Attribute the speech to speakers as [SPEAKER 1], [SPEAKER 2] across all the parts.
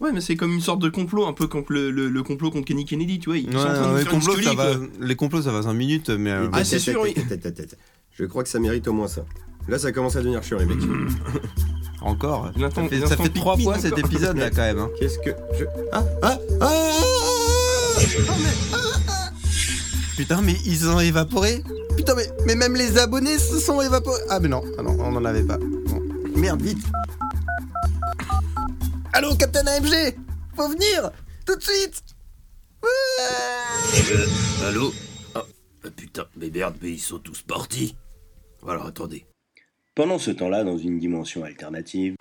[SPEAKER 1] Ouais, mais c'est comme une sorte de complot, un peu comme le, le- le complot contre Kenny Kennedy, tu vois. Ils
[SPEAKER 2] Ouais,
[SPEAKER 1] sont en train de
[SPEAKER 2] non,
[SPEAKER 1] nous
[SPEAKER 2] les,
[SPEAKER 1] faire une
[SPEAKER 2] complots, ça
[SPEAKER 1] scully,
[SPEAKER 2] va,
[SPEAKER 1] quoi.
[SPEAKER 2] les complots, ça va 5 minutes, mais. euh,
[SPEAKER 1] Ah, c'est sûr, oui.
[SPEAKER 3] Je crois que ça mérite au moins ça. Là, ça commence à devenir chiant, les mecs.
[SPEAKER 2] Encore.
[SPEAKER 1] L'instant-
[SPEAKER 2] Ça fait,
[SPEAKER 1] l'instant
[SPEAKER 2] ça fait trois
[SPEAKER 1] Pikmin,
[SPEAKER 2] fois cet
[SPEAKER 1] encore.
[SPEAKER 2] épisode là quand même. hein.
[SPEAKER 3] Qu'est-ce que. Je...
[SPEAKER 2] Ah, ah, ah, ah, ah, mais- ah, ah. Putain, mais ils ont évaporé. Putain, mais, mais même les abonnés se sont évaporés. Ah, mais non, ah non on n'en avait pas. Bon. Merde, vite. Allô, Captain AMG Faut venir Tout de suite
[SPEAKER 4] Euh, allô Ah, euh, putain, mais merde, mais ils sont tous partis. Alors attendez. Pendant ce temps-là, dans une dimension alternative.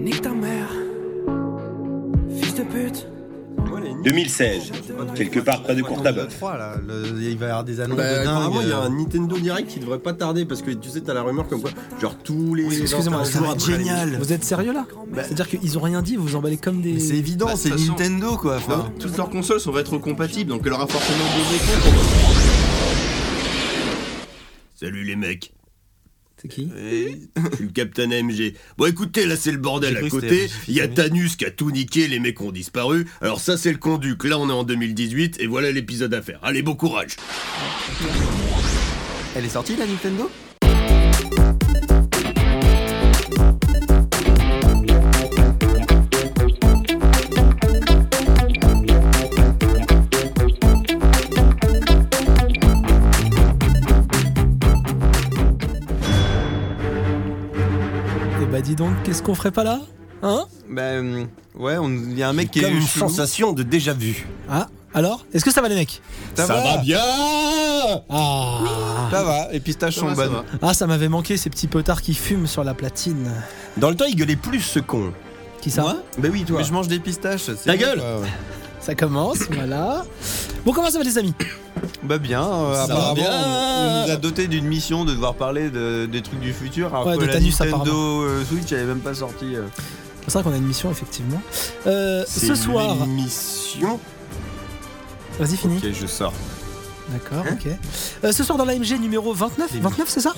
[SPEAKER 5] Nique ta mère, fils de pute.
[SPEAKER 4] 2016, quelque part près de Courtabœuf.
[SPEAKER 2] 3 là, le- il va y avoir des annonces
[SPEAKER 3] Ah, Bah,
[SPEAKER 2] de dingue.
[SPEAKER 3] apparemment, il y a
[SPEAKER 2] euh.
[SPEAKER 3] un Nintendo Direct qui devrait pas tarder parce que tu sais, t'as la rumeur comme quoi, genre tous les.
[SPEAKER 6] Excusez-moi,
[SPEAKER 3] 21
[SPEAKER 6] ça va
[SPEAKER 3] jours
[SPEAKER 6] être
[SPEAKER 3] après l'émission.
[SPEAKER 2] génial.
[SPEAKER 6] Vous êtes sérieux là Bah, C'est-à-dire qu'ils ont rien dit, vous vous emballez comme
[SPEAKER 2] Mais
[SPEAKER 6] des.
[SPEAKER 2] C'est évident,
[SPEAKER 1] Bah, de
[SPEAKER 2] c'est
[SPEAKER 1] toute façon-
[SPEAKER 2] Nintendo quoi. enfin.
[SPEAKER 1] Donc, Hein, toutes leurs consoles sont rétrocompatibles, donc elle aura forcément deux écrans.
[SPEAKER 4] Salut les mecs,
[SPEAKER 6] C'est qui
[SPEAKER 4] je suis le Captain AMG. Bon écoutez, là c'est le bordel
[SPEAKER 2] J'ai
[SPEAKER 4] à
[SPEAKER 2] cru que
[SPEAKER 4] côté.
[SPEAKER 2] c'était-
[SPEAKER 4] Il y a Tanus qui a tout niqué, les mecs ont disparu. Alors ça c'est le conduc, là on est en 2018 et voilà l'épisode à faire. Allez, bon courage
[SPEAKER 2] Elle est sortie la Nintendo
[SPEAKER 6] Eh bah dis donc, qu'est-ce qu'on ferait pas là Hein
[SPEAKER 2] Bah ouais, on- il y a un mec qui est
[SPEAKER 7] Comme une
[SPEAKER 2] chelou.
[SPEAKER 7] sensation de déjà vu.
[SPEAKER 6] Ah Alors Est-ce que ça va les mecs
[SPEAKER 2] Ça, va,
[SPEAKER 7] bien
[SPEAKER 6] ah.
[SPEAKER 2] ça va. Les pistaches
[SPEAKER 1] Ça
[SPEAKER 2] sont
[SPEAKER 1] va, ça
[SPEAKER 2] bonnes.
[SPEAKER 1] va.
[SPEAKER 6] ah ça m'avait manqué ces petits potards qui fument sur la platine.
[SPEAKER 7] Dans le temps, il gueulait plus ce con.
[SPEAKER 6] Qui ça
[SPEAKER 7] Bah oui, toi.
[SPEAKER 2] Mais je mange des pistaches. c'est
[SPEAKER 7] Ta
[SPEAKER 2] bon,
[SPEAKER 7] gueule
[SPEAKER 2] quoi, ouais.
[SPEAKER 6] Ça commence, voilà. Bon comment ça va les amis
[SPEAKER 2] Bah bien, euh,
[SPEAKER 7] Ça va
[SPEAKER 2] apparemment,
[SPEAKER 7] bien.
[SPEAKER 2] on on nous a doté d'une mission de devoir parler de- des trucs du futur. Alors
[SPEAKER 6] Ouais,
[SPEAKER 2] que
[SPEAKER 6] de
[SPEAKER 2] la
[SPEAKER 6] Thanos,
[SPEAKER 2] Nintendo euh, Switch, elle est même pas sortie. euh.
[SPEAKER 6] C'est vrai qu'on a une mission effectivement. Euh, ce soir,
[SPEAKER 7] Mission.
[SPEAKER 6] vas-y fini.
[SPEAKER 7] Ok, je sors.
[SPEAKER 6] D'accord, ok. Euh, ce soir dans l'AMG numéro 29, 29 c'est ça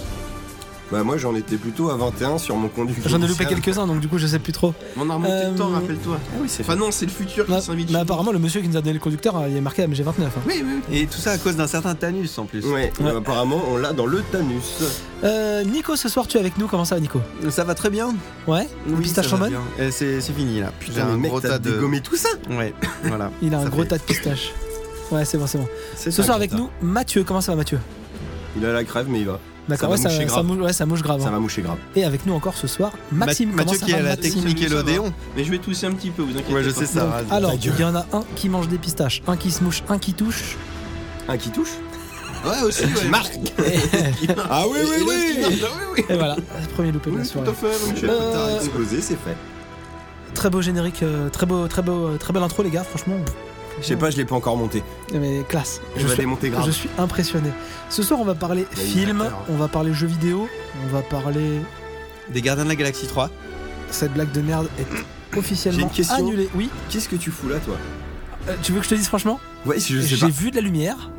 [SPEAKER 3] Bah, moi, j'en étais plutôt à 21 sur mon conduit.
[SPEAKER 6] J'en ai loupé
[SPEAKER 3] initial.
[SPEAKER 6] quelques-uns donc du coup je sais plus trop.
[SPEAKER 1] On a remonté
[SPEAKER 6] Euh,
[SPEAKER 1] le temps, rappelle-toi.
[SPEAKER 6] Ah oui c'est
[SPEAKER 1] Enfin, non, c'est le futur qui
[SPEAKER 6] Mais,
[SPEAKER 1] s'invite.
[SPEAKER 6] mais
[SPEAKER 1] chez
[SPEAKER 6] apparemment le monsieur qui nous a donné le conducteur euh, il est marqué AMG 29. hein.
[SPEAKER 1] Oui, oui.
[SPEAKER 2] Et tout ça à cause d'un certain Tanus en plus.
[SPEAKER 3] Ouais,
[SPEAKER 6] Ouais.
[SPEAKER 3] euh, apparemment, on l'a dans le Tanus.
[SPEAKER 6] Euh, Nico ce soir tu es avec nous, comment ça va Nico
[SPEAKER 2] Ça va très bien.
[SPEAKER 6] Ouais Une
[SPEAKER 2] Oui,
[SPEAKER 6] pistache
[SPEAKER 2] ça
[SPEAKER 6] en
[SPEAKER 2] va
[SPEAKER 6] mode
[SPEAKER 2] bien. Et C'est c'est fini là. J'ai
[SPEAKER 3] Putain, mais mec, t'as dégommé tout ça
[SPEAKER 2] Ouais, voilà.
[SPEAKER 6] Il a un
[SPEAKER 2] Ça
[SPEAKER 6] gros
[SPEAKER 2] fait-
[SPEAKER 6] tas de pistaches. Ouais c'est bon c'est bon.
[SPEAKER 3] C'est
[SPEAKER 6] Ce
[SPEAKER 3] ça,
[SPEAKER 6] soir avec
[SPEAKER 3] putain.
[SPEAKER 6] nous Mathieu, comment ça va Mathieu
[SPEAKER 3] Il a la crève, mais il va.
[SPEAKER 6] D'accord,
[SPEAKER 3] va
[SPEAKER 6] ouais, ça,
[SPEAKER 3] moucher
[SPEAKER 6] ça,
[SPEAKER 3] grave.
[SPEAKER 6] mou- ouais, ça mouche grave.
[SPEAKER 3] Ça
[SPEAKER 6] hein.
[SPEAKER 3] va moucher grave.
[SPEAKER 6] Et avec nous encore ce soir,
[SPEAKER 2] Ma-
[SPEAKER 6] Maxime. comment
[SPEAKER 2] Mathieu
[SPEAKER 6] ça
[SPEAKER 2] qui est
[SPEAKER 6] va,
[SPEAKER 2] à la
[SPEAKER 6] Maxime
[SPEAKER 2] technique
[SPEAKER 1] Salut, ça va.
[SPEAKER 2] Nickelodeon.
[SPEAKER 1] Mais je vais tousser un petit peu, vous inquiétez
[SPEAKER 2] Ouais, je
[SPEAKER 1] pas.
[SPEAKER 2] sais ça.
[SPEAKER 6] Donc,
[SPEAKER 2] vas-y.
[SPEAKER 6] alors, il y en a un qui mange des pistaches, un qui se mouche, un qui touche.
[SPEAKER 3] Un qui touche
[SPEAKER 1] Ouais, aussi, ouais.
[SPEAKER 3] Marc
[SPEAKER 6] Et,
[SPEAKER 7] Ah oui, oui, oui
[SPEAKER 6] et voilà, premier loupé de la
[SPEAKER 1] Oui, tout
[SPEAKER 6] soirée.
[SPEAKER 1] à fait. donc,
[SPEAKER 6] Euh,
[SPEAKER 3] T'as explosé, c'est fait.
[SPEAKER 6] Très beau générique, euh, très beau, très beau, euh, très belle intro les gars, franchement.
[SPEAKER 3] Je sais pas, je l'ai pas encore monté.
[SPEAKER 6] Mais classe.
[SPEAKER 3] Je
[SPEAKER 6] Je
[SPEAKER 3] vais
[SPEAKER 6] suis,
[SPEAKER 3] démonter
[SPEAKER 6] je
[SPEAKER 3] grave.
[SPEAKER 6] suis impressionné. Ce soir, on va parler
[SPEAKER 3] y a une
[SPEAKER 6] film,
[SPEAKER 3] acteur.
[SPEAKER 6] on va parler jeux vidéo, on va parler.
[SPEAKER 2] Des Gardiens de la Galaxie 3.
[SPEAKER 6] Cette blague de merde est
[SPEAKER 3] J'ai
[SPEAKER 6] officiellement
[SPEAKER 3] une question.
[SPEAKER 6] annulée. Oui.
[SPEAKER 3] Qu'est-ce que tu fous là, toi
[SPEAKER 6] Euh, tu veux que je te dise franchement
[SPEAKER 3] Ouais, je sais
[SPEAKER 6] J'ai
[SPEAKER 3] pas.
[SPEAKER 6] vu de la lumière.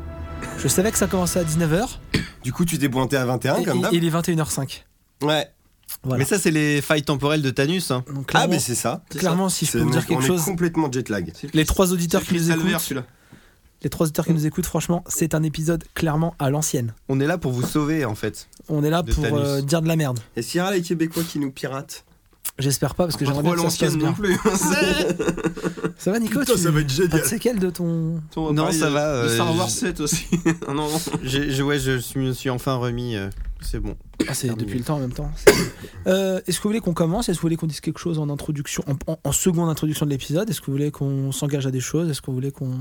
[SPEAKER 6] Je savais que ça commençait à 19h.
[SPEAKER 3] Du coup, tu t'es pointé à 21
[SPEAKER 6] et,
[SPEAKER 3] Ah, comme d'hab
[SPEAKER 6] il est 21h05.
[SPEAKER 3] Ouais.
[SPEAKER 6] Voilà.
[SPEAKER 2] Mais ça, c'est les failles temporelles de Tanus. Hein.
[SPEAKER 6] Donc,
[SPEAKER 3] Ah,
[SPEAKER 6] clairement,
[SPEAKER 3] mais c'est ça.
[SPEAKER 6] clairement, si je
[SPEAKER 3] C'est-
[SPEAKER 6] peux vous
[SPEAKER 3] on
[SPEAKER 6] dire quelque
[SPEAKER 3] est
[SPEAKER 6] chose,
[SPEAKER 3] complètement jet lag.
[SPEAKER 6] les trois
[SPEAKER 1] C'est
[SPEAKER 6] auditeurs
[SPEAKER 1] le
[SPEAKER 6] qui nous
[SPEAKER 1] cristal vert,
[SPEAKER 6] écoutent,
[SPEAKER 1] celui-là.
[SPEAKER 6] les trois auditeurs qui nous écoutent, franchement, c'est un épisode clairement à l'ancienne.
[SPEAKER 2] On est là pour vous sauver en fait.
[SPEAKER 6] On est là
[SPEAKER 2] De
[SPEAKER 6] pour
[SPEAKER 2] Thalys.
[SPEAKER 6] euh, dire de la merde.
[SPEAKER 3] Et s'il y a les Québécois qui nous piratent
[SPEAKER 6] J'espère pas parce que
[SPEAKER 1] Pas trop
[SPEAKER 6] j'aimerais bien
[SPEAKER 1] à
[SPEAKER 6] que ça se passe
[SPEAKER 1] l'ancienne non
[SPEAKER 6] bien.
[SPEAKER 1] plus.
[SPEAKER 6] Ça va Nico tu...
[SPEAKER 3] être
[SPEAKER 6] Pas
[SPEAKER 3] génial.
[SPEAKER 6] de séquelles de ton
[SPEAKER 1] On va
[SPEAKER 2] Non,
[SPEAKER 1] parler
[SPEAKER 2] ça
[SPEAKER 1] de-
[SPEAKER 2] va, euh,
[SPEAKER 1] De Star Wars
[SPEAKER 2] je-
[SPEAKER 1] 7 aussi. Ah non,
[SPEAKER 2] J'ai- je- ouais, je suis- me suis enfin remis. euh, c'est bon.
[SPEAKER 6] Ah, c'est
[SPEAKER 2] Terminé.
[SPEAKER 6] depuis le temps en même temps. c'est- Euh, Est-ce que vous voulez qu'on commence Est-ce que vous voulez qu'on dise quelque chose en introduction, en, en- en seconde introduction de l'épisode Est-ce que vous voulez qu'on s'engage à des choses Est-ce que vous voulez qu'on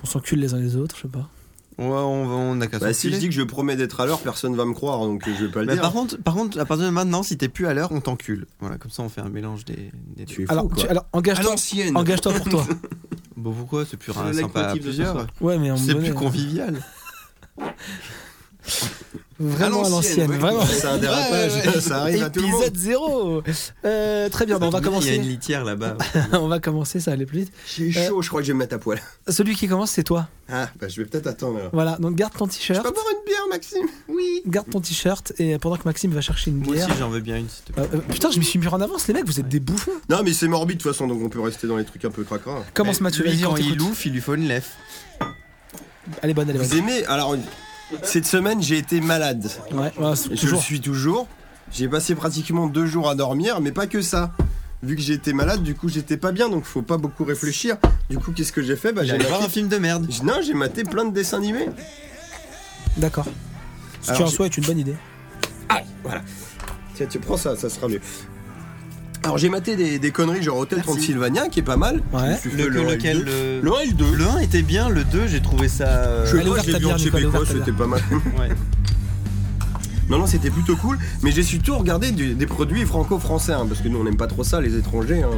[SPEAKER 6] qu'on s'encule les uns les autres Je sais pas.
[SPEAKER 2] Ouais, on, va- on a qu'à
[SPEAKER 3] Bah, si je
[SPEAKER 2] s'enculer.
[SPEAKER 3] dis que je promets d'être à l'heure, personne va me croire, donc je vais pas le
[SPEAKER 2] Mais
[SPEAKER 3] dire.
[SPEAKER 2] Bah, par contre, par contre, à partir de maintenant, si t'es plus à l'heure, on t'encule. Voilà, comme ça, on fait un mélange des. des
[SPEAKER 3] Tu es fou,
[SPEAKER 6] Alors,
[SPEAKER 3] quoi.
[SPEAKER 6] tu- alors
[SPEAKER 1] à
[SPEAKER 6] engage-toi,
[SPEAKER 1] l'ancienne.
[SPEAKER 6] engage-toi pour toi.
[SPEAKER 2] Bon, pourquoi C'est plus
[SPEAKER 1] C'est
[SPEAKER 2] ra-
[SPEAKER 1] le
[SPEAKER 2] sympa à
[SPEAKER 1] leitmotiv de ce
[SPEAKER 6] hein.
[SPEAKER 2] plusieurs.
[SPEAKER 1] soir.
[SPEAKER 6] Ouais, mais on
[SPEAKER 2] C'est plus convivial.
[SPEAKER 6] Vraiment à l'ancienne,
[SPEAKER 8] ouais.
[SPEAKER 6] vraiment.
[SPEAKER 3] C'est un dérapage,
[SPEAKER 8] Ouais, ouais, ouais.
[SPEAKER 3] ça arrive à tout le monde.
[SPEAKER 6] Épisode 0 Euh, Très bien, bon, on va
[SPEAKER 8] Il y a une
[SPEAKER 6] commencer.
[SPEAKER 8] litière là-bas.
[SPEAKER 6] on va commencer, ça va aller plus vite.
[SPEAKER 3] J'ai chaud, je crois que je vais me mettre à poil.
[SPEAKER 6] Celui qui commence, c'est toi.
[SPEAKER 3] Ah, bah je vais peut-être attendre. alors.
[SPEAKER 6] Voilà, donc garde ton
[SPEAKER 3] Je
[SPEAKER 6] t-shirt.
[SPEAKER 3] peux boire une bière, Maxime Oui.
[SPEAKER 6] Garde ton t-shirt et pendant que Maxime va chercher une
[SPEAKER 8] Moi
[SPEAKER 6] bière.
[SPEAKER 8] aussi, j'en veux bien une, s'il te plaît.
[SPEAKER 6] Euh, euh, putain, je me suis mis en avance, les mecs, vous êtes des bouffons.
[SPEAKER 3] Non, mais c'est morbide de toute façon, donc on peut rester dans les trucs un peu cracra.
[SPEAKER 6] Commence Mathieu,
[SPEAKER 8] Lui,
[SPEAKER 6] vas-y,
[SPEAKER 8] quand
[SPEAKER 6] on
[SPEAKER 8] il
[SPEAKER 6] t'écoute.
[SPEAKER 8] ouf, il lui faut une lèvre.
[SPEAKER 6] Elle est bonne, elle est
[SPEAKER 3] Vous
[SPEAKER 6] bonne.
[SPEAKER 3] aimez Alors, cette semaine, j'ai été malade.
[SPEAKER 6] Ouais, voilà, c'est
[SPEAKER 3] Et je le
[SPEAKER 6] toujours.
[SPEAKER 3] suis toujours. J'ai passé pratiquement deux jours à dormir, mais pas que ça. Vu que j'étais malade, du coup j'étais pas bien, donc faut pas beaucoup réfléchir. Du coup, qu'est-ce que j'ai fait Bah j'ai
[SPEAKER 8] J'allais voir un
[SPEAKER 3] maté...
[SPEAKER 8] film de merde.
[SPEAKER 3] j'ai- Non, j'ai maté plein de dessins animés.
[SPEAKER 6] D'accord. Ce qui
[SPEAKER 3] Alors,
[SPEAKER 6] en
[SPEAKER 3] j'ai-
[SPEAKER 6] soi est une bonne idée.
[SPEAKER 3] Tiens, tu prends ça, ça sera mieux. Alors j'ai maté des, des conneries genre Hôtel Transylvania, qui est pas mal.
[SPEAKER 6] Ouais.
[SPEAKER 3] Je me suis fait
[SPEAKER 8] Le,
[SPEAKER 3] que
[SPEAKER 8] lequel
[SPEAKER 3] L2.
[SPEAKER 8] le...
[SPEAKER 3] Le L2.
[SPEAKER 8] le 1 était bien, le 2, j'ai trouvé ça. euh,
[SPEAKER 3] Je sais
[SPEAKER 6] Allez,
[SPEAKER 3] pas,
[SPEAKER 6] ouvre
[SPEAKER 3] Ah, je l'ai
[SPEAKER 6] ta
[SPEAKER 3] vu en
[SPEAKER 6] bière, Nicolas,
[SPEAKER 3] québécois,
[SPEAKER 6] ouvre ta
[SPEAKER 3] c'était pas mal.
[SPEAKER 8] Ouais.
[SPEAKER 3] Non, non, c'était plutôt cool, mais j'ai su tout regarder du- des produits franco-français, hein, parce que nous on n'aime pas trop ça, les étrangers. hein.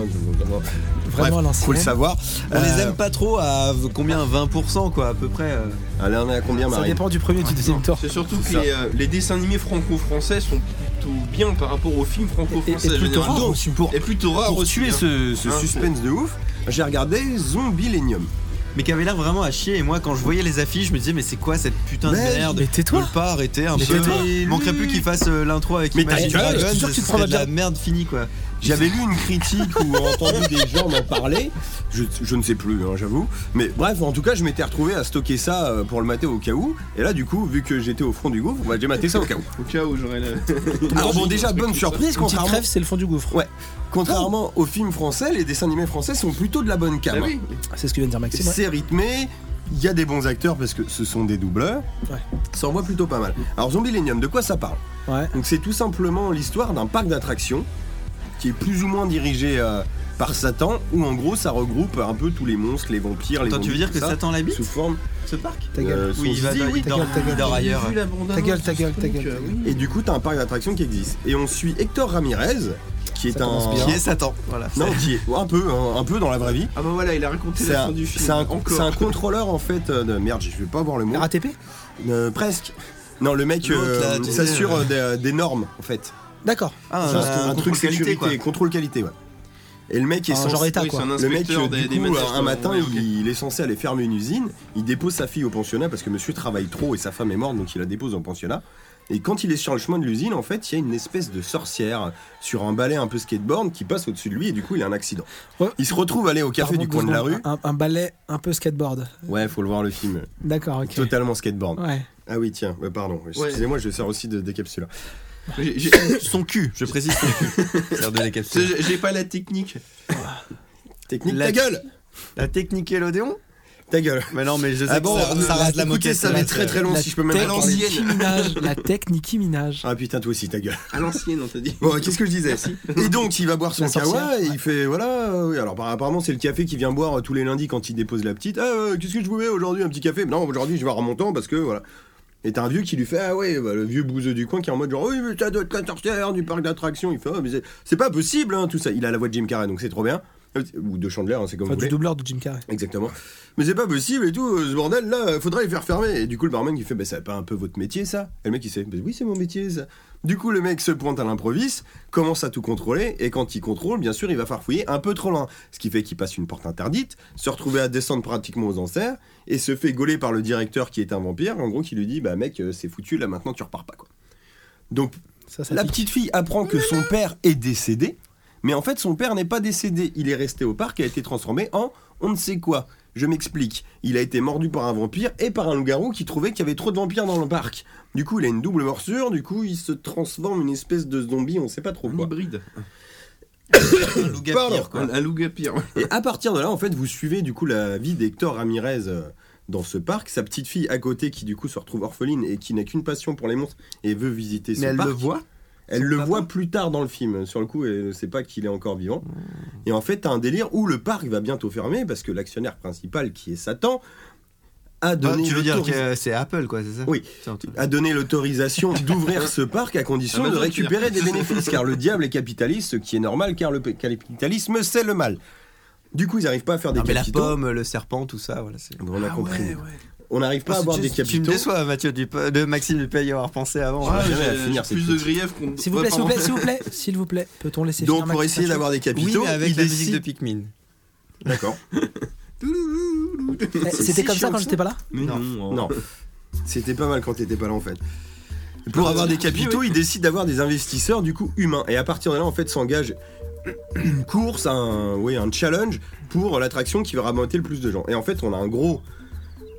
[SPEAKER 6] Vraiment à
[SPEAKER 3] Bref, faut le
[SPEAKER 6] l'ancienne.
[SPEAKER 3] savoir.
[SPEAKER 8] On les
[SPEAKER 3] Euh,
[SPEAKER 8] aime pas trop à v- combien 20% quoi, à peu près. euh.
[SPEAKER 3] Allez, on est à combien,
[SPEAKER 6] Ça
[SPEAKER 3] Ah, Marie
[SPEAKER 6] dépend du premier et du deuxième tour.
[SPEAKER 1] C'est surtout que
[SPEAKER 3] C'est ça.
[SPEAKER 1] les, euh, les dessins animés franco-français sont plutôt bien par rapport aux films
[SPEAKER 6] Et, et
[SPEAKER 1] franco-français.
[SPEAKER 6] plutôt
[SPEAKER 1] généralement.
[SPEAKER 6] rare
[SPEAKER 1] Donc,
[SPEAKER 6] aussi.
[SPEAKER 1] Et plutôt rare
[SPEAKER 3] Pour
[SPEAKER 1] aussi,
[SPEAKER 3] tuer
[SPEAKER 1] hein.
[SPEAKER 3] ce, ce
[SPEAKER 1] Hein,
[SPEAKER 3] suspense de ouf, j'ai regardé Zombilenium.
[SPEAKER 8] Mais qui avait l'air vraiment à chier. Et moi, quand je voyais les affiches, je me disais, mais c'est quoi cette putain de
[SPEAKER 3] Mais-
[SPEAKER 8] merde
[SPEAKER 6] Mais tais-toi.
[SPEAKER 8] Ils veulent pas arrêter un
[SPEAKER 6] Mais
[SPEAKER 8] peu.
[SPEAKER 6] tais-toi.
[SPEAKER 8] Il manquerait plus qu'ils fassent euh, l'intro avec
[SPEAKER 3] Mais
[SPEAKER 8] Imagine
[SPEAKER 3] ta gueule,
[SPEAKER 8] Dragons,
[SPEAKER 6] je suis sûr que tu
[SPEAKER 8] ce
[SPEAKER 6] te prends la
[SPEAKER 8] serait de la
[SPEAKER 6] bière.
[SPEAKER 8] merde finie quoi.
[SPEAKER 3] J'avais lu une critique ou entendu des gens m'en parler, je, je ne sais plus, hein, j'avoue. Mais bref, en tout cas, je m'étais retrouvé à stocker ça euh, pour le mater au cas où. Et là, du coup, vu que j'étais au front du gouffre, bah, j'ai maté ça au cas où.
[SPEAKER 1] Au cas où j'aurais le.
[SPEAKER 3] Alors bon, déjà, bonne surprise,
[SPEAKER 6] Une petite
[SPEAKER 3] contrairement,
[SPEAKER 6] trêve, c'est le fond du gouffre.
[SPEAKER 3] Ouais. contrairement aux films français, les dessins animés français sont plutôt de la bonne
[SPEAKER 1] Ah
[SPEAKER 3] cam.
[SPEAKER 8] Bah
[SPEAKER 1] oui.
[SPEAKER 6] C'est ce que vient de dire Maxime. ouais.
[SPEAKER 3] C'est rythmé, il y a des bons acteurs parce que ce sont des doubleurs.
[SPEAKER 6] Ouais.
[SPEAKER 3] Ça envoie plutôt pas mal. Alors Zombilenium, de quoi ça parle
[SPEAKER 6] Ouais.
[SPEAKER 3] Donc c'est tout simplement l'histoire d'un parc d'attractions qui est plus ou moins dirigé euh, par Satan, où en gros ça regroupe un peu tous les monstres, les vampires, les
[SPEAKER 8] Attends, tu veux
[SPEAKER 3] zombies,
[SPEAKER 8] dire
[SPEAKER 3] tout
[SPEAKER 8] que
[SPEAKER 3] ça,
[SPEAKER 8] Satan l'habite
[SPEAKER 3] sous forme
[SPEAKER 8] ce parc
[SPEAKER 6] Ta gueule.
[SPEAKER 3] euh,
[SPEAKER 8] Oui, il
[SPEAKER 3] sont-
[SPEAKER 8] va
[SPEAKER 3] Si, oui,
[SPEAKER 8] il dort-
[SPEAKER 6] ta gueule,
[SPEAKER 8] il dort
[SPEAKER 1] J'ai
[SPEAKER 8] ailleurs.
[SPEAKER 1] vu la bande
[SPEAKER 6] Ta gueule,
[SPEAKER 1] annonce
[SPEAKER 6] ta
[SPEAKER 1] de
[SPEAKER 6] gueule,
[SPEAKER 1] ce
[SPEAKER 6] ta
[SPEAKER 1] truc,
[SPEAKER 6] gueule.
[SPEAKER 1] euh, oui.
[SPEAKER 3] Et du coup, t'as un parc d'attractions qui existe. Et on suit Hector Ramirez, qui est
[SPEAKER 6] Ça commence
[SPEAKER 3] un
[SPEAKER 6] bien.
[SPEAKER 8] Qui est Satan Voilà.
[SPEAKER 3] non, qui est un peu, hein, un peu dans la vraie vie.
[SPEAKER 1] Ah bah voilà, il a raconté
[SPEAKER 3] C'est
[SPEAKER 1] la
[SPEAKER 3] un,
[SPEAKER 1] fin du film.
[SPEAKER 3] c'est un-
[SPEAKER 1] Encore.
[SPEAKER 3] c'est un contrôleur en fait euh, de merde. Je vais pas voir le mot.
[SPEAKER 6] RATP
[SPEAKER 3] Euh, presque. Non, le mec
[SPEAKER 8] L'autre,
[SPEAKER 3] euh,
[SPEAKER 8] là, tu
[SPEAKER 3] s'assure euh, des, des normes en fait.
[SPEAKER 6] D'accord.
[SPEAKER 8] Ah, un,
[SPEAKER 3] Genre, un, truc
[SPEAKER 8] contrôle qualité,
[SPEAKER 3] sécurité,
[SPEAKER 8] quoi.
[SPEAKER 3] contrôle qualité, ouais. Et le mec est
[SPEAKER 6] Ah,
[SPEAKER 3] censé-
[SPEAKER 6] genre état,
[SPEAKER 1] Oui, c'est
[SPEAKER 6] quoi.
[SPEAKER 1] un
[SPEAKER 3] Le mec,
[SPEAKER 1] inspecteur
[SPEAKER 3] euh,
[SPEAKER 1] des,
[SPEAKER 3] du
[SPEAKER 1] des
[SPEAKER 3] coup,
[SPEAKER 1] manèges,
[SPEAKER 3] un
[SPEAKER 1] quoi.
[SPEAKER 3] matin,
[SPEAKER 1] Ouais, ok.
[SPEAKER 3] il, est censé aller fermer une usine. Il dépose sa fille au pensionnat parce que monsieur travaille trop et sa femme est morte, donc il la dépose au pensionnat. Et quand il est sur le chemin de l'usine, en fait, il y a une espèce de sorcière sur un balai un peu skateboard qui passe au-dessus de lui et du coup, il a un accident.
[SPEAKER 6] Ouais.
[SPEAKER 3] Il se retrouve aller au café
[SPEAKER 6] Pardon,
[SPEAKER 3] du coin de la
[SPEAKER 6] deux
[SPEAKER 3] rue.
[SPEAKER 6] secondes. Un, un ballet un peu skateboard.
[SPEAKER 3] Ouais, faut le voir le film.
[SPEAKER 6] D'accord, ok.
[SPEAKER 3] Totalement skateboard.
[SPEAKER 6] Ouais.
[SPEAKER 3] Ah oui, tiens, ouais, pardon. Excusez-moi, je sers aussi de, des capsules.
[SPEAKER 1] J'ai- j'ai-
[SPEAKER 8] Son cul, je précise son cul. Sert de la capsule.
[SPEAKER 1] j'ai- J'ai pas la technique.
[SPEAKER 3] Technique,
[SPEAKER 8] La-
[SPEAKER 3] ta gueule
[SPEAKER 8] La technique Elodéon
[SPEAKER 3] Ta gueule
[SPEAKER 8] Mais non, mais je sais
[SPEAKER 3] Ah
[SPEAKER 8] que
[SPEAKER 3] bon,
[SPEAKER 8] ça,
[SPEAKER 3] euh,
[SPEAKER 8] ça rase la
[SPEAKER 3] écoutez,
[SPEAKER 8] moquette.
[SPEAKER 3] ça va
[SPEAKER 8] rase,
[SPEAKER 3] être très
[SPEAKER 8] euh,
[SPEAKER 3] très long
[SPEAKER 6] La
[SPEAKER 3] si je peux même
[SPEAKER 6] tech
[SPEAKER 3] pas parler.
[SPEAKER 6] Nicki Minaj. La tech Nicki Minaj.
[SPEAKER 3] Ah putain, toi aussi, ta gueule.
[SPEAKER 1] À l'ancienne, on t'a dit.
[SPEAKER 3] Bon, qu'est-ce que je disais Et donc, il va boire son
[SPEAKER 6] La sorcière,
[SPEAKER 3] kawa et
[SPEAKER 6] ouais.
[SPEAKER 3] il fait voilà. euh, oui, alors, bah, apparemment, c'est le café qu'il vient boire euh, tous les lundis quand il dépose la petite. Ah, euh, qu'est-ce que je vous mets aujourd'hui Un petit café Non, aujourd'hui, je vais avoir mon temps parce que voilà. Et t'as un vieux qui lui fait Ah ouais, bah, le vieux bouseux du coin qui est en mode genre Oui, mais ça doit être la sorcière du parc d'attractions. Il fait Ah, mais c'est- c'est pas possible, hein, tout ça. Il a la voix de Jim Carrey, donc c'est trop bien. Ou de Chandler, hein, c'est comme
[SPEAKER 6] Enfin,
[SPEAKER 3] vous
[SPEAKER 6] du
[SPEAKER 3] voulez.
[SPEAKER 6] doubleur de Jim Carrey.
[SPEAKER 3] Exactement. Mais c'est pas possible et tout, euh, ce bordel là, euh, faudrait les faire fermer. Et du coup, le barman qui fait, bah, c'est pas un peu votre métier ça Et le mec il sait, bah, oui, c'est mon métier ça. Du coup, le mec se pointe à l'improviste, commence à tout contrôler, et quand il contrôle, bien sûr, il va farfouiller un peu trop loin. Ce qui fait qu'il passe une porte interdite, se retrouver à descendre pratiquement aux enchères, et se fait gauler par le directeur qui est un vampire, en gros, qui lui dit, bah, mec, euh, c'est foutu là, maintenant tu repars pas quoi. Donc,
[SPEAKER 6] Ça, ça
[SPEAKER 3] la
[SPEAKER 6] pique.
[SPEAKER 3] petite fille apprend que son père est décédé, mais en fait son père n'est pas décédé, il est resté au parc et a été transformé en on ne sait quoi. Je m'explique, il a été mordu par un vampire et par un loup-garou qui trouvait qu'il y avait trop de vampires dans le parc. Du coup, il a une double morsure, du coup, il se transforme une espèce de zombie, on sait pas trop
[SPEAKER 1] Un
[SPEAKER 3] quoi.
[SPEAKER 1] hybride.
[SPEAKER 8] un loup-garou,
[SPEAKER 3] Pardon.
[SPEAKER 8] pire, quoi.
[SPEAKER 1] Un, un loup-garou.
[SPEAKER 3] Et à partir de là, en fait, vous suivez du coup la vie d'Hector Ramirez euh, dans ce parc, sa petite fille à côté qui du coup se retrouve orpheline et qui n'a qu'une passion pour les monstres et veut visiter ce
[SPEAKER 8] Mais elle
[SPEAKER 3] parc.
[SPEAKER 8] le voit
[SPEAKER 3] Elle
[SPEAKER 8] Son
[SPEAKER 3] le
[SPEAKER 8] papa.
[SPEAKER 3] voit plus tard dans le film. Sur le coup, elle ne sait pas qu'il est encore vivant.
[SPEAKER 8] Mmh.
[SPEAKER 3] Et en fait, t'as un délire où le parc va bientôt fermer parce que l'actionnaire principal, qui est Satan, a
[SPEAKER 8] Bah,
[SPEAKER 3] donné
[SPEAKER 8] Tu veux dire
[SPEAKER 3] l'autoris-
[SPEAKER 8] que c'est Apple, quoi, c'est ça
[SPEAKER 3] Oui.
[SPEAKER 8] C'est un truc.
[SPEAKER 3] a donné l'autorisation d'ouvrir ce parc à condition
[SPEAKER 8] Ah, bah,
[SPEAKER 1] Amazon,
[SPEAKER 3] de récupérer des bénéfices, car le diable est capitaliste, ce qui est normal, car le p- capitalisme, c'est le mal. Du coup, ils n'arrivent pas à faire des
[SPEAKER 8] Ah, mais la Ah
[SPEAKER 3] capitaux.
[SPEAKER 1] Ah
[SPEAKER 8] pomme, le serpent, tout ça, voilà. c'est-
[SPEAKER 3] On a compris. on n'arrive pas à avoir
[SPEAKER 8] tu,
[SPEAKER 3] des
[SPEAKER 8] tu
[SPEAKER 3] capitaux.
[SPEAKER 8] me déçois, Mathieu, du, de Maxime Dupay y avoir pensé avant. hein.
[SPEAKER 3] Ah,
[SPEAKER 1] J'ai-
[SPEAKER 3] jamais à finir
[SPEAKER 1] j'ai
[SPEAKER 3] cette
[SPEAKER 1] plus de
[SPEAKER 3] petite-
[SPEAKER 1] griefs qu'on.
[SPEAKER 6] S'il vous
[SPEAKER 1] Ouais,
[SPEAKER 6] plaît, s'il
[SPEAKER 1] pardon.
[SPEAKER 6] vous plaît, s'il vous plaît, s'il vous plaît, peut-on laisser
[SPEAKER 3] Donc
[SPEAKER 6] finir
[SPEAKER 3] pour
[SPEAKER 6] Maxime
[SPEAKER 3] essayer
[SPEAKER 6] Mathieu
[SPEAKER 3] d'avoir des
[SPEAKER 8] oui,
[SPEAKER 3] capitaux,
[SPEAKER 8] mais avec
[SPEAKER 3] il
[SPEAKER 8] la musique
[SPEAKER 3] décide-
[SPEAKER 8] de Pikmin.
[SPEAKER 3] D'accord.
[SPEAKER 6] Eh, C'était
[SPEAKER 3] si
[SPEAKER 6] comme
[SPEAKER 3] chaud
[SPEAKER 6] ça quand
[SPEAKER 3] que
[SPEAKER 6] j'étais pas là
[SPEAKER 1] Mais
[SPEAKER 8] Non,
[SPEAKER 1] non.
[SPEAKER 3] Non. C'était pas mal quand t'étais pas là en fait.
[SPEAKER 8] Ah, bah,
[SPEAKER 3] Pour avoir des capitaux, il décide d'avoir des investisseurs du coup humains. Et à partir de là, en fait, s'engage une course, un, oui, un challenge pour l'attraction qui va ramonter le plus de gens. Et en fait, on a un gros,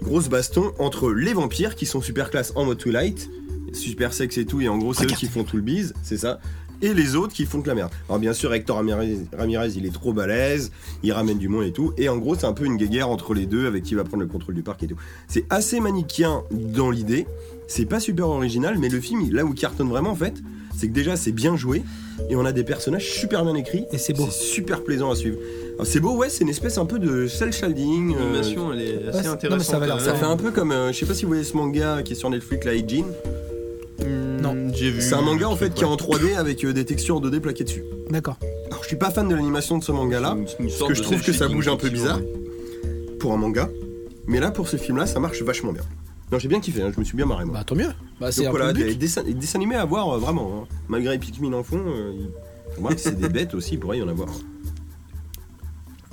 [SPEAKER 3] grosse baston entre les vampires qui sont super classe en mode Twilight, super sexe et tout, et en gros, c'est eux qui font tout le bise, c'est ça. Et les autres qui font de la merde. Alors bien sûr, Hector Ramirez, Ramirez, il est trop balèze, il ramène du monde et tout. Et en gros, c'est un peu une guerre entre les deux avec qui va prendre le contrôle du parc et tout. C'est assez manichéen dans l'idée. C'est pas super original, mais le film, il- là où il cartonne vraiment, en fait, c'est que déjà, c'est bien joué et on a des personnages super bien écrits.
[SPEAKER 6] Et c'est beau.
[SPEAKER 3] C'est super plaisant à suivre. Alors, C'est beau, ouais, c'est une espèce un peu de cel shading. euh,
[SPEAKER 1] L'animation, elle est
[SPEAKER 6] Ouais,
[SPEAKER 1] assez
[SPEAKER 6] c'est-
[SPEAKER 1] intéressante.
[SPEAKER 6] non, mais ça va l'air
[SPEAKER 1] euh,
[SPEAKER 3] ça fait un peu comme, euh, je sais pas si vous voyez ce manga qui est sur Netflix, la Jin.
[SPEAKER 6] Non.
[SPEAKER 2] J'ai vu.
[SPEAKER 3] C'est un manga en fait qui est
[SPEAKER 2] en
[SPEAKER 3] en 3D avec euh, des textures 2D plaquées dessus.
[SPEAKER 6] D'accord.
[SPEAKER 3] Alors je suis pas fan de l'animation de ce manga là,
[SPEAKER 1] une- une sorte
[SPEAKER 3] parce que je
[SPEAKER 1] de
[SPEAKER 3] trouve que ça
[SPEAKER 1] self-shading,
[SPEAKER 3] bouge un peu bizarre
[SPEAKER 1] effectivement,
[SPEAKER 3] pour un manga, mais là pour ce film là ça marche vachement bien. Non j'ai bien kiffé, hein, je me suis bien marré moi.
[SPEAKER 6] Bah tant mieux. Bah c'est
[SPEAKER 3] Donc
[SPEAKER 6] un peu
[SPEAKER 3] voilà,
[SPEAKER 6] le but.
[SPEAKER 3] des dessins, des dessins animés à voir euh, vraiment, hein. malgré Pikmin en fond, euh, il- on voit que c'est des bêtes aussi, il pourrait y en avoir.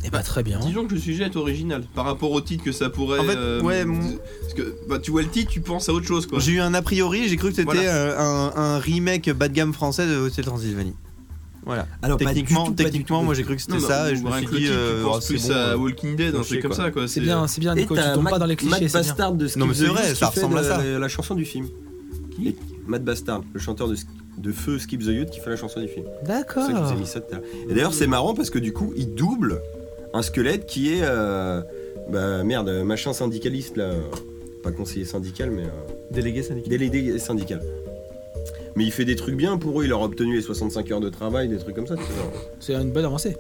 [SPEAKER 6] Eh bah très bien.
[SPEAKER 1] ouais. Disons que le sujet est original par rapport au titre que ça pourrait.
[SPEAKER 8] En fait,
[SPEAKER 1] euh,
[SPEAKER 8] ouais, mon-
[SPEAKER 1] Parce que bah, tu vois le titre, tu penses à autre chose quoi.
[SPEAKER 8] J'ai eu un a priori, j'ai cru que c'était
[SPEAKER 1] Voilà.
[SPEAKER 8] euh, un, un remake bas de gamme français de Hotel Transylvanie. Voilà.
[SPEAKER 3] Alors
[SPEAKER 8] techniquement, techniquement moi j'ai cru que c'était
[SPEAKER 1] Non, mais
[SPEAKER 8] ça et
[SPEAKER 1] ou
[SPEAKER 8] je me
[SPEAKER 1] rien
[SPEAKER 8] suis
[SPEAKER 1] que le
[SPEAKER 8] dit.
[SPEAKER 1] titre,
[SPEAKER 8] euh,
[SPEAKER 1] tu
[SPEAKER 8] oh,
[SPEAKER 1] penses
[SPEAKER 8] c'est
[SPEAKER 1] plus
[SPEAKER 8] bon,
[SPEAKER 1] à
[SPEAKER 8] euh.
[SPEAKER 1] Walking Dead, un
[SPEAKER 8] touché,
[SPEAKER 1] truc comme
[SPEAKER 8] quoi.
[SPEAKER 1] ça quoi.
[SPEAKER 6] C'est bien, c'est bien,
[SPEAKER 3] Et
[SPEAKER 6] Ah, Nico, tu
[SPEAKER 3] t'as
[SPEAKER 6] tombes
[SPEAKER 3] Matt
[SPEAKER 6] pas dans les clichés, c'est bien.
[SPEAKER 3] Bastard de Skip
[SPEAKER 8] Non, mais
[SPEAKER 3] the
[SPEAKER 8] c'est vrai,
[SPEAKER 3] Youth
[SPEAKER 8] ça
[SPEAKER 3] qui fait
[SPEAKER 8] ressemble à
[SPEAKER 3] la,
[SPEAKER 8] ça.
[SPEAKER 3] La, la chanson du film. Qui Matt Bastard, le chanteur de, Sk- de feu Skip the Youth qui fait la chanson du film. C'est pour ça que je vous
[SPEAKER 6] D'accord.
[SPEAKER 3] ai mis ça tout à l'heure. Et d'ailleurs, c'est marrant parce que du coup, il double un squelette qui est. euh, bah merde, machin syndicaliste là. euh, Pas conseiller syndical, mais. euh,
[SPEAKER 8] Délégué syndicat.
[SPEAKER 3] délégué syndical. Mais il fait des trucs bien pour eux, il leur a obtenu les 65 heures de travail, des trucs comme ça. tu vois.
[SPEAKER 6] C'est une bonne avancée.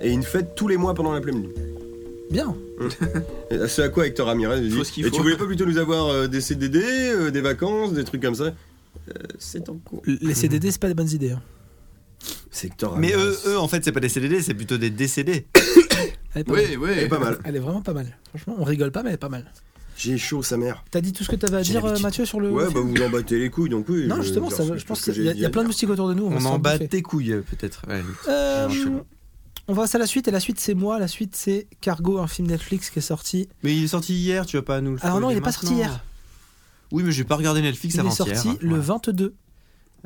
[SPEAKER 3] Et une fête tous les mois pendant la pleine lune.
[SPEAKER 6] Bien.
[SPEAKER 3] Et C'est à quoi Hector Ramirez lui dit
[SPEAKER 1] Faut ce qu'il
[SPEAKER 3] Et
[SPEAKER 1] faut.
[SPEAKER 3] tu voulais pas plutôt nous avoir euh, des CDD, euh, des vacances, des trucs comme ça Euh, C'est en cours.
[SPEAKER 6] Les
[SPEAKER 3] Mhm.
[SPEAKER 6] CDD, c'est pas des bonnes idées. hein.
[SPEAKER 3] C'est Hector
[SPEAKER 8] Mais
[SPEAKER 3] Ramirez.
[SPEAKER 8] eux,
[SPEAKER 6] euh,
[SPEAKER 8] eux, en fait, c'est pas des CDD, c'est plutôt des DCD.
[SPEAKER 6] Elle est pas
[SPEAKER 1] Oui,
[SPEAKER 3] Elle est
[SPEAKER 1] oui.
[SPEAKER 3] pas mal.
[SPEAKER 6] Elle est vraiment pas mal. Franchement, on rigole pas, mais elle est pas mal.
[SPEAKER 3] J'ai chaud, sa mère.
[SPEAKER 6] T'as dit tout ce que t'avais à
[SPEAKER 3] J'ai
[SPEAKER 6] dire, euh,
[SPEAKER 3] l'habitude.
[SPEAKER 6] Mathieu, sur le.
[SPEAKER 3] Ouais, bah vous en battez les couilles, donc oui.
[SPEAKER 6] non,
[SPEAKER 3] je-
[SPEAKER 6] justement,
[SPEAKER 3] je-
[SPEAKER 6] ça, va,
[SPEAKER 3] c'est
[SPEAKER 6] je
[SPEAKER 3] tout
[SPEAKER 6] pense
[SPEAKER 3] ce que
[SPEAKER 6] qu'il y, a-
[SPEAKER 3] j'ai
[SPEAKER 6] il y a
[SPEAKER 3] dit
[SPEAKER 6] plein de
[SPEAKER 3] à
[SPEAKER 6] moustiques autour de nous.
[SPEAKER 8] On
[SPEAKER 6] va
[SPEAKER 8] en
[SPEAKER 6] Oh, s'en
[SPEAKER 8] bat
[SPEAKER 6] bouffer.
[SPEAKER 8] tes couilles, euh, peut-être. Ouais.
[SPEAKER 3] Ah,
[SPEAKER 6] Euh,
[SPEAKER 8] Je sais pas.
[SPEAKER 6] on va passer à la suite, et la suite c'est moi. La suite c'est Cargo, un film Netflix qui est sorti.
[SPEAKER 8] Mais il est sorti hier, tu vas pas nous le
[SPEAKER 6] Alors non,
[SPEAKER 8] spoiler
[SPEAKER 6] il est pas sorti
[SPEAKER 8] maintenant.
[SPEAKER 6] hier.
[SPEAKER 8] Oui, mais j'ai pas regardé Netflix
[SPEAKER 6] Il est
[SPEAKER 8] avant-hier.
[SPEAKER 6] sorti le
[SPEAKER 8] Voilà.
[SPEAKER 6] 22.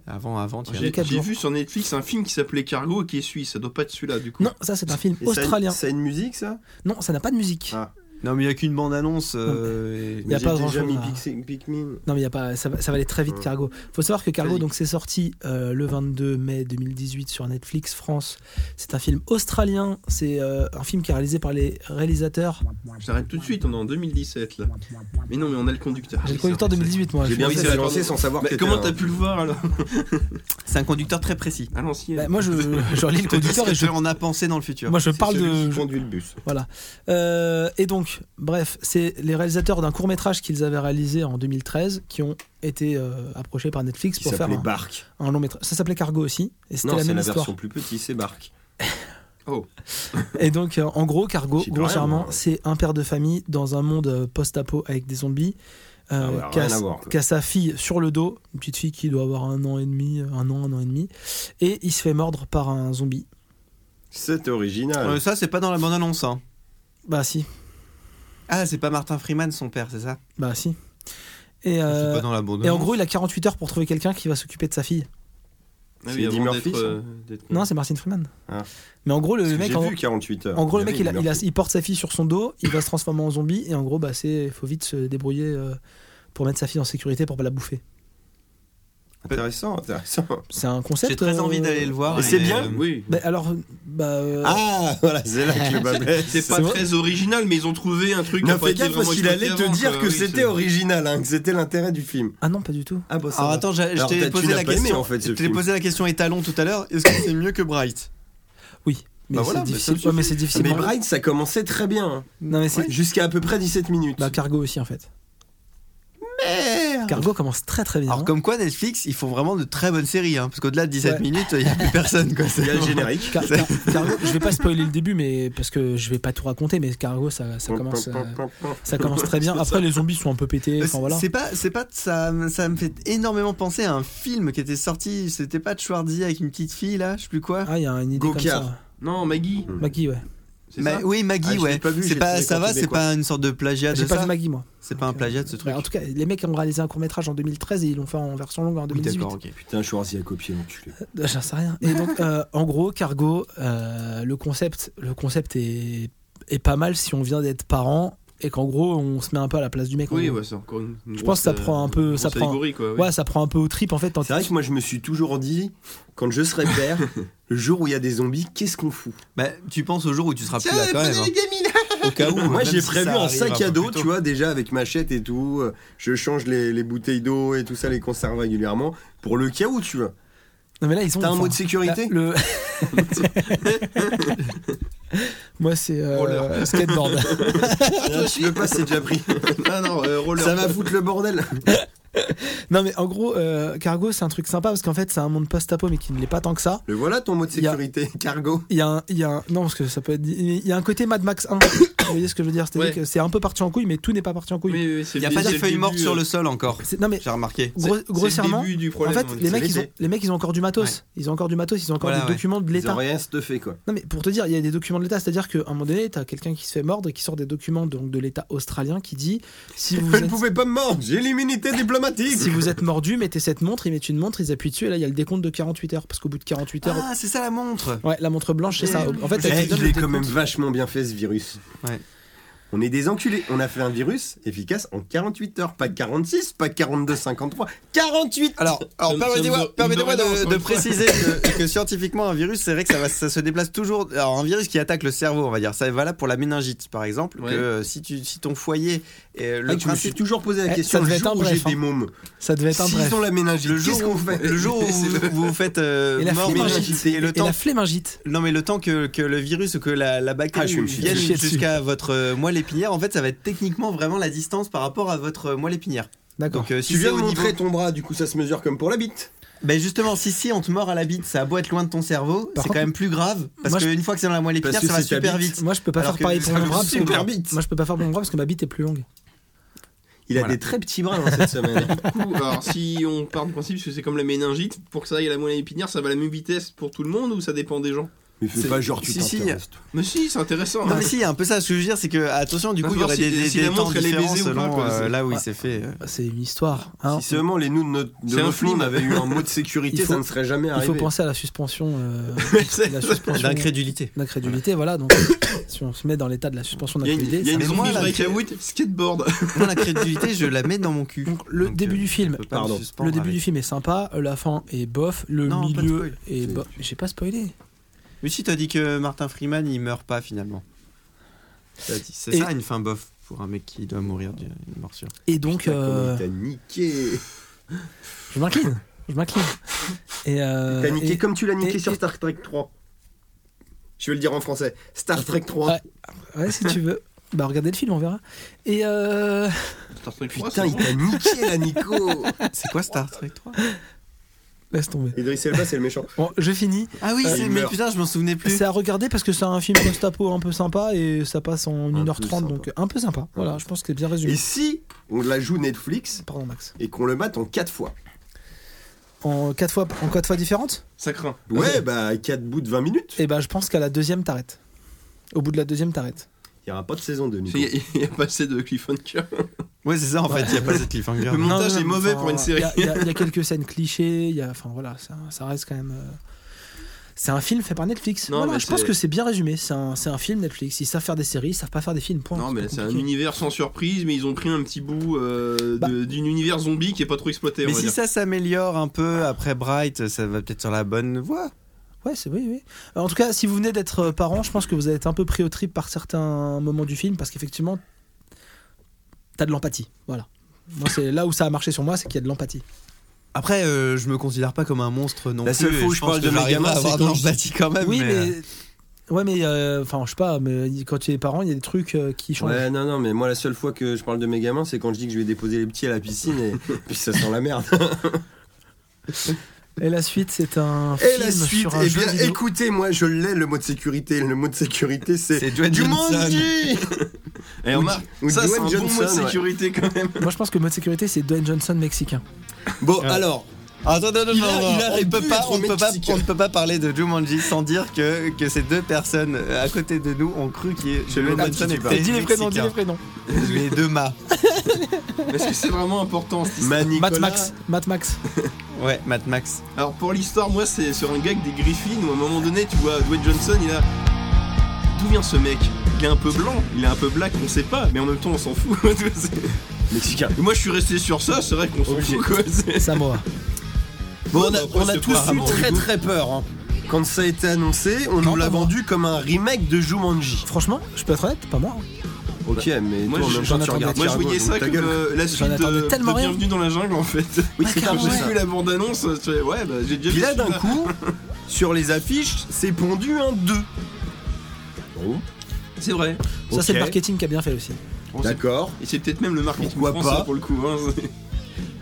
[SPEAKER 8] Avant, avant,
[SPEAKER 1] J'ai
[SPEAKER 6] quatre
[SPEAKER 1] j'ai
[SPEAKER 6] jours.
[SPEAKER 1] vu sur Netflix un film qui s'appelait Cargo et qui est suisse. Ça doit pas être celui-là du coup.
[SPEAKER 6] Non, ça c'est un film
[SPEAKER 3] dire. Et ça-
[SPEAKER 6] australien.
[SPEAKER 3] Ça a une musique, ça
[SPEAKER 6] Non, ça n'a pas de musique.
[SPEAKER 3] Ah.
[SPEAKER 8] Non, mais il y a qu'une bande-annonce. euh, et-
[SPEAKER 6] Y a
[SPEAKER 3] J'ai
[SPEAKER 6] pas
[SPEAKER 3] déjà
[SPEAKER 6] grand-chose
[SPEAKER 3] mis
[SPEAKER 6] à-
[SPEAKER 3] Pix- Pikmin.
[SPEAKER 6] Non, mais y a pas, ça, va, ça va aller très vite,
[SPEAKER 3] Ouais.
[SPEAKER 6] Cargo. faut savoir que Cargo,
[SPEAKER 3] Vas-y.
[SPEAKER 6] donc, c'est sorti euh, le 22 mai 2018 sur Netflix France. C'est un film australien. C'est euh, un film qui est réalisé par les réalisateurs.
[SPEAKER 1] Je t'arrête tout de suite, on est en 2017 là. Mais non, mais on a le conducteur.
[SPEAKER 6] J'ai le
[SPEAKER 1] Oui,
[SPEAKER 6] conducteur
[SPEAKER 1] c'est vrai,
[SPEAKER 6] 2018, moi.
[SPEAKER 3] J'ai
[SPEAKER 6] Je
[SPEAKER 3] bien
[SPEAKER 1] oui,
[SPEAKER 6] suis-
[SPEAKER 3] fait
[SPEAKER 1] c'est
[SPEAKER 3] de
[SPEAKER 1] la
[SPEAKER 3] lancer
[SPEAKER 1] pardon.
[SPEAKER 3] sans savoir
[SPEAKER 1] c'est-
[SPEAKER 3] que
[SPEAKER 1] Mais comment
[SPEAKER 3] t'étais
[SPEAKER 1] t'as
[SPEAKER 3] un-
[SPEAKER 1] pu le voir alors
[SPEAKER 8] C'est un conducteur très précis.
[SPEAKER 1] À l'ancienne.
[SPEAKER 6] Bah, moi, je, je relis le conducteur et je,
[SPEAKER 8] on a pensé dans le futur.
[SPEAKER 6] moi, je
[SPEAKER 3] c'est
[SPEAKER 6] parle
[SPEAKER 3] celui
[SPEAKER 6] de.
[SPEAKER 3] qui conduit le bus.
[SPEAKER 6] Voilà. Euh, et donc, bref, c'est les réalisateurs d'un court métrage qu'ils avaient réalisé en 2013 qui ont été euh, approchés par Netflix
[SPEAKER 3] Qui
[SPEAKER 6] pour faire
[SPEAKER 3] s'appelait
[SPEAKER 6] un,
[SPEAKER 3] Bark.
[SPEAKER 6] un long métrage. Ça s'appelait Cargo aussi, et c'était
[SPEAKER 3] Non,
[SPEAKER 6] la
[SPEAKER 3] c'est
[SPEAKER 6] même
[SPEAKER 3] la
[SPEAKER 6] histoire.
[SPEAKER 3] version plus petite, c'est Bark.
[SPEAKER 6] Et donc, euh, en gros, Cargo,
[SPEAKER 3] J'y peux rien,
[SPEAKER 6] grossièrement,
[SPEAKER 3] moi.
[SPEAKER 6] c'est un père de famille dans un monde euh, post-apo avec des zombies. euh,
[SPEAKER 3] Ah ouais,
[SPEAKER 6] qui a-
[SPEAKER 3] Rien à voir. quoi.
[SPEAKER 6] qui a sa fille sur le dos, une petite fille qui doit avoir un an et demi, euh, un an, un an et demi, et il se fait mordre par un zombie.
[SPEAKER 3] C'est original.
[SPEAKER 8] ça, c'est pas dans la bande-annonce. Hein.
[SPEAKER 6] Bah si,
[SPEAKER 8] Ah, c'est pas Martin Freeman, son père, c'est ça
[SPEAKER 6] bah si. Et, euh,
[SPEAKER 8] C'est pas dans la bande-annonce.
[SPEAKER 6] et en gros, il a 48 heures pour trouver quelqu'un qui va s'occuper de sa fille.
[SPEAKER 1] Ah
[SPEAKER 3] c'est
[SPEAKER 1] oui,
[SPEAKER 3] Eddie
[SPEAKER 1] avant
[SPEAKER 3] Murphy,
[SPEAKER 1] d'être,
[SPEAKER 3] ça
[SPEAKER 1] euh, d'être-
[SPEAKER 6] Non, c'est Martin Freeman.
[SPEAKER 3] Ah.
[SPEAKER 6] Mais en gros, le
[SPEAKER 3] Parce que
[SPEAKER 6] mec,
[SPEAKER 3] J'ai
[SPEAKER 6] en,
[SPEAKER 3] vu 48 heures.
[SPEAKER 6] en gros, le
[SPEAKER 3] J'avais
[SPEAKER 6] mec, il, a-
[SPEAKER 3] une
[SPEAKER 6] il, a-
[SPEAKER 3] heure.
[SPEAKER 6] il porte sa fille sur son dos, il va se transformer en zombie, et en gros, bah, c'est faut vite se débrouiller euh, pour mettre sa fille en sécurité pour pas la bouffer.
[SPEAKER 3] Intéressant, intéressant.
[SPEAKER 6] C'est un concept.
[SPEAKER 8] J'ai très
[SPEAKER 6] euh,
[SPEAKER 8] envie d'aller le voir.
[SPEAKER 3] Et c'est bien
[SPEAKER 8] euh,
[SPEAKER 1] Oui.
[SPEAKER 6] bah, alors, bah, euh,
[SPEAKER 3] Ah, voilà, c'est là que le bas blesse.
[SPEAKER 1] C'est pas
[SPEAKER 6] C'est vrai.
[SPEAKER 1] très original, mais ils ont trouvé un truc. qui a
[SPEAKER 3] Non,
[SPEAKER 1] pas
[SPEAKER 3] fais
[SPEAKER 1] été
[SPEAKER 3] gaffe parce
[SPEAKER 1] vraiment
[SPEAKER 3] qu'il allait
[SPEAKER 1] exploité
[SPEAKER 3] te
[SPEAKER 1] avant,
[SPEAKER 3] dire
[SPEAKER 1] quoi.
[SPEAKER 3] que
[SPEAKER 1] Oui,
[SPEAKER 3] c'était
[SPEAKER 1] c'est-
[SPEAKER 3] original, hein, que c'était l'intérêt du film.
[SPEAKER 6] ah non, pas du tout.
[SPEAKER 3] Ah,
[SPEAKER 2] bah,
[SPEAKER 3] bon, ça
[SPEAKER 8] Alors
[SPEAKER 3] va.
[SPEAKER 8] attends, j'ai- je
[SPEAKER 3] Alors, t'as-
[SPEAKER 8] t'ai
[SPEAKER 3] tu
[SPEAKER 8] posé
[SPEAKER 3] l'as
[SPEAKER 8] la
[SPEAKER 3] pas aimé,
[SPEAKER 8] question.
[SPEAKER 3] en fait, ce
[SPEAKER 8] je t'ai
[SPEAKER 3] film.
[SPEAKER 8] posé la question étalon tout à l'heure. Est-ce que c'est mieux que Bright
[SPEAKER 6] Oui, mais
[SPEAKER 8] Bah
[SPEAKER 6] c'est
[SPEAKER 8] voilà, mais ça
[SPEAKER 6] difficile.
[SPEAKER 8] me
[SPEAKER 6] ouais, mais c'est difficile.
[SPEAKER 3] Mais
[SPEAKER 6] Bon,
[SPEAKER 3] Bright, ça commençait très bien. hein.
[SPEAKER 6] non, mais c'est
[SPEAKER 3] Jusqu'à à peu près 17 minutes.
[SPEAKER 6] bah, cargo aussi en fait.
[SPEAKER 3] Merde
[SPEAKER 2] super.
[SPEAKER 6] Cargo commence très très bien.
[SPEAKER 2] Ah,
[SPEAKER 6] hein.
[SPEAKER 2] Alors comme quoi Netflix, ils font vraiment de très bonnes séries, hein, parce qu'au-delà de 17
[SPEAKER 6] Ouais.
[SPEAKER 2] minutes, il n'y a plus personne. Quoi,
[SPEAKER 3] Il y a le générique.
[SPEAKER 6] Car- Car- Cargo, je vais pas spoiler le début, mais parce que je vais pas tout raconter, mais Cargo, ça, ça commence, euh, ça commence très bien. Après, les zombies sont un peu pétés. Enfin voilà.
[SPEAKER 2] Euh, C'est pas, c'est pas, ça, me- ça me fait énormément penser à un film qui était sorti. C'était pas de Schwarzy avec une petite fille là, je sais plus quoi.
[SPEAKER 6] Ah, il y a une idée
[SPEAKER 3] Gokar.
[SPEAKER 6] comme ça.
[SPEAKER 1] Non, Maggie.
[SPEAKER 6] Maggie, ouais.
[SPEAKER 1] C'est
[SPEAKER 2] Ma-
[SPEAKER 1] ça
[SPEAKER 2] oui, Maggie,
[SPEAKER 3] Ah, je l'ai
[SPEAKER 2] ouais.
[SPEAKER 3] pas vu,
[SPEAKER 2] c'est
[SPEAKER 3] j'ai
[SPEAKER 2] pas,
[SPEAKER 3] trouvé
[SPEAKER 2] ça
[SPEAKER 3] qu'en
[SPEAKER 2] va,
[SPEAKER 3] Québec,
[SPEAKER 2] c'est pas une sorte de plagiat Ah, de
[SPEAKER 6] J'ai pas
[SPEAKER 2] ça.
[SPEAKER 6] vu Maggie, moi.
[SPEAKER 2] C'est pas un plagiat de ce truc.
[SPEAKER 6] Ouais, en tout cas, les mecs ont réalisé un court métrage en 2013 et ils l'ont fait en version longue en
[SPEAKER 2] Oui,
[SPEAKER 6] 2018.
[SPEAKER 2] d'accord, ok.
[SPEAKER 3] Putain, je suis rassis à copier, l'enculé.
[SPEAKER 6] Euh, J'en sais rien. Et donc, euh, en gros, Cargo, euh, le concept, le concept est, est pas mal si on vient d'être parent et qu'en gros, on se met un peu à la place du mec. en
[SPEAKER 1] Oui,
[SPEAKER 6] gros.
[SPEAKER 1] ouais, c'est encore une. une
[SPEAKER 6] Je pense que ça
[SPEAKER 1] grosse,
[SPEAKER 6] prend un peu-
[SPEAKER 1] une
[SPEAKER 6] ça
[SPEAKER 1] grosse
[SPEAKER 6] prend-
[SPEAKER 1] allégorie, quoi. oui.
[SPEAKER 6] Ouais, ça prend un peu au trip en fait. Tant
[SPEAKER 3] C'est vrai que moi, je me suis toujours dit, quand je serai père, le jour où il y a des zombies, qu'est-ce qu'on fout
[SPEAKER 2] Bah, tu penses au jour où tu seras plus là quand même. hein. Au cas où.
[SPEAKER 3] Moi,
[SPEAKER 2] même
[SPEAKER 3] j'ai
[SPEAKER 2] si
[SPEAKER 3] prévu
[SPEAKER 2] ça
[SPEAKER 3] un
[SPEAKER 2] arrive hein.
[SPEAKER 3] sac
[SPEAKER 2] peu
[SPEAKER 3] à dos,
[SPEAKER 2] plus tôt.
[SPEAKER 3] tu vois, déjà avec ma machette et tout. euh, Je change les, les bouteilles d'eau et tout ça, les conserve régulièrement pour le cas où, tu vois.
[SPEAKER 6] Non, mais là, ils ont.
[SPEAKER 3] T'as un
[SPEAKER 6] enfin,
[SPEAKER 3] mot de sécurité
[SPEAKER 6] là, le... Moi, c'est euh,
[SPEAKER 1] Roller.
[SPEAKER 6] skateboard.
[SPEAKER 3] Je veux pas, c'est déjà pris.
[SPEAKER 1] Ah non, euh, roller.
[SPEAKER 3] Ça va foutre le bordel.
[SPEAKER 6] non, mais en gros, euh, Cargo, c'est un truc sympa parce qu'en fait, c'est un monde post-apo, mais qui ne l'est pas tant que ça.
[SPEAKER 3] Le voilà ton mot de sécurité, cargo.
[SPEAKER 6] Il y, a un, il y a un- non parce que ça peut être il y a un côté Mad Max 1 vous voyez ce que je veux dire c'est à
[SPEAKER 1] Ouais.
[SPEAKER 6] que c'est un peu parti en couille mais tout n'est pas parti en couille
[SPEAKER 1] Oui, oui, c'est
[SPEAKER 2] Il n'y a
[SPEAKER 1] le-
[SPEAKER 2] pas
[SPEAKER 1] c'est
[SPEAKER 2] de
[SPEAKER 1] le
[SPEAKER 2] feuilles
[SPEAKER 1] début,
[SPEAKER 2] mortes sur
[SPEAKER 1] euh,
[SPEAKER 2] le sol encore.
[SPEAKER 6] C'est- non mais
[SPEAKER 2] J'ai remarqué.
[SPEAKER 1] c'est-
[SPEAKER 6] gros-
[SPEAKER 1] c'est le
[SPEAKER 6] grossièrement
[SPEAKER 1] début du
[SPEAKER 6] en
[SPEAKER 1] problème,
[SPEAKER 6] fait
[SPEAKER 1] on dit.
[SPEAKER 6] les mecs, ils ont,
[SPEAKER 3] l'été.
[SPEAKER 6] les mecs ils ont encore du matos
[SPEAKER 2] Ouais.
[SPEAKER 6] ils ont encore du matos ils ont encore
[SPEAKER 2] Voilà,
[SPEAKER 6] des
[SPEAKER 2] ouais.
[SPEAKER 6] documents de
[SPEAKER 3] Ils
[SPEAKER 6] l'État
[SPEAKER 3] ont rien stuffé, quoi.
[SPEAKER 6] non mais pour te dire il y a des documents de l'État c'est à dire qu'à un moment donné t'as quelqu'un qui se fait mordre et qui sort des documents donc de l'État australien qui dit si vous
[SPEAKER 3] Vous ne
[SPEAKER 6] êtes, Eh,
[SPEAKER 3] pouvez pas me mordre, j'ai l'immunité diplomatique.
[SPEAKER 6] si vous êtes mordu mettez cette montre ils mettent une montre ils appuient dessus et là il y a le décompte de 48 heures parce qu'au bout de 48 heures
[SPEAKER 2] Ah, c'est ça la montre.
[SPEAKER 6] ouais la montre blanche c'est ça en fait
[SPEAKER 3] Eh,
[SPEAKER 6] elle te donne
[SPEAKER 3] il
[SPEAKER 6] le
[SPEAKER 3] est quand
[SPEAKER 6] décompte.
[SPEAKER 3] même vachement bien fait ce virus.
[SPEAKER 2] Ouais.
[SPEAKER 3] On est des enculés. On a fait un virus efficace en 48 heures. Pas 46, pas 42, 53. 48
[SPEAKER 2] Alors, alors
[SPEAKER 1] Ça-
[SPEAKER 2] permettez-moi
[SPEAKER 1] ça nous a-
[SPEAKER 2] permettez-moi
[SPEAKER 1] une barre
[SPEAKER 2] de,
[SPEAKER 1] d'or,
[SPEAKER 2] de
[SPEAKER 1] encore une
[SPEAKER 2] préciser que, que scientifiquement, un virus, c'est vrai que ça, va- ça se déplace toujours. Alors, un virus qui attaque le cerveau, on va dire. Ça est valable pour la méningite, par exemple.
[SPEAKER 1] Ouais.
[SPEAKER 2] Que euh, si, tu, si ton foyer. euh,
[SPEAKER 3] Ah,
[SPEAKER 2] le,
[SPEAKER 3] je me suis
[SPEAKER 2] principe,
[SPEAKER 3] toujours posé la
[SPEAKER 6] Eh,
[SPEAKER 3] question
[SPEAKER 6] ça
[SPEAKER 3] le
[SPEAKER 6] devait
[SPEAKER 3] jour
[SPEAKER 6] être un
[SPEAKER 3] où j'ai
[SPEAKER 6] bref, hein.
[SPEAKER 3] des mômes,
[SPEAKER 6] ça devait être un bref
[SPEAKER 3] s'ils ont la méningite,
[SPEAKER 2] Le jour
[SPEAKER 3] qu'est-ce
[SPEAKER 2] où-
[SPEAKER 3] qu'on fait
[SPEAKER 2] le jour où vous vous, vous faites euh,
[SPEAKER 6] Et la
[SPEAKER 2] mort
[SPEAKER 6] flemmingite.
[SPEAKER 2] méningite, et le
[SPEAKER 6] et
[SPEAKER 2] temps.
[SPEAKER 6] la flemmingite
[SPEAKER 2] Non, mais le temps que, que le virus ou que la, la
[SPEAKER 3] Ah, je
[SPEAKER 2] bactérie
[SPEAKER 3] suis- je suis
[SPEAKER 2] vienne
[SPEAKER 6] chié dessus.
[SPEAKER 2] jusqu'à votre euh, moelle épinière, en fait, ça va être techniquement vraiment la distance par rapport à votre euh, moelle épinière.
[SPEAKER 6] d'accord
[SPEAKER 2] Donc, euh, si
[SPEAKER 3] Tu
[SPEAKER 2] c'est
[SPEAKER 3] viens de
[SPEAKER 2] au niveau-
[SPEAKER 3] montrer ton bras, du coup ça se mesure comme pour la bite.
[SPEAKER 2] Ben justement, si si on te mord à la bite, ça a beau être loin de ton cerveau,
[SPEAKER 6] Par
[SPEAKER 2] c'est
[SPEAKER 6] contre,
[SPEAKER 2] quand même plus grave parce
[SPEAKER 6] moi, je-
[SPEAKER 2] qu'une fois que c'est dans la moelle
[SPEAKER 3] Parce
[SPEAKER 2] épinière,
[SPEAKER 3] que
[SPEAKER 2] ça va
[SPEAKER 3] c'est ta
[SPEAKER 2] super
[SPEAKER 3] bite.
[SPEAKER 2] vite.
[SPEAKER 6] Moi, je peux pas
[SPEAKER 2] Alors que
[SPEAKER 6] faire pareil
[SPEAKER 2] ça
[SPEAKER 6] pour mon
[SPEAKER 2] me
[SPEAKER 6] bras. parce que-
[SPEAKER 3] super bite.
[SPEAKER 6] Moi, je peux pas faire pour mon bras parce que ma bite est plus longue.
[SPEAKER 3] Il a
[SPEAKER 2] Voilà.
[SPEAKER 3] des très petits bras dans cette semaine.
[SPEAKER 1] Du coup, alors si on part du principe que c'est comme la méningite, pour que ça aille à la moelle épinière, ça va à la même vitesse pour tout le monde ou ça dépend des gens
[SPEAKER 3] Mais fais
[SPEAKER 2] C'est-
[SPEAKER 3] pas genre tu
[SPEAKER 2] si, si.
[SPEAKER 3] t'intéresses, toi.
[SPEAKER 1] Mais si, c'est intéressant.
[SPEAKER 2] Non
[SPEAKER 1] hein.
[SPEAKER 2] mais si, il y a un peu ça. Ce que je veux dire, c'est que attention, du
[SPEAKER 1] Faut
[SPEAKER 2] coup, il y
[SPEAKER 1] voir
[SPEAKER 2] aurait
[SPEAKER 1] si-
[SPEAKER 2] des, des,
[SPEAKER 1] si
[SPEAKER 2] des
[SPEAKER 1] la
[SPEAKER 2] temps
[SPEAKER 1] montre, elle est
[SPEAKER 2] différents
[SPEAKER 1] baisée ou pas,
[SPEAKER 2] selon
[SPEAKER 1] quoi,
[SPEAKER 2] euh,
[SPEAKER 1] c'est-
[SPEAKER 2] là où
[SPEAKER 6] Ouais.
[SPEAKER 2] il s'est fait. euh.
[SPEAKER 6] C'est une histoire. hein.
[SPEAKER 3] Si seulement les nous de notre, de
[SPEAKER 1] C'est un
[SPEAKER 3] notre
[SPEAKER 1] film.
[SPEAKER 3] monde avaient eu un mot de sécurité,
[SPEAKER 6] Il faut-
[SPEAKER 3] ça ne serait jamais
[SPEAKER 6] Il faut
[SPEAKER 3] arrivé.
[SPEAKER 6] penser à la suspension. euh,
[SPEAKER 1] C'est-
[SPEAKER 6] la suspension
[SPEAKER 2] L'incrédulité.
[SPEAKER 6] d'incrédulité. Voilà. Donc, si on se met dans l'état de la suspension
[SPEAKER 1] Il y a une, il y a
[SPEAKER 6] d'incrédulité.
[SPEAKER 1] une
[SPEAKER 2] Mais
[SPEAKER 1] zombie
[SPEAKER 2] moi, la-
[SPEAKER 1] breakout, skateboard.
[SPEAKER 2] Moi, l'incrédulité, je la mets dans mon cul.
[SPEAKER 6] ça- Donc, le
[SPEAKER 2] Donc,
[SPEAKER 6] début
[SPEAKER 2] euh,
[SPEAKER 6] du film.
[SPEAKER 2] je peux pas
[SPEAKER 3] pardon.
[SPEAKER 2] me suspendre
[SPEAKER 6] Le début
[SPEAKER 2] avec.
[SPEAKER 6] du film est sympa, la fin est bof, le
[SPEAKER 2] Non, pas de
[SPEAKER 6] milieu
[SPEAKER 2] spoil.
[SPEAKER 6] est bof. J'ai pas spoilé.
[SPEAKER 2] Mais si t'as dit que Martin Freeman, il meurt pas finalement. T'as dit- C'est
[SPEAKER 6] Et-
[SPEAKER 2] ça une fin bof pour un mec qui doit mourir d'une d'une morsure.
[SPEAKER 6] Et donc,
[SPEAKER 3] Putain, comment
[SPEAKER 6] euh,
[SPEAKER 3] il t'a niqué.
[SPEAKER 6] je m'incline. Je m'incline. Et, euh,
[SPEAKER 3] T'as niqué
[SPEAKER 6] et-
[SPEAKER 3] comme tu l'as niqué
[SPEAKER 6] et-
[SPEAKER 3] sur
[SPEAKER 6] et-
[SPEAKER 3] Star Trek 3. Je vais le dire en français. Star Trek 3.
[SPEAKER 6] Ouais. Ouais, si tu veux. Bah, regardez le film, on verra. Et euh,
[SPEAKER 1] Star Trek trois,
[SPEAKER 3] Putain,
[SPEAKER 1] c'est
[SPEAKER 3] il t'a niqué là, Nico
[SPEAKER 2] C'est quoi Star Trek 3
[SPEAKER 6] laisse tomber.
[SPEAKER 3] Idris Elba, c'est le méchant.
[SPEAKER 6] Bon, je finis.
[SPEAKER 2] Ah oui,
[SPEAKER 3] Euh,
[SPEAKER 2] c'est-
[SPEAKER 3] il
[SPEAKER 2] mais
[SPEAKER 3] meurt.
[SPEAKER 2] putain, je m'en souvenais plus.
[SPEAKER 6] C'est à regarder parce que c'est un film post-apo un peu sympa et ça passe en
[SPEAKER 3] peu
[SPEAKER 6] 1h30
[SPEAKER 3] sympa.
[SPEAKER 6] donc un peu sympa. Voilà, je pense que c'est bien résumé.
[SPEAKER 3] Et si on la joue Netflix
[SPEAKER 6] Pardon Max.
[SPEAKER 3] et qu'on le mate en 4 fois
[SPEAKER 6] En 4 fois, en quatre fois différentes
[SPEAKER 1] Ça craint.
[SPEAKER 3] Ouais, bah 4 bouts de 20 minutes.
[SPEAKER 6] Et ben je pense qu'à la deuxième t'arrêtes. Au bout de la deuxième t'arrêtes.
[SPEAKER 3] Il n'y aura pas de saison 2, Nico.
[SPEAKER 1] Il y a- il y a pas assez de cliffhanger.
[SPEAKER 2] Ouais, c'est ça en fait. Il y a pas cette cliffhanger.
[SPEAKER 1] Le montage
[SPEAKER 6] Non, non,
[SPEAKER 1] est
[SPEAKER 6] non,
[SPEAKER 1] mauvais
[SPEAKER 6] enfin,
[SPEAKER 1] pour une série.
[SPEAKER 6] Il y, a- il y a quelques scènes clichés, il y a enfin voilà, ça, ça reste quand même euh, c'est un film fait par Netflix.
[SPEAKER 1] Non,
[SPEAKER 6] voilà,
[SPEAKER 1] mais
[SPEAKER 6] je pense
[SPEAKER 1] c'est-
[SPEAKER 6] que c'est bien résumé. C'est un, c'est un film Netflix. Ils savent faire des séries, ils savent pas faire des films. Point.
[SPEAKER 1] Non, mais là,
[SPEAKER 6] pas
[SPEAKER 1] c'est un
[SPEAKER 6] compliqué.
[SPEAKER 1] univers sans surprise, mais ils ont pris un petit bout euh,
[SPEAKER 6] Bah.
[SPEAKER 1] de- d'un univers zombie qui est pas trop exploité.
[SPEAKER 2] Mais
[SPEAKER 1] on va
[SPEAKER 2] si
[SPEAKER 1] dire.
[SPEAKER 2] ça s'améliore un peu après Bright, ça va peut-être sur la bonne voie.
[SPEAKER 6] Ouais, c'est oui, oui. Euh, En tout cas, si vous venez d'être euh, parent, je pense que vous avez été un peu pris au trip par certains moments du film parce qu'effectivement, t'as de l'empathie. Voilà. Moi, c'est là où ça a marché sur moi, c'est qu'il y a de l'empathie.
[SPEAKER 2] Après, euh, je me considère pas comme un monstre non
[SPEAKER 3] La
[SPEAKER 2] plus.
[SPEAKER 3] seule fois
[SPEAKER 2] et
[SPEAKER 3] où
[SPEAKER 2] je
[SPEAKER 3] je
[SPEAKER 2] pense
[SPEAKER 3] parle
[SPEAKER 2] que
[SPEAKER 3] de ma
[SPEAKER 2] j'arriverai
[SPEAKER 3] gamin,
[SPEAKER 2] à avoir
[SPEAKER 3] c'est
[SPEAKER 2] de
[SPEAKER 3] quand je-
[SPEAKER 2] l'empathie quand même.
[SPEAKER 6] oui, mais. euh, Ouais, mais euh, enfin, je sais pas, mais quand tu es parent, il y a des trucs euh, qui changent.
[SPEAKER 3] Ouais, non, non, mais moi, la seule fois que je parle de mes gamins, c'est quand je dis que je vais déposer les petits à la piscine et puis ça sent la merde.
[SPEAKER 6] Et la suite, c'est un
[SPEAKER 3] Et
[SPEAKER 6] film
[SPEAKER 3] la suite,
[SPEAKER 6] sur un
[SPEAKER 3] eh
[SPEAKER 6] jeu
[SPEAKER 3] bien,
[SPEAKER 6] vidéo.
[SPEAKER 3] écoutez, moi, je l'ai, le mot de sécurité. Le mot de sécurité, c'est.
[SPEAKER 8] Dwayne
[SPEAKER 3] Du
[SPEAKER 8] Johnson.
[SPEAKER 3] monde dit
[SPEAKER 1] Et remarque,
[SPEAKER 3] ou
[SPEAKER 1] ça c'est un bon
[SPEAKER 3] Dwayne
[SPEAKER 1] mot de
[SPEAKER 3] Johnson, ouais.
[SPEAKER 1] sécurité quand même.
[SPEAKER 6] Moi, je pense que mode sécurité, c'est Dwayne Johnson mexicain.
[SPEAKER 3] Bon, alors,
[SPEAKER 8] Attends, attends, attends,
[SPEAKER 3] Il a-
[SPEAKER 8] attends,
[SPEAKER 3] il a
[SPEAKER 8] on ne peut
[SPEAKER 3] pu
[SPEAKER 8] pas,
[SPEAKER 3] être
[SPEAKER 8] on ne peut pas,
[SPEAKER 3] mexicain.
[SPEAKER 8] on ne peut pas parler de Jumanji sans dire que, que ces deux personnes euh, à côté de nous ont cru qu'il y ait
[SPEAKER 3] sais même pas de qui tu parles. hein.
[SPEAKER 6] Dis les prénoms, dis les prénoms.
[SPEAKER 8] les deux mâts.
[SPEAKER 1] Parce que c'est vraiment important cette histoire.
[SPEAKER 3] Manicolas.
[SPEAKER 6] Matt Max. Matt Max.
[SPEAKER 8] Ouais, Mad Max.
[SPEAKER 1] Alors pour l'histoire, moi c'est sur un gag des Griffins où à un moment donné, tu vois, Dwayne Johnson, il a. D'où vient ce mec Il est un peu blanc, il est un peu black, on sait pas, mais en même temps on s'en fout. Tu vois, c'est-
[SPEAKER 3] Mexicain.
[SPEAKER 1] moi je suis resté sur ça, c'est vrai qu'on s'en
[SPEAKER 3] Obligé.
[SPEAKER 1] fout quoi. c'est-
[SPEAKER 6] Samoa.
[SPEAKER 3] Bon, on a,
[SPEAKER 1] après,
[SPEAKER 3] on a
[SPEAKER 1] c'est
[SPEAKER 3] tous eu
[SPEAKER 1] apparemment
[SPEAKER 3] très
[SPEAKER 1] rigolo.
[SPEAKER 3] très peur. hein. Quand ça a été annoncé, on
[SPEAKER 6] Non,
[SPEAKER 3] nous l'a
[SPEAKER 6] pas moi.
[SPEAKER 3] vendu comme un remake de Jumanji.
[SPEAKER 6] Franchement, je peux être honnête, pas moi. hein.
[SPEAKER 3] Ok, mais
[SPEAKER 1] Moi,
[SPEAKER 3] toi, en
[SPEAKER 1] je-
[SPEAKER 3] même
[SPEAKER 6] j'en
[SPEAKER 3] temps, tu
[SPEAKER 6] attendais.
[SPEAKER 3] regardes
[SPEAKER 1] Moi je
[SPEAKER 3] Fargo,
[SPEAKER 1] voyais
[SPEAKER 3] donc
[SPEAKER 1] ça
[SPEAKER 3] ta
[SPEAKER 1] comme
[SPEAKER 3] gueule.
[SPEAKER 1] euh, la suite
[SPEAKER 6] attendais
[SPEAKER 1] de,
[SPEAKER 6] tellement
[SPEAKER 1] de
[SPEAKER 6] rien.
[SPEAKER 1] Bienvenue dans la jungle en fait.
[SPEAKER 3] Oui,
[SPEAKER 6] Ah,
[SPEAKER 3] c'est
[SPEAKER 6] carrément,
[SPEAKER 3] ça.
[SPEAKER 1] J'ai vu la bande-annonce, tu fais, ouais, bah, j'ai déjà
[SPEAKER 3] Puis
[SPEAKER 1] vu
[SPEAKER 3] là,
[SPEAKER 1] celui-là.
[SPEAKER 3] d'un coup, sur les affiches, c'est pondu un 2. Bon,
[SPEAKER 1] c'est vrai.
[SPEAKER 6] Ça, c'est le
[SPEAKER 3] Ok.
[SPEAKER 6] marketing qui a bien fait aussi.
[SPEAKER 1] Bon, c'est-
[SPEAKER 3] d'accord.
[SPEAKER 1] Et c'est peut-être même le marketing
[SPEAKER 3] Pourquoi
[SPEAKER 1] français
[SPEAKER 3] pas
[SPEAKER 1] pour le coup. hein, c'est-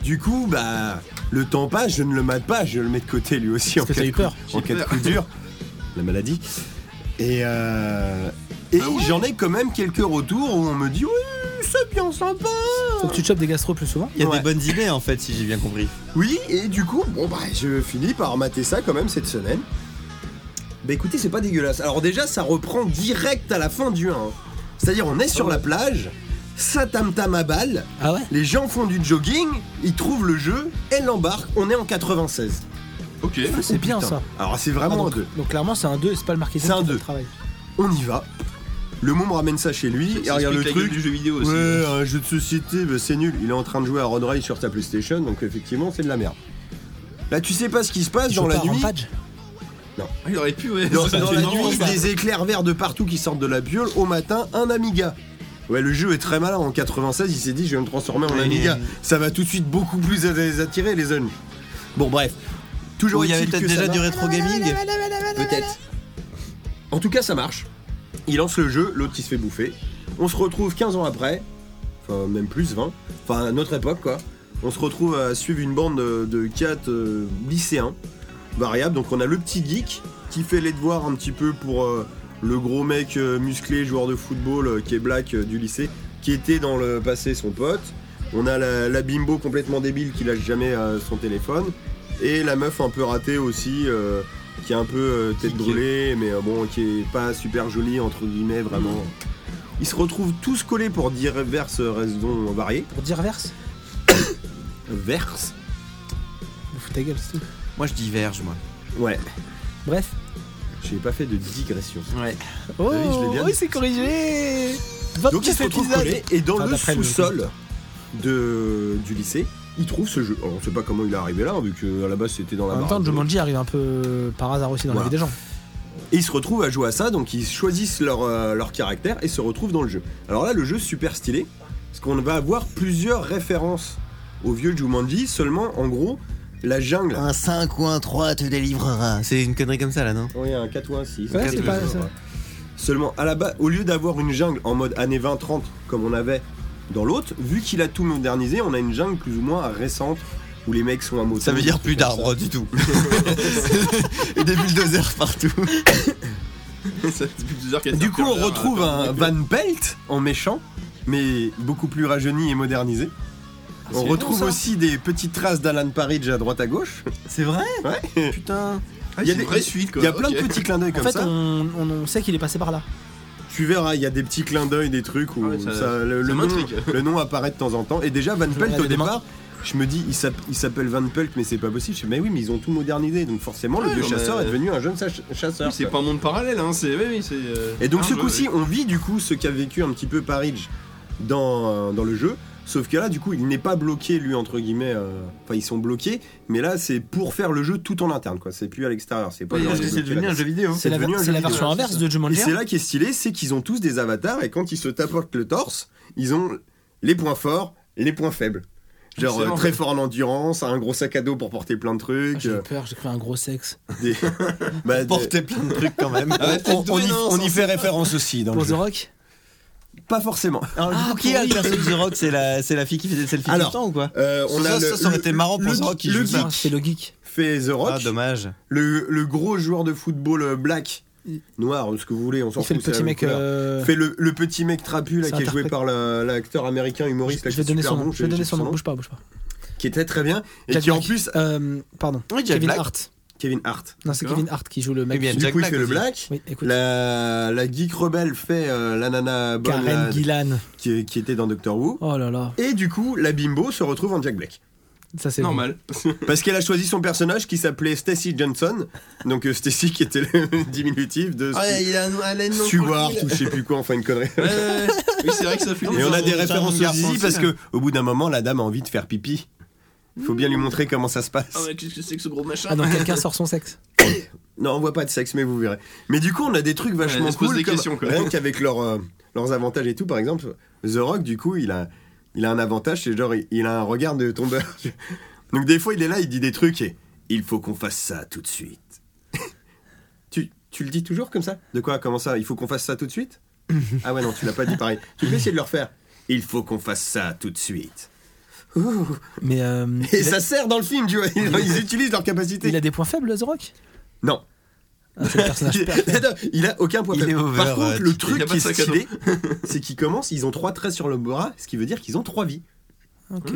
[SPEAKER 3] Du coup, bah, le temps passe, je ne le mate pas, je le mets de côté lui aussi
[SPEAKER 6] Parce
[SPEAKER 3] en
[SPEAKER 6] que
[SPEAKER 3] cas,
[SPEAKER 6] t'as
[SPEAKER 3] de
[SPEAKER 6] eu
[SPEAKER 3] coup,
[SPEAKER 6] peur.
[SPEAKER 3] en
[SPEAKER 1] J'ai
[SPEAKER 3] cas de
[SPEAKER 1] peur.
[SPEAKER 3] coup dur. La maladie. Et, euh, et
[SPEAKER 1] Ah ouais
[SPEAKER 3] j'en ai quand même quelques retours où on me dit Oui, c'est bien sympa.
[SPEAKER 6] Faut que tu te chopes des gastro plus souvent.
[SPEAKER 8] Il y a
[SPEAKER 3] Ouais.
[SPEAKER 8] des bonnes idées en fait, si j'ai bien compris.
[SPEAKER 3] Oui, et du coup, bon, bah, je finis par mater ça quand même cette semaine. Bah écoutez, c'est pas dégueulasse. Alors déjà, ça reprend direct à la fin du 1. hein. C'est-à-dire, on est sur la plage, ça tam-tam à balle,
[SPEAKER 6] Ah ouais
[SPEAKER 3] les gens font du jogging, ils trouvent le jeu, elle l'embarque, on est en 96.
[SPEAKER 1] Ok.
[SPEAKER 6] Ah, C'est bien
[SPEAKER 3] Putain.
[SPEAKER 6] ça.
[SPEAKER 3] Alors c'est
[SPEAKER 6] Ah,
[SPEAKER 3] vraiment
[SPEAKER 6] donc,
[SPEAKER 3] un deux.
[SPEAKER 6] donc clairement, c'est un 2 et c'est pas le marketing
[SPEAKER 3] C'est un
[SPEAKER 6] qui a fait
[SPEAKER 3] deux.
[SPEAKER 6] le travail.
[SPEAKER 3] On y va. Le môme ramène ça chez lui,
[SPEAKER 1] Ça
[SPEAKER 3] il regarde le
[SPEAKER 1] explique la gueule
[SPEAKER 3] truc.
[SPEAKER 1] du jeu vidéo aussi. hein.
[SPEAKER 3] Ouais, un jeu de société, bah, c'est nul. Il est en train de jouer à Road Rage sur sa PlayStation, donc effectivement, c'est de la merde. Là, tu sais pas ce qui se passe
[SPEAKER 6] Tu
[SPEAKER 3] dans
[SPEAKER 6] joues
[SPEAKER 3] la
[SPEAKER 6] pas en
[SPEAKER 3] nuit.
[SPEAKER 6] page
[SPEAKER 1] Ah, Il aurait pu, ouais.
[SPEAKER 3] Dans,
[SPEAKER 1] Ça,
[SPEAKER 3] dans
[SPEAKER 1] c'est
[SPEAKER 3] la
[SPEAKER 1] marrant,
[SPEAKER 3] nuit,
[SPEAKER 1] ça.
[SPEAKER 3] des éclairs verts de partout qui sortent de la biole. Au matin, un Amiga. Ouais, le jeu est très malin. En 96, il s'est dit, je vais me transformer en
[SPEAKER 8] Ouais.
[SPEAKER 3] Amiga. Ça va tout de suite beaucoup plus les attirer, les jeunes. Bon, bref. Toujours
[SPEAKER 8] Ou il y
[SPEAKER 3] est-il
[SPEAKER 8] avait peut-être
[SPEAKER 3] que ça
[SPEAKER 8] déjà du
[SPEAKER 3] marche.
[SPEAKER 8] rétro gaming.
[SPEAKER 3] Peut-être. En tout cas, ça marche. Il lance le jeu, l'autre qui se fait bouffer. On se retrouve 15 ans après, enfin même plus 20, enfin à notre époque quoi. On se retrouve à suivre une bande de, de quatre euh, lycéens variables. Donc on a le petit geek qui fait les devoirs un petit peu pour euh, le gros mec euh, musclé, joueur de football euh, qui est black euh, du lycée, qui était dans le passé son pote. On a la, la bimbo complètement débile qui lâche jamais euh, son téléphone. Et la meuf un peu ratée aussi, euh, qui est un peu euh, tête brûlée, mais euh, bon, qui est pas super jolie, entre guillemets, vraiment. Ils se retrouvent tous collés pour diverses raisons variées.
[SPEAKER 6] Pour dire verse
[SPEAKER 3] Verse
[SPEAKER 6] Vous foutez ta gueule, c'est tout.
[SPEAKER 8] Moi je diverge moi.
[SPEAKER 3] Ouais,
[SPEAKER 6] Bref.
[SPEAKER 3] j'ai pas fait de digression.
[SPEAKER 6] Oh,
[SPEAKER 3] vu, Ah je l'ai bien
[SPEAKER 6] oh,
[SPEAKER 3] dit.
[SPEAKER 6] il s'est corrigé
[SPEAKER 3] Donc ils se
[SPEAKER 6] 27
[SPEAKER 3] retrouvent
[SPEAKER 6] épisodes.
[SPEAKER 3] collés, et dans
[SPEAKER 6] Enfin,
[SPEAKER 3] le
[SPEAKER 6] d'après le-
[SPEAKER 3] sous-sol de, du lycée, ils trouvent ce jeu. Alors on sait pas comment il est arrivé là, vu qu'à la base c'était dans la
[SPEAKER 6] En même
[SPEAKER 3] barre
[SPEAKER 6] temps,
[SPEAKER 3] de-
[SPEAKER 6] Jumanji arrive un peu par hasard aussi dans
[SPEAKER 3] Voilà.
[SPEAKER 6] la vie des gens.
[SPEAKER 3] Et ils se retrouvent à jouer à ça, donc ils choisissent leur, euh, leur caractère et se retrouvent dans le jeu. Alors là, le jeu super stylé, parce qu'on va avoir plusieurs références au vieux Jumanji, seulement en gros, la jungle.
[SPEAKER 8] Un 5 ou un 3 te délivrera. C'est une connerie comme ça là, non
[SPEAKER 3] Oui, un 4 ou un 6.
[SPEAKER 6] Ouais,
[SPEAKER 8] c'est
[SPEAKER 6] pas ça.
[SPEAKER 3] Seulement, à la base, au lieu d'avoir une jungle en mode années 20-30 comme on avait dans l'autre, vu qu'il a tout modernisé, on a une jungle plus ou moins récente où les mecs sont à moto.
[SPEAKER 8] Ça veut dire plus d'arbres du tout. Et des bulldozers partout.
[SPEAKER 1] Ça fait depuis plusieurs qu'elle
[SPEAKER 3] Du
[SPEAKER 1] sort euh,
[SPEAKER 3] coup, on
[SPEAKER 1] Carter,
[SPEAKER 3] retrouve
[SPEAKER 1] attends,
[SPEAKER 3] un
[SPEAKER 1] donc,
[SPEAKER 3] Van Pelt en méchant, mais beaucoup plus rajeuni et modernisé. On
[SPEAKER 1] c'est
[SPEAKER 3] retrouve
[SPEAKER 1] bon, ça.
[SPEAKER 3] aussi des petites traces d'Alan Parridge à droite à gauche.
[SPEAKER 8] C'est vrai
[SPEAKER 3] Ouais.
[SPEAKER 8] Putain.
[SPEAKER 1] Ah,
[SPEAKER 3] il y a
[SPEAKER 1] c'est
[SPEAKER 3] des-
[SPEAKER 1] une vraie suite, quoi.
[SPEAKER 3] Il y a plein de
[SPEAKER 1] ok.
[SPEAKER 3] petits clins d'œil
[SPEAKER 6] En
[SPEAKER 3] comme
[SPEAKER 6] fait,
[SPEAKER 3] ça.
[SPEAKER 6] on, on- on sait qu'il est passé par là.
[SPEAKER 3] Tu verras, il y a des petits clins d'œil, des trucs où
[SPEAKER 1] Ah ouais, ça-
[SPEAKER 3] ça- le,
[SPEAKER 1] ça
[SPEAKER 3] le nom,
[SPEAKER 1] m'intrigue.
[SPEAKER 3] le nom apparaît de temps en temps. Et déjà, Van Pelt, au
[SPEAKER 6] regarder demain.
[SPEAKER 3] départ, je me dis, il s'app- il s'appelle Van Pelt, mais c'est pas possible. Je fais, mais oui, mais ils ont tout modernisé. Donc forcément, le
[SPEAKER 1] Ouais,
[SPEAKER 3] vieux
[SPEAKER 1] non,
[SPEAKER 3] chasseur
[SPEAKER 1] mais-
[SPEAKER 3] est devenu un jeune sach- chasseur.
[SPEAKER 1] Oui, C'est
[SPEAKER 3] quoi.
[SPEAKER 1] pas un monde parallèle, hein. C'est. Oui, oui, c'est. euh,
[SPEAKER 3] Et donc
[SPEAKER 1] un
[SPEAKER 3] ce
[SPEAKER 1] jeu,
[SPEAKER 3] coup-ci,
[SPEAKER 1] oui.
[SPEAKER 3] on vit du coup ce qu'a vécu un petit peu Parridge dans, euh, dans le jeu. Sauf que là, du coup, il n'est pas bloqué, lui, entre guillemets. euh, Enfin, ils sont bloqués, mais là, c'est pour faire le jeu tout en interne, quoi. C'est plus à l'extérieur. C'est pas
[SPEAKER 1] Oui,
[SPEAKER 3] genre
[SPEAKER 1] parce
[SPEAKER 3] les
[SPEAKER 1] que c'est
[SPEAKER 3] bloquer là-dedans.
[SPEAKER 8] vidéo.
[SPEAKER 3] C'est
[SPEAKER 6] C'est la,
[SPEAKER 3] devenu un
[SPEAKER 6] c'est
[SPEAKER 3] jeu
[SPEAKER 6] la
[SPEAKER 3] vidéo,
[SPEAKER 6] version
[SPEAKER 3] ouais,
[SPEAKER 6] inverse
[SPEAKER 1] c'est
[SPEAKER 6] de
[SPEAKER 3] Et
[SPEAKER 6] Jumanji.
[SPEAKER 3] c'est là qui est stylé, c'est qu'ils ont tous des avatars et quand ils se tapotent le torse, ils ont les points forts, les points faibles. Genre
[SPEAKER 1] C'est
[SPEAKER 3] euh,
[SPEAKER 1] bon.
[SPEAKER 3] très fort en endurance, un gros sac à dos pour porter plein de
[SPEAKER 6] Ah,
[SPEAKER 3] trucs.
[SPEAKER 6] J'ai
[SPEAKER 3] euh,
[SPEAKER 6] eu peur, j'ai cru un gros sexe.
[SPEAKER 3] des- bah, des-
[SPEAKER 2] Porter plein de trucs quand même.
[SPEAKER 1] Ah ouais, peut-être
[SPEAKER 2] on, on
[SPEAKER 1] doué,
[SPEAKER 2] y,
[SPEAKER 1] non,
[SPEAKER 2] on
[SPEAKER 1] sans-
[SPEAKER 2] y fait référence aussi dans le
[SPEAKER 6] Pour The
[SPEAKER 2] jeu.
[SPEAKER 6] Rock
[SPEAKER 3] Pas forcément.
[SPEAKER 2] Alors,
[SPEAKER 6] Ah,
[SPEAKER 2] du coup, qui
[SPEAKER 6] pour
[SPEAKER 2] a le
[SPEAKER 6] lui.
[SPEAKER 2] perso de The Rock C'est la, c'est la fille qui fait des selfies
[SPEAKER 3] Alors,
[SPEAKER 2] tout le temps ou quoi
[SPEAKER 3] Euh, on
[SPEAKER 2] ça,
[SPEAKER 3] a
[SPEAKER 2] ça,
[SPEAKER 3] le-
[SPEAKER 2] ça aurait
[SPEAKER 3] le-
[SPEAKER 2] été marrant pour
[SPEAKER 3] le-
[SPEAKER 2] The Rock qui
[SPEAKER 3] le
[SPEAKER 2] joue ça.
[SPEAKER 6] Ah, C'est le geek.
[SPEAKER 3] fait The Rock,
[SPEAKER 2] Ah, dommage.
[SPEAKER 3] le, le gros joueur de football euh, black,
[SPEAKER 6] Il-
[SPEAKER 3] noir, ce que vous voulez, on s'en
[SPEAKER 6] Il fait
[SPEAKER 3] fout.
[SPEAKER 6] le
[SPEAKER 3] c'est la
[SPEAKER 6] petit
[SPEAKER 3] même
[SPEAKER 6] mec.
[SPEAKER 3] couleur.
[SPEAKER 6] euh,
[SPEAKER 3] Fait le, le petit mec trapu là,
[SPEAKER 6] Ça
[SPEAKER 3] qui est joué
[SPEAKER 6] interprète.
[SPEAKER 3] par la- l'acteur américain humoriste là,
[SPEAKER 6] Je vais
[SPEAKER 3] qui est
[SPEAKER 6] donner
[SPEAKER 3] super
[SPEAKER 6] son
[SPEAKER 3] bon,
[SPEAKER 6] nom. Je
[SPEAKER 3] j'ai-
[SPEAKER 6] vais
[SPEAKER 3] j'ai
[SPEAKER 6] donner son
[SPEAKER 3] son
[SPEAKER 6] nom.
[SPEAKER 3] nom,
[SPEAKER 6] Bouge pas, bouge pas.
[SPEAKER 3] qui était très bien et
[SPEAKER 6] Jack
[SPEAKER 3] qui en
[SPEAKER 6] Black.
[SPEAKER 3] plus
[SPEAKER 6] Euh, Pardon.
[SPEAKER 2] Oui, Jack
[SPEAKER 6] Kevin
[SPEAKER 2] Black.
[SPEAKER 6] Hart.
[SPEAKER 3] Kevin Hart.
[SPEAKER 6] Non, c'est
[SPEAKER 3] D'accord.
[SPEAKER 6] Kevin Hart qui joue le mec.
[SPEAKER 2] Eh bien,
[SPEAKER 3] Du
[SPEAKER 2] Jack
[SPEAKER 3] coup il
[SPEAKER 2] Black
[SPEAKER 3] fait le
[SPEAKER 2] aussi.
[SPEAKER 3] black.
[SPEAKER 6] Oui, écoute.
[SPEAKER 3] La, la geek rebelle fait euh, la nana bonne
[SPEAKER 6] Karen
[SPEAKER 3] là,
[SPEAKER 6] Gillan.
[SPEAKER 3] qui, qui était dans Doctor Who.
[SPEAKER 6] Oh là là.
[SPEAKER 3] Et du coup, la bimbo se retrouve en Jack Black.
[SPEAKER 6] Ça, c'est
[SPEAKER 1] Normal.
[SPEAKER 3] Parce qu'elle a choisi son personnage qui s'appelait Stacy Johnson. Donc euh, Stacy qui était le diminutif de
[SPEAKER 1] Ouais, Ah, il a un elle a une nom
[SPEAKER 3] Stuart
[SPEAKER 1] tranquille.
[SPEAKER 3] ou je sais plus quoi, enfin une connerie.
[SPEAKER 1] Ouais, ouais, ouais. Oui, c'est vrai que ça fait.
[SPEAKER 3] Et on a
[SPEAKER 1] bizarre.
[SPEAKER 3] des
[SPEAKER 2] c'est un
[SPEAKER 3] références
[SPEAKER 2] garçon,
[SPEAKER 3] aussi
[SPEAKER 2] c'est
[SPEAKER 3] parce
[SPEAKER 2] bien.
[SPEAKER 3] que au bout d'un moment, la dame a envie de faire pipi. Faut bien lui montrer comment ça se passe.
[SPEAKER 1] Ah, mais qu'est-ce que c'est que ce gros machin
[SPEAKER 6] Ah non, quelqu'un sort son sexe.
[SPEAKER 3] Non, on voit pas de sexe, mais vous verrez. Mais du coup, on a des trucs vachement
[SPEAKER 1] Ouais, se pose
[SPEAKER 3] cool,
[SPEAKER 1] des
[SPEAKER 3] comme-
[SPEAKER 1] questions, quoi.
[SPEAKER 3] rien qu'avec leurs, euh, leurs avantages et tout. Par exemple, The Rock, du coup, il a, il a un avantage, c'est genre, il, il a un regard de tombeur. Donc des fois, il est là, il dit des trucs et il faut qu'on fasse ça tout de suite. tu, tu le dis toujours comme ça De quoi Comment ça Il faut qu'on fasse ça tout de suite Ah ouais, non, tu l'as pas dit pareil. Tu peux essayer de le refaire. Il faut qu'on fasse ça tout de suite. Ouh.
[SPEAKER 6] Mais euh,
[SPEAKER 3] Et
[SPEAKER 6] il, a,
[SPEAKER 3] ça sert dans le film, tu vois. Ils, ils utilisent leur capacité.
[SPEAKER 6] il a des points faibles, The Rock
[SPEAKER 3] Non.
[SPEAKER 6] Ah, C'est le personnage parfait.
[SPEAKER 3] Attends, il a aucun point
[SPEAKER 2] Il
[SPEAKER 3] faible.
[SPEAKER 2] est over,
[SPEAKER 3] Par
[SPEAKER 2] euh,
[SPEAKER 3] contre, le
[SPEAKER 2] typé.
[SPEAKER 1] Il
[SPEAKER 3] truc
[SPEAKER 1] a pas
[SPEAKER 3] qui est
[SPEAKER 1] de sac à
[SPEAKER 3] stylé, c'est qu'ils commencent, ils ont trois traits sur le bras, ce qui veut dire qu'ils ont trois vies.
[SPEAKER 6] Ok.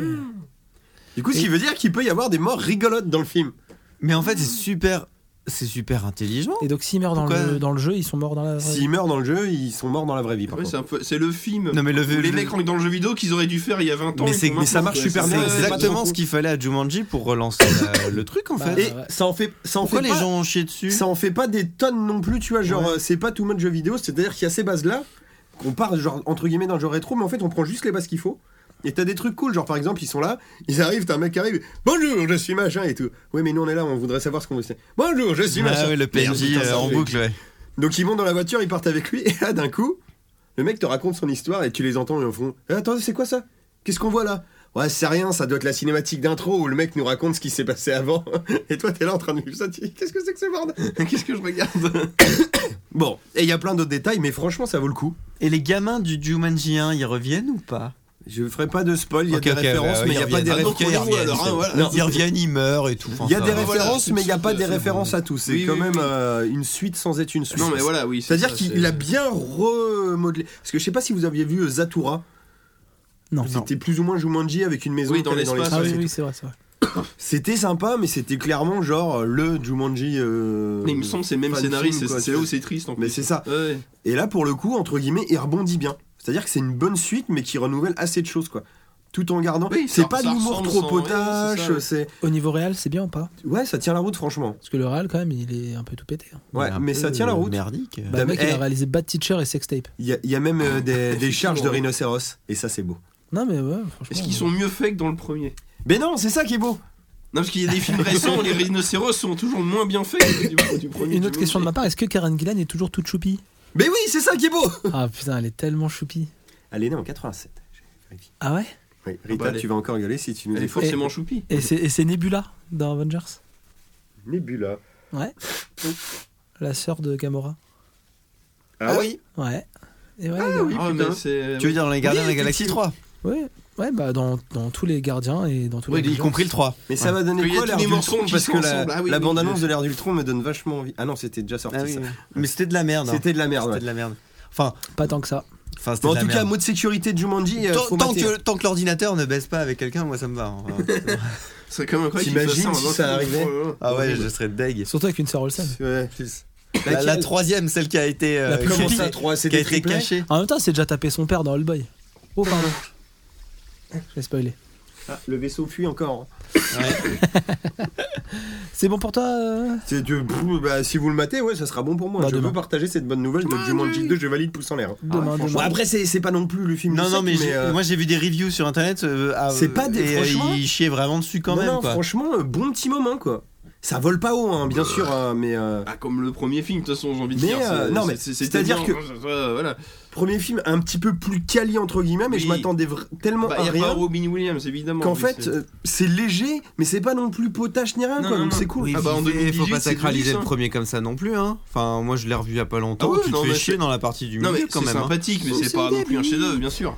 [SPEAKER 3] Du coup, ce qui veut dire qu'il peut y avoir des morts rigolotes dans le film.
[SPEAKER 2] Mais en fait, c'est super. C'est super intelligent.
[SPEAKER 6] Et donc, s'ils meurent dans
[SPEAKER 2] Pourquoi
[SPEAKER 6] le, dans le jeu, ils sont morts dans
[SPEAKER 2] Ah
[SPEAKER 6] la. vraie vie.
[SPEAKER 3] S'ils meurent dans le jeu, ils sont morts dans la vraie vie. Par
[SPEAKER 1] Ouais,
[SPEAKER 3] contre.
[SPEAKER 1] c'est un peu- C'est le film.
[SPEAKER 2] Non, mais le-
[SPEAKER 1] où les
[SPEAKER 2] le-
[SPEAKER 1] mecs rentrent dans le jeu vidéo qu'ils auraient dû faire il y a 20 ans.
[SPEAKER 2] Mais,
[SPEAKER 1] ils
[SPEAKER 2] c'est-
[SPEAKER 1] font
[SPEAKER 2] mais ça
[SPEAKER 1] maintenant,
[SPEAKER 2] marche
[SPEAKER 1] quoi.
[SPEAKER 2] super
[SPEAKER 1] C'est-
[SPEAKER 2] bien.
[SPEAKER 1] c'est-
[SPEAKER 2] C'est
[SPEAKER 1] c'est pas trop
[SPEAKER 2] exactement ce qu'il fallait à Jumanji pour relancer la- le truc en fait.
[SPEAKER 6] Bah,
[SPEAKER 3] Et ça en fait, ça en fait
[SPEAKER 2] Pourquoi les
[SPEAKER 3] pas,
[SPEAKER 2] gens ont chié dessus
[SPEAKER 3] ça en fait pas des tonnes non plus, tu vois. Genre, euh, c'est pas tout mode jeu vidéo, c'est-à-dire qu'il y a ces bases là qu'on part genre entre guillemets dans le jeu rétro, mais en fait, on prend juste les bases qu'il faut. Et t'as des trucs cool, genre par exemple, ils sont là, ils arrivent, t'as un mec qui arrive, bonjour, je suis machin et tout. Ouais, mais nous on est là, on voudrait savoir ce qu'on veut. Bonjour, je suis machin.
[SPEAKER 2] Ah ouais, le PNJ
[SPEAKER 3] Merde, putain,
[SPEAKER 2] euh,
[SPEAKER 3] ça,
[SPEAKER 2] en
[SPEAKER 3] j'ai-
[SPEAKER 2] boucle, ouais.
[SPEAKER 3] Donc ils montent dans la voiture, ils partent avec lui, et là d'un coup, le mec te raconte son histoire et tu les entends et en fond. Eh, attendez, c'est quoi ça Qu'est-ce qu'on voit là Ouais, c'est rien, ça doit être la cinématique d'intro où le mec nous raconte ce qui s'est passé avant. Et toi, t'es là en train de vivre ça. tu dis, Qu'est-ce que c'est que ce bordel
[SPEAKER 1] Qu'est-ce que je regarde
[SPEAKER 3] Bon, et il y a plein d'autres détails, mais franchement, ça vaut le coup.
[SPEAKER 2] Et les gamins du Jumanji 1, ils reviennent ou pas
[SPEAKER 3] Je ferai pas de spoil, il y a
[SPEAKER 2] Ok,
[SPEAKER 3] des
[SPEAKER 2] ok,
[SPEAKER 3] références,
[SPEAKER 2] bah,
[SPEAKER 3] mais
[SPEAKER 2] ils
[SPEAKER 3] il n'y a pas
[SPEAKER 2] reviennent.
[SPEAKER 3] des
[SPEAKER 2] Ah, donc, on
[SPEAKER 3] références.
[SPEAKER 2] est où, alors, hein,
[SPEAKER 1] voilà.
[SPEAKER 2] Ils reviennent, ils meurent et tout. enfin,
[SPEAKER 3] Il y a
[SPEAKER 2] ça
[SPEAKER 3] des
[SPEAKER 2] va.
[SPEAKER 1] voilà,
[SPEAKER 3] références,
[SPEAKER 1] c'est
[SPEAKER 3] mais il n'y a
[SPEAKER 1] tout,
[SPEAKER 3] pas
[SPEAKER 1] euh,
[SPEAKER 3] des
[SPEAKER 1] c'est
[SPEAKER 3] références à tout. C'est
[SPEAKER 1] Oui,
[SPEAKER 3] quand
[SPEAKER 1] oui,
[SPEAKER 3] même
[SPEAKER 1] oui.
[SPEAKER 3] euh, une suite sans être une suite.
[SPEAKER 1] Non, mais voilà, oui. c'est
[SPEAKER 3] C'est-à-dire
[SPEAKER 1] ça,
[SPEAKER 3] qu'il
[SPEAKER 1] c'est-
[SPEAKER 3] a bien remodelé. Parce que je sais pas si vous aviez vu euh, Zatura.
[SPEAKER 6] Non.
[SPEAKER 3] C'était plus ou moins Jumanji avec une maison
[SPEAKER 1] Oui, dans
[SPEAKER 3] qu'elle est
[SPEAKER 1] l'espace,
[SPEAKER 6] Ah
[SPEAKER 1] Ouais,
[SPEAKER 6] oui,
[SPEAKER 1] c'est
[SPEAKER 6] oui, c'est vrai, c'est vrai.
[SPEAKER 3] C'était sympa, mais c'était clairement genre le Jumanji. euh,
[SPEAKER 1] Mais il me semble que c'est le même
[SPEAKER 3] fan
[SPEAKER 1] scénariste,
[SPEAKER 3] film,
[SPEAKER 1] c'est
[SPEAKER 3] quoi.
[SPEAKER 1] c'est là où c'est triste en
[SPEAKER 3] Mais
[SPEAKER 1] plus.
[SPEAKER 3] c'est ça.
[SPEAKER 1] Ouais.
[SPEAKER 3] Et là, pour le coup, entre guillemets, il rebondit bien. C'est-à-dire que c'est une bonne suite, mais qui renouvelle assez de choses, quoi. Tout en gardant.
[SPEAKER 1] Oui, ça-
[SPEAKER 3] c'est pas de
[SPEAKER 1] ça
[SPEAKER 3] l'humour
[SPEAKER 1] ressemble
[SPEAKER 3] trop
[SPEAKER 1] sans-
[SPEAKER 3] potache.
[SPEAKER 1] ouais,
[SPEAKER 3] c'est
[SPEAKER 6] Au niveau réel, c'est bien ou pas
[SPEAKER 3] ouais, ça tient la route, franchement.
[SPEAKER 6] Parce que le réel, quand même, il est un peu tout pété. hein.
[SPEAKER 3] Ouais, euh,
[SPEAKER 2] Un
[SPEAKER 3] mais ça
[SPEAKER 2] peu
[SPEAKER 3] tient la route.
[SPEAKER 2] Merdique.
[SPEAKER 6] Bah, le mec, il
[SPEAKER 3] eh.
[SPEAKER 6] a réalisé Bad Teacher et Sextape.
[SPEAKER 3] Il y, a- il y a même euh, des, des charges de
[SPEAKER 1] ouais.
[SPEAKER 3] rhinocéros, et ça, c'est beau.
[SPEAKER 6] Non, mais ouais, franchement.
[SPEAKER 1] Est-ce qu'ils sont mieux faits que dans le premier
[SPEAKER 3] Mais non, c'est ça qui est beau.
[SPEAKER 1] Non, parce qu'il y a des films récents où les rhinocéros sont toujours moins bien faits que du, du premier.
[SPEAKER 6] Une autre question de ma part, est-ce que Karen Gillan est toujours toute choupie
[SPEAKER 3] Mais oui, c'est ça qui est beau.
[SPEAKER 6] Ah putain, elle est tellement choupie.
[SPEAKER 3] Elle est née en 87.
[SPEAKER 6] Ah ouais
[SPEAKER 3] Oui,
[SPEAKER 1] Ah bah,
[SPEAKER 3] Rita,
[SPEAKER 1] elle est-
[SPEAKER 3] tu vas encore gueuler si tu nous
[SPEAKER 1] Elle est
[SPEAKER 3] écoutes.
[SPEAKER 1] forcément choupie.
[SPEAKER 6] Et c'est et c'est Nebula dans Avengers
[SPEAKER 3] Nebula.
[SPEAKER 6] La sœur de Gamora.
[SPEAKER 3] Ah oui
[SPEAKER 6] Ouais. Et ouais, les gars.
[SPEAKER 3] oui,
[SPEAKER 1] Ah,
[SPEAKER 3] putain.
[SPEAKER 1] mais c'est.
[SPEAKER 2] Tu veux dire dans les Gardiens de la Galaxie 3
[SPEAKER 6] ouais. Ouais, bah dans, dans tous les gardiens et dans tous les.
[SPEAKER 2] Y compris le 3.
[SPEAKER 3] Mais ça va donner
[SPEAKER 1] Qu'il y a
[SPEAKER 3] quoi
[SPEAKER 1] tous
[SPEAKER 3] l'air
[SPEAKER 1] les
[SPEAKER 3] du
[SPEAKER 1] mensonges
[SPEAKER 3] tronc
[SPEAKER 1] qui
[SPEAKER 3] Parce
[SPEAKER 1] sont
[SPEAKER 3] que la,
[SPEAKER 1] ensemble. Ah oui,
[SPEAKER 3] la
[SPEAKER 1] oui,
[SPEAKER 3] bande-annonce
[SPEAKER 1] oui.
[SPEAKER 3] de l'air du tronc me donne vachement envie. Ah non, c'était déjà sorti ça.
[SPEAKER 2] Mais c'était de la merde. hein.
[SPEAKER 3] C'était de la merde.
[SPEAKER 2] C'était
[SPEAKER 3] ouais.
[SPEAKER 2] de la merde. Enfin,
[SPEAKER 6] Pas tant que ça.
[SPEAKER 2] enfin, c'était
[SPEAKER 3] Bon, en
[SPEAKER 2] de la
[SPEAKER 3] tout cas,
[SPEAKER 2] merde.
[SPEAKER 3] mot de sécurité de Jumanji. euh,
[SPEAKER 2] Tant-
[SPEAKER 3] faut
[SPEAKER 2] tant
[SPEAKER 3] mater.
[SPEAKER 2] que, tant que l'ordinateur ne baisse pas avec quelqu'un, moi ça me va. hein.
[SPEAKER 1] C'est quand même incroyable. qu'ils
[SPEAKER 3] T'imagines
[SPEAKER 1] fassent
[SPEAKER 3] si
[SPEAKER 1] dans un
[SPEAKER 3] ça
[SPEAKER 1] film.
[SPEAKER 3] arrivait
[SPEAKER 1] Oh là là.
[SPEAKER 2] ah ouais, je serais deg.
[SPEAKER 6] Surtout avec une sœur Olsen.
[SPEAKER 3] Ouais.
[SPEAKER 2] La, la troisième, celle qui a été, euh,
[SPEAKER 6] La
[SPEAKER 2] qui
[SPEAKER 6] plus
[SPEAKER 2] a
[SPEAKER 6] grosse
[SPEAKER 2] été-
[SPEAKER 6] à
[SPEAKER 3] trois, c'est
[SPEAKER 2] qui a
[SPEAKER 3] des
[SPEAKER 2] été
[SPEAKER 3] triplets.
[SPEAKER 2] cachée.
[SPEAKER 6] En même temps, c'est déjà tapé son père dans Hellboy. Oh pardon. Je vais spoiler.
[SPEAKER 3] Ah, le vaisseau fuit encore. hein.
[SPEAKER 6] C'est bon pour toi euh
[SPEAKER 3] C'est du- pff, bah, si vous le matez, ouais, ça sera bon pour moi.
[SPEAKER 6] Bah,
[SPEAKER 3] je
[SPEAKER 6] demain.
[SPEAKER 3] veux partager cette bonne nouvelle
[SPEAKER 2] Ah,
[SPEAKER 3] de Jumanji 2, je valide pouce en l'air.
[SPEAKER 6] Demain, demain.
[SPEAKER 3] Bon, après, c'est c'est pas non plus le film.
[SPEAKER 2] Non,
[SPEAKER 3] du
[SPEAKER 2] non,
[SPEAKER 3] siècle,
[SPEAKER 2] mais, j'ai-
[SPEAKER 3] euh,
[SPEAKER 2] moi j'ai vu des reviews sur internet. euh, ah,
[SPEAKER 3] C'est pas des-
[SPEAKER 2] Et, euh,
[SPEAKER 3] franchement-
[SPEAKER 2] ils chiaient vraiment dessus quand
[SPEAKER 3] non,
[SPEAKER 2] même.
[SPEAKER 3] non,
[SPEAKER 2] quoi. Bah.
[SPEAKER 3] franchement, euh, bon petit moment, quoi. Ça vole pas haut, hein, bien sûr, hein, mais euh,
[SPEAKER 1] Ah, comme le premier film, de toute façon, j'ai envie de
[SPEAKER 3] Mais,
[SPEAKER 1] dire. c'est-
[SPEAKER 3] euh, non,
[SPEAKER 1] c'est-
[SPEAKER 3] mais
[SPEAKER 1] c'est-
[SPEAKER 3] c'est-à-dire
[SPEAKER 1] tellement- euh, Voilà.
[SPEAKER 3] premier film un petit peu plus quali entre guillemets, mais je
[SPEAKER 1] Oui.
[SPEAKER 3] m'attendais vra- tellement
[SPEAKER 1] Bah,
[SPEAKER 3] à
[SPEAKER 1] il n'y a pas
[SPEAKER 3] rien
[SPEAKER 1] Robin Williams, évidemment.
[SPEAKER 3] qu'en
[SPEAKER 1] oui,
[SPEAKER 3] fait
[SPEAKER 1] c'est-
[SPEAKER 3] euh, c'est léger, mais c'est pas non plus potache ni
[SPEAKER 1] Non,
[SPEAKER 3] rien, quoi,
[SPEAKER 1] non,
[SPEAKER 3] donc
[SPEAKER 1] non.
[SPEAKER 3] c'est cool.
[SPEAKER 2] Oui,
[SPEAKER 1] Ah bah, en
[SPEAKER 2] vivez,
[SPEAKER 1] 2018,
[SPEAKER 2] faut pas
[SPEAKER 1] c'est
[SPEAKER 2] sacraliser
[SPEAKER 1] 2018,
[SPEAKER 2] le premier comme ça non plus. Hein. Enfin, moi je l'ai revu il y a pas longtemps.
[SPEAKER 1] Ah oui,
[SPEAKER 2] tu te
[SPEAKER 1] non,
[SPEAKER 2] fais
[SPEAKER 1] mais
[SPEAKER 2] chier
[SPEAKER 1] c'est-
[SPEAKER 2] dans la partie du
[SPEAKER 1] Non, mais
[SPEAKER 2] milieu quand
[SPEAKER 1] c'est
[SPEAKER 2] même. hein.
[SPEAKER 1] sympathique, mais c'est pas non plus un chef-d'œuvre, bien sûr.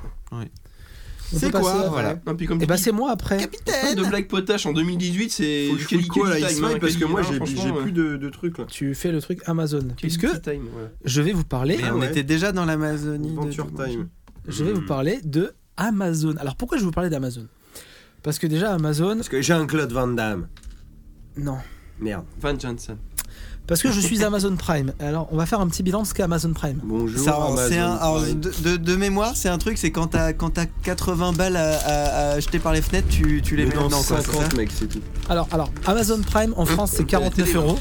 [SPEAKER 6] On
[SPEAKER 2] C'est
[SPEAKER 6] peut passer
[SPEAKER 2] quoi
[SPEAKER 6] à-
[SPEAKER 2] Voilà.
[SPEAKER 1] Non, puis comme
[SPEAKER 6] Et
[SPEAKER 1] tu
[SPEAKER 6] bah
[SPEAKER 1] dis,
[SPEAKER 6] c'est moi après.
[SPEAKER 1] pas de blague potache en 2018, c'est
[SPEAKER 3] Faut que je fouille quoi hein, là, X-Files, parce que moi j'ai j'ai plus de, de trucs là.
[SPEAKER 6] Tu fais le truc Amazon. Puisque
[SPEAKER 1] Time, ouais.
[SPEAKER 6] je vais vous parler,
[SPEAKER 2] Mais hmm. on
[SPEAKER 3] ouais.
[SPEAKER 2] était déjà dans l'Amazonie. de-
[SPEAKER 3] Venture
[SPEAKER 2] de-
[SPEAKER 3] Time.
[SPEAKER 6] je vais vous parler de Amazon. Alors pourquoi je vais vous parler d'Amazon Parce que déjà Amazon,
[SPEAKER 3] Parce que Jean-Claude Van Damme.
[SPEAKER 6] non.
[SPEAKER 3] Merde.
[SPEAKER 1] Van Johnson.
[SPEAKER 6] Parce que je suis Amazon Prime. Alors on va faire un petit bilan de ce qu'est Amazon Prime.
[SPEAKER 3] Bonjour.
[SPEAKER 2] Ça, alors,
[SPEAKER 3] Amazon
[SPEAKER 2] c'est un- alors,
[SPEAKER 3] Prime.
[SPEAKER 2] de, de- de mémoire, c'est un truc, c'est quand t'as quand t'as 80 balles à, à- à acheter par les fenêtres, tu, tu les
[SPEAKER 3] Mais
[SPEAKER 2] mets
[SPEAKER 3] dans
[SPEAKER 2] dedans. quoi, c'est ça
[SPEAKER 3] 50 mec, c'est tout.
[SPEAKER 6] Alors, alors Amazon Prime en France c'est 49 euros.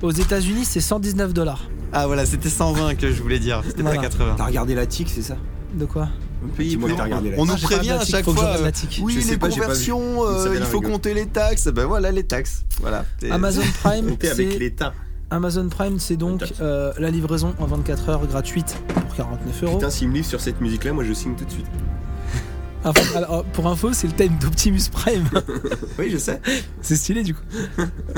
[SPEAKER 6] Aux États-Unis c'est 119 dollars.
[SPEAKER 2] Ah voilà, c'était 120 que je voulais dire, c'était
[SPEAKER 6] Voilà.
[SPEAKER 2] pas 80.
[SPEAKER 3] T'as regardé la tic, c'est ça
[SPEAKER 6] De quoi
[SPEAKER 1] Un pays
[SPEAKER 3] Dis-moi que
[SPEAKER 1] pauvre.
[SPEAKER 3] t'as regardé la
[SPEAKER 2] On
[SPEAKER 3] tic.
[SPEAKER 2] nous
[SPEAKER 6] j'ai pas
[SPEAKER 2] prévient
[SPEAKER 6] regardé
[SPEAKER 2] à
[SPEAKER 6] la tic,
[SPEAKER 2] chaque
[SPEAKER 6] faut que je
[SPEAKER 2] fois.
[SPEAKER 6] regarde
[SPEAKER 2] euh,
[SPEAKER 6] la tic.
[SPEAKER 2] oui,
[SPEAKER 3] Je sais
[SPEAKER 2] les
[SPEAKER 3] pas, j'ai pas vu.
[SPEAKER 2] conversions,
[SPEAKER 3] Il
[SPEAKER 2] euh,
[SPEAKER 3] s'appelle
[SPEAKER 2] il faut
[SPEAKER 3] Ringo.
[SPEAKER 2] compter les taxes. Ben voilà, les taxes. Voilà. t'es-
[SPEAKER 6] Amazon Prime,
[SPEAKER 3] Comptez avec
[SPEAKER 6] c'est
[SPEAKER 3] l'État.
[SPEAKER 6] Amazon Prime, c'est donc euh, la livraison en 24 heures gratuite pour 49 euros.
[SPEAKER 3] Putain, s'il me livre sur cette musique là, moi je signe tout de suite.
[SPEAKER 6] Enfin, Ah, alors, euh, pour info, c'est le thème d'Optimus Prime.
[SPEAKER 2] Oui, je sais.
[SPEAKER 6] c'est stylé du coup.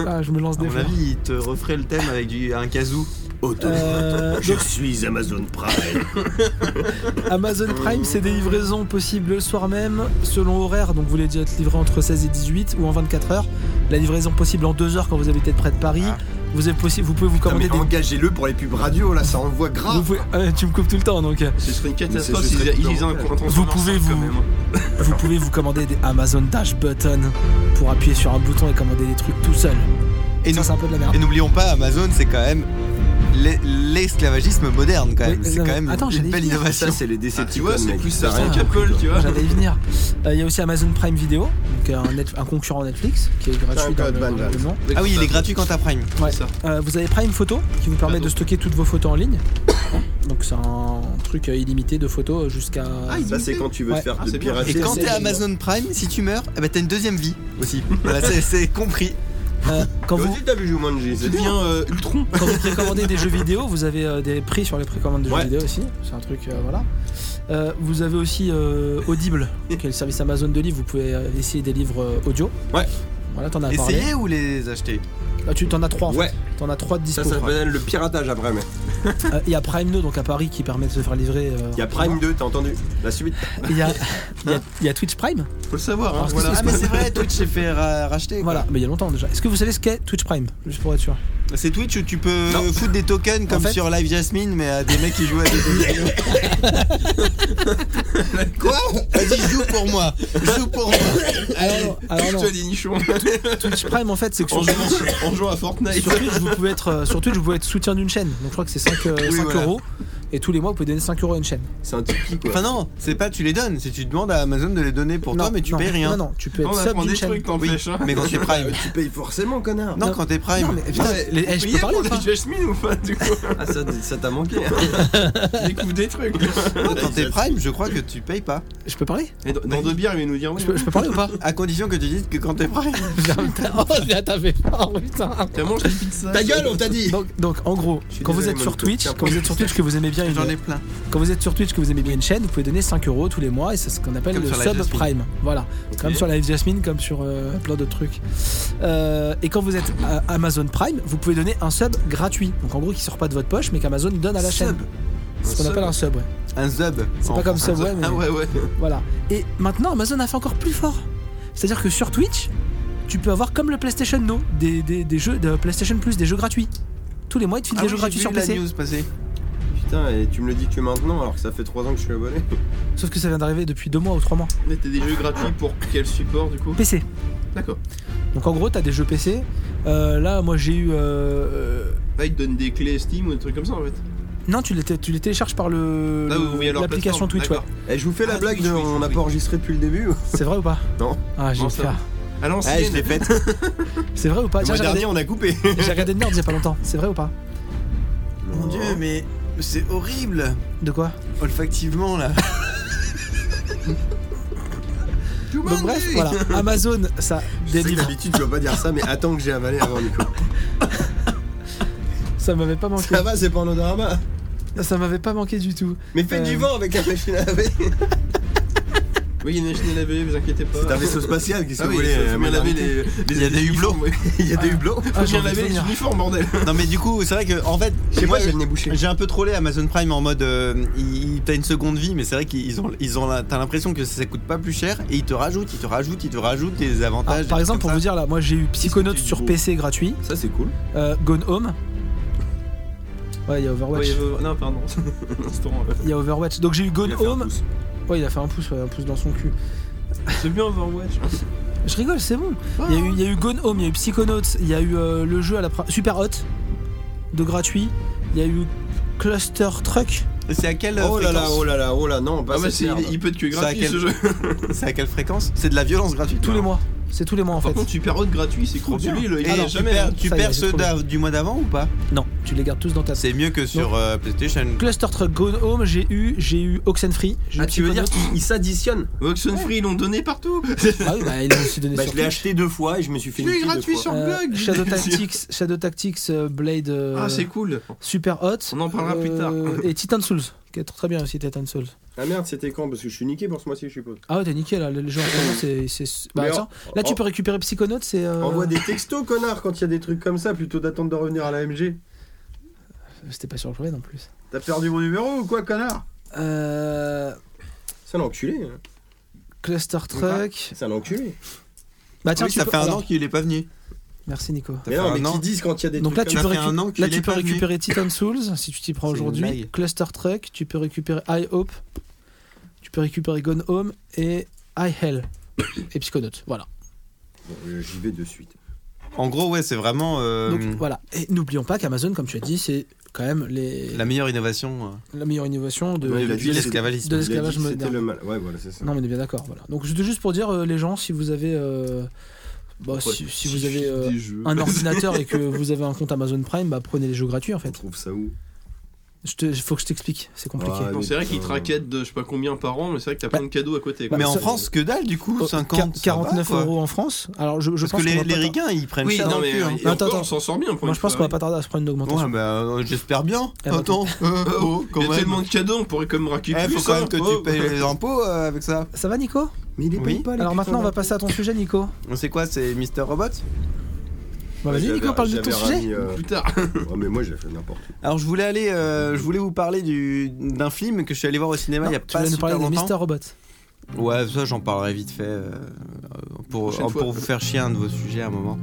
[SPEAKER 6] Ah, je me lance
[SPEAKER 2] À
[SPEAKER 6] des
[SPEAKER 2] mon
[SPEAKER 6] fleurs.
[SPEAKER 2] avis, il te referait le thème avec du, un kazoo.
[SPEAKER 6] Euh,
[SPEAKER 4] Je suis Amazon Prime.
[SPEAKER 6] Amazon Prime, c'est des livraisons possibles le soir même, selon horaire, donc vous voulez déjà être livré entre 16 et 18 ou en 24 heures. La livraison possible en 2 heures quand vous habitez près de Paris. Vous, avez possi- vous pouvez vous
[SPEAKER 3] Putain,
[SPEAKER 6] commander
[SPEAKER 3] mais
[SPEAKER 6] des.
[SPEAKER 3] engagez-le pour les pubs radio là, ça envoie
[SPEAKER 6] vous
[SPEAKER 3] grave.
[SPEAKER 6] pouvez- Ah, tu me coupes tout le temps donc. euh,
[SPEAKER 1] Ce serait une catastrophe
[SPEAKER 3] Mais c'est- ce
[SPEAKER 1] s'ils
[SPEAKER 3] serait
[SPEAKER 1] ils
[SPEAKER 3] dans-
[SPEAKER 1] faisaient un contrat
[SPEAKER 6] Vous
[SPEAKER 1] sur
[SPEAKER 6] pouvez
[SPEAKER 1] Marseille, quand
[SPEAKER 6] vous-
[SPEAKER 3] hein.
[SPEAKER 1] même.
[SPEAKER 6] Vous pouvez vous commander des Amazon Dash Button pour appuyer sur un bouton et commander des trucs tout seul.
[SPEAKER 2] Et
[SPEAKER 6] ça,
[SPEAKER 2] nous-
[SPEAKER 6] c'est un peu de la merde.
[SPEAKER 2] Et n'oublions pas, Amazon, c'est quand même l'e- l'esclavagisme moderne, quand même.
[SPEAKER 6] Oui,
[SPEAKER 2] C'est
[SPEAKER 6] non,
[SPEAKER 2] quand
[SPEAKER 6] mais-
[SPEAKER 2] même
[SPEAKER 6] attends,
[SPEAKER 2] une
[SPEAKER 6] j'allais
[SPEAKER 2] belle
[SPEAKER 6] dire,
[SPEAKER 2] innovation.
[SPEAKER 3] Ça, c'est les
[SPEAKER 1] Ah, Tu vois,
[SPEAKER 3] Decepticons,
[SPEAKER 1] c'est
[SPEAKER 3] mec.
[SPEAKER 1] plus ça
[SPEAKER 6] Putain,
[SPEAKER 1] qu'un couple, tu vois.
[SPEAKER 6] J'allais y venir. Euh, Il y a aussi Amazon Prime Video, donc euh, un, net- un concurrent Netflix qui est gratuit dans
[SPEAKER 3] code
[SPEAKER 6] le- dans
[SPEAKER 3] Banjas.
[SPEAKER 6] le monde.
[SPEAKER 2] Ah oui, il est gratuit quand t'as Prime.
[SPEAKER 6] Ouais.
[SPEAKER 1] ça.
[SPEAKER 6] Euh, vous avez Prime Photo qui vous permet
[SPEAKER 1] Pardon.
[SPEAKER 6] de stocker toutes vos photos en ligne. Hein Donc c'est un truc euh, illimité de photos jusqu'à.
[SPEAKER 3] Ça, c'est quand tu veux
[SPEAKER 6] Ouais.
[SPEAKER 3] te faire
[SPEAKER 1] Ah,
[SPEAKER 3] de
[SPEAKER 1] c'est bien.
[SPEAKER 3] pirater.
[SPEAKER 2] Et quand
[SPEAKER 6] c'est-
[SPEAKER 2] t'es Amazon Prime, si tu meurs, eh ben, t'as une deuxième vie aussi. voilà, c'est- c'est compris.
[SPEAKER 6] Euh, quand,
[SPEAKER 3] Toi
[SPEAKER 6] vous,
[SPEAKER 3] aussi, t'as vu Jumanji,
[SPEAKER 1] Ça
[SPEAKER 3] c'est
[SPEAKER 1] devient
[SPEAKER 3] bien.
[SPEAKER 1] euh, Ultron.
[SPEAKER 6] quand vous précommandez des jeux vidéo, vous avez euh, des prix sur les précommandes de jeux
[SPEAKER 3] Ouais.
[SPEAKER 6] vidéo aussi. C'est un truc euh, voilà. Euh, vous avez aussi euh, Audible, qui est le service Amazon de livres. Vous pouvez euh, essayer des livres euh, audio.
[SPEAKER 3] Ouais.
[SPEAKER 6] Voilà, t'en as parlé.
[SPEAKER 2] Essayer ou les acheter
[SPEAKER 6] Ah, tu t'en as trois. En
[SPEAKER 3] Ouais.
[SPEAKER 6] fait. T'en as trois de dispo.
[SPEAKER 3] Ça, ça s'appelle le piratage après, mais.
[SPEAKER 6] Euh, Il y a Prime 2 donc à Paris qui permet de se faire livrer. euh,
[SPEAKER 3] Il y a Prime 2, t'as entendu La suite.
[SPEAKER 6] Il y a, il y a- il y a Twitch Prime.
[SPEAKER 1] Faut le savoir, hein.
[SPEAKER 6] Alors,
[SPEAKER 1] Voilà.
[SPEAKER 2] Ah, mais c'est vrai, Twitch s'est fait ra- racheter. quoi.
[SPEAKER 6] Voilà, mais il y a longtemps déjà. Est-ce que vous savez ce qu'est Twitch Prime Juste pour être sûr.
[SPEAKER 2] C'est Twitch où tu peux foutre des tokens comme
[SPEAKER 6] fait-
[SPEAKER 2] sur Live Jasmine, mais à des mecs qui jouent à des jeux vidéo. Quoi Vas-y, joue pour moi. Joue pour moi.
[SPEAKER 6] Alors, alors non.
[SPEAKER 1] Tu as des nichons.
[SPEAKER 6] Twitch Prime en fait, c'est que
[SPEAKER 1] En
[SPEAKER 6] sur,
[SPEAKER 1] jouant sur- en jouant à Fortnite.
[SPEAKER 6] sur Twitch, vous pouvez être, euh, sur Twitch, vous pouvez être soutien d'une chaîne. Donc je crois que c'est 5,
[SPEAKER 2] Oui, voilà.
[SPEAKER 6] euros. Et tous les mois, vous pouvez donner 5 euros à une chaîne.
[SPEAKER 3] C'est un Tipeee, quoi.
[SPEAKER 2] Enfin non, c'est pas tu les donnes, c'est tu demandes à Amazon de les donner pour
[SPEAKER 6] non,
[SPEAKER 2] toi, mais tu
[SPEAKER 6] non,
[SPEAKER 2] payes rien.
[SPEAKER 6] Non, non, tu peux
[SPEAKER 1] On
[SPEAKER 6] être sub
[SPEAKER 1] apprend
[SPEAKER 6] d'une
[SPEAKER 1] des
[SPEAKER 6] chaîne.
[SPEAKER 1] trucs, t'empêches. hein.
[SPEAKER 2] Mais quand t'es Prime.
[SPEAKER 3] Tu payes forcément, connard.
[SPEAKER 2] Non, quand t'es Prime.
[SPEAKER 6] Non, mais putain,
[SPEAKER 1] mais
[SPEAKER 6] les- eh, je
[SPEAKER 1] Payez
[SPEAKER 6] peux parler
[SPEAKER 1] pour les
[SPEAKER 6] ou pas
[SPEAKER 1] Jasmine ou pas du coup
[SPEAKER 3] Ah, ça, ça t'a manqué. hein.
[SPEAKER 1] Il découvre des trucs.
[SPEAKER 2] Non, quand t'es Prime, je crois que tu payes pas.
[SPEAKER 6] Je peux parler
[SPEAKER 1] Et dans, dans deux bières, il va nous dire oui.
[SPEAKER 6] je peux, je peux parler ou pas
[SPEAKER 2] À condition que tu dises que quand t'es Prime.
[SPEAKER 6] Oh, t'as fait fort, putain.
[SPEAKER 1] T'as mangé des pizzas.
[SPEAKER 2] on t'a dit
[SPEAKER 6] Donc, donc, en gros,
[SPEAKER 3] suis
[SPEAKER 6] quand vous
[SPEAKER 3] désolé,
[SPEAKER 6] êtes sur
[SPEAKER 3] Monaco.
[SPEAKER 6] Twitch,
[SPEAKER 3] Tiens,
[SPEAKER 6] quand vous êtes sur Twitch que vous aimez bien une,
[SPEAKER 2] J'en ai plein.
[SPEAKER 6] Quand vous êtes sur Twitch, que vous aimez bien une chaîne, vous pouvez donner 5 euros tous les mois et c'est ce qu'on appelle
[SPEAKER 2] Comme
[SPEAKER 6] le
[SPEAKER 2] sur Live
[SPEAKER 6] sub
[SPEAKER 2] Jasmine.
[SPEAKER 6] prime. Voilà, comme sur Live Jasmine, comme sur euh, plein d'autres trucs. Euh, et quand vous êtes à Amazon Prime, vous pouvez donner un sub gratuit. Donc en gros, qui sort pas de votre poche, mais qu'Amazon donne à la chaîne. C'est ce qu'on
[SPEAKER 1] sub.
[SPEAKER 6] appelle un sub, ouais.
[SPEAKER 2] Un sub.
[SPEAKER 6] C'est pas comme Subway, mais
[SPEAKER 1] Ah ouais, ouais.
[SPEAKER 6] voilà. Et maintenant, Amazon a fait encore plus fort. C'est-à-dire que sur Twitch, tu peux avoir comme le PlayStation Now, des, des- des jeux de PlayStation Plus, des jeux gratuits. Tous les mois, ils te filent
[SPEAKER 2] Ah
[SPEAKER 6] des
[SPEAKER 2] oui,
[SPEAKER 6] jeux
[SPEAKER 2] j'ai
[SPEAKER 6] gratuits
[SPEAKER 2] vu
[SPEAKER 6] sur
[SPEAKER 2] la
[SPEAKER 6] PC.
[SPEAKER 2] news passer.
[SPEAKER 3] Putain, et tu me le dis que maintenant, alors que ça fait 3 ans que je suis abonné.
[SPEAKER 6] Sauf que ça vient d'arriver depuis 2 mois ou 3 mois.
[SPEAKER 1] Mettez des jeux gratuits pour quel support du coup
[SPEAKER 6] PC.
[SPEAKER 1] D'accord.
[SPEAKER 6] Donc en gros, t'as des jeux PC. Euh, là, moi, j'ai eu. euh, euh,
[SPEAKER 1] Là, ils te donnent des clés Steam ou des trucs comme ça en fait.
[SPEAKER 6] Non, tu les, t- tu les télécharges par le
[SPEAKER 1] Là, vous voyez
[SPEAKER 6] le-
[SPEAKER 1] leur
[SPEAKER 6] l'application
[SPEAKER 1] plateforme,
[SPEAKER 6] Twitch. Ouais.
[SPEAKER 1] d'accord.
[SPEAKER 3] Eh, je Eh, vous fais la
[SPEAKER 1] Ah,
[SPEAKER 3] blague
[SPEAKER 1] oui,
[SPEAKER 3] de.
[SPEAKER 1] oui,
[SPEAKER 3] On n'a
[SPEAKER 1] oui.
[SPEAKER 3] pas enregistré depuis le début.
[SPEAKER 6] C'est vrai ou pas
[SPEAKER 3] Non.
[SPEAKER 6] Ah, j'ai
[SPEAKER 1] Non,
[SPEAKER 6] eu
[SPEAKER 1] ça
[SPEAKER 6] peur.
[SPEAKER 1] À l'ancienne.
[SPEAKER 2] Ah, je l'ai faite.
[SPEAKER 6] C'est vrai ou pas
[SPEAKER 3] Le
[SPEAKER 6] Tiens,
[SPEAKER 3] mois
[SPEAKER 6] J'ai regardé,
[SPEAKER 3] dernier, on a coupé.
[SPEAKER 6] j'ai regardé Nerds il y a pas longtemps. C'est vrai ou pas
[SPEAKER 2] Mon dieu, mais c'est horrible.
[SPEAKER 6] De quoi
[SPEAKER 2] Olfactivement là.
[SPEAKER 6] Donc bref, voilà. Amazon, ça, Des
[SPEAKER 3] sais que
[SPEAKER 6] livres.
[SPEAKER 3] Oh, d'habitude, tu vas pas dire ça, mais attends que j'ai avalé avant, Nico.
[SPEAKER 6] Ça m'avait pas manqué.
[SPEAKER 3] Ça va, c'est pornodrama.
[SPEAKER 6] Ça m'avait pas manqué du tout.
[SPEAKER 3] Mais fais
[SPEAKER 6] Euh.
[SPEAKER 3] du vent avec la machine à laver.
[SPEAKER 1] Oui, il y a une machine à laver, vous inquiétez pas.
[SPEAKER 3] C'est un vaisseau spatial, qu'est-ce
[SPEAKER 1] Ah
[SPEAKER 3] que vous
[SPEAKER 1] oui,
[SPEAKER 3] voulez
[SPEAKER 1] faut
[SPEAKER 3] euh,
[SPEAKER 1] bien laver les, les,
[SPEAKER 2] Il y a des hublots.
[SPEAKER 3] Il y a des hublots.
[SPEAKER 6] Ah,
[SPEAKER 1] faut bien
[SPEAKER 6] j'ai envie de
[SPEAKER 1] laver les
[SPEAKER 6] venir.
[SPEAKER 1] uniformes, bordel.
[SPEAKER 2] Non mais du coup, c'est vrai que en fait,
[SPEAKER 3] Je sais
[SPEAKER 2] moi,
[SPEAKER 3] pas, j'ai le nez bouché.
[SPEAKER 2] j'ai un peu trollé Amazon Prime en mode euh, il- il- t'as une seconde vie, mais c'est vrai qu'ils ont, ils ont, la- t'as l'impression que ça, ça coûte pas plus cher et ils te rajoutent, ils te rajoutent, ils te rajoutent des
[SPEAKER 6] Ah,
[SPEAKER 2] avantages.
[SPEAKER 6] par exemple, pour vous dire là, moi j'ai eu Psychonauts
[SPEAKER 3] du
[SPEAKER 6] sur
[SPEAKER 3] gros
[SPEAKER 6] PC gratuit,
[SPEAKER 3] Ça, c'est cool.
[SPEAKER 6] euh, Gone Home. Ouais, il y a Overwatch.
[SPEAKER 1] Ouais, euh, non, pardon. Un instant, euh,
[SPEAKER 6] Il y a Overwatch. Donc j'ai eu Gone
[SPEAKER 3] Il a fait un
[SPEAKER 6] Home.
[SPEAKER 3] pouce.
[SPEAKER 6] Ouais, il a fait un pouce, ouais, un pouce dans son cul.
[SPEAKER 1] C'est bien Overwatch.
[SPEAKER 6] Je rigole, c'est bon. Il y, a eu- il y a eu Gone Home, il y a eu Psychonauts, il y a eu euh, le jeu à la pra- Super Hot de gratuit, il y a eu Cluster Truck.
[SPEAKER 2] c'est à quelle euh,
[SPEAKER 3] Oh là là,
[SPEAKER 2] fréquence
[SPEAKER 3] oh là là, oh là, non, pas
[SPEAKER 1] Ah, bah,
[SPEAKER 3] cette
[SPEAKER 1] c'est-
[SPEAKER 3] merde.
[SPEAKER 1] il peut être que
[SPEAKER 2] Ça,
[SPEAKER 1] gratuit
[SPEAKER 2] quel-
[SPEAKER 1] ce jeu.
[SPEAKER 2] C'est à quelle fréquence C'est de la violence gratuite.
[SPEAKER 6] Tous les mois. C'est tous les mois en
[SPEAKER 1] Par
[SPEAKER 6] fait.
[SPEAKER 1] contre, Super Hot gratuit, c'est cool.
[SPEAKER 2] bien.
[SPEAKER 1] Celui, il
[SPEAKER 2] Et
[SPEAKER 1] est
[SPEAKER 2] tu
[SPEAKER 1] jamais.
[SPEAKER 2] perds,
[SPEAKER 1] hein.
[SPEAKER 2] tu
[SPEAKER 6] Ça y est,
[SPEAKER 2] perds
[SPEAKER 6] j'ai
[SPEAKER 2] ceux
[SPEAKER 6] trouvé. Ah.
[SPEAKER 2] d'a- du mois d'avant ou pas
[SPEAKER 6] Non, tu les gardes tous dans ta
[SPEAKER 2] C'est mieux que sur euh, PlayStation.
[SPEAKER 6] Cluster Truck Gone Home, j'ai eu, j'ai eu Oxenfree. j'ai eu
[SPEAKER 3] Ah, tu veux dire
[SPEAKER 6] Psychonauts.
[SPEAKER 3] qu'ils ils s'additionnent
[SPEAKER 1] Oxenfree, ils l'ont donné partout.
[SPEAKER 6] Ah oui, bah, ils l'ont aussi donné
[SPEAKER 3] Bah,
[SPEAKER 6] sur
[SPEAKER 3] je l'ai
[SPEAKER 6] Twitch.
[SPEAKER 3] acheté deux fois et je me suis fait une
[SPEAKER 1] Celui
[SPEAKER 3] petite
[SPEAKER 1] gratuit
[SPEAKER 3] deux fois.
[SPEAKER 1] sur
[SPEAKER 6] Euh,
[SPEAKER 1] Blog.
[SPEAKER 6] Shadow Tactics, Shadow Tactics euh, Blade euh,
[SPEAKER 1] Ah, c'est cool.
[SPEAKER 6] Super Hot. Euh,
[SPEAKER 1] On en parlera plus tard.
[SPEAKER 6] Et Titan Souls, qui est très bien aussi Titan Souls.
[SPEAKER 3] Ah merde, c'était quand Parce que je suis niqué pour ce mois-ci, je suppose. Oh.
[SPEAKER 6] Ah ouais, t'es nickel, là, les gens, vraiment, c'est. c'est- Bah,
[SPEAKER 3] Mais en-
[SPEAKER 6] attends, là tu
[SPEAKER 3] en-
[SPEAKER 6] peux récupérer Psychonauts, c'est. euh,
[SPEAKER 3] Envoie des textos, connard, quand il y a des trucs comme ça, plutôt d'attendre de revenir à la MG.
[SPEAKER 6] C'était pas surjoué non plus.
[SPEAKER 3] T'as perdu mon numéro ou quoi, connard
[SPEAKER 6] Euh,
[SPEAKER 3] C'est un enculé. hein.
[SPEAKER 6] Cluster Truck.
[SPEAKER 3] C'est un enculé.
[SPEAKER 6] Bah
[SPEAKER 2] Ah oui,
[SPEAKER 6] tu
[SPEAKER 2] ça
[SPEAKER 6] peux-
[SPEAKER 2] fait un
[SPEAKER 6] alors,
[SPEAKER 2] an qu'il est pas venu.
[SPEAKER 6] Merci Nico.
[SPEAKER 3] Mais
[SPEAKER 2] fait
[SPEAKER 3] non,
[SPEAKER 2] un
[SPEAKER 3] mais
[SPEAKER 2] an.
[SPEAKER 3] qui disent quand il y a des
[SPEAKER 6] Donc là
[SPEAKER 3] trucs
[SPEAKER 6] tu
[SPEAKER 2] ça
[SPEAKER 6] peux,
[SPEAKER 2] fait un
[SPEAKER 6] récu-
[SPEAKER 2] an qu'il
[SPEAKER 6] là,
[SPEAKER 2] est
[SPEAKER 6] tu peux
[SPEAKER 2] pas venu.
[SPEAKER 6] récupérer Titan Souls si tu t'y prends
[SPEAKER 2] C'est une
[SPEAKER 6] aujourd'hui.
[SPEAKER 2] blague.
[SPEAKER 6] Cluster Truck, tu peux récupérer I Hope, tu peux récupérer Gone Home et I Hell et Psychonauts. Voilà.
[SPEAKER 3] comme ça. Bon, J'y vais de suite.
[SPEAKER 2] En gros, ouais, c'est vraiment euh,
[SPEAKER 6] Donc voilà. Et n'oublions pas qu'Amazon, comme tu as dit, c'est quand même les...
[SPEAKER 2] la
[SPEAKER 6] la...
[SPEAKER 2] meilleure innovation. euh,
[SPEAKER 6] meilleure innovation de.
[SPEAKER 3] Ouais, il a
[SPEAKER 2] Depuis
[SPEAKER 3] dit,
[SPEAKER 2] l'esclavagisme.
[SPEAKER 6] de
[SPEAKER 3] Il a dit
[SPEAKER 6] l'esclavage
[SPEAKER 3] que C'était
[SPEAKER 6] moderne.
[SPEAKER 3] le mal. Ouais, voilà, c'est ça.
[SPEAKER 6] Non, mais on est bien d'accord. Voilà. Donc c'était juste pour dire euh, les gens, si vous avez, euh, bah,
[SPEAKER 1] Ouais,
[SPEAKER 6] si, si vous avez euh,
[SPEAKER 1] des jeux.
[SPEAKER 6] un ordinateur et que vous avez un compte Amazon Prime, bah, prenez les jeux gratuits en
[SPEAKER 3] On
[SPEAKER 6] fait.
[SPEAKER 3] trouve ça où
[SPEAKER 6] Je te, faut que je t'explique, c'est compliqué.
[SPEAKER 3] Ouais,
[SPEAKER 1] Non, c'est vrai qu'ils te
[SPEAKER 3] putain.
[SPEAKER 1] raquettent de je sais pas combien par an, mais c'est vrai que t'as
[SPEAKER 6] Bah,
[SPEAKER 1] plein de cadeaux à côté. quoi.
[SPEAKER 2] Mais
[SPEAKER 6] Bah,
[SPEAKER 2] en
[SPEAKER 6] ça-
[SPEAKER 2] France, que dalle du coup,
[SPEAKER 6] Oh,
[SPEAKER 2] 50
[SPEAKER 6] quar-
[SPEAKER 2] ça
[SPEAKER 6] 49
[SPEAKER 2] va, quoi.
[SPEAKER 6] euros en France. Alors je, je
[SPEAKER 2] Parce
[SPEAKER 6] pense
[SPEAKER 2] que
[SPEAKER 6] qu'on
[SPEAKER 2] les,
[SPEAKER 6] va
[SPEAKER 2] les
[SPEAKER 6] pas tar-
[SPEAKER 2] ricains, ils prennent
[SPEAKER 1] Oui,
[SPEAKER 2] ça
[SPEAKER 1] non,
[SPEAKER 2] dans le
[SPEAKER 1] mais euh,
[SPEAKER 2] cul, hein.
[SPEAKER 1] et encore,
[SPEAKER 6] Attends, attends.
[SPEAKER 1] on s'en sort bien. Pour
[SPEAKER 6] Moi
[SPEAKER 1] une
[SPEAKER 6] je pense qu'on
[SPEAKER 1] fois.
[SPEAKER 6] va pas tarder à se prendre une
[SPEAKER 2] euh, Ouais,
[SPEAKER 6] augmentation.
[SPEAKER 2] bah, euh, j'espère bien.
[SPEAKER 6] Eh, bah,
[SPEAKER 2] Attends, euh, oh, quand
[SPEAKER 1] Il y a
[SPEAKER 2] même.
[SPEAKER 1] tellement de cadeaux, on pourrait quand même
[SPEAKER 2] Eh,
[SPEAKER 1] raqueter.
[SPEAKER 2] faut
[SPEAKER 1] plus,
[SPEAKER 2] quand
[SPEAKER 1] hein.
[SPEAKER 2] même que
[SPEAKER 1] Oh.
[SPEAKER 2] tu payes les impôts euh, avec ça.
[SPEAKER 6] Ça va Nico
[SPEAKER 3] Mais il est
[SPEAKER 2] Oui.
[SPEAKER 3] pas les
[SPEAKER 6] Alors
[SPEAKER 3] putains
[SPEAKER 6] maintenant on va
[SPEAKER 3] d'impôts.
[SPEAKER 6] passer à ton sujet Nico.
[SPEAKER 2] C'est quoi, c'est Mister Robot
[SPEAKER 6] Bah, vas-y
[SPEAKER 3] J'avais-
[SPEAKER 6] Nico, parle de ton
[SPEAKER 3] j'avais ramené,
[SPEAKER 6] sujet.
[SPEAKER 3] euh,
[SPEAKER 1] Plus tard.
[SPEAKER 3] Ouais, mais moi, j'ai fait n'importe quoi.
[SPEAKER 2] Alors je voulais aller, euh, je voulais vous parler du- d'un film que je suis allé voir au cinéma
[SPEAKER 6] Non,
[SPEAKER 2] il y a
[SPEAKER 6] tu
[SPEAKER 2] pas
[SPEAKER 6] vas nous
[SPEAKER 2] super
[SPEAKER 6] parler de
[SPEAKER 2] longtemps.
[SPEAKER 6] Mister Robot.
[SPEAKER 2] Ouais, ça j'en parlerai vite fait euh, pour,
[SPEAKER 1] Prochaine
[SPEAKER 2] euh,
[SPEAKER 1] fois.
[SPEAKER 2] pour vous faire chier un de vos sujets à un moment.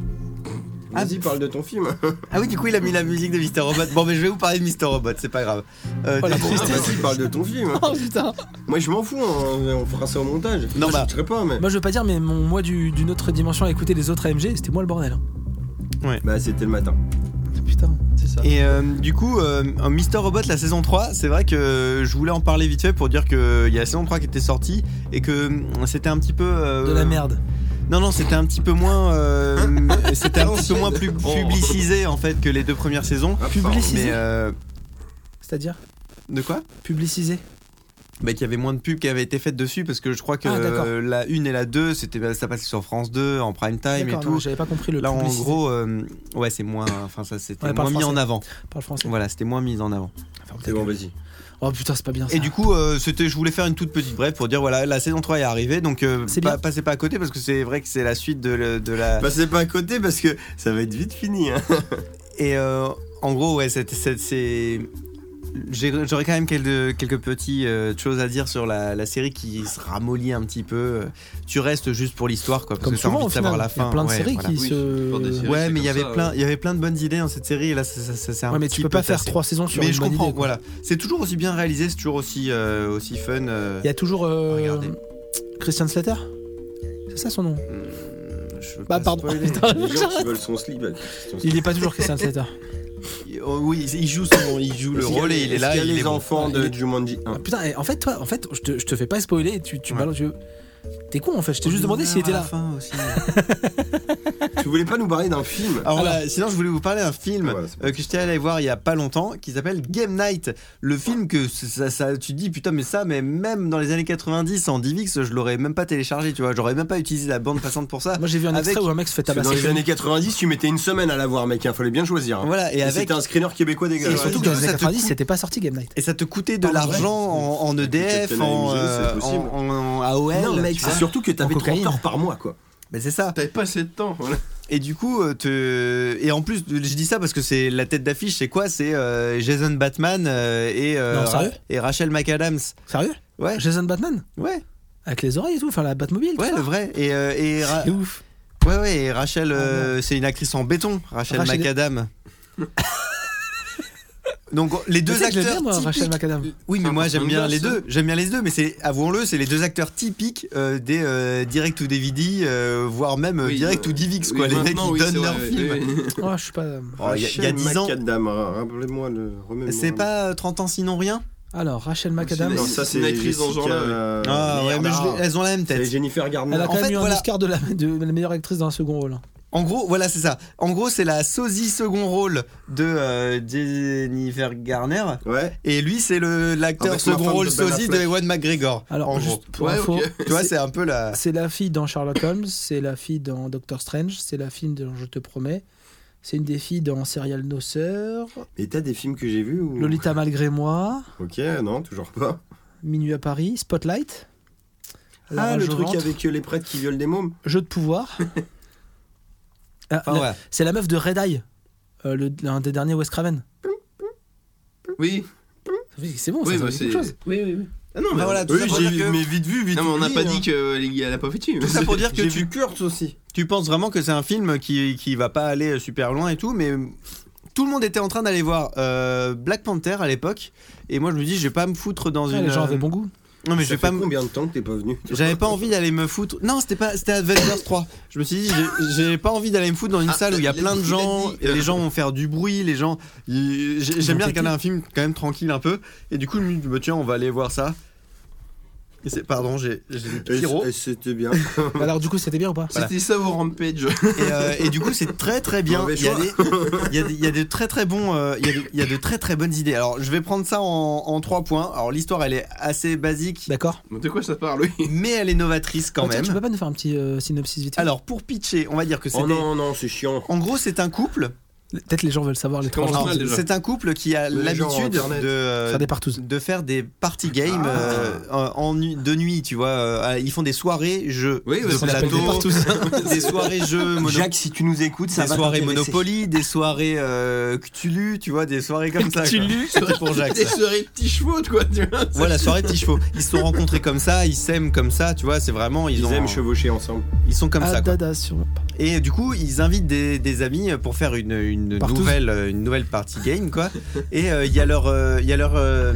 [SPEAKER 2] Ah,
[SPEAKER 3] Vas-y, parle de ton film.
[SPEAKER 2] Ah oui, du coup il a mis la musique de Mister Robot. Bon, mais je vais vous parler de Mister Robot, c'est pas grave. Euh,
[SPEAKER 6] Oh, la
[SPEAKER 2] tristesse.
[SPEAKER 6] tristesse.
[SPEAKER 3] bah, Vas-y, parle de ton film.
[SPEAKER 6] Oh putain
[SPEAKER 3] Moi, je m'en fous. hein, On fera ça au montage.
[SPEAKER 2] Non,
[SPEAKER 3] Moi,
[SPEAKER 2] bah-
[SPEAKER 3] Je serai pas, mais.
[SPEAKER 6] Moi je veux pas dire mais mon moi du- d'une autre dimension à écouter les autres AMG, c'était moi le bordel. hein.
[SPEAKER 3] Bah, c'était le matin.
[SPEAKER 6] Putain, c'est ça.
[SPEAKER 2] Et euh, du coup, euh, un Mister Robot, la saison 3, c'est vrai que je voulais en parler vite fait pour dire qu'il y a la saison 3 qui était sortie et que euh, c'était un petit peu. euh,
[SPEAKER 6] De la merde.
[SPEAKER 2] Non, non, c'était un petit peu moins. euh, c'était un petit peu moins pub-
[SPEAKER 1] Oh.
[SPEAKER 2] publicisé en fait que les deux premières saisons.
[SPEAKER 3] Ah,
[SPEAKER 6] Publicisé.
[SPEAKER 2] Mais. euh,
[SPEAKER 6] C'est-à-dire
[SPEAKER 2] de quoi
[SPEAKER 6] publicisé.
[SPEAKER 2] bah, qu'il y avait moins de pubs qui avaient été faites dessus parce que je crois que
[SPEAKER 6] Ah, d'accord.
[SPEAKER 2] euh, la 1 et la 2 c'était bah, ça passait sur France 2 en prime time et
[SPEAKER 6] D'accord, non,
[SPEAKER 2] tout
[SPEAKER 6] j'avais pas compris le
[SPEAKER 2] là en
[SPEAKER 6] publicisé.
[SPEAKER 2] gros euh, ouais c'est moins enfin ça c'était
[SPEAKER 6] Ouais, parle
[SPEAKER 2] moins mis en
[SPEAKER 6] français.
[SPEAKER 2] avant
[SPEAKER 6] Parle français.
[SPEAKER 2] voilà c'était moins mis en avant
[SPEAKER 6] Ferme ta
[SPEAKER 3] C'est bon,
[SPEAKER 6] gueule.
[SPEAKER 3] vas-y.
[SPEAKER 6] Oh putain, c'est pas bien ça.
[SPEAKER 2] et du coup euh, c'était je voulais faire une toute petite brève pour dire voilà la saison 3 est arrivée donc euh,
[SPEAKER 6] C'est
[SPEAKER 2] pas-
[SPEAKER 6] bien.
[SPEAKER 2] passez pas à côté parce que c'est vrai que c'est la suite de, le- de la
[SPEAKER 3] Passez pas à côté parce que ça va être vite fini. Hein.
[SPEAKER 2] Et euh, en gros, ouais, c'est. c'est- c'est- j'ai- J'aurais quand même quelques, quelques petites euh, choses à dire sur la, la série qui se ramollit un petit peu. Tu restes juste pour l'histoire, quoi, parce
[SPEAKER 6] comme
[SPEAKER 2] que t'as
[SPEAKER 6] souvent
[SPEAKER 2] envie
[SPEAKER 6] au
[SPEAKER 2] de
[SPEAKER 6] final,
[SPEAKER 2] savoir la
[SPEAKER 6] il y
[SPEAKER 2] fin.
[SPEAKER 6] a plein de
[SPEAKER 2] Ouais,
[SPEAKER 6] séries
[SPEAKER 2] voilà.
[SPEAKER 6] qui
[SPEAKER 1] Oui, pour des
[SPEAKER 6] se
[SPEAKER 1] séries.
[SPEAKER 2] Ouais,
[SPEAKER 1] C'est
[SPEAKER 2] mais il y
[SPEAKER 1] comme
[SPEAKER 2] avait
[SPEAKER 1] ça,
[SPEAKER 2] plein, il y avait plein de bonnes idées dans cette série. Et là, ça, ça, ça- c'est un
[SPEAKER 6] Ouais, mais
[SPEAKER 2] petit
[SPEAKER 6] tu peux
[SPEAKER 2] peu
[SPEAKER 6] pas faire
[SPEAKER 2] tassé.
[SPEAKER 6] trois saisons sur
[SPEAKER 2] Mais
[SPEAKER 6] une
[SPEAKER 2] je
[SPEAKER 6] bonne
[SPEAKER 2] comprends.
[SPEAKER 6] idée, quoi.
[SPEAKER 2] voilà, c'est toujours aussi bien réalisé, c'est toujours aussi euh, aussi fun. euh,
[SPEAKER 6] Il y a toujours euh,
[SPEAKER 2] Regardez.
[SPEAKER 6] Christian Slater C'est ça son nom
[SPEAKER 2] hmm, je veux
[SPEAKER 6] Bah
[SPEAKER 2] pas
[SPEAKER 6] pardon.
[SPEAKER 2] spoiler.
[SPEAKER 3] Les gens qui veulent son slip.
[SPEAKER 6] il est pas toujours Christian Slater.
[SPEAKER 2] Oh oui, il joue son, il joue le rôle et il est là.
[SPEAKER 3] Il y a
[SPEAKER 2] il
[SPEAKER 3] les
[SPEAKER 2] est bon.
[SPEAKER 3] enfants
[SPEAKER 6] Il
[SPEAKER 3] de
[SPEAKER 6] est-
[SPEAKER 3] Jumanji 1.
[SPEAKER 6] Ah, putain, et en fait toi, en fait, je te, je te fais pas spoiler, tu tu,
[SPEAKER 2] Ouais.
[SPEAKER 6] m'allonges, tu- T'es con en fait, je t'ai juste demandé s'il était
[SPEAKER 9] À la
[SPEAKER 6] là.
[SPEAKER 9] fin aussi.
[SPEAKER 3] Tu voulais pas nous parler d'un film
[SPEAKER 2] Alors,
[SPEAKER 6] Alors-
[SPEAKER 2] voilà, sinon, je voulais vous parler d'un film
[SPEAKER 3] Voilà, Ah c'est
[SPEAKER 2] euh, que j'étais allé voir il y a pas longtemps qui s'appelle Game Night. Le film que c- ça, ça- tu te dis, putain, mais ça, mais même dans les années 90 en DivX, je l'aurais même pas téléchargé, tu vois. J'aurais même pas utilisé la bande passante pour ça.
[SPEAKER 6] Moi j'ai vu un
[SPEAKER 2] Avec-
[SPEAKER 6] extrait où un mec se fait
[SPEAKER 3] Parce que
[SPEAKER 6] tabasser.
[SPEAKER 3] dans les années 90, tu mettais une semaine à l'avoir, mec. Il fallait bien choisir. hein.
[SPEAKER 2] Voilà, et
[SPEAKER 3] Et
[SPEAKER 2] avec.
[SPEAKER 3] C'était un screener québécois dégueulasse.
[SPEAKER 6] Et
[SPEAKER 2] Ouais,
[SPEAKER 6] surtout
[SPEAKER 2] ouais,
[SPEAKER 6] que dans
[SPEAKER 2] ça
[SPEAKER 6] les
[SPEAKER 2] te
[SPEAKER 6] années 90,
[SPEAKER 2] coûte-
[SPEAKER 6] c'était pas sorti Game Night.
[SPEAKER 2] Et ça te coûtait de
[SPEAKER 6] Ah, ouais.
[SPEAKER 2] l'argent en, en EDF,
[SPEAKER 3] Captain
[SPEAKER 2] en,
[SPEAKER 3] America,
[SPEAKER 2] euh,
[SPEAKER 3] c'est possible.
[SPEAKER 2] en, en- en AOL.
[SPEAKER 3] Non, mec,
[SPEAKER 2] tu
[SPEAKER 3] c'est
[SPEAKER 2] vois.
[SPEAKER 3] surtout que t'avais
[SPEAKER 6] En
[SPEAKER 3] 30
[SPEAKER 6] cocaïne.
[SPEAKER 3] heures par mois, quoi.
[SPEAKER 2] Mais c'est ça.
[SPEAKER 1] T'avais pas assez de temps. Voilà.
[SPEAKER 2] Et du coup, euh, te... et en plus, je dis ça parce que c'est la tête d'affiche, c'est quoi C'est euh, Jason Batman euh, et, euh,
[SPEAKER 6] Non, sérieux
[SPEAKER 2] et Rachel McAdams.
[SPEAKER 6] Sérieux
[SPEAKER 2] Ouais,
[SPEAKER 6] Jason Batman
[SPEAKER 2] ouais,
[SPEAKER 6] Avec les oreilles et tout, enfin la Batmobile. tout
[SPEAKER 2] ouais,
[SPEAKER 6] ça.
[SPEAKER 2] le vrai. Et, euh, et Ra-
[SPEAKER 6] C'est ouf. Ah,
[SPEAKER 2] ouais, ouais, et Rachel, euh, c'est une actrice en béton, Rachel,
[SPEAKER 6] Rachel-
[SPEAKER 2] McAdams. Donc les
[SPEAKER 6] Tu
[SPEAKER 2] deux
[SPEAKER 6] sais que je l'aime
[SPEAKER 2] acteurs
[SPEAKER 6] bien, moi, Rachel
[SPEAKER 2] typiques.
[SPEAKER 6] McAdam.
[SPEAKER 2] Oui, mais moi j'aime bien les
[SPEAKER 1] Anderson.
[SPEAKER 2] deux. J'aime bien les deux, mais c'est avouons-le, c'est les deux acteurs typiques euh, des euh, direct ou DVD, euh, voire même euh,
[SPEAKER 1] Oui,
[SPEAKER 2] direct
[SPEAKER 1] euh,
[SPEAKER 2] ou DivX,
[SPEAKER 1] Oui,
[SPEAKER 2] quoi. les mecs
[SPEAKER 1] maintenant,
[SPEAKER 2] qui
[SPEAKER 1] oui, c'est
[SPEAKER 2] donnent
[SPEAKER 1] vrai,
[SPEAKER 2] leur
[SPEAKER 1] ouais,
[SPEAKER 2] film.
[SPEAKER 1] ouais.
[SPEAKER 6] Oh, je suis pas.
[SPEAKER 2] Oh, Il y a- il y a
[SPEAKER 3] Rachel
[SPEAKER 2] 10 ans.
[SPEAKER 3] McAdam, hein, rappelez-moi le. remets-moi.
[SPEAKER 2] C'est pas euh, 30 ans sinon rien
[SPEAKER 6] Alors, Rachel McAdams.
[SPEAKER 1] Non, ça, c'est une actrice dans ce genre-là,
[SPEAKER 3] Jessica, euh,
[SPEAKER 2] Ah ouais,
[SPEAKER 3] merde,
[SPEAKER 2] mais je
[SPEAKER 3] ah.
[SPEAKER 2] l'ai- elles ont la même
[SPEAKER 3] C'est
[SPEAKER 2] tête.
[SPEAKER 3] Jennifer Garner.
[SPEAKER 6] Elle a
[SPEAKER 2] En
[SPEAKER 6] quand même
[SPEAKER 2] fait,
[SPEAKER 6] eu un
[SPEAKER 2] voilà.
[SPEAKER 6] Oscar de la, de la meilleure actrice dans un second rôle. hein.
[SPEAKER 2] En gros, voilà, c'est ça. En gros, c'est la sosie second rôle de euh, Jennifer Garner.
[SPEAKER 3] Ouais.
[SPEAKER 2] Et lui, c'est le l'acteur
[SPEAKER 3] Avec ma
[SPEAKER 2] second
[SPEAKER 3] femme
[SPEAKER 2] rôle
[SPEAKER 3] de Ben
[SPEAKER 2] sosie de
[SPEAKER 3] Affleck.
[SPEAKER 2] Ewan McGregor.
[SPEAKER 6] Alors,
[SPEAKER 2] en gros.
[SPEAKER 6] juste pour
[SPEAKER 1] Ouais,
[SPEAKER 6] info,
[SPEAKER 1] ok.
[SPEAKER 2] Tu vois, c'est un peu la.
[SPEAKER 6] c'est la fille dans Sherlock Holmes, c'est la fille dans Doctor Strange, c'est la fille dans Je te promets, c'est une des filles dans Serial No Sœurs,
[SPEAKER 3] Et t'as des films que j'ai vus ou.
[SPEAKER 6] Lolita Malgré Moi,
[SPEAKER 3] Ok, non, toujours pas.
[SPEAKER 6] Minuit à Paris, Spotlight. La
[SPEAKER 3] Ah,
[SPEAKER 6] Rage
[SPEAKER 3] le
[SPEAKER 6] au
[SPEAKER 3] truc
[SPEAKER 6] ventre,
[SPEAKER 3] avec euh, les prêtres qui violent des mômes.
[SPEAKER 6] Jeu de pouvoir. Ah,
[SPEAKER 2] Enfin,
[SPEAKER 6] la-
[SPEAKER 2] ouais.
[SPEAKER 6] C'est la meuf de Red Eye, euh, le- l'un des derniers Wes Craven.
[SPEAKER 1] Oui,
[SPEAKER 6] C'est bon, ça,
[SPEAKER 1] oui,
[SPEAKER 6] ça
[SPEAKER 1] bah,
[SPEAKER 6] me dit
[SPEAKER 1] c'est.
[SPEAKER 6] quelque chose.
[SPEAKER 1] Oui, oui, oui. Ah non, mais
[SPEAKER 2] Bah voilà, tout
[SPEAKER 3] Oui,
[SPEAKER 2] ça pour
[SPEAKER 3] j'ai
[SPEAKER 2] dire que-
[SPEAKER 3] vu, mais vite vu, vite
[SPEAKER 1] Non, mais on n'a
[SPEAKER 3] oublié,
[SPEAKER 1] pas
[SPEAKER 3] hein.
[SPEAKER 1] dit qu'elle a pas fait dessus.
[SPEAKER 2] Tout ça pour dire que
[SPEAKER 3] J'ai
[SPEAKER 2] tu-
[SPEAKER 3] vu Kurt aussi.
[SPEAKER 2] Tu penses vraiment que c'est un film qui, qui va pas aller super loin et tout, mais tout le monde était en train d'aller voir euh, Black Panther à l'époque. Et moi, je me dis, je vais pas me foutre dans
[SPEAKER 6] Ah,
[SPEAKER 2] une.
[SPEAKER 6] les gens
[SPEAKER 2] euh,
[SPEAKER 6] avaient bon goût.
[SPEAKER 2] Non, mais je
[SPEAKER 3] Ça
[SPEAKER 2] vais pas
[SPEAKER 3] fait
[SPEAKER 2] me-
[SPEAKER 3] combien de temps que t'es pas venu
[SPEAKER 2] J'avais pas envie d'aller me foutre. Non, c'était pas, c'était Avengers 3. Je me suis dit, j'ai- j'ai pas envie d'aller me foutre dans une
[SPEAKER 1] Ah,
[SPEAKER 2] salle où il y a
[SPEAKER 1] il a
[SPEAKER 2] plein de
[SPEAKER 1] dit, il
[SPEAKER 2] gens.
[SPEAKER 1] a dit.
[SPEAKER 2] et les gens vont faire du bruit. Les gens. ils- j'ai- J'aime bien regarder un film quand même tranquille un peu. Et du coup, je me dis, bah, tiens, on va aller voir ça. Et c'est, pardon, j'ai, j'ai le
[SPEAKER 3] Et-
[SPEAKER 2] pyro.
[SPEAKER 3] et C'était bien.
[SPEAKER 6] Alors, du coup, c'était bien ou pas
[SPEAKER 1] C'était ça au Rampage.
[SPEAKER 2] Et, euh, et du coup, c'est très très bien.
[SPEAKER 3] Mauvais
[SPEAKER 2] Il y, a
[SPEAKER 3] choix.
[SPEAKER 2] des, il, y a des, il y a des très très bons, euh, il, y a des, il y a de très très bonnes idées. Alors, je vais prendre ça en, en trois points. Alors, l'histoire, elle est assez
[SPEAKER 3] Bah,
[SPEAKER 2] basique,
[SPEAKER 6] D'accord.
[SPEAKER 1] De quoi ça parle, oui
[SPEAKER 2] mais elle est novatrice quand
[SPEAKER 6] Ah, tiens,
[SPEAKER 2] même.
[SPEAKER 6] Tu peux pas nous faire un petit euh, synopsis vite fait
[SPEAKER 2] Alors, pour pitcher, on va dire que c'est
[SPEAKER 3] Oh non, non, c'est chiant.
[SPEAKER 2] En gros, c'est un couple.
[SPEAKER 6] Peut-être les gens veulent savoir les
[SPEAKER 1] Ça
[SPEAKER 6] trois
[SPEAKER 1] commence
[SPEAKER 6] films.
[SPEAKER 1] mal. déjà.
[SPEAKER 2] C'est un couple qui a
[SPEAKER 3] Les gens
[SPEAKER 2] l'habitude de
[SPEAKER 3] Internet. Ah.
[SPEAKER 2] euh,
[SPEAKER 6] Faire des partouzes.
[SPEAKER 2] de faire des party games euh, en, en nu- de nuit, tu vois. euh, ils font des soirées jeux
[SPEAKER 1] Oui,
[SPEAKER 2] de
[SPEAKER 1] parce
[SPEAKER 6] qu'on appelle des
[SPEAKER 2] plateau, des, soirées jeux mono-
[SPEAKER 3] si tu nous écoutes,
[SPEAKER 2] des soirées Monopoly, des soirées euh, Cthulhu, tu vois, des soirées comme ça. quoi. C'était pour Jacques.
[SPEAKER 1] Des
[SPEAKER 2] ça.
[SPEAKER 1] soirées de petits chevaux, quoi, tu vois.
[SPEAKER 2] Voilà, soirée petits chevaux. Ils se sont rencontrés comme ça, ils s'aiment comme ça, tu vois, c'est vraiment. Ils,
[SPEAKER 3] Ils
[SPEAKER 2] ont,
[SPEAKER 3] aiment chevaucher ensemble.
[SPEAKER 2] ils sont
[SPEAKER 6] Ah,
[SPEAKER 2] comme ça, quoi.
[SPEAKER 6] Adadation.
[SPEAKER 2] Et du coup, ils invitent des, des amis pour faire une, une
[SPEAKER 6] Partout.
[SPEAKER 2] nouvelle euh, une nouvelle party game quoi. Et euh, il y a leur euh, il y a leur euh,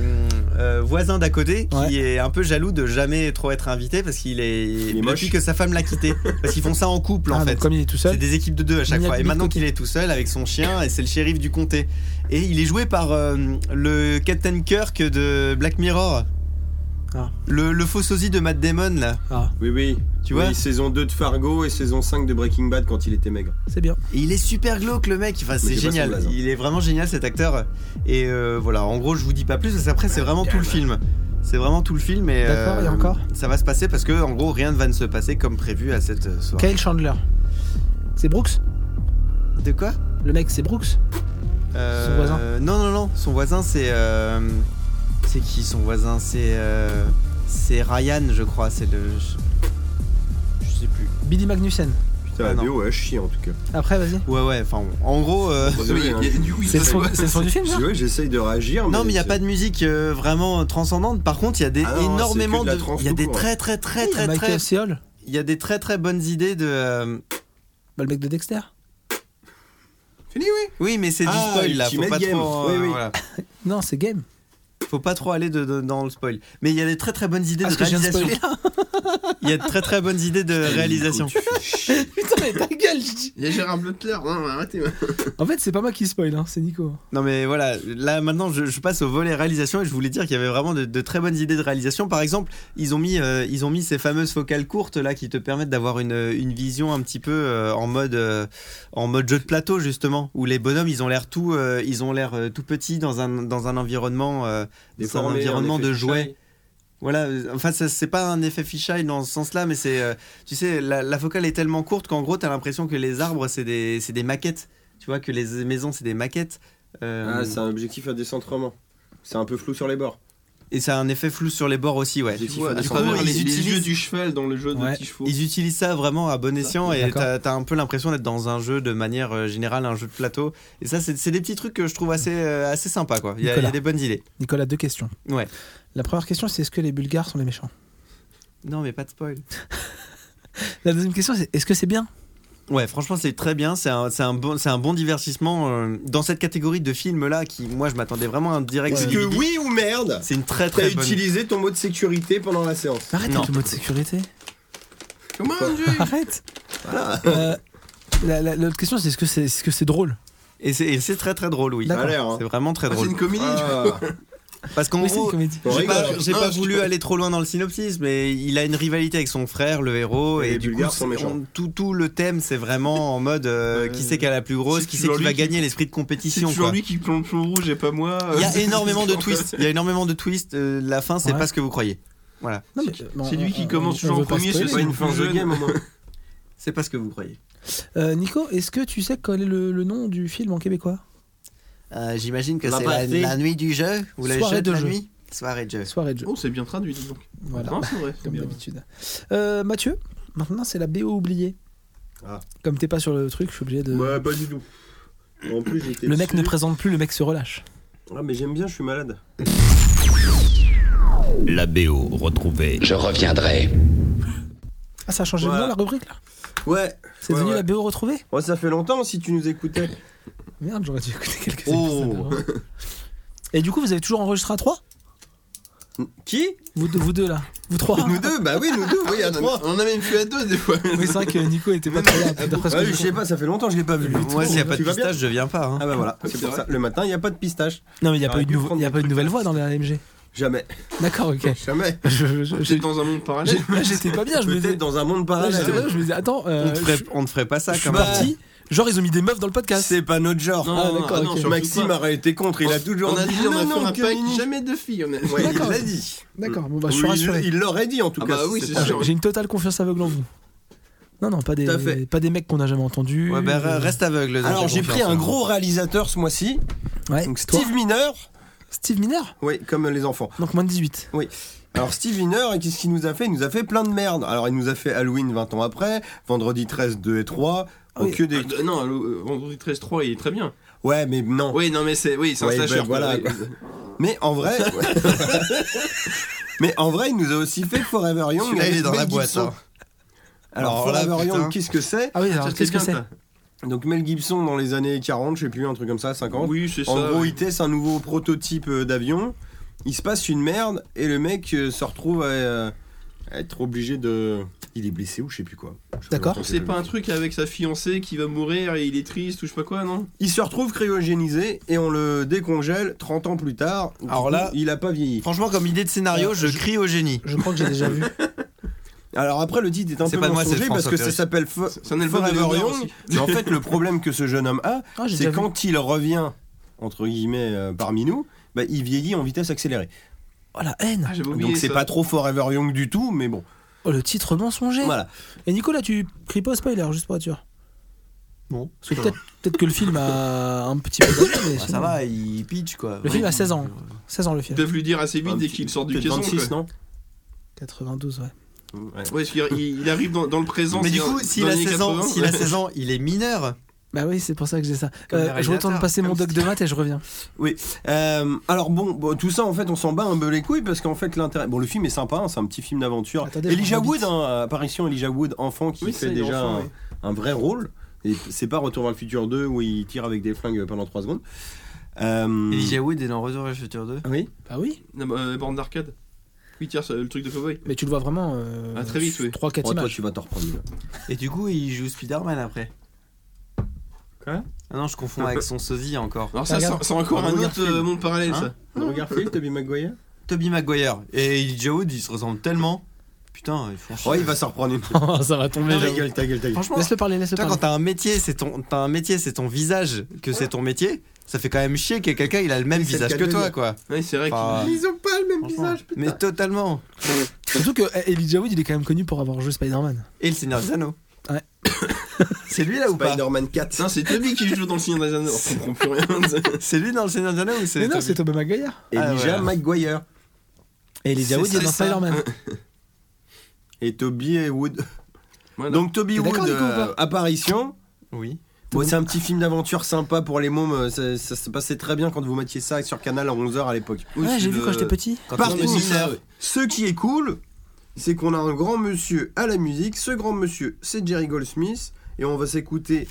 [SPEAKER 2] euh, voisin d'à côté qui
[SPEAKER 6] Ouais.
[SPEAKER 2] est un peu jaloux de jamais trop être invité parce qu'il est,
[SPEAKER 3] est moche.
[SPEAKER 2] depuis que sa femme l'a quitté parce qu'ils font ça en couple
[SPEAKER 6] Ah,
[SPEAKER 2] en fait.
[SPEAKER 6] donc, comme il est tout
[SPEAKER 2] C'est
[SPEAKER 6] seul.
[SPEAKER 2] des équipes de deux à chaque
[SPEAKER 6] Il y a
[SPEAKER 2] fois. Et
[SPEAKER 6] de
[SPEAKER 2] maintenant
[SPEAKER 6] l'autre
[SPEAKER 2] qu'il est tout seul avec son chien, et c'est le shérif du comté. Et il est joué par euh, le Captain Kirk de Black Mirror.
[SPEAKER 6] Ah.
[SPEAKER 2] Le, le faux sosie de Matt Damon là.
[SPEAKER 6] Ah,
[SPEAKER 3] Oui, oui.
[SPEAKER 2] Tu
[SPEAKER 3] Tu
[SPEAKER 2] vois
[SPEAKER 3] vois Saison 2 de Fargo et saison 5 de Breaking Bad quand il était maigre.
[SPEAKER 6] c'est bien.
[SPEAKER 2] Et il est super glauque le mec, enfin
[SPEAKER 3] Mais
[SPEAKER 2] c'est
[SPEAKER 3] j'ai pas
[SPEAKER 2] génial,
[SPEAKER 3] son blaze, hein.
[SPEAKER 2] il est vraiment génial cet acteur. Et euh, voilà, en gros je vous dis pas plus parce qu'après c'est vraiment tout le film. C'est vraiment tout le film et euh,
[SPEAKER 6] D'accord, et encore
[SPEAKER 2] ça va se passer parce que en gros rien ne va ne se passer comme prévu à cette euh, soirée.
[SPEAKER 6] Kyle Chandler. C'est Brooks
[SPEAKER 2] De quoi
[SPEAKER 6] Le mec, c'est Brooks
[SPEAKER 2] Euh,
[SPEAKER 6] Son voisin.
[SPEAKER 2] Non non non, son voisin c'est euh, c'est qui son voisin C'est euh, c'est Ryan je crois, c'est le je- je sais plus.
[SPEAKER 6] Billy Magnussen.
[SPEAKER 3] Putain,
[SPEAKER 2] Ah,
[SPEAKER 3] la
[SPEAKER 2] non.
[SPEAKER 3] bio, elle chie en tout cas.
[SPEAKER 6] Après, vas-y.
[SPEAKER 2] Ouais ouais, enfin bon. en gros euh,
[SPEAKER 1] Oui, il y a- du coup, il
[SPEAKER 6] C'est le
[SPEAKER 1] s'appelle-
[SPEAKER 6] son, c'est le son du film, ça
[SPEAKER 3] Tu vois, j'essaye de réagir.
[SPEAKER 2] Non, mais il n'y a pas de musique euh, vraiment transcendante. Par contre, il y a des
[SPEAKER 3] Ah non, c'est
[SPEAKER 2] énormément
[SPEAKER 3] que de la
[SPEAKER 2] de.
[SPEAKER 3] trance
[SPEAKER 2] Il y a
[SPEAKER 3] tout
[SPEAKER 2] des
[SPEAKER 3] court.
[SPEAKER 2] très, très, très, très,
[SPEAKER 6] Michael
[SPEAKER 2] très.
[SPEAKER 6] Seol.
[SPEAKER 2] Il y a des très, très bonnes idées de. euh,
[SPEAKER 6] Bah, le mec de Dexter.
[SPEAKER 3] Fini, oui
[SPEAKER 2] Oui, mais c'est du
[SPEAKER 3] Ah,
[SPEAKER 2] spoil là. Faut
[SPEAKER 6] Ah,
[SPEAKER 3] Ultimate
[SPEAKER 2] pas
[SPEAKER 3] Game.
[SPEAKER 2] trop.
[SPEAKER 3] Oui, oui.
[SPEAKER 2] voilà.
[SPEAKER 6] Non, c'est Game.
[SPEAKER 2] Faut pas trop aller de- de- dans le spoil. Mais il y a des très très bonnes idées
[SPEAKER 6] Ah,
[SPEAKER 2] de
[SPEAKER 6] parce que j'ai un
[SPEAKER 2] réalisation. Il y a de très très bonnes idées de réalisation.
[SPEAKER 6] Ah, Putain, mais ta gueule je dis.
[SPEAKER 1] Il y a Gérard Butler, non, arrêtez.
[SPEAKER 6] En fait, c'est pas moi qui spoil, hein, c'est Nico.
[SPEAKER 2] Non mais voilà, là maintenant je, je passe au volet réalisation et je voulais dire qu'il y avait vraiment de, de très bonnes idées de réalisation. Par exemple, ils ont mis, euh, ils ont mis ces fameuses focales courtes là qui te permettent d'avoir une, une vision un petit peu euh, en mode euh, en mode jeu de plateau justement où les bonhommes ils ont l'air tout euh, ils ont l'air euh, tout petits dans un dans un environnement euh, dans un environnement de jouets. Voilà, euh, enfin ça, c'est pas un effet fisheye dans ce sens-là, mais c'est, euh, tu sais, la, la focale est tellement courte qu'en gros t'as l'impression que les arbres c'est des, c'est des maquettes, tu vois, que les maisons c'est des maquettes. euh,
[SPEAKER 3] Ah, c'est un objectif à décentrement. C'est un peu flou sur les bords.
[SPEAKER 2] et ça a un effet flou sur les bords aussi, ouais.
[SPEAKER 3] Objectif
[SPEAKER 1] Tu vois,
[SPEAKER 3] à
[SPEAKER 1] à
[SPEAKER 2] du coup,
[SPEAKER 1] travers
[SPEAKER 2] ils
[SPEAKER 1] les, les
[SPEAKER 2] utilisent-
[SPEAKER 1] yeux du cheval dans le jeu de
[SPEAKER 6] Ouais.
[SPEAKER 1] petits chevaux.
[SPEAKER 2] Ils utilisent ça vraiment à bon escient et
[SPEAKER 6] D'accord.
[SPEAKER 2] t'as t'as un peu l'impression d'être dans un jeu de manière euh, générale, un jeu de plateau. Et ça, c'est c'est des petits trucs que je trouve assez, euh, assez sympa, quoi. Il y, a- il y
[SPEAKER 6] Nicolas.
[SPEAKER 2] a des bonnes idées.
[SPEAKER 6] Nicolas, deux questions.
[SPEAKER 2] Ouais.
[SPEAKER 6] La première question, c'est est-ce que les Bulgares sont les méchants
[SPEAKER 2] Non, mais pas de spoil.
[SPEAKER 6] La deuxième question, c'est est-ce que c'est bien
[SPEAKER 2] Ouais, franchement, c'est très bien. C'est un, c'est un, bon, c'est un bon divertissement euh, dans cette catégorie de films-là qui, moi, je m'attendais vraiment à un direct.
[SPEAKER 3] Est-ce
[SPEAKER 2] de
[SPEAKER 3] que
[SPEAKER 2] Billy.
[SPEAKER 3] oui ou merde
[SPEAKER 2] C'est une très
[SPEAKER 3] T'as
[SPEAKER 2] très bonne.
[SPEAKER 3] utilisé ton mot de sécurité pendant la séance.
[SPEAKER 6] Arrête
[SPEAKER 2] Non.
[SPEAKER 6] avec le mot de sécurité.
[SPEAKER 1] Comment
[SPEAKER 6] Arrête Euh, la- la- L'autre question, c'est est-ce que c'est est-ce que c'est drôle
[SPEAKER 2] Et c'est, et c'est très très drôle, oui.
[SPEAKER 6] D'accord.
[SPEAKER 3] Ça a l'air, hein.
[SPEAKER 2] C'est vraiment très
[SPEAKER 1] C'est
[SPEAKER 2] drôle.
[SPEAKER 1] une comédie.
[SPEAKER 3] Ah,
[SPEAKER 2] Parce qu'en
[SPEAKER 6] Oui, c'est une
[SPEAKER 2] gros,
[SPEAKER 6] comédie.
[SPEAKER 3] on
[SPEAKER 2] j'ai
[SPEAKER 3] rigole,
[SPEAKER 2] pas,
[SPEAKER 3] alors.
[SPEAKER 2] j'ai
[SPEAKER 1] Non,
[SPEAKER 2] pas
[SPEAKER 1] je-
[SPEAKER 2] voulu aller trop loin dans le synopsis, mais il a une rivalité avec son frère, le héros,
[SPEAKER 3] Et
[SPEAKER 2] et,
[SPEAKER 3] les
[SPEAKER 2] du
[SPEAKER 3] Bulgares
[SPEAKER 2] coup,
[SPEAKER 3] sont
[SPEAKER 2] c'est-
[SPEAKER 3] méchants.
[SPEAKER 2] on- tout, tout le thème, c'est vraiment en mode euh,
[SPEAKER 1] Ouais.
[SPEAKER 2] qui c'est qui a la plus grosse,
[SPEAKER 1] C'est
[SPEAKER 2] qui c'est
[SPEAKER 1] toujours
[SPEAKER 2] qui va
[SPEAKER 1] lui qui-
[SPEAKER 2] gagner l'esprit de
[SPEAKER 1] C'est
[SPEAKER 2] compétition.
[SPEAKER 1] toujours
[SPEAKER 2] quoi.
[SPEAKER 1] lui euh, qui plante le plomb rouge et pas moi.
[SPEAKER 2] Il y a énormément de twists. Il y a énormément de twists. euh, la fin, c'est
[SPEAKER 6] Ouais.
[SPEAKER 2] pas ce que vous croyez. Voilà,
[SPEAKER 6] Non, mais, bon,
[SPEAKER 1] C'est lui
[SPEAKER 6] on-
[SPEAKER 1] qui
[SPEAKER 6] on-
[SPEAKER 1] commence
[SPEAKER 6] on
[SPEAKER 1] toujours
[SPEAKER 6] veut
[SPEAKER 1] en
[SPEAKER 6] pas
[SPEAKER 1] premier,
[SPEAKER 6] spoiler.
[SPEAKER 1] c'est pas une fin de game.
[SPEAKER 2] c'est pas ce que vous croyez.
[SPEAKER 6] Euh, Nico, est-ce que tu sais quel est le, le nom du film en québécois
[SPEAKER 2] Euh, J'imagine que
[SPEAKER 3] La
[SPEAKER 2] c'est la,
[SPEAKER 3] partie.
[SPEAKER 2] la nuit du jeu ou le
[SPEAKER 6] Soirée
[SPEAKER 2] jeu de,
[SPEAKER 6] de
[SPEAKER 2] la
[SPEAKER 6] jeu.
[SPEAKER 2] nuit Soirée de jeu.
[SPEAKER 6] Soirée de jeu.
[SPEAKER 1] Oh, c'est bien traduit, dis donc.
[SPEAKER 6] Voilà,
[SPEAKER 1] Non, c'est vrai. c'est
[SPEAKER 6] comme
[SPEAKER 1] bien.
[SPEAKER 6] d'habitude. Euh, Mathieu, maintenant c'est la BO oubliée.
[SPEAKER 3] Ah.
[SPEAKER 6] Comme t'es pas sur le truc, je suis obligé de.
[SPEAKER 3] Ouais, Bah, pas du tout. En plus, j'étais.
[SPEAKER 6] le mec ne
[SPEAKER 3] dessus.
[SPEAKER 6] présente plus, le mec se relâche.
[SPEAKER 3] Ah, mais j'aime bien, je suis malade.
[SPEAKER 10] La BO retrouvée.
[SPEAKER 11] Je reviendrai.
[SPEAKER 6] Ah, ça a changé de
[SPEAKER 3] Voilà.
[SPEAKER 6] nom la rubrique là
[SPEAKER 3] Ouais.
[SPEAKER 6] C'est
[SPEAKER 3] Ouais,
[SPEAKER 6] devenu
[SPEAKER 3] ouais.
[SPEAKER 6] la BO retrouvée
[SPEAKER 3] Oh, ça fait longtemps si tu nous écoutais.
[SPEAKER 6] Merde, j'aurais dû écouter quelques
[SPEAKER 3] Oh.
[SPEAKER 6] épisodes avant. Et du coup, vous avez toujours enregistré à 3
[SPEAKER 3] Qui
[SPEAKER 6] vous deux, vous deux là Vous trois
[SPEAKER 3] Nous deux Bah oui, nous deux, oui, à
[SPEAKER 1] On en a-
[SPEAKER 3] trois.
[SPEAKER 1] on en a même fait à deux des fois.
[SPEAKER 6] Oui, c'est vrai que Nico était pas très là. D'après ce que
[SPEAKER 3] Ouais,
[SPEAKER 6] je
[SPEAKER 3] Ah je sais
[SPEAKER 6] comprends.
[SPEAKER 3] pas, ça fait longtemps que je l'ai pas vu.
[SPEAKER 2] Moi, s'il n'y a pas de
[SPEAKER 3] Tu vas bien
[SPEAKER 2] pistache, je viens pas. hein.
[SPEAKER 3] Ah bah voilà,
[SPEAKER 1] C'est
[SPEAKER 3] c'est pour
[SPEAKER 1] vrai.
[SPEAKER 3] ça. Le matin, il n'y a pas de pistache.
[SPEAKER 6] Non, mais il n'y a pas
[SPEAKER 3] J'aurais
[SPEAKER 6] eu de
[SPEAKER 3] pu
[SPEAKER 6] nouveau-
[SPEAKER 3] prendre
[SPEAKER 6] y a
[SPEAKER 3] des
[SPEAKER 6] pas eu de
[SPEAKER 3] trucs
[SPEAKER 6] nouvelle voix dans la AMG.
[SPEAKER 3] Jamais.
[SPEAKER 6] D'accord, ok.
[SPEAKER 3] Jamais.
[SPEAKER 6] Je- je- je-
[SPEAKER 1] J'étais dans un monde parallèle.
[SPEAKER 6] j'ai- là, j'étais pas bien, je me disais.
[SPEAKER 3] Peut-être dans un monde
[SPEAKER 6] Là, j'étais
[SPEAKER 3] parallèle.
[SPEAKER 6] là, je me disais, attends, euh,
[SPEAKER 2] on, te
[SPEAKER 6] je-
[SPEAKER 2] ferait, on te ferait pas ça
[SPEAKER 6] je suis
[SPEAKER 2] comme
[SPEAKER 6] parti. Genre, ils ont mis des meufs dans le podcast.
[SPEAKER 2] C'est pas notre genre.
[SPEAKER 1] Non,
[SPEAKER 6] Ah,
[SPEAKER 1] non, non,
[SPEAKER 6] d'accord,
[SPEAKER 1] ah, non,
[SPEAKER 6] ok.
[SPEAKER 1] surtout
[SPEAKER 3] Maxime
[SPEAKER 1] pas.
[SPEAKER 3] aurait été contre, il a toujours
[SPEAKER 1] On a
[SPEAKER 3] dit
[SPEAKER 1] dit, on a
[SPEAKER 3] non, non,
[SPEAKER 1] fait un
[SPEAKER 3] Camini.
[SPEAKER 1] pack, jamais de filles. on a-
[SPEAKER 3] Ouais, il
[SPEAKER 6] D'accord.
[SPEAKER 3] l'a dit.
[SPEAKER 6] D'accord, bon, bah,
[SPEAKER 3] Ou
[SPEAKER 6] je suis
[SPEAKER 3] il
[SPEAKER 6] rassuré.
[SPEAKER 3] il l'aurait dit en tout
[SPEAKER 1] Ah
[SPEAKER 3] cas.
[SPEAKER 1] bah oui, c'est
[SPEAKER 3] pas-
[SPEAKER 1] sûr.
[SPEAKER 6] J'ai une totale confiance aveugle en vous. Non, non, pas des,
[SPEAKER 3] Tout à fait.
[SPEAKER 6] pas des mecs qu'on n'a jamais entendus.
[SPEAKER 2] Ouais, bah, re- reste aveugle.
[SPEAKER 3] Alors j'ai pris un gros réalisateur ce mois-ci,
[SPEAKER 6] Ouais,
[SPEAKER 3] donc
[SPEAKER 6] toi,
[SPEAKER 3] Steve Miner.
[SPEAKER 6] Steve Miner
[SPEAKER 3] Oui, comme les enfants.
[SPEAKER 6] Donc moins de 18.
[SPEAKER 3] Alors Steve Wiener, qu'est-ce qu'il nous a fait Il nous a fait plein de merde. Alors il nous a fait Halloween 20 ans après, Vendredi 13, 2 et 3.
[SPEAKER 6] Ah oui.
[SPEAKER 3] que des...
[SPEAKER 1] Ah, Non, le- euh, Vendredi 13 3, il est très bien.
[SPEAKER 3] Ouais, mais non.
[SPEAKER 1] Oui, non, mais c'est oui, c'est un
[SPEAKER 3] Ouais, ben,
[SPEAKER 1] slasher. quoi,
[SPEAKER 3] voilà,
[SPEAKER 1] oui.
[SPEAKER 3] quoi. Mais en vrai... mais en vrai, il nous a aussi fait Forever Young.
[SPEAKER 2] Celui-là, il
[SPEAKER 3] avec
[SPEAKER 2] est dans
[SPEAKER 3] Mel
[SPEAKER 2] la boîte,
[SPEAKER 3] Gibson.
[SPEAKER 2] hein.
[SPEAKER 3] Alors
[SPEAKER 2] Alors là,
[SPEAKER 3] Forever
[SPEAKER 2] putain.
[SPEAKER 3] Young, qu'est-ce que c'est
[SPEAKER 6] Ah oui,
[SPEAKER 1] Ça,
[SPEAKER 6] alors
[SPEAKER 1] c'est
[SPEAKER 6] qu'est-ce que c'est
[SPEAKER 1] quelqu'un,
[SPEAKER 3] Donc Mel Gibson dans les années 40, je sais plus, un truc comme ça,
[SPEAKER 1] ça.
[SPEAKER 3] 50.
[SPEAKER 1] Oui, c'est ça.
[SPEAKER 3] En gros,
[SPEAKER 1] oui.
[SPEAKER 3] il teste un nouveau prototype euh, d'avion. Il se passe une merde et le mec euh, se retrouve à, euh, à être obligé de. Il est blessé ou je sais plus quoi. Je sais
[SPEAKER 6] D'accord.
[SPEAKER 3] plus.
[SPEAKER 1] C'est pas un truc avec sa fiancée qui va mourir et il est triste ou je sais pas quoi, non
[SPEAKER 3] Il se retrouve cryogénisé et on le décongèle 30 ans plus tard. Du
[SPEAKER 2] Alors
[SPEAKER 3] coup,
[SPEAKER 2] là-
[SPEAKER 3] il a pas vieilli.
[SPEAKER 2] Franchement, comme idée de scénario,
[SPEAKER 6] Euh,
[SPEAKER 2] je
[SPEAKER 6] je-
[SPEAKER 2] crie au génie. Bah,
[SPEAKER 6] Je crois que j'ai déjà vu.
[SPEAKER 3] Alors après, le titre est un
[SPEAKER 2] C'est
[SPEAKER 3] peu
[SPEAKER 2] pas de moi, c'est
[SPEAKER 3] mensonger
[SPEAKER 2] de
[SPEAKER 3] parce
[SPEAKER 2] François
[SPEAKER 3] que ça
[SPEAKER 2] Pérus.
[SPEAKER 3] s'appelle Fo-
[SPEAKER 1] C'est un album de
[SPEAKER 3] Forever
[SPEAKER 1] Léonard
[SPEAKER 3] Young.
[SPEAKER 1] aussi.
[SPEAKER 3] Mais en fait, le problème que ce jeune homme a,
[SPEAKER 2] Oh,
[SPEAKER 6] Ah, j'ai
[SPEAKER 3] c'est
[SPEAKER 6] déjà vu.
[SPEAKER 3] quand il revient entre guillemets euh, parmi nous, bah, il vieillit en vitesse accélérée.
[SPEAKER 6] Oh la haine
[SPEAKER 1] Ah, j'avais oublié.
[SPEAKER 3] Donc c'est
[SPEAKER 1] ça.
[SPEAKER 3] pas trop Forever Young du tout, mais bon.
[SPEAKER 6] Oh le titre
[SPEAKER 1] Eh,
[SPEAKER 6] mensonger
[SPEAKER 3] Voilà.
[SPEAKER 6] Et Nicolas, tu cries pas au spoiler, juste pour être sûr
[SPEAKER 2] Non.
[SPEAKER 6] Parce que peut-être peut-être que le film a un petit peu d'âge,
[SPEAKER 2] Bah,
[SPEAKER 6] mais sinon-
[SPEAKER 2] ça va, il pitch quoi.
[SPEAKER 6] Le film a 16 ans. 16 ans le
[SPEAKER 1] Ils
[SPEAKER 6] film.
[SPEAKER 1] peuvent lui dire assez vite dès qu'il sort du
[SPEAKER 3] Peut-être
[SPEAKER 1] caisson.
[SPEAKER 3] 26,
[SPEAKER 1] quoi.
[SPEAKER 3] non
[SPEAKER 6] 92, ouais.
[SPEAKER 3] Ouais.
[SPEAKER 1] Ouais, parce qu'il- il, il arrive dans, dans le présent.
[SPEAKER 2] Mais
[SPEAKER 1] c'est
[SPEAKER 2] du
[SPEAKER 1] un-
[SPEAKER 2] coup, s'il
[SPEAKER 1] dans
[SPEAKER 2] a
[SPEAKER 1] les
[SPEAKER 2] 16 ans,
[SPEAKER 1] 80,
[SPEAKER 2] s'il a 16 ans, il est mineur.
[SPEAKER 6] Bah oui, c'est pour ça que j'ai ça.
[SPEAKER 2] Comme
[SPEAKER 6] Euh,
[SPEAKER 2] les
[SPEAKER 6] je retourne
[SPEAKER 2] réalisateurs,
[SPEAKER 6] passer mon
[SPEAKER 2] comme
[SPEAKER 6] doc de maths et je reviens.
[SPEAKER 3] Euh, alors bon, bon, tout ça en fait on s'en bat un peu les couilles parce qu'en fait l'intérêt... Bon le film est sympa, hein, c'est un petit film d'aventure.
[SPEAKER 6] Attendez, je
[SPEAKER 3] Elijah
[SPEAKER 6] prends
[SPEAKER 3] Wood, hein, apparition Elijah Wood enfant qui
[SPEAKER 1] Oui, ça,
[SPEAKER 3] fait
[SPEAKER 1] il est
[SPEAKER 3] déjà
[SPEAKER 1] enfant,
[SPEAKER 3] un,
[SPEAKER 1] ouais.
[SPEAKER 3] un vrai rôle. Et c'est pas Retour vers le futur 2 où il tire avec des flingues pendant 3 secondes. Euh,
[SPEAKER 2] Elijah Wood est dans Retour vers le futur 2.
[SPEAKER 3] Oui
[SPEAKER 6] Bah oui,
[SPEAKER 1] Non, bah, euh, borne d'arcade. Oui, tiens, c'est le truc de cowboy.
[SPEAKER 6] mais tu le vois vraiment. Euh,
[SPEAKER 1] Ah, très vite, oui.
[SPEAKER 6] 3-4
[SPEAKER 3] Oh, toi,
[SPEAKER 6] images.
[SPEAKER 3] tu vas t'en reprendre. là.
[SPEAKER 2] Et du coup, il joue Spider-Man après.
[SPEAKER 3] Quoi
[SPEAKER 2] Ah non, je confonds avec son sosie encore.
[SPEAKER 1] Alors, ça,
[SPEAKER 6] Regarde.
[SPEAKER 1] c'est c'est encore
[SPEAKER 3] On
[SPEAKER 1] un
[SPEAKER 3] regarde
[SPEAKER 1] autre euh,
[SPEAKER 3] film.
[SPEAKER 1] monde parallèle,
[SPEAKER 2] Hein
[SPEAKER 1] ça.
[SPEAKER 3] On regarde Phil, Toby Maguire
[SPEAKER 2] Toby Maguire et Elijah Wood, ils se ressemblent tellement. Putain, ils font chier.
[SPEAKER 3] Oh, il va s'en reprendre une.
[SPEAKER 6] Oh, ça va tomber.
[SPEAKER 3] Ta
[SPEAKER 6] j'avoue.
[SPEAKER 3] gueule, ta gueule, ta gueule.
[SPEAKER 2] Franchement,
[SPEAKER 6] Laisse-le parler, laisse-le
[SPEAKER 2] Toi,
[SPEAKER 6] parler.
[SPEAKER 2] quand t'as un métier, c'est ton, t'as un métier, c'est ton visage que c'est ton métier. Ça fait quand même chier que quelqu'un il a le même
[SPEAKER 3] Oui, c'est le
[SPEAKER 2] visage
[SPEAKER 3] cas
[SPEAKER 2] que
[SPEAKER 3] de le
[SPEAKER 2] toi,
[SPEAKER 3] dire.
[SPEAKER 2] quoi.
[SPEAKER 1] Oui, c'est vrai que.
[SPEAKER 2] Enfin,
[SPEAKER 3] Ils ont pas le même
[SPEAKER 2] franchement.
[SPEAKER 3] visage, putain.
[SPEAKER 2] mais totalement.
[SPEAKER 6] Surtout que eh, Elijah Wood, il est quand même connu pour avoir joué Spider-Man.
[SPEAKER 2] Et le Seigneur des Anneaux.
[SPEAKER 6] Ouais.
[SPEAKER 2] c'est lui là ou pas
[SPEAKER 3] Spider-Man 4.
[SPEAKER 1] Non, c'est Toby qui joue dans le Seigneur des Anneaux. On comprend plus rien.
[SPEAKER 2] C'est lui dans le Seigneur des Anneaux ou c'est
[SPEAKER 6] Mais non,
[SPEAKER 2] Toby
[SPEAKER 6] c'est Tobey Maguire.
[SPEAKER 2] Ah,
[SPEAKER 3] Elijah
[SPEAKER 2] voilà.
[SPEAKER 3] Maguire.
[SPEAKER 6] Et Elijah
[SPEAKER 2] C'est
[SPEAKER 6] Wood, il est
[SPEAKER 2] ça,
[SPEAKER 6] dans
[SPEAKER 2] ça.
[SPEAKER 6] Spider-Man.
[SPEAKER 3] Et Toby Wood.
[SPEAKER 1] Voilà.
[SPEAKER 3] Donc Toby
[SPEAKER 6] T'es
[SPEAKER 3] Wood,
[SPEAKER 6] d'accord, Nico, ou pas
[SPEAKER 3] euh, apparition.
[SPEAKER 2] Oui.
[SPEAKER 3] Bon, c'est un petit film d'aventure sympa pour les mômes. euh, Ça, ça se passait très bien quand vous mettiez ça sur Canal à 11h à l'époque.
[SPEAKER 1] Oui,
[SPEAKER 6] Ouais,
[SPEAKER 1] c'est
[SPEAKER 6] j'ai vu
[SPEAKER 1] le-
[SPEAKER 6] quand j'étais petit.
[SPEAKER 3] Par
[SPEAKER 1] on est
[SPEAKER 3] contre,
[SPEAKER 1] mineur, ouais.
[SPEAKER 3] ce qui est cool, c'est qu'on a un grand monsieur à la musique. Ce grand monsieur, c'est Jerry Goldsmith. Et on va s'écouter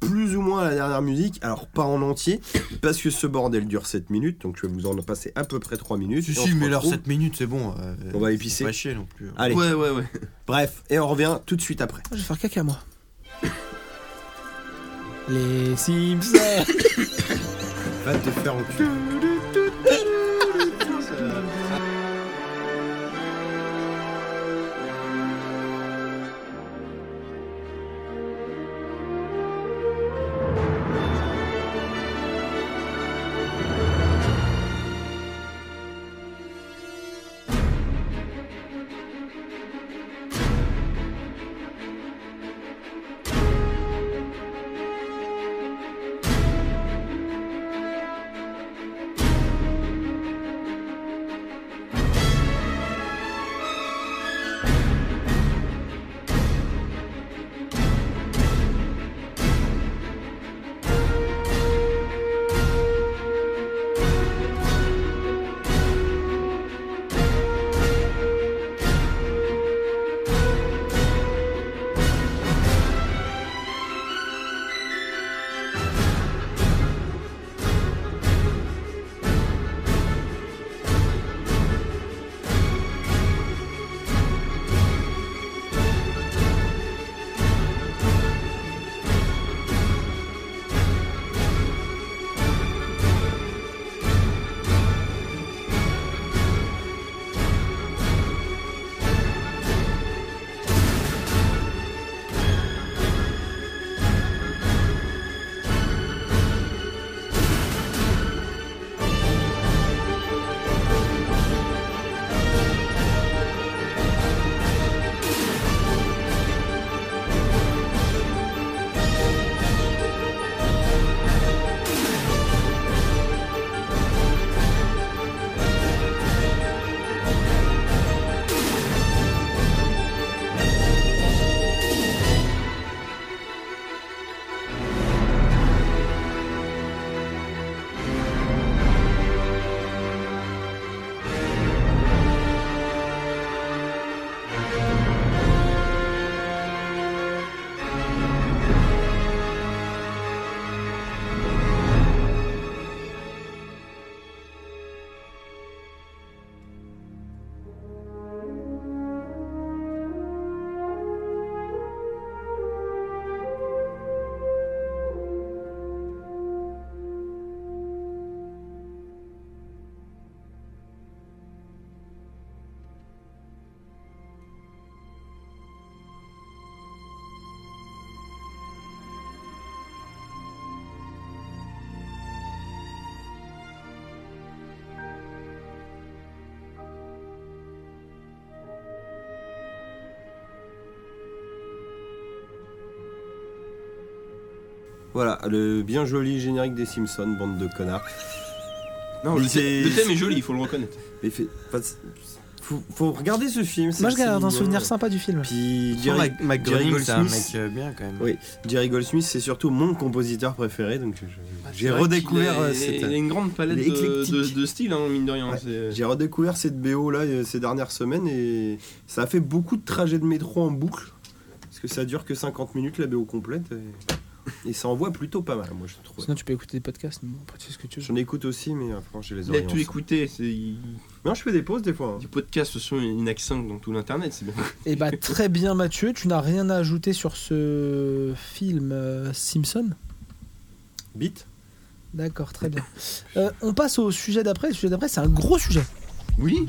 [SPEAKER 3] plus ou moins la dernière musique. Alors, pas en entier, parce que ce bordel dure 7 minutes. Donc, je vais vous en passer à peu près 3 minutes.
[SPEAKER 2] Si,
[SPEAKER 3] Et on
[SPEAKER 2] si,
[SPEAKER 3] se
[SPEAKER 2] mais leur
[SPEAKER 3] retrouve.
[SPEAKER 2] 7 minutes, c'est bon. euh,
[SPEAKER 3] On va
[SPEAKER 2] faut
[SPEAKER 3] épicer.
[SPEAKER 2] Pas chier non plus.
[SPEAKER 3] Allez,
[SPEAKER 1] Ouais, ouais, ouais.
[SPEAKER 3] bref. Et on revient tout de suite après.
[SPEAKER 6] Ah, Je vais faire caca, moi. Les Simpsons.
[SPEAKER 3] Va te faire enculer. Voilà, le bien joli générique des Simpsons, bande de connards.
[SPEAKER 1] Non,
[SPEAKER 3] Mais
[SPEAKER 1] le,
[SPEAKER 3] c'est-
[SPEAKER 1] thème, le thème est joli, il faut le reconnaître.
[SPEAKER 3] Mais fait- enfin, c'est- faut, faut regarder ce film. c'est-
[SPEAKER 6] Moi, je
[SPEAKER 3] c'est
[SPEAKER 6] garde un
[SPEAKER 3] mignon.
[SPEAKER 6] souvenir sympa du film.
[SPEAKER 3] Puis
[SPEAKER 2] Jerry,
[SPEAKER 3] Jerry, Jerry
[SPEAKER 2] c'est un
[SPEAKER 3] Goldsmith.
[SPEAKER 2] mec euh, bien quand même.
[SPEAKER 3] Oui. Jerry Goldsmith, c'est surtout mon compositeur préféré, donc je- je- Ah, j'ai
[SPEAKER 1] Bah, C'est vrai
[SPEAKER 3] redécouvert
[SPEAKER 1] qu'il est-
[SPEAKER 3] euh,
[SPEAKER 1] Il a
[SPEAKER 3] cette.
[SPEAKER 1] une grande palette
[SPEAKER 3] il est
[SPEAKER 1] de, de,
[SPEAKER 3] éclectique.
[SPEAKER 1] de styles, hein, mine de rien.
[SPEAKER 3] Ouais.
[SPEAKER 1] c'est-
[SPEAKER 3] J'ai redécouvert cette BO là euh, ces dernières semaines et ça a fait beaucoup de trajets de métro en boucle parce que ça dure que 50 minutes la BO complète. et Et ça envoie plutôt pas mal, moi je trouve.
[SPEAKER 6] Sinon, tu peux écouter des podcasts. mais bon, après, tu sais ce que tu veux.
[SPEAKER 3] J'en écoute aussi, mais euh, franchement, j'ai les
[SPEAKER 1] Il a
[SPEAKER 3] oreilles. en
[SPEAKER 1] tout
[SPEAKER 3] sang.
[SPEAKER 1] écouté. c'est- il-
[SPEAKER 3] Non, je fais des pauses des fois. hein.
[SPEAKER 1] Les podcasts sont inaccessibles dans tout l'internet, c'est bien.
[SPEAKER 6] Et bah, très bien, Mathieu. Tu n'as rien à ajouter sur ce film euh, Simpson
[SPEAKER 3] Bit
[SPEAKER 6] D'accord, très bien. Euh, on passe au sujet d'après. Le sujet d'après, c'est un gros sujet.
[SPEAKER 1] Oui,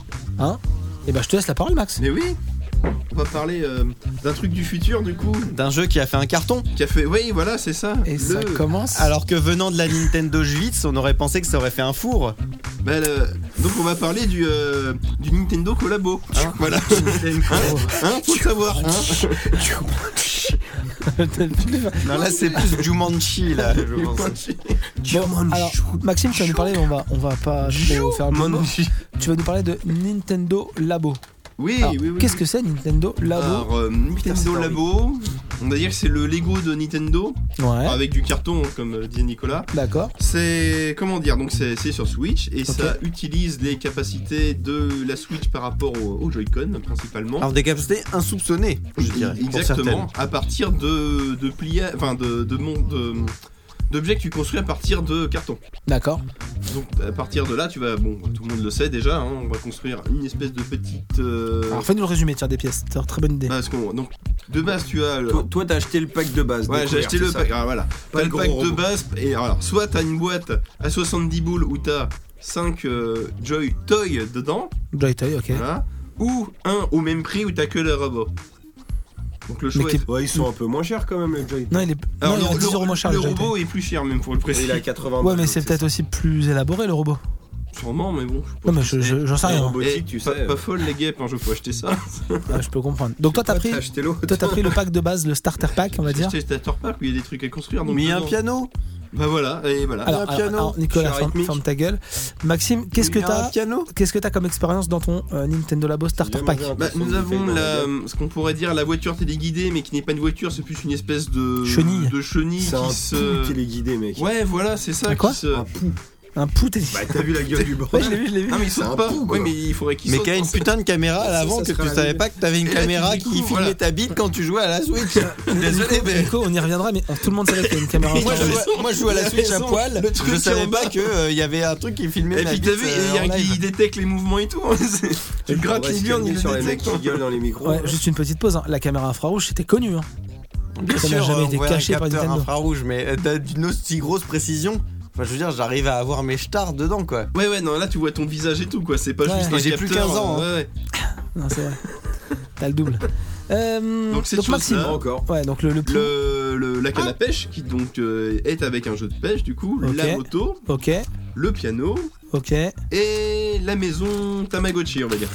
[SPEAKER 6] Et bah, je te laisse la parole, Max.
[SPEAKER 1] mais oui On va parler euh, d'un truc du futur, du coup,
[SPEAKER 2] D'un jeu qui a fait un carton.
[SPEAKER 1] qui a fait. Oui, voilà, c'est ça.
[SPEAKER 6] Et ça
[SPEAKER 1] Le-
[SPEAKER 6] commence.
[SPEAKER 2] Alors que venant de la Nintendo Switch, on aurait pensé que ça aurait fait un four.
[SPEAKER 1] bah, le- Donc, on va parler du, euh, du Nintendo Collabo. hein, voilà. Hein, faut le savoir. hein.
[SPEAKER 2] Non, là, c'est plus Jumanji, là. je pense.
[SPEAKER 6] Bon, alors, Maxime, tu vas nous parler, on va, on va pas vite et faire un moment. Tu vas nous parler de Nintendo Labo.
[SPEAKER 1] Oui,
[SPEAKER 6] Alors,
[SPEAKER 1] oui, oui.
[SPEAKER 6] Qu'est-ce que c'est Nintendo Labo
[SPEAKER 1] Alors, euh,
[SPEAKER 6] Putain, c'est
[SPEAKER 1] Nintendo
[SPEAKER 6] pas
[SPEAKER 1] Labo, on va dire que c'est le Lego de Nintendo,
[SPEAKER 6] Ouais,
[SPEAKER 1] avec du carton, comme euh, disait Nicolas.
[SPEAKER 6] d'accord.
[SPEAKER 1] C'est comment dire donc c'est c'est sur Switch et ça utilise les capacités de la Switch par rapport au, au Joy-Con principalement.
[SPEAKER 2] Alors, des capacités insoupçonnées, Ah, je dirais. pour certaines.
[SPEAKER 1] Exactement. À partir de de plia- enfin de de mon- de- d'objets que tu construis à partir de carton.
[SPEAKER 6] D'accord.
[SPEAKER 1] Euh. Donc à partir de là, tu vas bon, tout le monde le sait déjà. hein, on va construire une espèce de petite. euh,
[SPEAKER 6] Alors fais-nous le résumé, tiens, des pièces. C'est une très bonne idée.
[SPEAKER 1] parce qu'on- donc de base tu as. le-
[SPEAKER 3] Toi, toi, t'as acheté le pack de base.
[SPEAKER 1] Ouais, j'ai
[SPEAKER 3] découverte,
[SPEAKER 1] acheté le
[SPEAKER 3] c'est ça
[SPEAKER 1] pack. ah, voilà. T'as
[SPEAKER 3] Pas le
[SPEAKER 1] le
[SPEAKER 3] gros
[SPEAKER 1] pack de
[SPEAKER 3] robot.
[SPEAKER 1] base. Et alors, soit t'as une boîte à 70 boules où t'as 5 Joy Toy dedans,
[SPEAKER 6] Joy-Toy, ok.
[SPEAKER 1] voilà, ou un au même prix où t'as que le robot. Donc le choix
[SPEAKER 6] qui-
[SPEAKER 1] est-
[SPEAKER 3] Ouais, ils sont un peu moins chers quand même, le Joy.
[SPEAKER 6] Non, il est,
[SPEAKER 1] Alors,
[SPEAKER 6] non, il est 10 euros moins cher
[SPEAKER 1] le
[SPEAKER 6] le Joy-Toy.
[SPEAKER 1] robot est plus cher, même pour le préciser.
[SPEAKER 3] Il a 80
[SPEAKER 6] Ouais, mais
[SPEAKER 3] balles,
[SPEAKER 6] c'est
[SPEAKER 3] donc
[SPEAKER 6] peut-être aussi plus élaboré le robot.
[SPEAKER 1] Sûrement, mais bon.
[SPEAKER 6] Non, mais je- je- j'en sais
[SPEAKER 3] ça.
[SPEAKER 6] rien.
[SPEAKER 1] Et
[SPEAKER 3] robotique, tu
[SPEAKER 1] pas,
[SPEAKER 3] sais. euh.
[SPEAKER 1] pas folle les guêpes, un jour faut acheter ça.
[SPEAKER 6] Ah, je peux comprendre. Donc toi, t'as pris,
[SPEAKER 3] T'as acheté l'autre.
[SPEAKER 6] toi, t'as pris le pack de base, le starter pack, on va
[SPEAKER 1] J'ai
[SPEAKER 6] dire.
[SPEAKER 1] acheté Stator Pack où il y a des trucs à construire. Donc
[SPEAKER 2] Mais il y a un
[SPEAKER 1] dedans.
[SPEAKER 2] piano.
[SPEAKER 1] Bah voilà, et voilà.
[SPEAKER 6] Alors,
[SPEAKER 2] un
[SPEAKER 6] alors-
[SPEAKER 2] piano,
[SPEAKER 6] alors, Nicolas,
[SPEAKER 2] je suis
[SPEAKER 6] ferme,
[SPEAKER 2] rythmique.
[SPEAKER 6] ferme ta gueule. Maxime, qu'est-ce que
[SPEAKER 2] Il y a
[SPEAKER 6] t'as
[SPEAKER 2] Un piano.
[SPEAKER 6] Qu'est-ce que t'as comme expérience dans ton euh, Nintendo Labo Starter Pack
[SPEAKER 1] Bah, nous avons la, ce qu'on pourrait dire la voiture téléguidée, mais qui n'est pas une voiture, c'est plus une espèce de
[SPEAKER 6] Chenille.
[SPEAKER 1] De chenille
[SPEAKER 3] C'est un
[SPEAKER 1] qui se.
[SPEAKER 3] téléguidé, mec.
[SPEAKER 1] Ouais, voilà, c'est ça.
[SPEAKER 6] Un quoi
[SPEAKER 1] qui se...
[SPEAKER 6] Un pou télé-
[SPEAKER 3] Bah, t'as vu la gueule du
[SPEAKER 6] Ouais,
[SPEAKER 3] bordel
[SPEAKER 6] je l'ai vu, je l'ai vu.
[SPEAKER 1] Non, mais il
[SPEAKER 3] C'est un
[SPEAKER 1] saute pas.
[SPEAKER 3] pou, quoi.
[SPEAKER 1] ouais, mais il faudrait qu'il
[SPEAKER 2] Mais
[SPEAKER 1] saute.
[SPEAKER 2] qui a une putain de caméra à l'avant que
[SPEAKER 3] ça
[SPEAKER 2] tu
[SPEAKER 3] serait la
[SPEAKER 2] savais
[SPEAKER 3] vie.
[SPEAKER 2] pas que t'avais une
[SPEAKER 1] Et là, tu
[SPEAKER 2] caméra qui
[SPEAKER 1] découvres,
[SPEAKER 2] filmait
[SPEAKER 1] voilà.
[SPEAKER 2] ta bite quand tu jouais à la Switch. Désolé,
[SPEAKER 6] Nico,
[SPEAKER 2] mais.
[SPEAKER 6] Nico, on y reviendra, mais on- tout le monde savait qu'il y a une caméra. en
[SPEAKER 2] Moi je,
[SPEAKER 6] arrière.
[SPEAKER 2] jouais, moi, je jouais à la Switch à
[SPEAKER 1] raison.
[SPEAKER 2] poil,
[SPEAKER 1] Le truc
[SPEAKER 2] je savais
[SPEAKER 1] en
[SPEAKER 2] pas
[SPEAKER 1] bas.
[SPEAKER 2] qu'il y avait un truc qui filmait
[SPEAKER 1] Et
[SPEAKER 2] ma
[SPEAKER 1] puis
[SPEAKER 2] bite
[SPEAKER 1] t'as vu,
[SPEAKER 2] euh,
[SPEAKER 1] il y a
[SPEAKER 2] en
[SPEAKER 1] un qui
[SPEAKER 2] live.
[SPEAKER 1] il détecte les mouvements et tout. C'est- tu grattes les viandes, il
[SPEAKER 3] sur
[SPEAKER 1] les
[SPEAKER 3] les mecs
[SPEAKER 1] détecte.
[SPEAKER 3] qui gueulent dans les micros.
[SPEAKER 6] Ouais, juste une petite pause. hein. La caméra infrarouge, c'était connu. Hein.
[SPEAKER 2] Bien
[SPEAKER 6] Ça n'a
[SPEAKER 2] sûr,
[SPEAKER 6] jamais
[SPEAKER 2] on
[SPEAKER 6] été
[SPEAKER 2] voit un
[SPEAKER 6] caché par
[SPEAKER 2] capteur
[SPEAKER 6] Nintendo.
[SPEAKER 2] infrarouge, mais euh, t'as d'une aussi grosse précision. Enfin, je veux dire, j'arrive à avoir mes stars dedans, quoi.
[SPEAKER 1] Ouais, ouais, non, là tu vois ton visage et tout, quoi. C'est pas
[SPEAKER 6] Ouais.
[SPEAKER 1] juste
[SPEAKER 2] Et
[SPEAKER 1] un
[SPEAKER 2] j'ai plus
[SPEAKER 1] capteur,
[SPEAKER 2] 15 ans, hein.
[SPEAKER 1] euh, ouais,
[SPEAKER 6] Non, c'est vrai. T'as le double. Euh,
[SPEAKER 1] Donc, cette
[SPEAKER 6] Maxime.
[SPEAKER 1] chose-là,
[SPEAKER 3] encore.
[SPEAKER 6] Ouais, donc le, le
[SPEAKER 1] ouais.
[SPEAKER 6] pou.
[SPEAKER 1] Le, le- la canne à pêche qui donc euh, est avec un jeu de pêche, du coup,
[SPEAKER 6] Ok.
[SPEAKER 1] la moto,
[SPEAKER 6] Ok,
[SPEAKER 1] le piano
[SPEAKER 6] ok,
[SPEAKER 1] et la maison Tamagotchi, on va dire.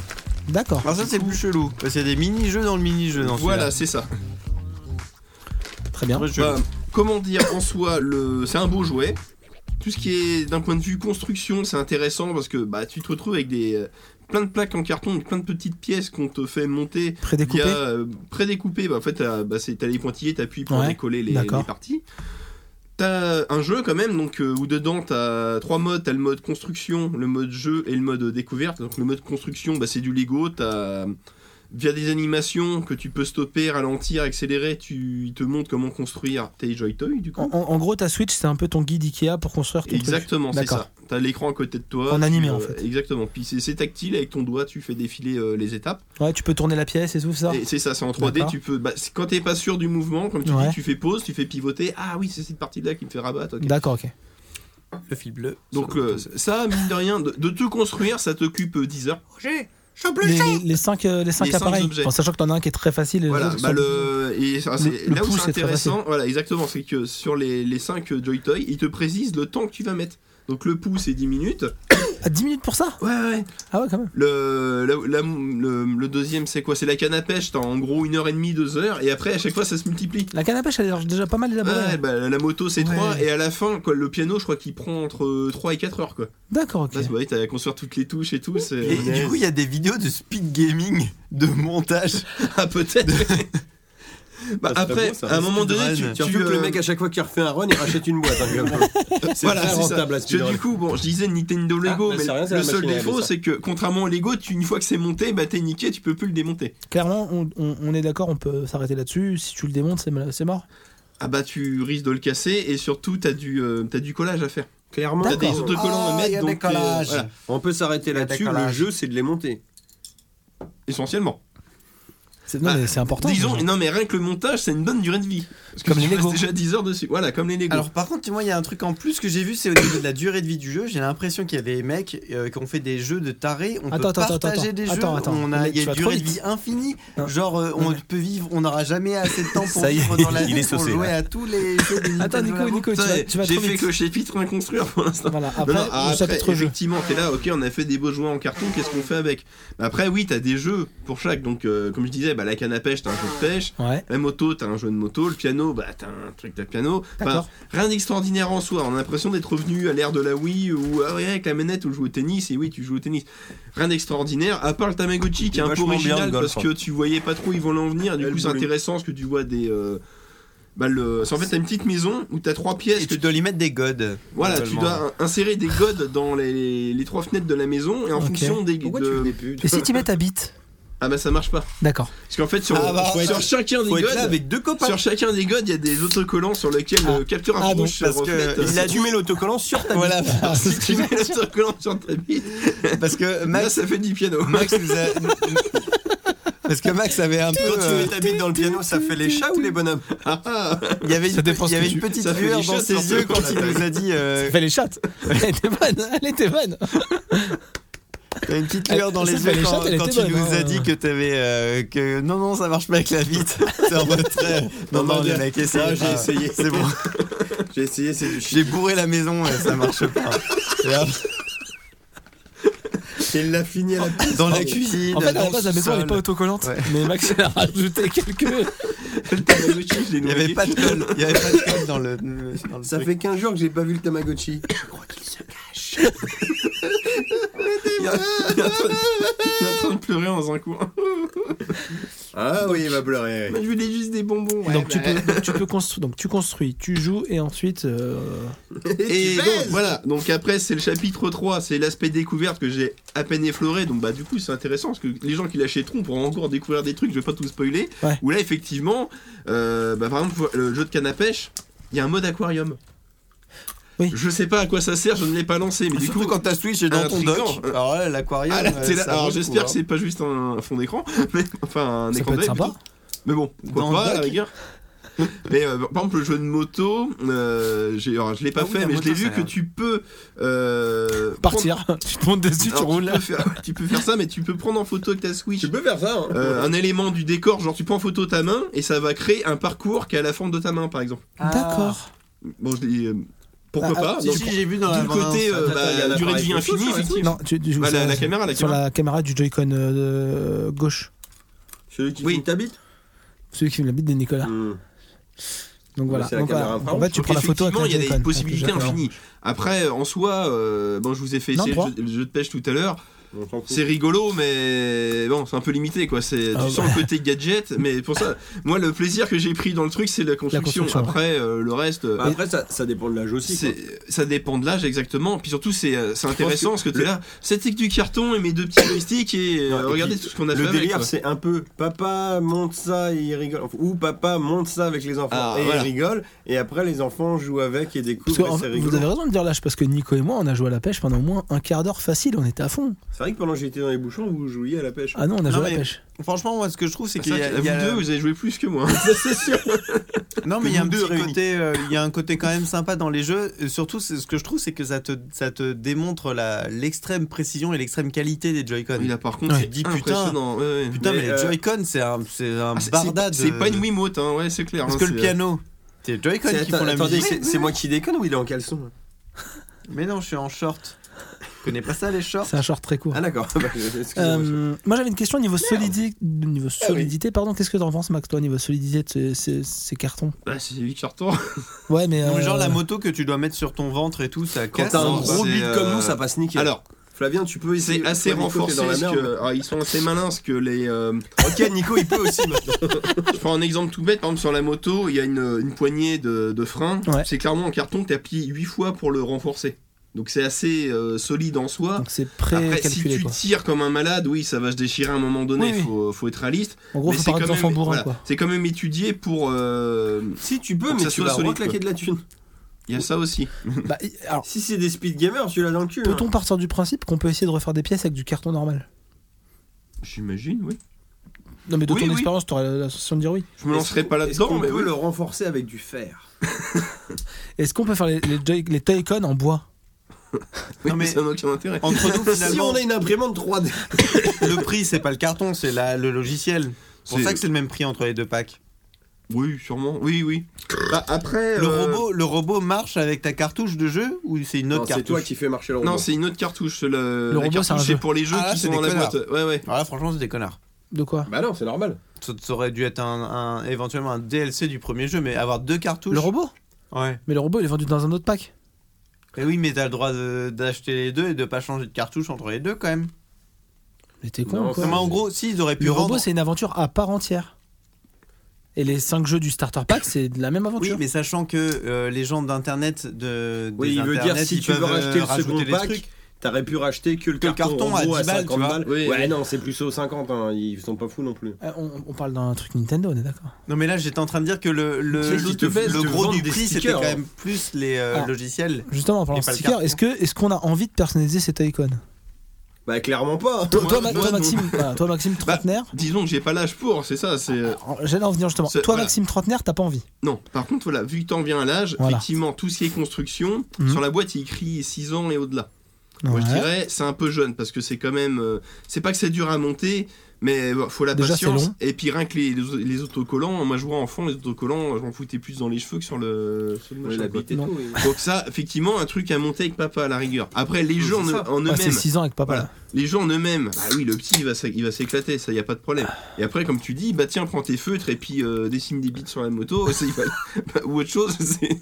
[SPEAKER 6] d'accord.
[SPEAKER 2] Alors ça, c'est plus chelou. parce qu'il y a des mini-jeux dans le mini-jeu, dans
[SPEAKER 1] voilà, c'est ça.
[SPEAKER 6] Très bien.
[SPEAKER 2] celui-là. Très chelou.
[SPEAKER 1] Bah, comment dire en soi, le... c'est un beau jouet. Tout ce qui est d'un point de vue construction, c'est intéressant parce que bah, tu te retrouves avec des euh, plein de plaques en carton, plein de petites pièces qu'on te fait monter.
[SPEAKER 6] Prédécoupé.
[SPEAKER 1] via, euh, prédécoupées. Bah, en fait, t'as bah, c'est- t'as les pointillés, t'appuies pour
[SPEAKER 6] Ouais,
[SPEAKER 1] décoller les,
[SPEAKER 6] d'accord.
[SPEAKER 1] les parties. T'as un jeu quand même, donc euh, où dedans t'as trois modes. T'as le mode construction, le mode jeu et le mode découverte. Donc le mode construction, bah, c'est du Lego. T'as via des animations que tu peux stopper, ralentir, accélérer. Tu il te montre comment construire tes Joy Toy du
[SPEAKER 6] En,
[SPEAKER 1] coup.
[SPEAKER 6] en- en gros, ta Switch, c'est un peu ton guide Ikea pour construire ton Ah, truc.
[SPEAKER 1] Exactement, c'est
[SPEAKER 6] D'accord.
[SPEAKER 1] ça. T'as l'écran à côté de toi.
[SPEAKER 6] En
[SPEAKER 1] tu,
[SPEAKER 6] animé,
[SPEAKER 1] euh,
[SPEAKER 6] en fait.
[SPEAKER 1] Exactement. Puis c'est c'est tactile avec ton doigt, tu fais défiler euh, les étapes.
[SPEAKER 6] Ouais, tu peux tourner la pièce et tout ça.
[SPEAKER 1] Et c'est ça, c'est en 3D,
[SPEAKER 6] D'accord.
[SPEAKER 1] tu peux. Bah, c'est- quand t'es pas sûr du mouvement, comme tu
[SPEAKER 6] Ouais.
[SPEAKER 1] dis, tu fais pause, tu fais pivoter. Ah oui, c'est cette partie-là qui me fait rabattre. ok.
[SPEAKER 6] D'accord, ok.
[SPEAKER 2] Le fil bleu.
[SPEAKER 1] Donc euh, ça, mine de rien, de, de tout construire, ça t'occupe euh, 10 heures.
[SPEAKER 6] Les, les, les cinq, euh, les cinq
[SPEAKER 1] Les cinq
[SPEAKER 6] appareils.
[SPEAKER 1] objets.
[SPEAKER 6] En sachant que t'en as un qui est très facile. et les
[SPEAKER 1] Voilà,
[SPEAKER 6] autres qui
[SPEAKER 1] bah,
[SPEAKER 6] sont-
[SPEAKER 1] le, et ça, c'est-
[SPEAKER 6] le
[SPEAKER 1] là où
[SPEAKER 6] pouce,
[SPEAKER 1] c'est
[SPEAKER 6] c'est très
[SPEAKER 1] intéressant, voilà, exactement, c'est que sur les, les 5 Joy-Toy, ils te précisent le temps que tu vas mettre. Donc le pouce c'est 10 minutes.
[SPEAKER 6] Ah, 10 minutes pour ça
[SPEAKER 1] Ouais, ouais.
[SPEAKER 6] Ah ouais, quand même.
[SPEAKER 1] Le, la- la- le, le deuxième c'est quoi C'est la canne à pêche, t'as en gros 1h30, 2h, et après à chaque fois ça se multiplie.
[SPEAKER 6] La canne à pêche, elle est déjà pas mal élaborée.
[SPEAKER 1] Ouais, bah, la moto c'est
[SPEAKER 6] Ah Ouais.
[SPEAKER 1] 3 et à la fin quoi, le piano je crois qu'il prend entre 3 et 4 heures quoi.
[SPEAKER 6] D'accord, ok.
[SPEAKER 1] Là, tu vois, t'as à construire toutes les touches et tout. c'est-
[SPEAKER 2] Et du coup, il y a des vidéos de speed gaming, de montage.
[SPEAKER 1] ah, peut-être. bah,
[SPEAKER 3] Ça serait
[SPEAKER 1] après,
[SPEAKER 3] beau, ça.
[SPEAKER 1] à un moment donné, tu,
[SPEAKER 2] Speedrun.
[SPEAKER 1] tu,
[SPEAKER 3] Surtout que le
[SPEAKER 1] euh,
[SPEAKER 3] mec, à chaque fois qu'il refait un run, il rachète une boîte. hein, quand même. c'est
[SPEAKER 1] voilà,
[SPEAKER 3] très
[SPEAKER 1] c'est ça.
[SPEAKER 3] rentable à
[SPEAKER 1] Parce que
[SPEAKER 3] speedrun.
[SPEAKER 1] du coup, bon, je disais Nintendo Lego,
[SPEAKER 3] bah,
[SPEAKER 1] mais
[SPEAKER 3] c'est rien, c'est
[SPEAKER 1] le
[SPEAKER 3] la
[SPEAKER 1] seul
[SPEAKER 3] machine à laver,
[SPEAKER 1] défaut,
[SPEAKER 3] ça.
[SPEAKER 1] c'est que contrairement au Lego, tu, une fois que c'est monté, bah t'es niqué, tu peux plus le démonter.
[SPEAKER 6] Clairement, on, on- on est d'accord, on peut s'arrêter là-dessus. Si tu le démontes, c'est c'est mort.
[SPEAKER 1] ah bah tu risques de le casser et surtout t'as du, euh, t'as du collage à faire.
[SPEAKER 3] Clairement,
[SPEAKER 1] T'as des autocollants à
[SPEAKER 8] Ah, y
[SPEAKER 1] mettre,
[SPEAKER 8] a
[SPEAKER 1] donc
[SPEAKER 3] euh,
[SPEAKER 8] des collages.
[SPEAKER 1] voilà.
[SPEAKER 3] on peut s'arrêter
[SPEAKER 8] Il y a
[SPEAKER 3] là-dessus.
[SPEAKER 8] des
[SPEAKER 3] Le
[SPEAKER 8] collages.
[SPEAKER 3] jeu, c'est de les monter.
[SPEAKER 1] essentiellement.
[SPEAKER 6] C'est non,
[SPEAKER 1] Bah,
[SPEAKER 6] mais c'est important.
[SPEAKER 1] Disons,
[SPEAKER 6] mais-
[SPEAKER 1] non mais rien que le montage, c'est une bonne durée de vie. Parce que
[SPEAKER 6] Comme
[SPEAKER 1] tu
[SPEAKER 6] les
[SPEAKER 1] passes
[SPEAKER 6] Lego.
[SPEAKER 1] déjà 10 heures dessus. Voilà, comme les Lego.
[SPEAKER 2] Alors par contre, tu vois, il y a un truc en plus que j'ai vu, c'est au niveau de la durée de vie du jeu. J'ai l'impression qu'il y a des mecs euh, qui ont fait des jeux de tarés. On
[SPEAKER 6] Attends,
[SPEAKER 2] peut
[SPEAKER 6] attends, attends,
[SPEAKER 2] partager
[SPEAKER 6] attends.
[SPEAKER 2] des
[SPEAKER 6] Attends,
[SPEAKER 2] jeux.
[SPEAKER 6] attends.
[SPEAKER 2] On a,
[SPEAKER 6] Mais
[SPEAKER 2] il y
[SPEAKER 6] tu
[SPEAKER 2] a
[SPEAKER 6] vas
[SPEAKER 2] une
[SPEAKER 6] trop
[SPEAKER 2] durée de
[SPEAKER 6] vite.
[SPEAKER 2] vie infinie.
[SPEAKER 6] Non.
[SPEAKER 2] Genre, euh, on peut vivre, on n'aura jamais assez de temps pour
[SPEAKER 10] Ça y est,
[SPEAKER 2] vivre dans la
[SPEAKER 10] il
[SPEAKER 2] vie
[SPEAKER 10] est
[SPEAKER 2] pour
[SPEAKER 10] saucé,
[SPEAKER 2] jouer
[SPEAKER 10] là.
[SPEAKER 2] à tous les jeux de
[SPEAKER 6] Attends,
[SPEAKER 2] Nintendo
[SPEAKER 6] Nico,
[SPEAKER 2] Labo.
[SPEAKER 6] Nico, tu
[SPEAKER 1] Putain,
[SPEAKER 6] vas, tu vas
[SPEAKER 1] j'ai
[SPEAKER 6] trop
[SPEAKER 1] fait
[SPEAKER 6] vite.
[SPEAKER 1] que chapitre inconstruire pour l'instant.
[SPEAKER 6] Voilà,
[SPEAKER 1] Non,
[SPEAKER 6] après,
[SPEAKER 1] non,
[SPEAKER 6] le chapitre jeu.
[SPEAKER 1] effectivement, t'es là, ok, on a fait des beaux jouets en carton, qu'est-ce qu'on fait avec Mais Après, oui, t'as des jeux pour chaque, donc euh, comme je disais, bah, la canne à pêche, t'as un jeu de pêche,
[SPEAKER 6] Ouais,
[SPEAKER 1] la moto, t'as un jeu de moto, le piano, bah, t'as un truc de piano. Enfin,
[SPEAKER 6] d'accord.
[SPEAKER 1] rien d'extraordinaire en soi, on a l'impression d'être revenu à l'ère de la Wii ou ah ouais, avec la manette où je joue au tennis, et oui, tu joues au tennis. Rien d'extraordinaire, à part le Tamagotchi qui est un peu
[SPEAKER 3] Vachement bien, le
[SPEAKER 1] original
[SPEAKER 3] golf,
[SPEAKER 1] parce que tu voyais pas trop où ils vont l'en venir, et
[SPEAKER 3] Et
[SPEAKER 1] du
[SPEAKER 3] le
[SPEAKER 1] coup, c'est
[SPEAKER 3] bowling.
[SPEAKER 1] intéressant parce que tu vois des. euh, bah, le... c'est- En fait, t'as une petite maison où t'as trois pièces
[SPEAKER 2] Et
[SPEAKER 1] que
[SPEAKER 2] tu dois lui mettre des godes.
[SPEAKER 1] voilà, tu dois in- insérer des godes dans les, les trois fenêtres de la maison et en
[SPEAKER 6] Ok.
[SPEAKER 1] fonction des.
[SPEAKER 3] Pourquoi
[SPEAKER 1] de-
[SPEAKER 3] tu fais des pubs
[SPEAKER 6] Et si tu mets ta bite
[SPEAKER 1] Ah bah ça marche pas.
[SPEAKER 6] D'accord.
[SPEAKER 1] Parce qu'en fait, sur,
[SPEAKER 2] Ah bah, faut
[SPEAKER 1] sur
[SPEAKER 2] être-
[SPEAKER 1] chacun des
[SPEAKER 2] Faut être là
[SPEAKER 1] godes,
[SPEAKER 2] avec deux copains.
[SPEAKER 1] sur chacun des godes, il y a des autocollants sur lesquels
[SPEAKER 6] Ah.
[SPEAKER 1] le capture à
[SPEAKER 6] Ah, donc,
[SPEAKER 1] rouge se
[SPEAKER 2] parce que
[SPEAKER 1] reflète.
[SPEAKER 2] il a
[SPEAKER 1] Si
[SPEAKER 2] dû-
[SPEAKER 3] Tu mets l'autocollant sur ta
[SPEAKER 2] Voilà,
[SPEAKER 6] Ah,
[SPEAKER 1] tu- si tu mets l'autocollant sur ta bite,
[SPEAKER 2] parce que
[SPEAKER 1] là
[SPEAKER 2] Max,
[SPEAKER 1] ça fait du piano.
[SPEAKER 2] Max nous a- parce que Max avait un peu.
[SPEAKER 3] Quand tu
[SPEAKER 2] euh,
[SPEAKER 3] mets ta bite dans le piano, ça fait les chats ou les bonhommes
[SPEAKER 1] Ah, ah.
[SPEAKER 2] Il y avait une,
[SPEAKER 6] Ça dépend
[SPEAKER 2] il y
[SPEAKER 6] ce
[SPEAKER 2] avait
[SPEAKER 6] que
[SPEAKER 2] une
[SPEAKER 6] tu-
[SPEAKER 2] petite
[SPEAKER 1] ça fait
[SPEAKER 2] lueur
[SPEAKER 1] des
[SPEAKER 2] dans
[SPEAKER 1] shots
[SPEAKER 2] ses
[SPEAKER 1] sur
[SPEAKER 2] yeux
[SPEAKER 1] toi,
[SPEAKER 2] quand il
[SPEAKER 1] là,
[SPEAKER 2] nous a dit. euh,
[SPEAKER 6] Fais les chattes. Elle était bonne, elle était bonne.
[SPEAKER 2] il y a une petite lueur dans
[SPEAKER 6] Ça
[SPEAKER 2] les
[SPEAKER 6] fait
[SPEAKER 2] yeux
[SPEAKER 6] les
[SPEAKER 2] quand,
[SPEAKER 6] chattes, elle
[SPEAKER 2] quand
[SPEAKER 6] était
[SPEAKER 2] il
[SPEAKER 6] bonne,
[SPEAKER 2] nous a
[SPEAKER 6] hein.
[SPEAKER 2] dit que t'avais euh, que non non ça marche pas avec la vite. C'est en mode très- Non non les mecs essayez
[SPEAKER 3] Ah, j'ai
[SPEAKER 2] pas.
[SPEAKER 3] essayé.
[SPEAKER 2] C'est bon.
[SPEAKER 3] J'ai essayé, c'est du
[SPEAKER 2] J'ai bourré la maison et ça marche pas. Et après,
[SPEAKER 3] Il l'a fini à la
[SPEAKER 2] Dans la cuisine.
[SPEAKER 6] En fait,
[SPEAKER 2] dans
[SPEAKER 6] à la
[SPEAKER 2] le
[SPEAKER 6] base, la maison, elle est pas
[SPEAKER 2] sous-sol.
[SPEAKER 6] autocollante.
[SPEAKER 2] Ouais.
[SPEAKER 6] Mais Max, elle a rajouté quelques.
[SPEAKER 1] Le Tamagotchi, je l'ai
[SPEAKER 2] Il y avait
[SPEAKER 1] noyé.
[SPEAKER 2] pas de colle. Il y avait pas de colle dans le. dans le
[SPEAKER 3] Ça
[SPEAKER 2] truc.
[SPEAKER 3] fait 15 jours que j'ai pas vu le Tamagotchi.
[SPEAKER 1] Il est en train de- il est en train de pleurer dans un coin.
[SPEAKER 3] Ah oui, il va pleurer.
[SPEAKER 1] Je voulais juste des bonbons.
[SPEAKER 6] donc, tu peux, donc tu peux construire, donc tu construis, tu joues et ensuite. euh,
[SPEAKER 1] Et
[SPEAKER 3] tu
[SPEAKER 1] donc,
[SPEAKER 3] baises.
[SPEAKER 1] voilà, donc après c'est le chapitre 3, c'est l'aspect découverte que j'ai à peine effleuré, donc bah du coup c'est intéressant parce que les gens qui l'achèteront pourront encore découvrir des trucs, je vais pas tout spoiler,
[SPEAKER 6] Ouais.
[SPEAKER 1] où là effectivement, euh, bah, par exemple le jeu de canne à pêche, il y a un mode aquarium.
[SPEAKER 6] Oui.
[SPEAKER 1] Je sais pas à quoi ça sert, je ne l'ai pas lancé, mais du
[SPEAKER 2] Surtout
[SPEAKER 1] coup...
[SPEAKER 2] quand ta Switch est dans ton
[SPEAKER 1] intriguant.
[SPEAKER 2] dock. Alors là, l'aquarium.
[SPEAKER 1] Ah, là,
[SPEAKER 2] euh,
[SPEAKER 1] t'es là.
[SPEAKER 2] ça vaut
[SPEAKER 1] Alors
[SPEAKER 2] le coup,
[SPEAKER 1] j'espère
[SPEAKER 2] hein.
[SPEAKER 1] que c'est pas juste un, un fond d'écran, mais enfin un
[SPEAKER 6] ça
[SPEAKER 1] écran
[SPEAKER 6] peut être
[SPEAKER 1] de
[SPEAKER 6] sympa.
[SPEAKER 1] mais bon, pourquoi
[SPEAKER 2] Dans le
[SPEAKER 1] pas, à la
[SPEAKER 2] dock.
[SPEAKER 1] rigueur. mais euh, par exemple, le jeu de moto, euh, j'ai- alors, je l'ai pas
[SPEAKER 2] Ah oui,
[SPEAKER 1] fait,
[SPEAKER 2] la
[SPEAKER 1] mais je l'ai
[SPEAKER 2] moto, ça
[SPEAKER 1] vu
[SPEAKER 2] a
[SPEAKER 1] que
[SPEAKER 2] l'air.
[SPEAKER 1] tu peux euh,
[SPEAKER 6] Partir. tu te montes
[SPEAKER 1] prendre-
[SPEAKER 6] dessus, tu
[SPEAKER 1] alors,
[SPEAKER 6] roules.
[SPEAKER 1] peux faire- tu peux faire ça, mais tu peux prendre en photo avec ta Switch
[SPEAKER 3] Tu peux faire ça, hein.
[SPEAKER 1] euh, un élément du décor. Genre, tu prends en photo ta main et ça va créer un parcours qui a la forme de ta main, par exemple.
[SPEAKER 6] D'accord.
[SPEAKER 1] Bon, je l'ai. euh, pourquoi
[SPEAKER 6] Ah, ah,
[SPEAKER 1] pas
[SPEAKER 2] Bah, Si,
[SPEAKER 1] donc,
[SPEAKER 2] si, j'ai vu dans la
[SPEAKER 1] D'où le côté euh,
[SPEAKER 2] bande-annonce.
[SPEAKER 1] bah,
[SPEAKER 3] Attends, il y a
[SPEAKER 1] durée de vie
[SPEAKER 3] l'appareil photo,
[SPEAKER 1] infinie,
[SPEAKER 2] hein,
[SPEAKER 3] ça,
[SPEAKER 1] effectivement.
[SPEAKER 6] Non, tu, tu joues
[SPEAKER 1] Bah, la,
[SPEAKER 6] sur-
[SPEAKER 1] la caméra, la
[SPEAKER 6] sur
[SPEAKER 1] caméra.
[SPEAKER 6] la caméra du Joy-Con euh, de- gauche,
[SPEAKER 3] Celui qui
[SPEAKER 1] Oui.
[SPEAKER 3] filme ta bite
[SPEAKER 6] celui qui fait la bite de Nicolas.
[SPEAKER 3] Hmm.
[SPEAKER 6] Donc voilà.
[SPEAKER 3] c'est la
[SPEAKER 6] Donc,
[SPEAKER 3] caméra
[SPEAKER 6] voilà.
[SPEAKER 3] avant.
[SPEAKER 6] En fait, tu
[SPEAKER 1] Donc,
[SPEAKER 6] prends la photo.
[SPEAKER 1] effectivement, il
[SPEAKER 6] avec
[SPEAKER 1] y a
[SPEAKER 6] la
[SPEAKER 1] des
[SPEAKER 6] Joy-Con.
[SPEAKER 1] possibilités
[SPEAKER 6] Avec le Joy-Con.
[SPEAKER 1] infinies. Après, en soi, euh, bon, je vous ai fait
[SPEAKER 6] Non,
[SPEAKER 1] essayer le
[SPEAKER 6] trois.
[SPEAKER 1] jeu- le jeu de pêche tout à l'heure.
[SPEAKER 3] On s'en fout.
[SPEAKER 1] C'est rigolo, mais bon, c'est un peu limité, quoi. C'est,
[SPEAKER 6] Ah
[SPEAKER 1] tu sens le côté gadget, mais pour ça, moi, le plaisir que j'ai pris dans le truc, c'est la construction.
[SPEAKER 6] construction,
[SPEAKER 1] Après, euh, le reste,
[SPEAKER 3] Bah, Après, ça, ça dépend de l'âge aussi.
[SPEAKER 1] c'est, ça dépend de l'âge exactement. Puis surtout, c'est, euh, c'est intéressant parce que t'es
[SPEAKER 3] le-
[SPEAKER 1] là, c'était que du carton et mes deux petits joysticks et, euh,
[SPEAKER 3] Ouais, et
[SPEAKER 1] regardez
[SPEAKER 3] puis,
[SPEAKER 1] tout ce qu'on a
[SPEAKER 3] quoi.
[SPEAKER 1] fait
[SPEAKER 3] Le
[SPEAKER 1] avec,
[SPEAKER 3] délire,
[SPEAKER 1] quoi.
[SPEAKER 3] c'est un peu papa monte ça et il rigole. Enfin, Ou papa monte ça avec les enfants
[SPEAKER 1] Ah,
[SPEAKER 3] et
[SPEAKER 1] voilà.
[SPEAKER 3] ils rigolent. Et après, les enfants jouent avec et
[SPEAKER 6] Parce
[SPEAKER 3] découvrent.
[SPEAKER 6] que
[SPEAKER 3] et
[SPEAKER 6] en
[SPEAKER 3] c'est
[SPEAKER 6] fait,
[SPEAKER 3] rigolo.
[SPEAKER 6] vous avez raison de dire l'âge parce que Nico et moi on a joué à la pêche pendant au moins un quart d'heure facile, on était à fond.
[SPEAKER 3] C'est vrai que pendant que j'étais dans les bouchons, vous jouiez à la pêche.
[SPEAKER 6] Ah non, on a
[SPEAKER 2] Non,
[SPEAKER 6] joué à
[SPEAKER 2] mais-
[SPEAKER 6] la pêche.
[SPEAKER 2] Franchement, moi, ce que je trouve, c'est
[SPEAKER 1] C'est
[SPEAKER 2] qu'il y a,
[SPEAKER 1] vrai que
[SPEAKER 2] il y a
[SPEAKER 1] Ah, vous
[SPEAKER 2] la-
[SPEAKER 1] deux, vous avez joué plus que moi.
[SPEAKER 3] c'est sûr.
[SPEAKER 2] Non, mais il y a
[SPEAKER 3] Vous
[SPEAKER 2] un
[SPEAKER 3] deux
[SPEAKER 2] petit
[SPEAKER 3] réunis.
[SPEAKER 2] côté, euh, il y a un côté quand même sympa dans les jeux. Et surtout, c'est- ce que je trouve, c'est que ça te, ça te démontre la- l'extrême précision et l'extrême qualité des Joy-Con.
[SPEAKER 1] Oui, là, par contre,
[SPEAKER 2] Ouais.
[SPEAKER 1] c'est
[SPEAKER 2] Dis, putain.
[SPEAKER 1] impressionnant. Ouais, ouais.
[SPEAKER 2] Putain, mais,
[SPEAKER 3] mais, euh,
[SPEAKER 2] les Joy-Con, c'est un, c'est
[SPEAKER 1] Ah,
[SPEAKER 2] un
[SPEAKER 1] c'est, c'est-
[SPEAKER 2] barda de-
[SPEAKER 1] c'est pas une Wiimote, hein, ouais, c'est clair.
[SPEAKER 2] Parce
[SPEAKER 1] hein,
[SPEAKER 2] que le
[SPEAKER 1] c'est-
[SPEAKER 2] piano, c'est les Joy-Con qui font la
[SPEAKER 3] Attendez,
[SPEAKER 2] musique.
[SPEAKER 3] c'est c'est moi qui déconne ou il est en caleçon
[SPEAKER 2] Mais non, je suis en short. Tu connais pas ça, les shorts
[SPEAKER 6] C'est un short très court.
[SPEAKER 3] Ah d'accord. Bah, excusez-moi.
[SPEAKER 6] Euh, moi j'avais une question au niveau solidité, niveau solidité pardon, qu'est-ce que t'en penses Max toi au niveau solidité de ces, ces- ces cartons
[SPEAKER 1] Bah, c'est 8 cartons.
[SPEAKER 6] Ouais mais
[SPEAKER 2] Non, mais Genre
[SPEAKER 6] euh,
[SPEAKER 2] la moto que tu dois mettre sur ton ventre et tout, ça
[SPEAKER 3] Quand
[SPEAKER 2] casse.
[SPEAKER 3] t'as un
[SPEAKER 1] non,
[SPEAKER 3] gros
[SPEAKER 1] c'est,
[SPEAKER 3] bide comme
[SPEAKER 1] euh,
[SPEAKER 3] nous, ça passe nickel.
[SPEAKER 1] Alors,
[SPEAKER 3] Flavien, tu peux essayer.
[SPEAKER 1] c'est assez
[SPEAKER 3] Toi, Nico, t'es
[SPEAKER 1] renforcé.
[SPEAKER 3] dans la
[SPEAKER 1] parce
[SPEAKER 3] merde.
[SPEAKER 1] que- alors, ils sont assez malins parce que les. euh,
[SPEAKER 3] Ok, Nico, il peut aussi maintenant.
[SPEAKER 1] Je prends un exemple tout bête, par exemple sur la moto, il y a une, une poignée de, de freins.
[SPEAKER 6] Ouais.
[SPEAKER 1] C'est clairement en carton que t'appuies 8 fois pour le renforcer. Donc c'est assez euh, solide en soi.
[SPEAKER 6] Donc c'est
[SPEAKER 1] Après, si
[SPEAKER 6] pré-calculé
[SPEAKER 1] tu
[SPEAKER 6] quoi.
[SPEAKER 1] tires comme un malade, oui, ça va se déchirer à un moment donné,
[SPEAKER 6] Oui, oui.
[SPEAKER 1] Faut, faut être réaliste.
[SPEAKER 6] En gros,
[SPEAKER 1] Mais
[SPEAKER 6] faut
[SPEAKER 1] c'est
[SPEAKER 6] pas
[SPEAKER 1] quand
[SPEAKER 6] des
[SPEAKER 1] même-
[SPEAKER 6] enfants bourrins
[SPEAKER 1] voilà,
[SPEAKER 6] quoi.
[SPEAKER 1] C'est quand même étudié pour. euh,
[SPEAKER 3] Si tu peux,
[SPEAKER 1] Pour que
[SPEAKER 3] mais
[SPEAKER 1] ça
[SPEAKER 3] tu
[SPEAKER 1] soit
[SPEAKER 3] vas
[SPEAKER 1] solide,
[SPEAKER 3] reclaquer de la thune.
[SPEAKER 1] Il y a ça aussi.
[SPEAKER 6] Bah, et- alors,
[SPEAKER 3] Si c'est des speed gamers, tu l'as dans le cul. hein.
[SPEAKER 6] peut-on partir du principe qu'on peut essayer de refaire des pièces avec du carton normal
[SPEAKER 1] J'imagine, oui.
[SPEAKER 6] Non, mais de
[SPEAKER 1] Oui,
[SPEAKER 6] ton
[SPEAKER 1] oui.
[SPEAKER 6] expérience, t'auras la- la sensation de dire oui.
[SPEAKER 1] Je me lancerai pas
[SPEAKER 3] Est-ce qu'on
[SPEAKER 1] là-dedans, mais
[SPEAKER 3] peut
[SPEAKER 1] oui.
[SPEAKER 3] le renforcer avec du fer
[SPEAKER 6] Est-ce qu'on peut faire les, les, Joy- les Joy-Con en bois
[SPEAKER 1] Oui,
[SPEAKER 2] Non,
[SPEAKER 1] mais
[SPEAKER 2] mais-
[SPEAKER 1] ça n'a aucun intérêt.
[SPEAKER 2] Entre nous,
[SPEAKER 3] Si
[SPEAKER 2] finalement,
[SPEAKER 3] on a une imprimante 3D.
[SPEAKER 2] le prix, c'est pas le carton, c'est la- le logiciel. C'est pour
[SPEAKER 1] C'est-
[SPEAKER 2] ça que c'est le même prix entre les deux packs.
[SPEAKER 1] Oui, sûrement. Oui, oui. Bah, après.
[SPEAKER 2] Le,
[SPEAKER 1] euh,
[SPEAKER 2] robot, le robot marche avec ta cartouche de jeu ou c'est une autre
[SPEAKER 3] Non, c'est
[SPEAKER 2] cartouche
[SPEAKER 3] toi qui fais marcher le robot.
[SPEAKER 1] Non, c'est une autre cartouche. Le,
[SPEAKER 6] Le
[SPEAKER 1] la
[SPEAKER 6] robot, c'est un
[SPEAKER 1] cartouche,
[SPEAKER 6] jeu.
[SPEAKER 1] c'est pour les jeux
[SPEAKER 2] Ah, là,
[SPEAKER 1] qui
[SPEAKER 2] c'est
[SPEAKER 1] sont dans
[SPEAKER 2] des
[SPEAKER 1] la boîte. Ouais, ouais.
[SPEAKER 2] Alors là, Ah, franchement, c'est des connards.
[SPEAKER 6] De quoi
[SPEAKER 3] Bah non, c'est normal.
[SPEAKER 2] Ça, ça aurait dû être un, un- éventuellement un DLC du premier jeu, mais avoir deux cartouches.
[SPEAKER 6] Le robot
[SPEAKER 2] Ouais.
[SPEAKER 6] Mais le robot, il est vendu dans un autre pack.
[SPEAKER 2] Et oui, mais t'as le droit de- d'acheter les deux et de pas changer de cartouche entre les deux quand même.
[SPEAKER 6] Mais t'es
[SPEAKER 3] Non,
[SPEAKER 6] con ou quoi
[SPEAKER 2] Non, mais en gros, si ils auraient pu
[SPEAKER 6] Le
[SPEAKER 2] vendre.
[SPEAKER 6] robot, c'est une aventure à part entière. Et les 5 jeux du starter pack, c'est de la même
[SPEAKER 2] Oui,
[SPEAKER 6] aventure.
[SPEAKER 2] mais sachant que euh, les gens d'internet de
[SPEAKER 3] Oui,
[SPEAKER 2] des
[SPEAKER 3] il veut dire
[SPEAKER 2] internets,
[SPEAKER 3] si
[SPEAKER 2] ils
[SPEAKER 3] tu veux
[SPEAKER 2] peuvent, euh,
[SPEAKER 3] racheter le
[SPEAKER 2] rajouter
[SPEAKER 3] second
[SPEAKER 2] des
[SPEAKER 3] pack,
[SPEAKER 2] trucs.
[SPEAKER 3] T'aurais pu racheter que le
[SPEAKER 2] Que le
[SPEAKER 3] carton,
[SPEAKER 2] carton à
[SPEAKER 3] robot
[SPEAKER 2] 10 balles,
[SPEAKER 3] 50
[SPEAKER 2] tu vois.
[SPEAKER 1] Oui,
[SPEAKER 3] ouais,
[SPEAKER 1] oui.
[SPEAKER 3] non, c'est plus aux 50, hein, ils sont pas fous non plus.
[SPEAKER 6] Ah, on, on parle d'un truc Nintendo, on est d'accord.
[SPEAKER 2] Non, mais là, j'étais en train de dire que le, le,
[SPEAKER 3] Tu sais, ils te-
[SPEAKER 2] le
[SPEAKER 3] ils te
[SPEAKER 2] gros
[SPEAKER 3] vendent
[SPEAKER 2] du
[SPEAKER 3] des
[SPEAKER 2] prix, c'était
[SPEAKER 3] stickers,
[SPEAKER 2] quand
[SPEAKER 3] hein.
[SPEAKER 2] même plus les euh,
[SPEAKER 6] Ah.
[SPEAKER 2] logiciels.
[SPEAKER 6] Justement, en parlant
[SPEAKER 2] Et
[SPEAKER 6] de
[SPEAKER 2] pas le
[SPEAKER 6] stickers,
[SPEAKER 2] carton.
[SPEAKER 6] est-ce que est-ce qu'on a envie de personnaliser cette icône
[SPEAKER 3] Bah clairement pas.
[SPEAKER 6] toi, toi,
[SPEAKER 3] Moi,
[SPEAKER 6] Ma- toi,
[SPEAKER 3] non.
[SPEAKER 6] Maxime, voilà, toi, Maxime
[SPEAKER 1] Bah,
[SPEAKER 6] trentenaire,
[SPEAKER 1] Disons que j'ai pas l'âge pour, c'est ça. C'est
[SPEAKER 6] alors, j'allais en venir justement.
[SPEAKER 1] euh, C'est-
[SPEAKER 6] Toi,
[SPEAKER 1] voilà.
[SPEAKER 6] Maxime trentenaire, t'as pas envie.
[SPEAKER 1] Non, par contre, voilà, vu que t'en viens à l'âge,
[SPEAKER 6] Voilà.
[SPEAKER 1] effectivement, tout ce qui est construction,
[SPEAKER 6] Mhm.
[SPEAKER 1] sur la boîte, il écrit 6 ans et au-delà. Moi, je
[SPEAKER 6] Ouais.
[SPEAKER 1] dirais, c'est un peu jeune parce que c'est quand même. euh, c'est pas que c'est dur à monter, mais euh, bon, faut la
[SPEAKER 6] Déjà, c'est
[SPEAKER 1] patience.
[SPEAKER 6] long.
[SPEAKER 1] Et puis rien que les, les, les autocollants, moi, je vois enfant, les autocollants, je m'en foutais plus dans les cheveux que sur le. sur le
[SPEAKER 3] Ouais,
[SPEAKER 1] machin,
[SPEAKER 3] la
[SPEAKER 1] quoi.
[SPEAKER 3] bite et
[SPEAKER 6] Non.
[SPEAKER 3] tout, oui.
[SPEAKER 1] Donc, ça, effectivement, un truc à monter avec papa à la rigueur. Après, les jeux en,
[SPEAKER 3] c'est ça.
[SPEAKER 1] en
[SPEAKER 6] Ouais, c'est
[SPEAKER 1] eux-mêmes.
[SPEAKER 6] 6 ans avec papa.
[SPEAKER 1] Voilà. Les gens en eux-mêmes, bah oui, le petit il va s'é- il va s'éclater, ça y a pas de problème. Et après, comme tu dis, bah tiens, prends tes feutres et puis euh, dessine des bites sur la moto, ça, il va- bah, ou autre chose, c'est-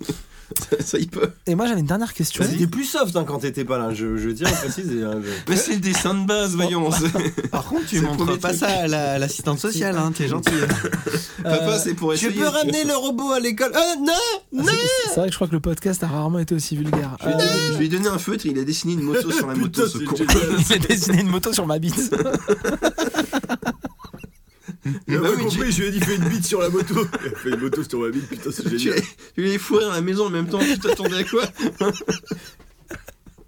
[SPEAKER 1] ça, ça, il peut.
[SPEAKER 6] Et moi, j'avais une dernière question.
[SPEAKER 3] C'était plus soft hein, quand t'étais pas là, je, je tiens à préciser. hein, je-
[SPEAKER 1] Mais c'est le dessin de base, voyons. c'est-
[SPEAKER 2] Par contre,
[SPEAKER 1] C'est
[SPEAKER 2] tu
[SPEAKER 1] le
[SPEAKER 2] montres
[SPEAKER 1] premier
[SPEAKER 2] pas
[SPEAKER 1] truc.
[SPEAKER 2] ça à la- à l'assistante sociale, hein, t'es gentil.
[SPEAKER 1] Papa, c'est pour essayer.
[SPEAKER 3] Je peux ramener le robot à l'école. Ah non
[SPEAKER 6] Ah, c'est- C'est vrai que je crois que le podcast a rarement été aussi vulgaire.
[SPEAKER 1] Je lui, ai
[SPEAKER 6] Euh,
[SPEAKER 1] donné, je lui ai donné un feutre, il a dessiné une moto sur la moto,
[SPEAKER 3] Putain,
[SPEAKER 1] ce
[SPEAKER 3] c'est
[SPEAKER 1] con.
[SPEAKER 3] génial.
[SPEAKER 6] Euh, Il a dessiné une moto sur ma bite.
[SPEAKER 3] Il a
[SPEAKER 1] Bah
[SPEAKER 3] pas
[SPEAKER 1] oui,
[SPEAKER 3] compris, je lui ai dit fais une bite sur la moto. Il a fait une moto sur ma bite, putain c'est
[SPEAKER 1] Tu
[SPEAKER 3] génial.
[SPEAKER 1] l'as- tu l'as fourré à la maison en même temps, tu t'attendais à quoi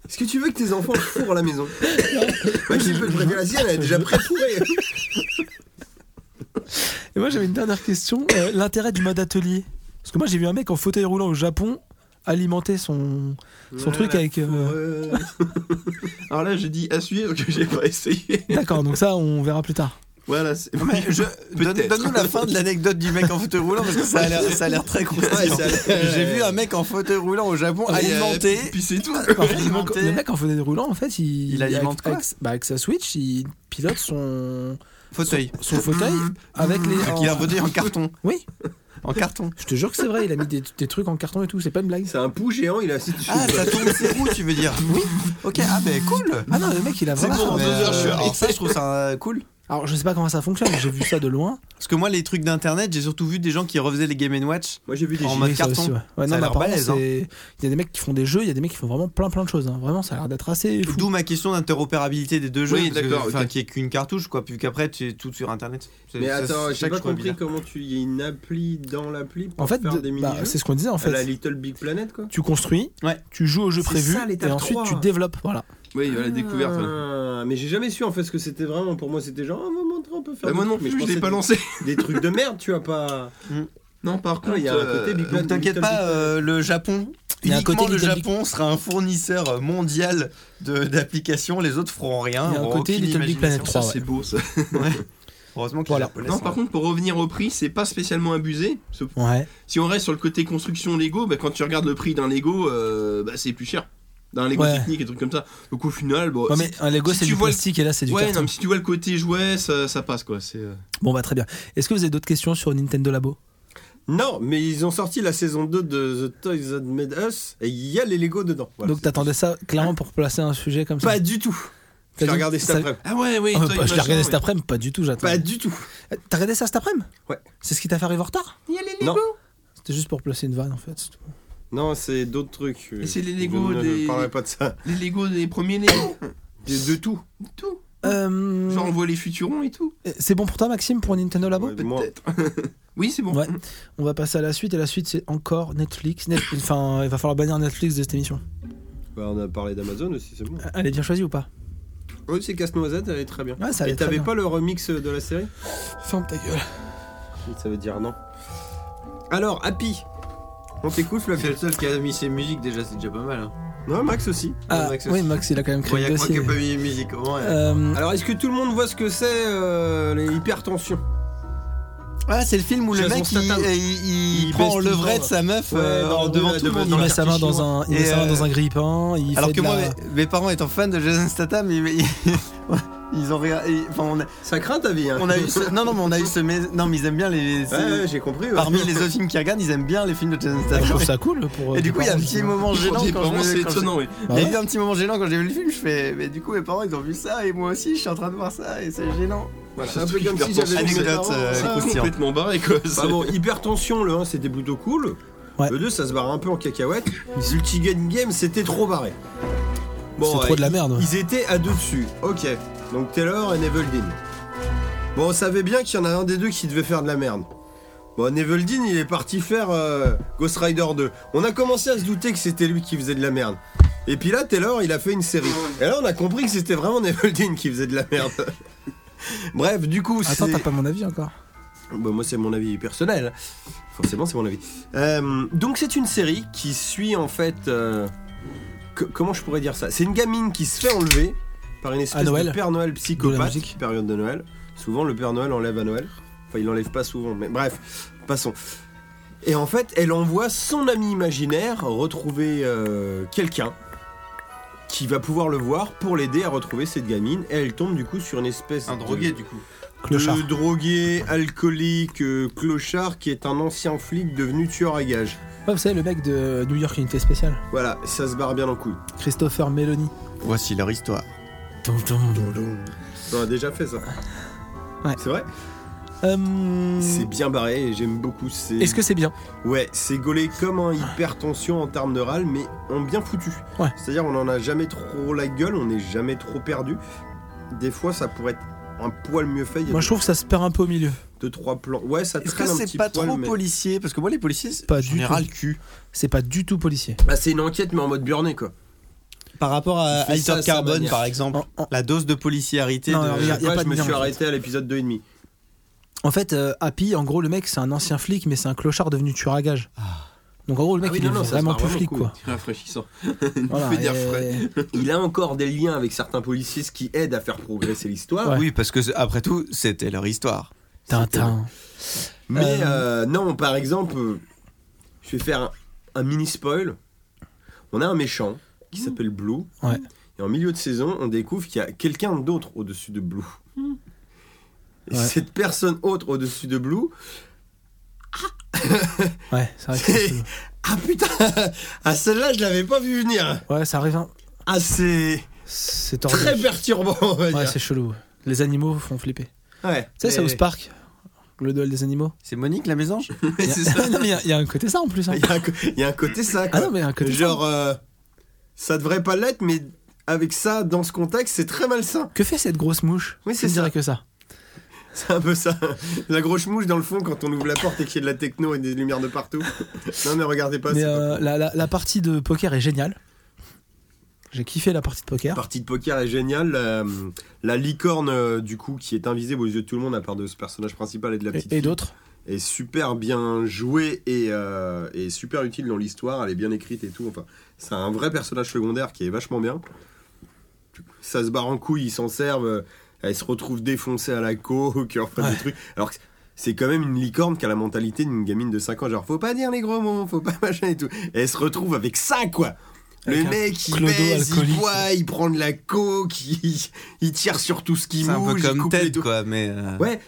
[SPEAKER 3] Est-ce que tu veux que tes enfants fourrent à la maison Maxime peut te prévenir la sienne, elle est déjà pré-fourrée.
[SPEAKER 6] Et moi, j'avais une dernière question. Euh, L'intérêt du mode atelier Parce que moi, j'ai vu un mec en fauteuil roulant au Japon alimenter son, son truc avec. euh,
[SPEAKER 1] Alors là, j'ai dit à suivre que j'ai pas essayé.
[SPEAKER 6] D'accord, donc ça, on verra plus tard.
[SPEAKER 1] Voilà, c'est.
[SPEAKER 2] Donne-
[SPEAKER 1] Peut-être.
[SPEAKER 2] Donne-nous la fin de l'anecdote du mec en fauteuil roulant parce que ça a l'air, ça a l'air très croustillant.
[SPEAKER 3] Ouais, ça a l'air-
[SPEAKER 2] J'ai vu un mec en fauteuil roulant au Japon
[SPEAKER 1] Ah, et, euh,
[SPEAKER 2] alimenté.
[SPEAKER 1] Puis c'est tout.
[SPEAKER 6] Enfin, le, mec,
[SPEAKER 2] Alimenter.
[SPEAKER 6] le mec en fauteuil roulant, en fait, il,
[SPEAKER 2] Il alimente
[SPEAKER 6] avec,
[SPEAKER 2] quoi
[SPEAKER 6] avec- bah, avec sa Switch, il pilote son,
[SPEAKER 2] Fauteuil.
[SPEAKER 6] son fauteuil avec les.
[SPEAKER 2] Donc
[SPEAKER 6] en-
[SPEAKER 2] il Mhm. Ah, a un fauteuil en carton.
[SPEAKER 6] Oui,
[SPEAKER 2] En carton.
[SPEAKER 6] je te jure que c'est vrai, il a mis des, des trucs en carton et tout, c'est pas une blague.
[SPEAKER 2] Mhm.
[SPEAKER 3] C'est un pou géant, il est assis dessus.
[SPEAKER 2] Ah, ça tourne ses roues, tu veux dire Oui. Ok, ah, ben cool.
[SPEAKER 6] Ah non, le mec, il a
[SPEAKER 2] C'est
[SPEAKER 6] vraiment.
[SPEAKER 2] bon, dans
[SPEAKER 6] Mais,
[SPEAKER 2] deux heures, je suis
[SPEAKER 6] euh,
[SPEAKER 2] arrivé. Ça, je trouve ça euh, cool.
[SPEAKER 6] Alors, je sais pas comment ça fonctionne, j'ai vu ça de loin.
[SPEAKER 2] Parce que moi, les trucs d'internet, j'ai surtout vu des gens qui refaisaient les Game Watch.
[SPEAKER 3] Moi j'ai vu des
[SPEAKER 2] En
[SPEAKER 3] gifs.
[SPEAKER 2] mode
[SPEAKER 6] Oui, ça
[SPEAKER 2] carton.
[SPEAKER 6] aussi, ouais. Ouais, non,
[SPEAKER 2] a
[SPEAKER 6] mais
[SPEAKER 2] l'air
[SPEAKER 6] apparemment,
[SPEAKER 2] balèze, hein.
[SPEAKER 6] c'est- Il y a des mecs qui font des jeux, il y a des mecs qui font vraiment plein plein de choses. hein. Vraiment, ça a l'air d'être assez fou.
[SPEAKER 2] D'où ma question d'interopérabilité des deux jeux,
[SPEAKER 1] Oui,
[SPEAKER 2] parce que-
[SPEAKER 1] d'accord,
[SPEAKER 2] enfin,
[SPEAKER 1] ok.
[SPEAKER 2] qui est qu'une cartouche, quoi, puis qu'après tu es tout sur internet. C'est-
[SPEAKER 3] Mais
[SPEAKER 2] ça,
[SPEAKER 3] attends,
[SPEAKER 2] c'est ça
[SPEAKER 3] j'ai
[SPEAKER 2] que
[SPEAKER 3] pas
[SPEAKER 2] je trouve
[SPEAKER 3] compris
[SPEAKER 2] bizarre.
[SPEAKER 3] comment tu y a une appli dans l'appli pour
[SPEAKER 6] En fait,
[SPEAKER 3] faire
[SPEAKER 6] de-
[SPEAKER 3] des
[SPEAKER 6] bah,
[SPEAKER 3] mini-jeux
[SPEAKER 6] c'est ce qu'on disait en
[SPEAKER 3] à la
[SPEAKER 6] fait.
[SPEAKER 3] Little Big Planet quoi.
[SPEAKER 6] Tu construis,
[SPEAKER 2] Ouais.
[SPEAKER 6] tu joues au jeu
[SPEAKER 3] C'est
[SPEAKER 6] prévu
[SPEAKER 3] ça, l'étape
[SPEAKER 6] et ensuite
[SPEAKER 3] 3.
[SPEAKER 6] tu développes. Voilà.
[SPEAKER 1] Oui, voilà, découverte. voilà.
[SPEAKER 3] Ah, mais j'ai jamais su en fait ce que c'était vraiment. Pour moi, c'était genre, ah, maman, on peut faire.
[SPEAKER 1] Bah,
[SPEAKER 3] des
[SPEAKER 1] moi non
[SPEAKER 3] trucs. Mais
[SPEAKER 1] plus, je
[SPEAKER 3] pensais
[SPEAKER 1] l'ai pas
[SPEAKER 3] des-
[SPEAKER 1] lancé.
[SPEAKER 3] Des trucs de merde, tu vois pas.
[SPEAKER 1] Non, par contre,
[SPEAKER 3] il y a un côté Big
[SPEAKER 2] Donc t'inquiète pas, euh, le Japon.
[SPEAKER 6] Il y a un
[SPEAKER 2] Uniquement
[SPEAKER 6] côté
[SPEAKER 2] le
[SPEAKER 6] Little Big-
[SPEAKER 2] Japon sera un fournisseur mondial de- d'applications, les autres feront rien.
[SPEAKER 6] Il y a un
[SPEAKER 2] auront
[SPEAKER 6] côté
[SPEAKER 2] aucune
[SPEAKER 6] Little Big
[SPEAKER 2] imagination.
[SPEAKER 6] Planet
[SPEAKER 1] Ça,
[SPEAKER 6] Ah ouais.
[SPEAKER 1] c'est beau ça.
[SPEAKER 2] Heureusement qu'il
[SPEAKER 6] Voilà.
[SPEAKER 2] y a les
[SPEAKER 1] Non,
[SPEAKER 2] Japonais,
[SPEAKER 1] par
[SPEAKER 2] ça.
[SPEAKER 1] contre, pour revenir au prix, c'est pas spécialement abusé. Ce-
[SPEAKER 6] Ouais.
[SPEAKER 1] Si on reste sur le côté construction Lego, bah, quand tu regardes le prix d'un Lego, euh, bah, c'est plus cher. D'un Lego
[SPEAKER 6] Ouais.
[SPEAKER 1] technique et trucs comme ça. Donc au final, bon.
[SPEAKER 6] Ouais,
[SPEAKER 1] si-
[SPEAKER 6] mais un Lego
[SPEAKER 1] si
[SPEAKER 6] c'est
[SPEAKER 1] tu
[SPEAKER 6] du
[SPEAKER 1] vois le-
[SPEAKER 6] plastique et là c'est du
[SPEAKER 1] ouais, non,
[SPEAKER 6] carton.
[SPEAKER 1] mais si tu vois le côté jouet, ça, ça passe quoi. C'est. euh,
[SPEAKER 6] Bon bah très bien. Est-ce que vous avez d'autres questions sur Nintendo Labo
[SPEAKER 3] Non, mais ils ont sorti la saison 2 de The Toys That Made Us et il y a les Lego dedans. Voilà,
[SPEAKER 6] Donc
[SPEAKER 3] c'est-
[SPEAKER 6] t'attendais ça clairement pour placer un sujet comme ça
[SPEAKER 3] Pas du tout.
[SPEAKER 6] T'as
[SPEAKER 3] J'ai
[SPEAKER 6] dit-
[SPEAKER 3] regardé cet
[SPEAKER 6] ça-
[SPEAKER 3] après.
[SPEAKER 1] Ah ouais, oui.
[SPEAKER 6] Ah, bah,
[SPEAKER 1] toi,
[SPEAKER 6] je l'ai regardé
[SPEAKER 1] imagine,
[SPEAKER 6] cet après-midi, pas du tout, j'attends.
[SPEAKER 3] Pas du tout.
[SPEAKER 6] Euh, T'as regardé ça cet après-midi
[SPEAKER 3] Ouais.
[SPEAKER 6] C'est ce qui t'a fait arriver en retard
[SPEAKER 3] Non.
[SPEAKER 6] C'était juste pour placer une vanne en fait. c'est tout.
[SPEAKER 3] Non, c'est d'autres trucs. euh,
[SPEAKER 1] C'est les
[SPEAKER 3] je
[SPEAKER 1] Lego
[SPEAKER 3] ne
[SPEAKER 1] des-
[SPEAKER 3] parlerai pas de ça.
[SPEAKER 1] Les Lego des premiers nés.
[SPEAKER 3] De, de tout.
[SPEAKER 1] tout.
[SPEAKER 6] Euh,
[SPEAKER 1] Genre on voit les Futurons et tout.
[SPEAKER 6] c'est bon pour toi, Maxime, pour Nintendo Labo
[SPEAKER 3] Ouais, moi,
[SPEAKER 1] Oui, c'est bon.
[SPEAKER 6] Ouais. On va passer à la suite, et la suite, c'est encore Netflix. Net- Enfin, il va falloir bannir Netflix de cette émission. Euh,
[SPEAKER 3] bah, on a parlé d'Amazon aussi, c'est bon.
[SPEAKER 6] Elle est bien choisie ou pas
[SPEAKER 3] Oui, c'est Casse-Noisette, elle est très bien.
[SPEAKER 6] Ouais, Ah, ça allait
[SPEAKER 3] Et
[SPEAKER 6] très
[SPEAKER 3] t'avais
[SPEAKER 6] bien.
[SPEAKER 3] pas le remix de la série
[SPEAKER 6] Ferme ta gueule.
[SPEAKER 3] Ça veut dire non. Alors, Happy On t'écoute, Flavien
[SPEAKER 11] C'est le seul qui a mis ses musiques déjà, c'est déjà pas mal. Hein.
[SPEAKER 3] Non, Max aussi.
[SPEAKER 6] Ah,
[SPEAKER 11] Max aussi.
[SPEAKER 6] oui, Max, il a quand même
[SPEAKER 11] Bon, y
[SPEAKER 6] créé
[SPEAKER 11] a
[SPEAKER 6] le
[SPEAKER 11] que moi qui
[SPEAKER 6] dossier.
[SPEAKER 11] a pas mis les musiques. au moins, euh,
[SPEAKER 6] Euh,
[SPEAKER 3] Alors, est-ce que tout le monde voit ce que c'est euh, les hypertensions
[SPEAKER 2] Ah, c'est le film où le
[SPEAKER 3] Jason
[SPEAKER 2] mec il,
[SPEAKER 3] Statham.
[SPEAKER 2] il- il
[SPEAKER 3] Il baisse
[SPEAKER 2] prend
[SPEAKER 3] tout le
[SPEAKER 2] levrette
[SPEAKER 3] temps.
[SPEAKER 2] sa meuf
[SPEAKER 3] Ouais,
[SPEAKER 2] euh,
[SPEAKER 3] dans
[SPEAKER 2] en-
[SPEAKER 3] le-
[SPEAKER 2] devant
[SPEAKER 3] ouais,
[SPEAKER 2] tout le
[SPEAKER 3] devant-
[SPEAKER 2] monde.
[SPEAKER 6] il met sa main
[SPEAKER 2] quartier
[SPEAKER 6] dans
[SPEAKER 2] chinois.
[SPEAKER 6] un, il
[SPEAKER 2] Et,
[SPEAKER 6] met sa main
[SPEAKER 2] euh,
[SPEAKER 6] dans un grippin. Il
[SPEAKER 2] Alors
[SPEAKER 6] fait
[SPEAKER 2] que
[SPEAKER 6] de
[SPEAKER 2] moi,
[SPEAKER 6] la-
[SPEAKER 2] mes- mes parents étant fans de Jason Statham, ils, ils ont rien. ils- Enfin, on a,
[SPEAKER 3] Ça craint ta vie, hein
[SPEAKER 2] on a eu. ce- non, non, mais on a eu ce. mais- Non, mais ils aiment bien les.
[SPEAKER 3] Ouais, ouais, j'ai compris. ouais.
[SPEAKER 2] Parmi les autres films qu'ils regardent, ils aiment bien les films de Jason
[SPEAKER 6] Je
[SPEAKER 2] Statham.
[SPEAKER 6] trouve ça cool pour.
[SPEAKER 2] Ah, Et du coup, il y a un petit moment
[SPEAKER 1] Pour
[SPEAKER 2] gênant
[SPEAKER 1] des
[SPEAKER 2] quand je
[SPEAKER 1] parents,
[SPEAKER 2] me-
[SPEAKER 1] c'est
[SPEAKER 2] quand je-
[SPEAKER 1] étonnant, oui.
[SPEAKER 2] Il y
[SPEAKER 6] Bah
[SPEAKER 2] a eu un petit moment gênant quand j'ai vu le film, je fais mais du coup mes parents ils ont vu ça et moi aussi je suis en train de voir ça et c'est gênant.
[SPEAKER 3] Voilà,
[SPEAKER 1] Ce
[SPEAKER 3] un peu
[SPEAKER 1] truc
[SPEAKER 3] comme si j'avais
[SPEAKER 1] hypertension,
[SPEAKER 3] vu mes
[SPEAKER 2] anecdote,
[SPEAKER 3] parents.
[SPEAKER 2] euh,
[SPEAKER 1] C'est
[SPEAKER 3] Ah,
[SPEAKER 2] croustillante.
[SPEAKER 1] complètement barré, quoi.
[SPEAKER 3] Bah bon, hypertension, le 1 c'était plutôt cool.
[SPEAKER 6] Ouais.
[SPEAKER 3] Le 2 ça se barre un peu en cacahuète. Ultigun Game c'était trop barré.
[SPEAKER 6] C'est
[SPEAKER 3] ouais,
[SPEAKER 6] trop de la merde.
[SPEAKER 3] Ils étaient à deux dessus. Ok. Donc Taylor et Neveldine. Bon, on savait bien qu'il y en a un des deux qui devait faire de la merde. Bon, Neveldine, il est parti faire euh, Ghost Rider 2. On a commencé à se douter que c'était lui qui faisait de la merde. Et puis là, Taylor, il a fait une série. Et là, on a compris que c'était vraiment Neveldine qui faisait de la merde. Bref, du coup,
[SPEAKER 6] Attends,
[SPEAKER 3] c'est-
[SPEAKER 6] t'as pas mon avis encore.
[SPEAKER 3] bah, moi, c'est mon avis personnel. Forcément, c'est mon avis. Euh, donc, c'est une série qui suit en fait. euh, que- comment je pourrais dire ça C'est une gamine qui se fait enlever par une
[SPEAKER 6] À
[SPEAKER 3] espèce
[SPEAKER 6] Noël.
[SPEAKER 3] de Père Noël
[SPEAKER 6] D'où la
[SPEAKER 3] psychopathe.
[SPEAKER 6] musique.
[SPEAKER 3] Période de Noël. Souvent, le Père Noël enlève à Noël. Enfin, il l'enlève pas souvent, mais bref, passons. Et en fait, elle envoie son ami imaginaire retrouver euh, quelqu'un qui va pouvoir le voir pour l'aider à retrouver cette gamine. Et elle tombe du coup sur une espèce
[SPEAKER 11] Un
[SPEAKER 3] de-
[SPEAKER 11] drogué du coup.
[SPEAKER 6] Clochard.
[SPEAKER 3] le drogué, alcoolique, euh, clochard qui est un ancien flic devenu tueur à gages.
[SPEAKER 6] Ouais, vous savez, le mec de New York Unité Spéciale,
[SPEAKER 3] Voilà, ça se barre bien en couille.
[SPEAKER 6] Christopher Meloni.
[SPEAKER 2] Voici leur histoire.
[SPEAKER 3] On a déjà fait ça.
[SPEAKER 6] Ouais.
[SPEAKER 3] C'est vrai
[SPEAKER 6] Euh,
[SPEAKER 3] C'est bien barré et j'aime beaucoup. C'est...
[SPEAKER 6] Est-ce que c'est bien
[SPEAKER 3] Ouais, c'est gaulé comme un hypertension en termes de râle, mais en bien foutu.
[SPEAKER 6] Ouais.
[SPEAKER 3] C'est-à-dire, on en a jamais trop la gueule, on n'est jamais trop perdu. Des fois, ça pourrait être un poil mieux fait. Il y a
[SPEAKER 6] Moi, je trouve que ça se perd un peu au milieu.
[SPEAKER 3] deux, trois plans. Ouais, ça
[SPEAKER 2] Est-ce que
[SPEAKER 3] traîne un
[SPEAKER 2] c'est
[SPEAKER 3] petit
[SPEAKER 2] pas
[SPEAKER 3] poil,
[SPEAKER 2] trop
[SPEAKER 3] mais-
[SPEAKER 2] policier Parce que moi les policiers, c'est
[SPEAKER 6] Pas
[SPEAKER 2] en
[SPEAKER 6] du
[SPEAKER 2] général
[SPEAKER 6] tout.
[SPEAKER 2] cul.
[SPEAKER 6] C'est pas du tout policier.
[SPEAKER 3] Bah, c'est une enquête, mais en mode burné, quoi.
[SPEAKER 2] Par rapport à
[SPEAKER 3] Il fait ça à
[SPEAKER 2] Alter
[SPEAKER 3] sa
[SPEAKER 2] Carbone
[SPEAKER 3] manière.
[SPEAKER 2] Euh, par exemple,
[SPEAKER 6] En, en-
[SPEAKER 2] la dose de policiarité.
[SPEAKER 6] Non,
[SPEAKER 2] de-
[SPEAKER 6] non, regarde, y a
[SPEAKER 3] Ouais,
[SPEAKER 6] pas
[SPEAKER 3] je
[SPEAKER 6] de
[SPEAKER 3] me
[SPEAKER 6] bien,
[SPEAKER 3] suis
[SPEAKER 6] en fait.
[SPEAKER 3] arrêté à l'épisode 2,5.
[SPEAKER 6] en fait, euh, Happy, en gros, le mec, c'est un ancien flic, mais c'est un clochard devenu tueur à gage. Donc, en gros, le mec,
[SPEAKER 3] Ah oui,
[SPEAKER 6] il
[SPEAKER 3] non,
[SPEAKER 6] est
[SPEAKER 3] non, ça se
[SPEAKER 6] vraiment
[SPEAKER 3] barre
[SPEAKER 6] plus
[SPEAKER 3] vraiment
[SPEAKER 6] flic,
[SPEAKER 3] cool.
[SPEAKER 6] quoi.
[SPEAKER 1] Rafraîchissant.
[SPEAKER 6] Voilà,
[SPEAKER 1] fait dire
[SPEAKER 6] et-
[SPEAKER 3] Il a encore des liens avec certains policiers, ce qui aide à faire progresser l'histoire.
[SPEAKER 6] Ouais.
[SPEAKER 2] Oui, parce que c'est- après tout, c'était leur histoire.
[SPEAKER 6] Tintin.
[SPEAKER 3] Mais
[SPEAKER 6] Euh,
[SPEAKER 3] euh, non, par exemple, euh, je vais faire un, un mini spoil. On a un méchant qui s'appelle Blue.
[SPEAKER 6] Ouais.
[SPEAKER 3] Et en milieu de saison, on découvre qu'il y a quelqu'un d'autre au-dessus de Blue. Et
[SPEAKER 6] Ouais.
[SPEAKER 3] cette personne autre au-dessus de Blue,
[SPEAKER 6] Ouais, c'est vrai que c'est-
[SPEAKER 3] ah putain, à celle-là, je l'avais pas vu venir.
[SPEAKER 6] Ouais, ça arrive. hein.
[SPEAKER 3] Ah, c'est
[SPEAKER 6] C'est tordu.
[SPEAKER 3] très perturbant, on va
[SPEAKER 6] Ouais,
[SPEAKER 3] dire.
[SPEAKER 6] c'est chelou. Les animaux font flipper.
[SPEAKER 3] Ouais.
[SPEAKER 6] Tu sais,
[SPEAKER 3] Mais-
[SPEAKER 6] South Park, le duel des animaux.
[SPEAKER 2] C'est Monique la mésange
[SPEAKER 6] Il y a- non, mais il y a- il y, a un côté ça en plus. hein.
[SPEAKER 3] Il y, a un co- il y a un côté ça, quoi.
[SPEAKER 6] Ah non, mais il y a un côté ça.
[SPEAKER 3] Genre, euh, ça devrait pas l'être, mais avec ça, dans ce contexte, c'est très malsain.
[SPEAKER 6] Que fait cette grosse mouche
[SPEAKER 3] Oui, c'est
[SPEAKER 6] Je dirais
[SPEAKER 3] ça.
[SPEAKER 6] que ça.
[SPEAKER 3] C'est un peu ça. La grosse mouche dans le fond quand on ouvre la porte et qu'il y a de la techno et des lumières de partout. Non, mais regardez pas.
[SPEAKER 6] mais
[SPEAKER 3] Bah, c'est
[SPEAKER 6] euh, la, la- la partie de poker est géniale. J'ai kiffé la partie de
[SPEAKER 3] pas- La
[SPEAKER 6] poker.
[SPEAKER 3] partie de poker est géniale. euh, La, licorne, euh, du coup, qui est invisible aux yeux de tout le monde, à part de ce personnage principal et de la petite
[SPEAKER 6] Et, et
[SPEAKER 3] fille,
[SPEAKER 6] d'autres.
[SPEAKER 3] est super bien jouée et, euh, et super utile dans l'histoire. Elle est bien écrite et tout. Enfin, c'est un vrai personnage secondaire qui est vachement bien. Ça se barre en couille, ils s'en servent. euh, Elle se retrouve défoncée à la coque, enfin
[SPEAKER 6] Ouais.
[SPEAKER 3] des trucs. Alors que c'est quand même une licorne qui a la mentalité d'une gamine de 5 ans. Genre, faut pas dire les gros mots, faut pas machin et tout. Et elle se retrouve avec ça, quoi. Le
[SPEAKER 6] Avec un
[SPEAKER 3] mec, il
[SPEAKER 6] clodo
[SPEAKER 3] baise, il
[SPEAKER 6] alcoolique.
[SPEAKER 3] boit, il prend de la coke, il, il tire sur tout ce qui
[SPEAKER 2] C'est
[SPEAKER 3] bouge.
[SPEAKER 2] un peu
[SPEAKER 3] il
[SPEAKER 2] comme
[SPEAKER 3] coupe les
[SPEAKER 2] Ted
[SPEAKER 3] doigts.
[SPEAKER 2] quoi, mais. euh,
[SPEAKER 3] Ouais,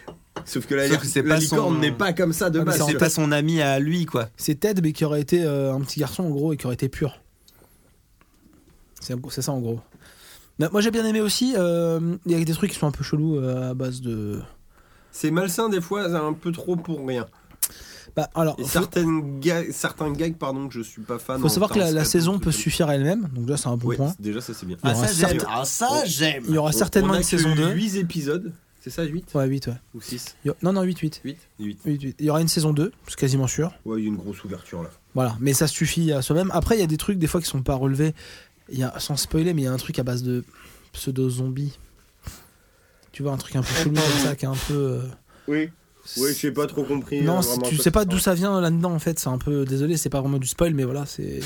[SPEAKER 3] sauf que la,
[SPEAKER 2] Sauf que c'est
[SPEAKER 3] la
[SPEAKER 2] pas
[SPEAKER 3] licorne
[SPEAKER 2] son-
[SPEAKER 3] n'est pas comme ça de
[SPEAKER 6] Ah, mais
[SPEAKER 3] base.
[SPEAKER 2] C'est pas son ami à lui quoi.
[SPEAKER 6] C'est Ted, mais qui aurait été euh, un petit garçon en gros et qui aurait été pur. C'est c'est ça en gros. Mais moi j'ai bien aimé aussi. euh, Il y a des trucs qui sont un peu chelous euh, à base de.
[SPEAKER 3] C'est malsain des fois, un peu trop pour rien.
[SPEAKER 6] Bah, alors,
[SPEAKER 3] Et
[SPEAKER 6] faut-
[SPEAKER 3] certaines ga- certains gags, pardon, que je suis pas fan.
[SPEAKER 6] faut
[SPEAKER 3] en
[SPEAKER 6] savoir que la,
[SPEAKER 3] termes
[SPEAKER 6] la
[SPEAKER 3] stats,
[SPEAKER 6] saison
[SPEAKER 3] donc,
[SPEAKER 6] peut
[SPEAKER 3] euh,
[SPEAKER 6] suffire à elle-même, donc là c'est un bon
[SPEAKER 3] ouais,
[SPEAKER 6] point.
[SPEAKER 3] déjà, ça c'est bien.
[SPEAKER 6] Il y aura certes-
[SPEAKER 11] Ah, ça, j'aime.
[SPEAKER 6] il y aura certainement
[SPEAKER 3] On a
[SPEAKER 6] une
[SPEAKER 3] que
[SPEAKER 6] saison 2.
[SPEAKER 3] 8 épisodes, c'est ça 8
[SPEAKER 6] Ouais, 8, ouais.
[SPEAKER 3] Ou 6
[SPEAKER 6] Il y a- Non, non, 8, 8.
[SPEAKER 3] 8 8.
[SPEAKER 6] 8, 8. Il y aura une saison 2, c'est quasiment sûr.
[SPEAKER 3] Ouais, il y a une grosse ouverture là.
[SPEAKER 6] Voilà, mais ça suffit à soi-même. Après, il y a des trucs des fois qui sont pas relevés. Il y a, sans spoiler, mais il y a un truc à base de pseudo zombies. Tu vois, un truc un peu chelou comme ça, qui est un peu. euh,
[SPEAKER 3] Oui, oui, j'ai pas trop compris.
[SPEAKER 6] non,
[SPEAKER 3] euh,
[SPEAKER 6] c'est-
[SPEAKER 3] vraiment,
[SPEAKER 6] tu
[SPEAKER 3] ça,
[SPEAKER 6] sais pas
[SPEAKER 3] c'est
[SPEAKER 6] d'où ça vient là-dedans en fait. C'est un peu désolé, c'est pas vraiment du spoil, mais voilà, c'est.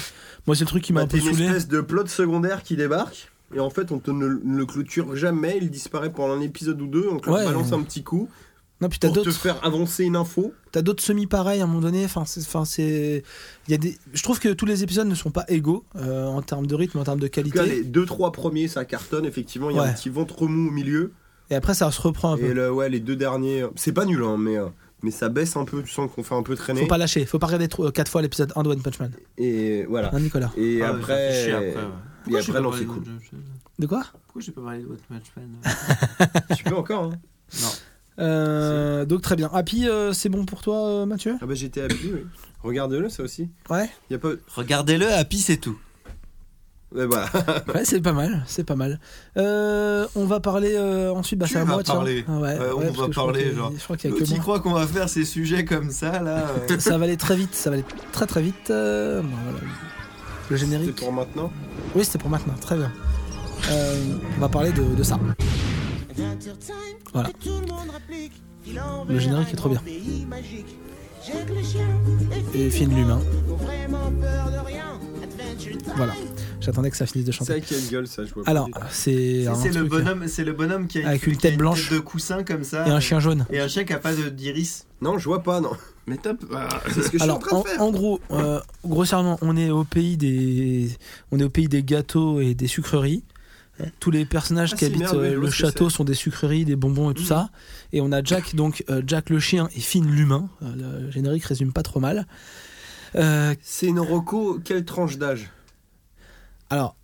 [SPEAKER 6] Moi, c'est le truc qui m'a
[SPEAKER 3] Bah,
[SPEAKER 6] un peu
[SPEAKER 3] t'as une
[SPEAKER 6] saoulé.
[SPEAKER 3] espèce de plot secondaire qui débarque. Et en fait, on te ne, ne le clôture jamais. Il disparaît pendant un épisode ou deux. On te
[SPEAKER 6] Ouais.
[SPEAKER 3] balance un petit coup
[SPEAKER 6] Non, puis t'as
[SPEAKER 3] pour te
[SPEAKER 6] d'autres.
[SPEAKER 3] faire avancer une info.
[SPEAKER 6] T'as d'autres semis pareils à un moment donné. Enfin, c'est, enfin, c'est. Il y a des. Je trouve que tous les épisodes ne sont pas égaux euh, en termes de rythme, en termes de
[SPEAKER 3] En tout cas,
[SPEAKER 6] qualité.
[SPEAKER 3] les deux trois premiers, ça cartonne. Effectivement, il y a
[SPEAKER 6] Ouais.
[SPEAKER 3] un petit ventre mou au milieu.
[SPEAKER 6] Et après, ça se reprend un
[SPEAKER 3] Et
[SPEAKER 6] peu.
[SPEAKER 3] le, ouais, les deux derniers, euh, c'est pas nul, hein, mais euh, mais ça baisse un peu. Tu sens qu'on fait un peu traîner.
[SPEAKER 6] Faut pas lâcher. Faut pas regarder trop- euh, quatre fois l'épisode 1 de One Punch Man.
[SPEAKER 3] Et voilà.
[SPEAKER 6] Hein, Nicolas.
[SPEAKER 3] Et
[SPEAKER 11] Ah,
[SPEAKER 3] après,
[SPEAKER 11] j'ai réfléchi après, ouais.
[SPEAKER 3] et
[SPEAKER 11] Pourquoi j'ai
[SPEAKER 3] après,
[SPEAKER 11] pas
[SPEAKER 3] non,
[SPEAKER 11] parlé
[SPEAKER 3] c'est
[SPEAKER 11] de
[SPEAKER 3] cool.
[SPEAKER 11] One Punch Man
[SPEAKER 6] De quoi
[SPEAKER 11] Pourquoi j'ai pas parlé de One Punch Man
[SPEAKER 3] tu peux encore. Hein.
[SPEAKER 6] Euh, donc très bien. Happy, euh, c'est bon pour toi, euh, Mathieu
[SPEAKER 3] Ah bah j'étais happy, oui. Regarde-le, ça aussi.
[SPEAKER 6] Ouais.
[SPEAKER 3] Y a pas. Eh bah,
[SPEAKER 2] Regardez-le, Happy, c'est tout.
[SPEAKER 3] Ouais, voilà.
[SPEAKER 6] Ouais, c'est pas mal, c'est pas mal. Euh, on va parler euh, ensuite. Bah,
[SPEAKER 2] Tu
[SPEAKER 6] c'est à
[SPEAKER 2] vas
[SPEAKER 6] moi, tiens.
[SPEAKER 2] parler.
[SPEAKER 6] Ah ouais,
[SPEAKER 2] Euh, on
[SPEAKER 6] ouais,
[SPEAKER 2] va
[SPEAKER 6] parce que
[SPEAKER 2] parler,
[SPEAKER 6] je crois qu'il y a-
[SPEAKER 2] genre.
[SPEAKER 6] Je crois qu'il y a que
[SPEAKER 2] Tu
[SPEAKER 6] moi.
[SPEAKER 2] crois qu'on va faire ces sujets comme ça, là euh
[SPEAKER 6] Ça va aller très vite, ça va aller très très vite. Euh, bon, voilà. Le
[SPEAKER 3] C'est
[SPEAKER 6] générique.
[SPEAKER 3] pour maintenant.
[SPEAKER 6] Oui, c'était pour maintenant. Très bien. Euh, on va parler de, de ça. Voilà. Le générique est trop bien. Et film l'humain. Voilà. J'attendais que ça finisse de chanter.
[SPEAKER 3] C'est à quelle gueule ça, je vois pas
[SPEAKER 6] Alors,
[SPEAKER 3] du tout.
[SPEAKER 6] c'est
[SPEAKER 2] C'est
[SPEAKER 6] un
[SPEAKER 2] c'est le
[SPEAKER 6] truc,
[SPEAKER 2] bonhomme, c'est le bonhomme qui a
[SPEAKER 6] Avec une
[SPEAKER 2] qui a
[SPEAKER 6] tête blanche.
[SPEAKER 2] de coussin comme ça. euh,
[SPEAKER 6] et un chien jaune.
[SPEAKER 2] Et un chien qui a pas de- d'iris.
[SPEAKER 3] Non, je vois pas, non.
[SPEAKER 1] Mais tape. Ah,
[SPEAKER 3] C'est ce que
[SPEAKER 6] Alors,
[SPEAKER 3] je suis en train de faire.
[SPEAKER 6] en gros, euh, grossièrement, on est au pays des, on est au pays des gâteaux et des sucreries. Hein, Tous les personnages
[SPEAKER 3] Ah,
[SPEAKER 6] qui
[SPEAKER 3] si,
[SPEAKER 6] habitent
[SPEAKER 3] merde, oui,
[SPEAKER 6] euh,
[SPEAKER 3] je vois
[SPEAKER 6] le
[SPEAKER 3] ce que Mm.
[SPEAKER 6] château sont des sucreries, des bonbons et tout ça. Et on a Jack, donc euh, Jack le chien et Finn l'humain. Euh, le générique résume pas trop mal. Euh,
[SPEAKER 3] C'est une roco, quelle tranche d'âge
[SPEAKER 6] alors,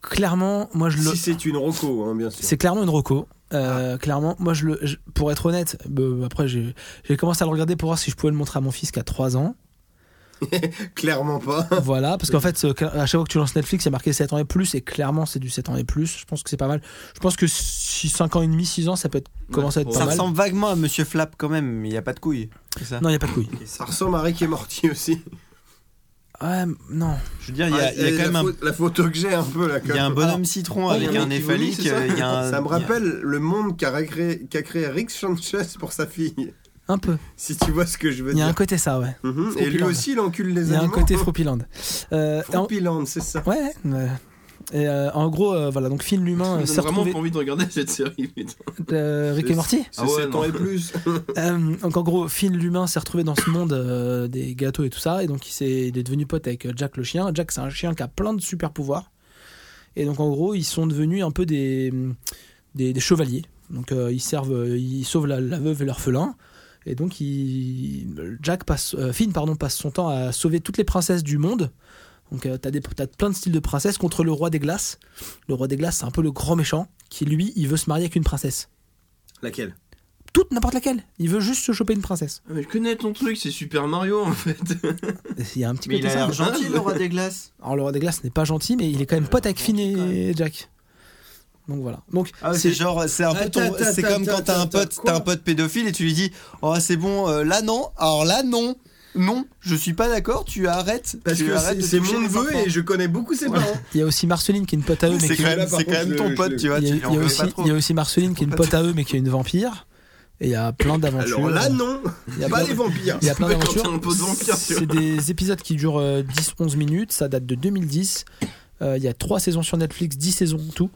[SPEAKER 6] clairement, moi je le.
[SPEAKER 3] Si Ah. c'est une roco, hein, bien sûr.
[SPEAKER 6] C'est clairement une roco. Euh, Clairement, moi, je le, je- pour être honnête, bah, après, j'ai j'ai commencé à le regarder pour voir si je pouvais le montrer à mon fils qui a 3 ans.
[SPEAKER 3] Clairement pas.
[SPEAKER 6] Voilà, parce qu'en fait, euh, à chaque fois que tu lances Netflix, il y a marqué 7 ans et plus, et clairement, c'est du 7 ans et plus. Je pense que c'est pas mal. Je pense que si 5 ans et demi, 6 ans, ça peut être, commencer à être
[SPEAKER 1] Ouais,
[SPEAKER 6] pas
[SPEAKER 2] ça
[SPEAKER 6] mal.
[SPEAKER 2] ressemble vaguement à Monsieur Flap quand même, mais il n'y a pas de couilles. C'est ça
[SPEAKER 6] Non, il n'y a pas de couilles.
[SPEAKER 3] Ça ressemble à Rick et Morty aussi.
[SPEAKER 6] Ouais, m- non.
[SPEAKER 2] Je veux dire, il y a, il y a
[SPEAKER 3] Ah,
[SPEAKER 2] quand
[SPEAKER 3] la,
[SPEAKER 2] même un,
[SPEAKER 3] photo- la photo que j'ai un peu là.
[SPEAKER 2] il y a un bonhomme
[SPEAKER 6] Oh,
[SPEAKER 2] citron
[SPEAKER 3] Ah, il y a
[SPEAKER 2] avec
[SPEAKER 3] un
[SPEAKER 2] un
[SPEAKER 3] mec qui
[SPEAKER 2] néphalique.
[SPEAKER 3] vomit, c'est ça
[SPEAKER 2] euh, il y a un-
[SPEAKER 3] Ça me
[SPEAKER 2] il y a-
[SPEAKER 3] rappelle le monde qu'a recréé- qu'a créé Rick Sanchez pour sa fille.
[SPEAKER 6] Un peu.
[SPEAKER 3] Si tu vois ce que je veux
[SPEAKER 6] Il y a un
[SPEAKER 3] dire.
[SPEAKER 6] côté ça, ouais.
[SPEAKER 3] Mhm. Et lui
[SPEAKER 6] Fropiland.
[SPEAKER 3] aussi, il encule
[SPEAKER 6] Il
[SPEAKER 3] les
[SPEAKER 6] y a
[SPEAKER 3] Bah, animaux.
[SPEAKER 6] un côté Fropiland. Euh, et en-
[SPEAKER 3] Fropiland, c'est ça.
[SPEAKER 6] Ouais, ouais. Et euh, en gros, euh, voilà, donc film l'humain euh,
[SPEAKER 1] J'ai
[SPEAKER 6] s'est
[SPEAKER 1] vraiment
[SPEAKER 6] retrouvé
[SPEAKER 1] pas envie de regarder cette série. putain.
[SPEAKER 6] euh, Rick et Morty.
[SPEAKER 3] C'est
[SPEAKER 1] Ah ouais,
[SPEAKER 3] 7
[SPEAKER 1] non.
[SPEAKER 3] ans et plus.
[SPEAKER 6] Euh, donc en gros, Finn l'humain s'est retrouvé dans ce monde euh, des gâteaux et tout ça, et donc il, s'est- il est devenu pote avec euh, Jack le chien. Jack c'est un chien qui a plein de super pouvoirs, et donc en gros ils sont devenus un peu des des, des chevaliers. Donc euh, ils servent, euh, ils sauvent la, la veuve et l'orphelin, et donc il- Jack passe, euh, Finn pardon passe son temps à sauver toutes les princesses du monde. Donc euh, t'as des t'as plein de styles de princesses contre le roi des glaces. Le roi des glaces c'est un peu le grand méchant qui lui il veut se marier avec une princesse,
[SPEAKER 3] Laquelle
[SPEAKER 6] toute n'importe laquelle. Il veut juste se choper une princesse.
[SPEAKER 1] Ah, mais je connais ton truc, c'est Super Mario en fait.
[SPEAKER 6] Il y a un petit
[SPEAKER 2] Mais il
[SPEAKER 6] côté
[SPEAKER 2] a
[SPEAKER 6] ça. hein.
[SPEAKER 2] l'air gentil, Euh, le roi des glaces.
[SPEAKER 6] Alors le roi des glaces n'est pas gentil, mais il est quand même pote avec Finn et Jack. Donc voilà. Donc
[SPEAKER 2] Ah ouais,
[SPEAKER 6] c'est
[SPEAKER 2] c'est genre, c'est un peu
[SPEAKER 3] Attends,
[SPEAKER 2] ton-
[SPEAKER 3] attends,
[SPEAKER 2] c'est comme
[SPEAKER 3] attends,
[SPEAKER 2] quand t'as un
[SPEAKER 3] attends,
[SPEAKER 2] pote,
[SPEAKER 3] quoi
[SPEAKER 2] t'as un pote pédophile et tu lui dis, oh c'est bon, euh, là non, alors là non, non, je suis pas d'accord, tu arrêtes.
[SPEAKER 3] Parce
[SPEAKER 2] tu
[SPEAKER 3] que
[SPEAKER 2] arrêtes
[SPEAKER 3] c'est
[SPEAKER 2] de
[SPEAKER 3] c'est
[SPEAKER 2] toucher
[SPEAKER 3] mon
[SPEAKER 2] les
[SPEAKER 3] neveu
[SPEAKER 2] enfants.
[SPEAKER 3] et je connais beaucoup ses parents.
[SPEAKER 6] il y a aussi Marceline qui est une pote à eux, mais
[SPEAKER 2] C'est
[SPEAKER 6] qui
[SPEAKER 2] quand
[SPEAKER 3] là,
[SPEAKER 2] même,
[SPEAKER 3] par
[SPEAKER 2] c'est quand
[SPEAKER 3] contre,
[SPEAKER 2] même
[SPEAKER 3] je-
[SPEAKER 2] ton pote,
[SPEAKER 3] je-
[SPEAKER 2] tu vois.
[SPEAKER 6] il y a-
[SPEAKER 2] tu
[SPEAKER 6] il y a
[SPEAKER 2] en veux
[SPEAKER 6] aussi-
[SPEAKER 2] pas trop.
[SPEAKER 6] il y a aussi Marceline qui est une pote à eux, mais qui est une vampire. Et il y a plein d'aventures.
[SPEAKER 3] Alors là, non.
[SPEAKER 6] Il y a
[SPEAKER 3] Pas
[SPEAKER 6] plein-
[SPEAKER 3] les vampires.
[SPEAKER 6] Il y a plein
[SPEAKER 1] Ouais, quand
[SPEAKER 6] d'aventures.
[SPEAKER 1] t'es un peu de vampire, tu
[SPEAKER 6] C'est des épisodes qui durent 10-11 minutes. Ça date de 2010. Euh, Il y a 3 saisons sur Netflix, 10 saisons en tout.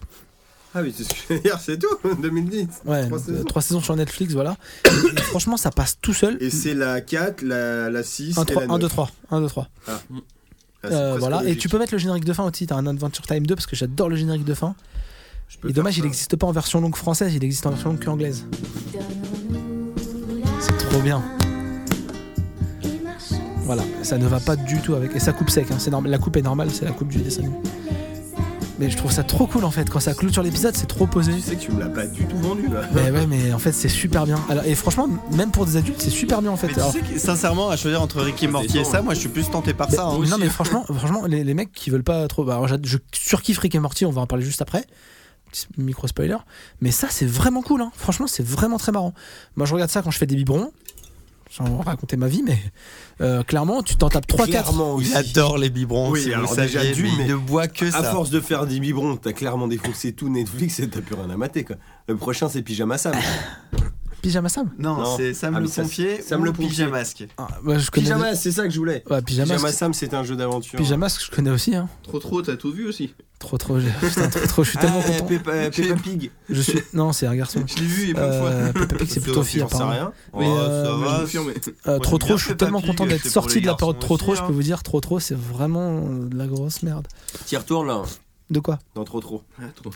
[SPEAKER 3] Ah oui, c'est ce que je veux dire, c'est tout. 2010.
[SPEAKER 6] Ouais,
[SPEAKER 3] Trois
[SPEAKER 6] 3
[SPEAKER 3] saisons.
[SPEAKER 6] saisons. sur Netflix, voilà. Et- et franchement, ça passe tout seul.
[SPEAKER 3] Et c'est la 4, la, la 6 et la 9.
[SPEAKER 6] 1, 2, 3. 1, 2, 3.
[SPEAKER 3] Ah, c'est
[SPEAKER 6] Euh,
[SPEAKER 3] presque
[SPEAKER 6] voilà. Et
[SPEAKER 3] logique.
[SPEAKER 6] tu peux mettre le générique de fin aussi. T'as un Adventure Time 2 parce que j'adore le générique de fin.
[SPEAKER 3] Je peux
[SPEAKER 6] Et
[SPEAKER 3] faire
[SPEAKER 6] dommage,
[SPEAKER 3] ça.
[SPEAKER 6] il n'existe pas en version longue française, il existe en version longue anglaise. C'est trop bien. Voilà, ça ne va pas du tout avec. Et ça coupe sec, hein, c'est normal. La coupe est normale, c'est la coupe du dessin. animé. Mais je trouve ça trop cool en fait. Quand ça clôture l'épisode, c'est trop posé.
[SPEAKER 3] Tu sais que tu me l'as pas du tout vendu là.
[SPEAKER 6] Mais ouais, mais en fait, c'est super bien. Alors, et franchement, même pour des adultes, c'est super bien en fait.
[SPEAKER 2] Mais tu
[SPEAKER 6] Alors,
[SPEAKER 2] sais que, sincèrement, à choisir entre Ricky Morty et ça, moi je suis plus tenté par ça. hein.
[SPEAKER 6] mais- Ah, non, mais franchement, franchement les, les mecs qui veulent pas trop. bah, alors, j'ad- je surkiffe Rick et Morty, on va en parler juste après. Petit micro spoiler. Mais ça, c'est vraiment cool. hein. Franchement, c'est vraiment très marrant. Moi, je regarde ça quand je fais des biberons. Sans raconter ma vie, mais euh, clairement, tu t'en tapes 3-4.
[SPEAKER 3] Clairement aussi.
[SPEAKER 2] Il adore les biberons,
[SPEAKER 3] Oui,
[SPEAKER 2] si vous
[SPEAKER 3] alors déjà
[SPEAKER 2] saviez,
[SPEAKER 3] dû,
[SPEAKER 2] mais
[SPEAKER 3] mais
[SPEAKER 2] il ne boit que
[SPEAKER 3] À
[SPEAKER 2] ça.
[SPEAKER 3] force de faire des biberons, t'as clairement défoncé tout Netflix et t'as plus rien à mater quoi. Le prochain c'est Pyjama Sam.
[SPEAKER 6] Ah, Pyjama Sam
[SPEAKER 2] Non,
[SPEAKER 3] Non.
[SPEAKER 2] c'est Sam
[SPEAKER 3] Ah,
[SPEAKER 2] le
[SPEAKER 3] mais ça,
[SPEAKER 2] confier,
[SPEAKER 3] c'est Sam
[SPEAKER 2] ou
[SPEAKER 3] le Pompier.
[SPEAKER 2] pyjamasque.
[SPEAKER 6] Ah, bah, je connais.
[SPEAKER 3] Pyjama, c'est ça que je voulais.
[SPEAKER 6] Ouais, pyjama,
[SPEAKER 3] Pyjama Sam, c'est un jeu d'aventure.
[SPEAKER 6] Pyjamas, je connais aussi. Hein.
[SPEAKER 1] Trop trop, t'as tout vu aussi.
[SPEAKER 6] Trop, trop, j'ai- putain, trop, trop, je suis
[SPEAKER 3] Ah,
[SPEAKER 6] tellement content.
[SPEAKER 3] Peppa, euh, Peppa Pig.
[SPEAKER 6] Je suis... Non, c'est un garçon.
[SPEAKER 1] Je l'ai vu et plein de fois.
[SPEAKER 6] Euh, Peppa Pig, c'est plutôt fille,
[SPEAKER 3] J'en sais
[SPEAKER 6] apparemment.
[SPEAKER 3] rien.
[SPEAKER 6] Mais,
[SPEAKER 2] Oh,
[SPEAKER 6] euh,
[SPEAKER 2] ça
[SPEAKER 1] Mais
[SPEAKER 2] va.
[SPEAKER 1] je confirme.
[SPEAKER 6] Euh,
[SPEAKER 2] Moi,
[SPEAKER 6] trop
[SPEAKER 2] j'aime bien
[SPEAKER 6] trop, je suis
[SPEAKER 2] Peppa
[SPEAKER 6] tellement
[SPEAKER 2] Pig,
[SPEAKER 6] content
[SPEAKER 2] c'est
[SPEAKER 6] d'être
[SPEAKER 2] pour
[SPEAKER 6] sorti
[SPEAKER 2] les
[SPEAKER 6] de la
[SPEAKER 2] garçons
[SPEAKER 6] période trop
[SPEAKER 2] aussi,
[SPEAKER 6] trop, je peux
[SPEAKER 2] hein.
[SPEAKER 6] vous dire trop trop, c'est vraiment euh, de la grosse merde.
[SPEAKER 3] T'y retournes là,
[SPEAKER 6] De quoi
[SPEAKER 3] dans trop trop.
[SPEAKER 1] Ah, trop.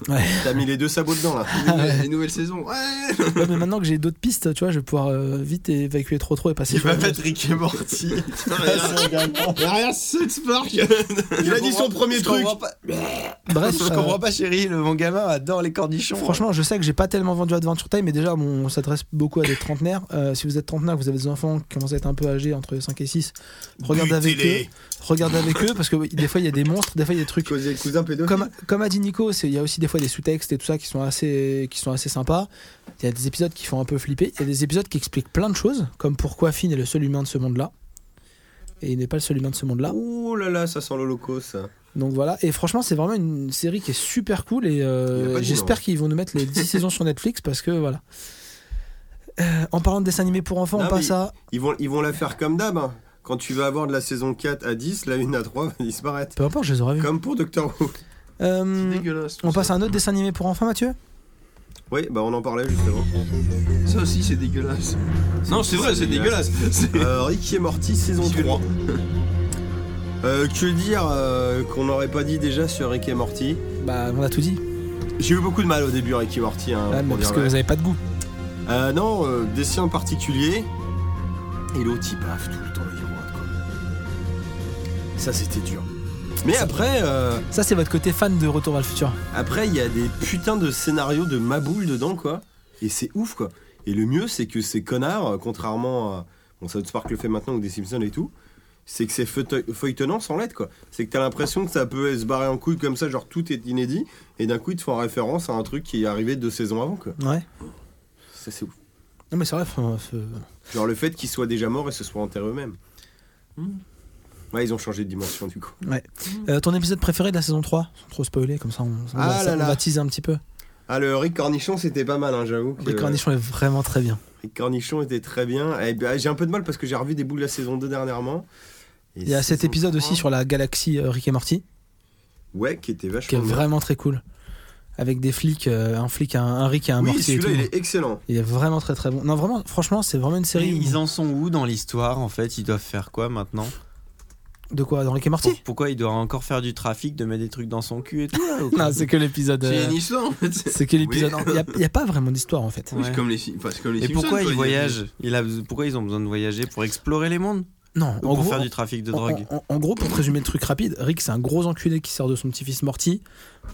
[SPEAKER 3] T'as mis les deux sabots dedans là.
[SPEAKER 1] Les nouvelles- euh, Les nouvelles saisons. Ouais
[SPEAKER 6] Ouais, mais maintenant que j'ai d'autres pistes, tu vois, je vais pouvoir euh, vite évacuer trop trop et passer
[SPEAKER 2] Il
[SPEAKER 6] sur
[SPEAKER 2] va
[SPEAKER 6] autre
[SPEAKER 2] mettre Rick et Morty.
[SPEAKER 1] Derrière South Park
[SPEAKER 3] Il a dit son premier
[SPEAKER 2] Je
[SPEAKER 3] truc.
[SPEAKER 2] comprends pas-
[SPEAKER 6] chose. Bref,
[SPEAKER 2] Je
[SPEAKER 6] euh,
[SPEAKER 2] comprends pas, chérie, le- mon gamin adore les cornichons. hein.
[SPEAKER 6] franchement, je sais que j'ai pas tellement vendu Adventure Time, mais déjà, bon, on s'adresse beaucoup à des trentenaires. Euh, si vous êtes trentenaire, que vous avez des enfants qui commencent à être un peu âgés, entre 5 et 6, regardez avec eux. Regardez avec eux, parce que oui, des fois, il y a des monstres, des fois, il y a des trucs
[SPEAKER 3] Causé le cousin pédophile.
[SPEAKER 6] comme, comme a dit Nico, c'est- il y a aussi des fois des sous-textes et tout ça qui sont assez, qui sont assez sympas. Il y a des épisodes qui font un peu flipper. Il y a des épisodes qui expliquent plein de choses, comme pourquoi Finn est le seul humain de ce monde-là. Et il n'est pas le seul humain de ce monde-là.
[SPEAKER 3] Ouh là là, ça sent l'Holocauste. ça.
[SPEAKER 6] Donc voilà. Et franchement, c'est vraiment une série qui est super cool. Et euh,
[SPEAKER 3] Il a pas hein. dit
[SPEAKER 6] j'espère
[SPEAKER 3] non.
[SPEAKER 6] qu'ils vont nous mettre les 10 saisons sur Netflix parce que voilà. Euh, en parlant de dessins animés pour enfants,
[SPEAKER 3] Non,
[SPEAKER 6] on passe
[SPEAKER 3] mais-
[SPEAKER 6] à.
[SPEAKER 3] Ils vont, ils vont la faire comme d'hab. hein. Quand tu vas avoir de la saison 4 à 10, la 1 à 3 va disparaître.
[SPEAKER 6] Peu importe, je les aurais vus.
[SPEAKER 3] Comme pour Doctor Who.
[SPEAKER 6] Euh,
[SPEAKER 1] C'est dégueulasse. tout
[SPEAKER 6] on
[SPEAKER 1] ça.
[SPEAKER 6] passe à un autre dessin animé pour enfants, Mathieu
[SPEAKER 3] Oui, bah on en parlait justement.
[SPEAKER 1] Ça aussi, c'est dégueulasse. Non, c'est vrai, c'est dégueulasse. C'est-
[SPEAKER 3] Euh, Ricky et Morty saison 3. Euh, que dire euh, qu'on n'aurait pas dit déjà sur Rick et Morty
[SPEAKER 6] Bah, on a tout dit.
[SPEAKER 3] J'ai eu beaucoup de mal au début Rick et Morty. hein,
[SPEAKER 6] Ah,
[SPEAKER 3] pour
[SPEAKER 6] mais parce
[SPEAKER 3] dire
[SPEAKER 6] que
[SPEAKER 3] vrai.
[SPEAKER 6] vous avez pas de goût.
[SPEAKER 3] Euh, non, euh, dessin particulier. Et l'autre, il baffe tout le temps le héros. quoi. Ça, c'était dur. Mais après, euh,
[SPEAKER 6] Ça, c'est votre côté fan de Retour vers le futur.
[SPEAKER 3] après, il y a des putains de scénarios de maboule dedans, quoi. Et c'est ouf, quoi. Et le mieux, c'est que ces connards, euh, contrairement à. Bon, South Park le fait maintenant, ou des Simpsons et tout, c'est que c'est feuille- feuilletonnant sans lettres, quoi. C'est que t'as l'impression que ça peut se barrer en couille comme ça, genre tout est inédit, et d'un coup, ils te font référence à un truc qui est arrivé deux saisons avant, quoi.
[SPEAKER 6] Ouais.
[SPEAKER 3] Ça, c'est ouf.
[SPEAKER 6] Non, mais c'est vrai. enfin, euh,
[SPEAKER 3] Genre le fait qu'ils soient déjà morts et se soient enterrés eux-mêmes.
[SPEAKER 6] Hmm.
[SPEAKER 3] Ouais, ils ont changé de dimension du coup.
[SPEAKER 6] euh, ton épisode préféré de la saison 3 Sans trop spoiler, comme ça on, on
[SPEAKER 3] Ah
[SPEAKER 6] va,
[SPEAKER 3] là
[SPEAKER 6] on
[SPEAKER 3] là.
[SPEAKER 6] va teaser un petit peu.
[SPEAKER 3] Ah, le Rick Cornichon, c'était pas mal, hein, j'avoue. que-
[SPEAKER 6] Le cornichon est vraiment très bien.
[SPEAKER 3] Rick Cornichon était très bien. Eh ben, j'ai un peu de mal parce que j'ai revu des bouts de la saison 2 dernièrement. Et
[SPEAKER 6] Il y a cet
[SPEAKER 3] saison
[SPEAKER 6] épisode
[SPEAKER 3] 3,
[SPEAKER 6] aussi sur la galaxie euh, Rick et Morty,
[SPEAKER 3] Ouais, qui était
[SPEAKER 6] qui est
[SPEAKER 3] vachement. bien.
[SPEAKER 6] vraiment très cool. Avec des flics, euh, un flic, un, un Rick et un
[SPEAKER 3] Oui,
[SPEAKER 6] Morty. et
[SPEAKER 3] celui-là,
[SPEAKER 6] tout.
[SPEAKER 3] il est excellent.
[SPEAKER 6] Il est vraiment très très bon. Non, vraiment, franchement, c'est vraiment une
[SPEAKER 2] Mais
[SPEAKER 6] série. où-
[SPEAKER 2] ils en sont où dans l'histoire en fait Ils doivent faire quoi maintenant
[SPEAKER 6] De quoi Dans Rick et
[SPEAKER 2] Pour-
[SPEAKER 6] Morty
[SPEAKER 2] Pourquoi il doit encore faire du trafic, de mettre des trucs dans son cul et tout là, ou quoi
[SPEAKER 6] Non, c'est que l'épisode.
[SPEAKER 1] C'est
[SPEAKER 6] euh,
[SPEAKER 1] une histoire en fait.
[SPEAKER 6] C'est que l'épisode. Il n'y a, pas vraiment d'histoire en fait.
[SPEAKER 1] Oui,
[SPEAKER 2] Ouais.
[SPEAKER 1] c'est comme les, Sim- enfin, c'est comme les
[SPEAKER 2] Et
[SPEAKER 1] Simpsons,
[SPEAKER 2] pourquoi
[SPEAKER 1] quoi,
[SPEAKER 2] ils
[SPEAKER 1] y a-
[SPEAKER 2] voyagent il a, Pourquoi ils ont besoin de voyager Pour explorer les mondes
[SPEAKER 6] Non,
[SPEAKER 2] Ou
[SPEAKER 6] en
[SPEAKER 2] Pour
[SPEAKER 6] gros,
[SPEAKER 2] faire du trafic de
[SPEAKER 6] En-
[SPEAKER 2] drogue
[SPEAKER 6] En, en gros, pour te résumer le truc rapide, Rick, c'est un gros enculé qui sert de son petit-fils Morty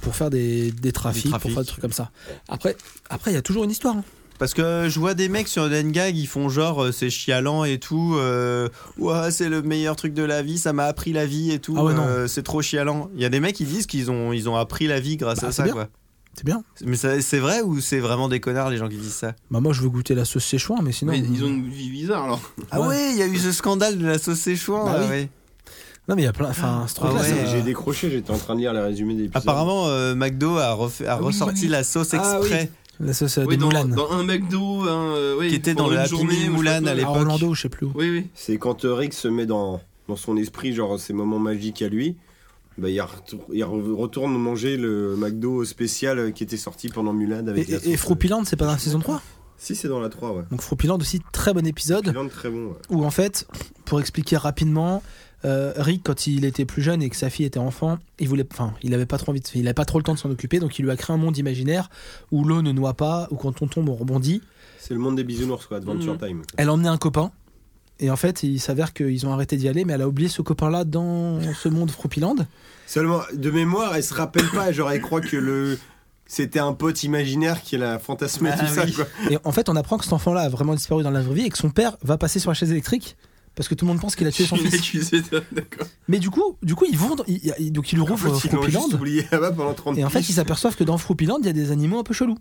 [SPEAKER 6] pour faire des, des trafics,
[SPEAKER 2] Des trafics.
[SPEAKER 6] pour faire des trucs comme ça. Après, après, il y a toujours une histoire. hein.
[SPEAKER 2] Parce que euh, je vois des mecs sur Dengag, ils font genre euh, c'est chialant et tout. euh, Ouah, c'est le meilleur truc de la vie, ça m'a appris la vie et tout.
[SPEAKER 6] Ah ouais, non.
[SPEAKER 2] euh, c'est trop chialant. Il y a des mecs qui disent qu'ils ont, ils ont appris la vie grâce
[SPEAKER 6] Bah,
[SPEAKER 2] à
[SPEAKER 6] c'est
[SPEAKER 2] ça
[SPEAKER 6] bien.
[SPEAKER 2] quoi.
[SPEAKER 6] C'est bien.
[SPEAKER 2] Mais ça- c'est vrai ou c'est vraiment des connards les gens qui disent ça
[SPEAKER 6] Bah moi, je veux goûter la sauce Szechuan, mais sinon.
[SPEAKER 1] Mais ils ont une vie bizarre alors.
[SPEAKER 2] Ah ouais, il y a eu ce scandale de la sauce Szechuan.
[SPEAKER 6] Bah
[SPEAKER 2] là,
[SPEAKER 6] oui.
[SPEAKER 2] ouais.
[SPEAKER 6] Non, mais il y a plein. Enfin, ce truc-là,
[SPEAKER 2] ouais,
[SPEAKER 6] ça-
[SPEAKER 3] J'ai décroché, j'étais en train de lire les résumés des épisodes.
[SPEAKER 2] Apparemment, euh, McDo a, refait- a ressorti la sauce
[SPEAKER 3] Ah oui.
[SPEAKER 2] exprès
[SPEAKER 6] la sauce euh,
[SPEAKER 1] Oui,
[SPEAKER 6] de
[SPEAKER 1] dans,
[SPEAKER 6] Moulin.
[SPEAKER 1] dans un McDo, un, euh, ouais,
[SPEAKER 2] qui était dans
[SPEAKER 1] pendant
[SPEAKER 2] le
[SPEAKER 1] une
[SPEAKER 2] Happy
[SPEAKER 1] journée, ou je
[SPEAKER 2] Meal
[SPEAKER 1] sais
[SPEAKER 2] Moulin
[SPEAKER 1] pas
[SPEAKER 2] à
[SPEAKER 1] quoi.
[SPEAKER 6] à
[SPEAKER 2] l'époque.
[SPEAKER 6] Ah, Orlando, je sais plus où.
[SPEAKER 1] Oui, oui.
[SPEAKER 3] C'est quand euh, Rick se met dans, dans son esprit, genre ses moments magiques à lui, bah, il, retour- il re- retourne manger le McDo spécial euh, qui était sorti pendant Mulan
[SPEAKER 6] Et,
[SPEAKER 3] avec la
[SPEAKER 6] et, et
[SPEAKER 3] sauce. euh,
[SPEAKER 6] Frumpyland, c'est pas dans la saison 3
[SPEAKER 3] Si, c'est dans la 3, ouais.
[SPEAKER 6] Donc Frumpyland aussi, très bon épisode.
[SPEAKER 3] Frumpyland, très bon. ouais.
[SPEAKER 6] où en fait, pour expliquer rapidement, euh, Rick, quand il était plus jeune et que sa fille était enfant, il voulait, enfin, il avait pas trop envie, de, il avait pas trop le temps de s'en occuper, donc il lui a créé un monde imaginaire où l'eau ne noie pas, où quand on tombe on rebondit. Mm.
[SPEAKER 3] C'est le monde des bisounours, quoi, Adventure Time.
[SPEAKER 6] Elle emmenait un copain. Et en fait, il s'avère qu'ils ont arrêté d'y aller, mais elle a oublié ce copain-là dans ce monde Froupiland.
[SPEAKER 3] Seulement, de mémoire, elle se rappelle pas. Genre, elle croit que le. C'était un pote imaginaire qui l'a fantasmé,
[SPEAKER 6] Ah
[SPEAKER 3] tout ça, quoi.
[SPEAKER 6] Et en fait, on apprend que cet enfant-là a vraiment disparu dans la vraie vie et que son père va passer sur la chaise électrique parce que tout le monde pense qu'il a tué son
[SPEAKER 1] Je suis
[SPEAKER 6] fils.
[SPEAKER 1] accusé de- D'accord.
[SPEAKER 6] Mais du coup, du coup, ils vont, dans- ils- ils- donc ils le rouvrent
[SPEAKER 3] Ils l'ont
[SPEAKER 6] Froupiland
[SPEAKER 3] juste oublié là-bas pendant 30
[SPEAKER 6] et en fait, ils
[SPEAKER 3] piges.
[SPEAKER 6] s'aperçoivent que dans Froupiland, il y a des animaux un peu chelous,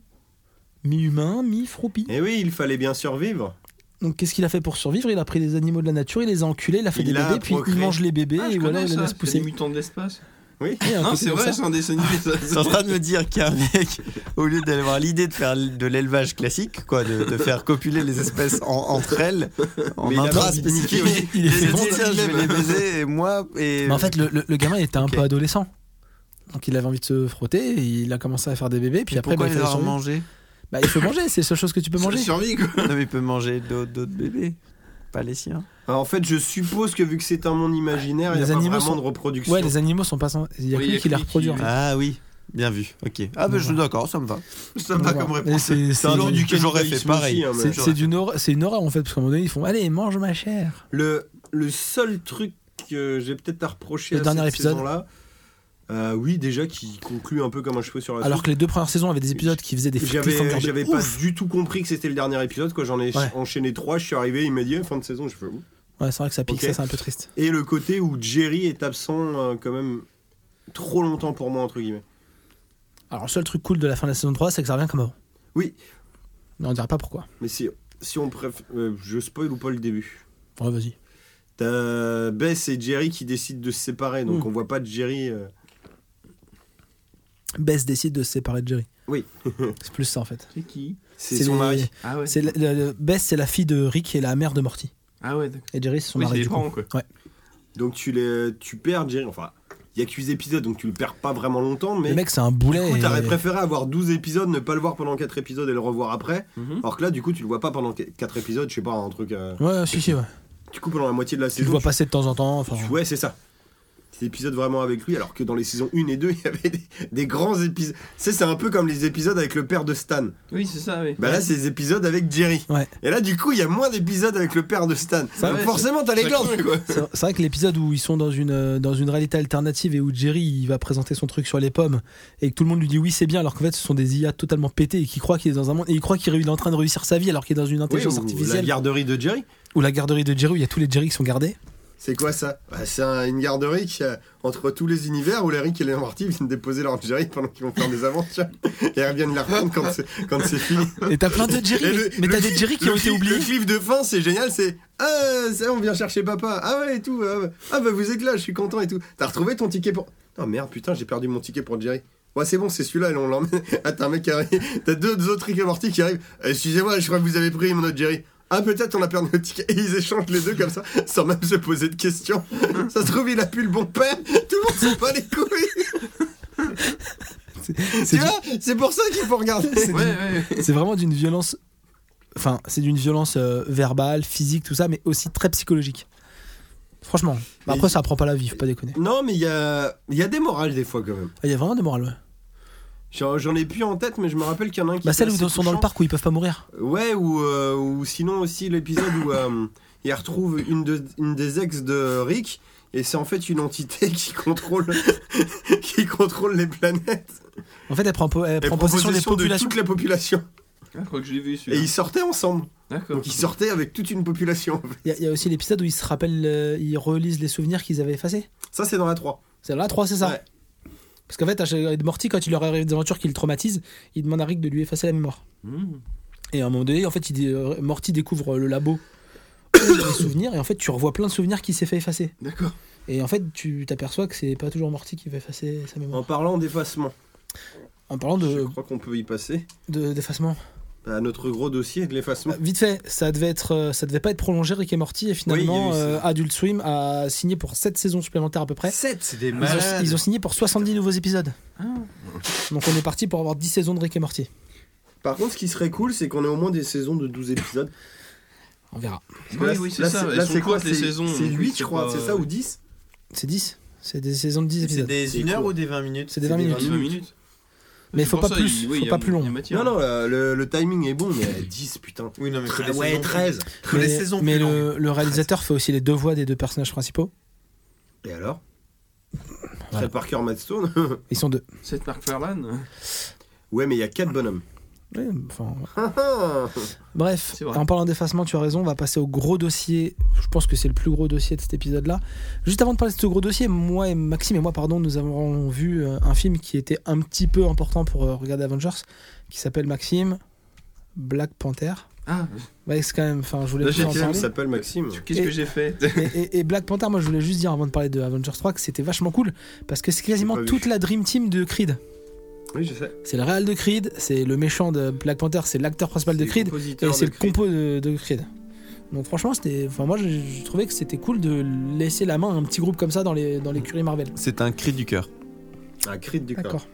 [SPEAKER 6] mi-humains, mi-froupi.
[SPEAKER 3] Eh oui, il fallait bien survivre.
[SPEAKER 6] Donc, qu'est-ce qu'il a fait pour survivre Il a pris des animaux de la nature, il les a enculés, il a fait
[SPEAKER 3] Il
[SPEAKER 6] des
[SPEAKER 3] a
[SPEAKER 6] bébés, puis
[SPEAKER 3] procréé.
[SPEAKER 6] il mange les bébés
[SPEAKER 1] Ah, je
[SPEAKER 6] et voilà,
[SPEAKER 1] connais
[SPEAKER 6] il les
[SPEAKER 1] ça.
[SPEAKER 6] laisse
[SPEAKER 1] C'est les
[SPEAKER 6] pousser.
[SPEAKER 1] mutants de l'espace.
[SPEAKER 6] Et un
[SPEAKER 1] Non,
[SPEAKER 6] côté
[SPEAKER 1] c'est
[SPEAKER 6] comme
[SPEAKER 1] vrai,
[SPEAKER 6] ça.
[SPEAKER 1] c'est un dessin animé. ça.
[SPEAKER 2] T'es en train de me dire qu'un mec, au lieu d'avoir l'idée de faire de l'élevage classique, quoi, de, de faire copuler les espèces en- entre elles, en
[SPEAKER 3] Mais il a
[SPEAKER 2] intra
[SPEAKER 3] pas
[SPEAKER 2] spécifique,
[SPEAKER 3] spécifié.
[SPEAKER 2] il
[SPEAKER 6] Il est
[SPEAKER 2] s'est dit,
[SPEAKER 6] fait vendre.
[SPEAKER 2] tiens, je vais les baiser et moi et
[SPEAKER 6] Mais en fait, le, le- le gamin était un
[SPEAKER 2] Ok.
[SPEAKER 6] peu adolescent. Donc il avait envie de se frotter, et il a commencé à faire des bébés, puis
[SPEAKER 2] Mais
[SPEAKER 6] après
[SPEAKER 2] pourquoi
[SPEAKER 6] bah, il,
[SPEAKER 2] les
[SPEAKER 6] fallait
[SPEAKER 2] avoir
[SPEAKER 6] survivre.
[SPEAKER 2] mangés
[SPEAKER 6] Bah, il faut manger, c'est la seule chose que tu peux
[SPEAKER 1] C'est la
[SPEAKER 6] manger.
[SPEAKER 1] survie, quoi.
[SPEAKER 2] Non mais il peut manger d'autres d'autres bébés, pas les siens.
[SPEAKER 3] Alors, en fait, je suppose que vu que c'est un monde imaginaire, il
[SPEAKER 6] Les
[SPEAKER 3] n'y a pas
[SPEAKER 6] animaux
[SPEAKER 3] vraiment
[SPEAKER 6] sont-
[SPEAKER 3] de reproduction.
[SPEAKER 6] Ouais, les animaux sont pas sans- Il y a
[SPEAKER 1] Oui,
[SPEAKER 6] que
[SPEAKER 1] il y
[SPEAKER 6] lui
[SPEAKER 1] a
[SPEAKER 6] qui
[SPEAKER 1] que
[SPEAKER 6] les
[SPEAKER 1] lui qui-
[SPEAKER 6] reproduit. en fait.
[SPEAKER 2] Ah oui, bien vu. Ok. Ah ben je suis d'accord, ça me va.
[SPEAKER 3] Ça
[SPEAKER 6] Voilà. Et c'est- c'est-
[SPEAKER 2] genre du- j'aurais fait
[SPEAKER 3] cannibalisme
[SPEAKER 2] pareil.
[SPEAKER 3] aussi, hein, mais-
[SPEAKER 6] c'est- C'est d'une horreur- c'est une horreur en fait, parce qu'à un moment donné, ils font Allez, mange ma chair.
[SPEAKER 3] Le, le seul truc que j'ai peut-être à reprocher
[SPEAKER 6] Le
[SPEAKER 3] à
[SPEAKER 6] dernier
[SPEAKER 3] cette
[SPEAKER 6] épisode.
[SPEAKER 3] saison-là, euh, oui, déjà qui conclut un peu comme un cheveu sur la
[SPEAKER 6] Alors que les deux premières saisons avaient des épisodes qui faisaient des
[SPEAKER 3] soupe.
[SPEAKER 6] cliffhangers
[SPEAKER 3] Bah, J'avais
[SPEAKER 6] de
[SPEAKER 3] j'avais pas
[SPEAKER 6] ouf.
[SPEAKER 3] du tout compris que c'était le dernier épisode. quoi J'en ai
[SPEAKER 6] Ouais.
[SPEAKER 3] enchaîné trois, je suis arrivé, il m'a dit eh, fin de saison, je fais ouh.
[SPEAKER 6] Ouais, c'est vrai que ça pique,
[SPEAKER 3] Ok.
[SPEAKER 6] ça c'est un peu triste.
[SPEAKER 3] Et le côté où Jerry est absent euh, quand même trop longtemps pour moi, entre guillemets.
[SPEAKER 6] Alors, le seul truc cool de la fin de la saison 3, c'est que ça revient comme avant.
[SPEAKER 3] Oui.
[SPEAKER 6] Mais on dirait pas pourquoi.
[SPEAKER 3] Mais si, si on préfère. euh, je spoil ou pas le début
[SPEAKER 6] Ouais, vas-y.
[SPEAKER 3] T'as Bess et Jerry qui décident de se séparer, donc
[SPEAKER 6] Mm.
[SPEAKER 3] on voit pas Jerry. euh,
[SPEAKER 6] Bess décide de se séparer de Jerry.
[SPEAKER 3] Oui.
[SPEAKER 6] c'est plus ça en fait.
[SPEAKER 1] C'est qui
[SPEAKER 3] c'est son
[SPEAKER 6] les-
[SPEAKER 3] mari.
[SPEAKER 1] Ah ouais.
[SPEAKER 6] c'est la- la- la- Bess, c'est la fille de Rick et la mère de Morty.
[SPEAKER 1] Ah ouais, d'accord.
[SPEAKER 6] Et Jerry, c'est son
[SPEAKER 1] Oui, c'est
[SPEAKER 6] mari.
[SPEAKER 1] les
[SPEAKER 6] du coup.
[SPEAKER 1] parents, quoi.
[SPEAKER 3] Donc tu, les, tu perds Jerry. Enfin, il y a que 8 épisodes, donc tu le perds pas vraiment longtemps, mais.
[SPEAKER 6] Le mec, c'est un boulet.
[SPEAKER 3] Du coup,
[SPEAKER 6] et-
[SPEAKER 3] t'aurais préféré avoir 12 épisodes, ne pas le voir pendant 4 épisodes et le revoir après.
[SPEAKER 1] Mhm.
[SPEAKER 3] Alors que là, du coup, tu le vois pas pendant 4 épisodes, je sais pas, un truc. euh,
[SPEAKER 6] Ouais, si, si, ouais.
[SPEAKER 3] Du coup, pendant la moitié de la
[SPEAKER 6] Tu le
[SPEAKER 3] saison.
[SPEAKER 6] vois passer de temps en temps. enfin.
[SPEAKER 3] tu- Ouais, c'est ça. Ces épisodes vraiment avec lui, alors que dans les saisons 1 et 2, il y avait des, des grands épisodes. Tu sais, c'est un peu comme les épisodes avec le père de Stan.
[SPEAKER 1] Oui, c'est ça, oui.
[SPEAKER 3] Bah là, c'est les épisodes avec Jerry.
[SPEAKER 6] Ouais.
[SPEAKER 3] Et là, du coup, il y a moins d'épisodes avec le père de Stan.
[SPEAKER 1] Ça,
[SPEAKER 3] Donc
[SPEAKER 1] ouais,
[SPEAKER 3] forcément, t'as les
[SPEAKER 1] ça
[SPEAKER 3] glandes,
[SPEAKER 1] craint,
[SPEAKER 3] quoi.
[SPEAKER 6] C'est c'est vrai que l'épisode où ils sont dans une, euh, dans une réalité alternative et où Jerry il va présenter son truc sur les pommes et que tout le monde lui dit oui, c'est bien, alors qu'en fait, ce sont des IA totalement pétés et qui croient qu'il est dans un monde. Et il croit qu'il est en train de réussir sa vie alors qu'il est dans une intelligence
[SPEAKER 3] ou la
[SPEAKER 6] artificielle.
[SPEAKER 3] garderie de Jerry.
[SPEAKER 6] Ou la garderie de Jerry où il y a tous les Jerry qui sont gardés.
[SPEAKER 3] C'est quoi ça Bah, C'est un- une garderie qui a- entre tous les univers où Larry et les Morty viennent déposer leur Jerry pendant qu'ils vont faire des aventures. Et elles viennent la reprendre quand c'est, quand c'est fini.
[SPEAKER 6] Et t'as plein de Jerry,
[SPEAKER 3] Et
[SPEAKER 6] mais-
[SPEAKER 3] le-
[SPEAKER 6] mais
[SPEAKER 3] le
[SPEAKER 6] t'as des
[SPEAKER 3] clip-
[SPEAKER 6] Jerry qui
[SPEAKER 3] le
[SPEAKER 6] ont été
[SPEAKER 3] clip-
[SPEAKER 6] oubliés.
[SPEAKER 3] Le clip de fin, c'est génial, c'est Ah, ça, on vient chercher papa. Ah ouais, et tout. Ah, bah- ah, bah vous êtes là, je suis content et tout. T'as retrouvé ton ticket pour. Non, merde, putain, j'ai perdu mon ticket pour Jerry. Ouais, c'est bon, c'est celui-là, et on l'emmène. Ah, t'as un mec qui arrive. T'as deux, deux autres Rick et Morty qui arrivent. Euh, Excusez-moi, je crois que vous avez pris mon autre Jerry. Ah, peut-être on a perdu le ticket. Et ils échangent les deux comme ça, sans même se poser de questions. ça se trouve, il a plus le bon père. Tout le monde s'en bat les couilles.
[SPEAKER 6] C'est
[SPEAKER 3] Tu vois, c'est pour ça qu'il faut regarder.
[SPEAKER 1] Ouais, ouais.
[SPEAKER 6] c'est vraiment d'une violence enfin c'est d'une violence euh, verbale physique tout ça mais aussi très psychologique franchement Bah après
[SPEAKER 3] Mais-
[SPEAKER 6] ça apprend pas la vie faut pas déconner
[SPEAKER 3] Non, mais il y a, il y a des morales des fois quand même.
[SPEAKER 6] Ah, il y a vraiment des morales ouais.
[SPEAKER 3] J'en j'en ai plus en tête, mais je me rappelle qu'il y en a un qui.
[SPEAKER 6] bah celles où
[SPEAKER 3] était
[SPEAKER 6] ils
[SPEAKER 3] assez
[SPEAKER 6] sont dans le
[SPEAKER 3] touchant.
[SPEAKER 6] parc où ils peuvent pas mourir
[SPEAKER 3] Ouais, ou, euh, ou sinon aussi l'épisode où euh, il retrouve une, de- une des ex de Rick, et c'est en fait une entité qui contrôle, qui contrôle les planètes.
[SPEAKER 6] en fait elle prend, po- elle
[SPEAKER 3] Elle
[SPEAKER 6] prend
[SPEAKER 3] prend
[SPEAKER 6] possession des
[SPEAKER 3] possession de
[SPEAKER 6] populations
[SPEAKER 3] toute la population.
[SPEAKER 1] Ah, je crois que je l'ai vu,
[SPEAKER 3] Et
[SPEAKER 1] celui-là.
[SPEAKER 3] ils sortaient ensemble.
[SPEAKER 1] D'accord.
[SPEAKER 3] Donc ils sortaient avec toute une population.
[SPEAKER 6] il y, a- il y a aussi l'épisode où ils se rappellent euh, ils relisent les souvenirs qu'ils avaient effacés
[SPEAKER 3] Ça, c'est dans la 3.
[SPEAKER 6] c'est là 3 c'est ça
[SPEAKER 3] Ouais.
[SPEAKER 6] parce qu'en fait à chaque- Morty quand il leur arrive des aventures qui le traumatisent il demande à Rick de lui effacer la mémoire
[SPEAKER 3] Hmm.
[SPEAKER 1] Mmh.
[SPEAKER 6] et à un moment donné en fait il, dé- euh, Morty découvre le labo où il y a des souvenirs et en fait tu revois plein de souvenirs qui s'est fait effacer
[SPEAKER 1] D'accord.
[SPEAKER 6] Et en fait, tu t'aperçois que c'est pas toujours Morty qui va effacer sa mémoire.
[SPEAKER 3] En parlant d'effacement,
[SPEAKER 6] En parlant
[SPEAKER 3] je
[SPEAKER 6] de
[SPEAKER 3] crois qu'on peut y passer
[SPEAKER 6] de- d'effacement.
[SPEAKER 3] à notre gros dossier de l'effacement.
[SPEAKER 6] Bah, vite fait, ça devait être, euh, ça devait pas être prolongé Rick et Morty et finalement
[SPEAKER 3] Oui, il y a eu
[SPEAKER 6] euh, Adult Swim a signé pour 7 saisons supplémentaires à peu près.
[SPEAKER 3] 7
[SPEAKER 11] C'est des
[SPEAKER 6] Ils ont, ils ont signé pour 70 nouveaux épisodes. Donc on est parti pour avoir 10 saisons de Rick et Morty.
[SPEAKER 3] Par contre, ce qui serait cool, c'est qu'on ait au moins des saisons de 12 épisodes.
[SPEAKER 6] On verra.
[SPEAKER 3] Parce que
[SPEAKER 1] Oui,
[SPEAKER 3] là,
[SPEAKER 1] oui, c'est
[SPEAKER 3] là,
[SPEAKER 1] ça.
[SPEAKER 3] c'est-
[SPEAKER 1] elles
[SPEAKER 3] Là,
[SPEAKER 1] sont
[SPEAKER 3] c'est quoi
[SPEAKER 1] courtes, les
[SPEAKER 3] C'est-
[SPEAKER 1] saisons
[SPEAKER 3] C'est
[SPEAKER 1] donc
[SPEAKER 3] 8, je crois,
[SPEAKER 1] pas-
[SPEAKER 3] c'est ça, ou 10
[SPEAKER 6] C'est 10 C'est des saisons de 10
[SPEAKER 2] C'est
[SPEAKER 6] épisodes.
[SPEAKER 2] des
[SPEAKER 3] C'est
[SPEAKER 2] 1 heure
[SPEAKER 3] court.
[SPEAKER 2] ou des 20 minutes
[SPEAKER 6] C'est des 20 minutes.
[SPEAKER 1] 20 minutes.
[SPEAKER 6] Mais
[SPEAKER 1] C'est
[SPEAKER 6] faut
[SPEAKER 1] pour
[SPEAKER 6] pas
[SPEAKER 1] ça,
[SPEAKER 6] plus,
[SPEAKER 1] il- oui,
[SPEAKER 6] faut
[SPEAKER 1] il y a-
[SPEAKER 6] pas plus
[SPEAKER 1] il y a
[SPEAKER 6] long.
[SPEAKER 1] matière.
[SPEAKER 3] Non, non, euh, le, le timing est bon, mais à 10, putain.
[SPEAKER 2] Oui, non, mais
[SPEAKER 3] Ah ouais, 13.
[SPEAKER 2] Que les
[SPEAKER 6] Mais-
[SPEAKER 2] saisons
[SPEAKER 6] mais
[SPEAKER 2] plus
[SPEAKER 6] le, le réalisateur fait aussi les deux voix des deux personnages principaux.
[SPEAKER 3] Et alors
[SPEAKER 6] Voilà.
[SPEAKER 3] Trey Parker, Matt Stone
[SPEAKER 6] Ils sont deux.
[SPEAKER 1] Cette marque Ferlan.
[SPEAKER 3] Ouais, mais il y a 4 bonhommes.
[SPEAKER 6] Ouais, enfin, ouais.
[SPEAKER 3] Ah, ah.
[SPEAKER 6] Bref,
[SPEAKER 1] C'est vrai.
[SPEAKER 6] en parlant d'effacement, tu as raison, on va passer au gros dossier. Je pense que c'est le plus gros dossier de cet épisode-là. Juste avant de parler de ce gros dossier, moi et Maxime et moi, pardon, nous avons vu euh, un film qui était un petit peu important pour euh, regarder Avengers, qui s'appelle Maxime Black Panther.
[SPEAKER 1] Ah,
[SPEAKER 6] Ouais, c'est quand même. Enfin, je voulais
[SPEAKER 1] Là,
[SPEAKER 6] vous
[SPEAKER 1] j'ai
[SPEAKER 6] en
[SPEAKER 1] dit,
[SPEAKER 3] Il
[SPEAKER 6] parler.
[SPEAKER 3] s'appelle Maxime.
[SPEAKER 1] qu'est-ce que j'ai fait
[SPEAKER 6] Et, et- et Black Panther, moi je voulais juste dire avant de parler de Avengers 3 que c'était vachement cool parce que c'est quasiment
[SPEAKER 3] pas vu.
[SPEAKER 6] toute la Dream Team de Creed.
[SPEAKER 3] Oui, je sais.
[SPEAKER 6] C'est le réal de Creed, c'est le méchant de Black Panther, c'est l'acteur principal de Creed et c'est le compo de, de Creed. Donc franchement, c'était, enfin moi je, je trouvais que c'était cool de laisser la main à un petit groupe comme ça dans les dans l'écurie Marvel.
[SPEAKER 2] C'est un cri du cœur.
[SPEAKER 3] Ah, Creed du corps.
[SPEAKER 6] D'accord.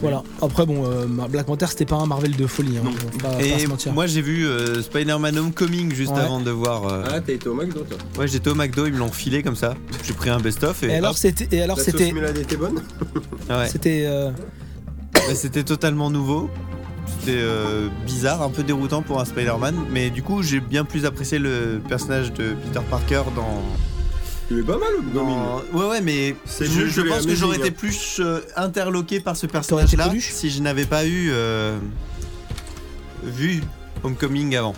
[SPEAKER 6] Voilà. Après bon, euh, Black Panther c'était pas un Marvel de folie. hein. On va pas
[SPEAKER 2] Et
[SPEAKER 6] se mentir.
[SPEAKER 2] moi j'ai vu euh, Spider-Man Homecoming juste
[SPEAKER 6] Ouais.
[SPEAKER 2] avant de voir. euh,
[SPEAKER 3] Ah, t'as été au Mac, toi toi
[SPEAKER 2] Ouais, j'étais au McDo, ils me l'ont filé comme ça. J'ai pris un best-of et,
[SPEAKER 6] Et alors c'était, et alors
[SPEAKER 3] La
[SPEAKER 6] c'était,
[SPEAKER 3] sauce Milad était bonne
[SPEAKER 2] Ah ouais.
[SPEAKER 6] c'était. euh,
[SPEAKER 2] Bah, c'était totalement nouveau. C'était euh, bizarre, un peu déroutant pour un Spider-Man, mais du coup j'ai bien plus apprécié le personnage de Peter Parker dans.
[SPEAKER 3] Il est pas mal, le Gomin.
[SPEAKER 2] dans- Euh, Ouais, ouais, mais
[SPEAKER 3] C'est
[SPEAKER 2] je,
[SPEAKER 3] mieux que
[SPEAKER 2] je
[SPEAKER 3] les
[SPEAKER 2] pense que j'aurais
[SPEAKER 3] Amazing,
[SPEAKER 2] été
[SPEAKER 3] hein.
[SPEAKER 2] plus euh, interloqué par ce personnage-là
[SPEAKER 6] été Coluche
[SPEAKER 2] si je n'avais pas eu euh, vu Homecoming avant.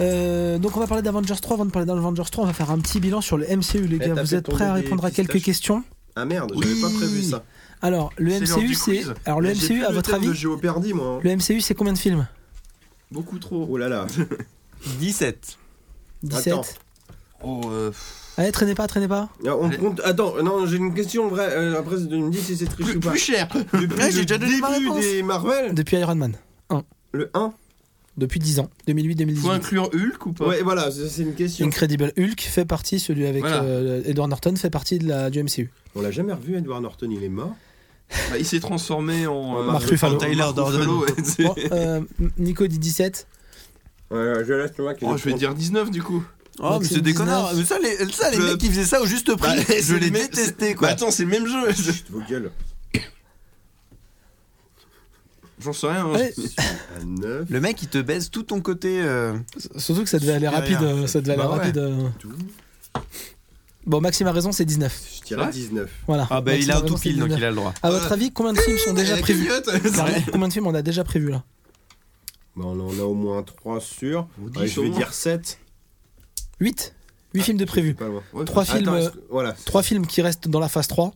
[SPEAKER 6] Euh, donc on va parler d'Avengers 3. Avant de parler d'Avengers 3, on va faire un petit bilan sur le MCU, les
[SPEAKER 3] Eh,
[SPEAKER 6] gars.
[SPEAKER 3] t'as
[SPEAKER 6] Vous
[SPEAKER 3] fait
[SPEAKER 6] êtes prêts à
[SPEAKER 3] tomber des
[SPEAKER 6] répondre à quelques
[SPEAKER 3] pistaches.
[SPEAKER 6] questions
[SPEAKER 3] Ah merde,
[SPEAKER 2] Oui.
[SPEAKER 3] j'avais pas prévu ça.
[SPEAKER 6] Alors le
[SPEAKER 1] C'est l'heure
[SPEAKER 6] MCU,
[SPEAKER 1] du
[SPEAKER 6] c'est
[SPEAKER 1] quiz.
[SPEAKER 6] alors le
[SPEAKER 3] J'ai plus
[SPEAKER 6] MCU à votre
[SPEAKER 3] thème de
[SPEAKER 6] avis,
[SPEAKER 3] Jeopardy, moi. hein.
[SPEAKER 6] le MCU c'est combien de films
[SPEAKER 1] Beaucoup trop.
[SPEAKER 3] Oh là là.
[SPEAKER 2] 17.
[SPEAKER 6] 17.
[SPEAKER 3] Attends.
[SPEAKER 1] Oh, euh, pff,
[SPEAKER 6] Allez, traînez pas, traînez pas.
[SPEAKER 3] Ah, On compte. Attends, non, j'ai une question vraie. euh, Après, tu me dis si c'est triche
[SPEAKER 1] plus,
[SPEAKER 3] ou pas.
[SPEAKER 1] plus cher.
[SPEAKER 3] Depuis
[SPEAKER 2] Ouais, Ah, j'ai
[SPEAKER 3] le
[SPEAKER 2] déjà donné ma
[SPEAKER 3] début
[SPEAKER 2] réponse.
[SPEAKER 3] des Marvel,
[SPEAKER 6] Depuis Iron Man,
[SPEAKER 3] le 1.
[SPEAKER 6] depuis 10 ans, 2008-2018.
[SPEAKER 1] Faut inclure Hulk ou pas
[SPEAKER 3] Ouais, voilà, c'est c'est une question.
[SPEAKER 6] Incredible Hulk fait partie, celui avec
[SPEAKER 1] Voilà.
[SPEAKER 6] euh, Edward Norton fait partie de la, du MCU.
[SPEAKER 3] On l'a jamais revu, Edward Norton, il est mort.
[SPEAKER 1] Bah, Il s'est transformé en.
[SPEAKER 3] Ouais,
[SPEAKER 1] euh,
[SPEAKER 6] Mark Ruffalo.
[SPEAKER 1] en
[SPEAKER 2] Tyler
[SPEAKER 1] Mark
[SPEAKER 2] Durden.
[SPEAKER 1] Ruffalo, ouais, c'est-
[SPEAKER 6] Bon, euh, Nico dit 17.
[SPEAKER 3] Ouais, je laisse le mec. il
[SPEAKER 1] Oh,
[SPEAKER 3] est
[SPEAKER 1] je vais
[SPEAKER 3] con.
[SPEAKER 1] dire 19 du coup.
[SPEAKER 2] Oh, mais c'est
[SPEAKER 6] Maxime
[SPEAKER 2] des
[SPEAKER 6] 19.
[SPEAKER 2] connards. Mais ça, les, ça, les
[SPEAKER 1] Le-
[SPEAKER 2] mecs qui faisaient ça au juste prix,
[SPEAKER 1] Bah, c'est
[SPEAKER 2] je
[SPEAKER 1] le
[SPEAKER 2] les
[SPEAKER 1] mec-
[SPEAKER 2] détestais quoi.
[SPEAKER 1] Bah, attends, c'est le même jeu.
[SPEAKER 3] Chut, Vos gueules.
[SPEAKER 1] J'en sais rien. hein.
[SPEAKER 6] Ouais,
[SPEAKER 3] À 9,
[SPEAKER 2] Le mec il te baise tout ton côté. euh,
[SPEAKER 6] surtout que ça devait aller
[SPEAKER 2] Supérieur,
[SPEAKER 6] rapide.
[SPEAKER 2] en
[SPEAKER 6] euh,
[SPEAKER 2] fait.
[SPEAKER 6] Ça devait aller
[SPEAKER 2] Bah ouais.
[SPEAKER 6] rapide. euh.
[SPEAKER 3] 12.
[SPEAKER 6] Bon, Maxime a raison, c'est 19.
[SPEAKER 3] Je
[SPEAKER 1] C'est
[SPEAKER 3] dirais
[SPEAKER 1] vrai
[SPEAKER 3] 19.
[SPEAKER 6] Voilà.
[SPEAKER 2] Ah bah
[SPEAKER 6] Maxime
[SPEAKER 2] il a un
[SPEAKER 6] raison,
[SPEAKER 2] tout
[SPEAKER 6] c'est
[SPEAKER 2] pile donc
[SPEAKER 6] 19.
[SPEAKER 2] il a le droit.
[SPEAKER 6] À votre avis, combins de films sont déjà
[SPEAKER 1] La
[SPEAKER 6] prévus
[SPEAKER 1] cagnotte.
[SPEAKER 6] Carrément, Combien de films on a déjà prévu là
[SPEAKER 3] Bon, on en a au moins 3 sur.
[SPEAKER 1] dix
[SPEAKER 3] Ouais, je
[SPEAKER 1] au
[SPEAKER 3] vais
[SPEAKER 1] moins.
[SPEAKER 3] dire 7.
[SPEAKER 6] 8 8
[SPEAKER 2] Ah,
[SPEAKER 6] films de prévus.
[SPEAKER 3] Pas loin.
[SPEAKER 1] Ouais.
[SPEAKER 6] 3
[SPEAKER 3] Attends,
[SPEAKER 6] films,
[SPEAKER 3] est-ce que- voilà.
[SPEAKER 6] 3 films qui restent dans la phase 3.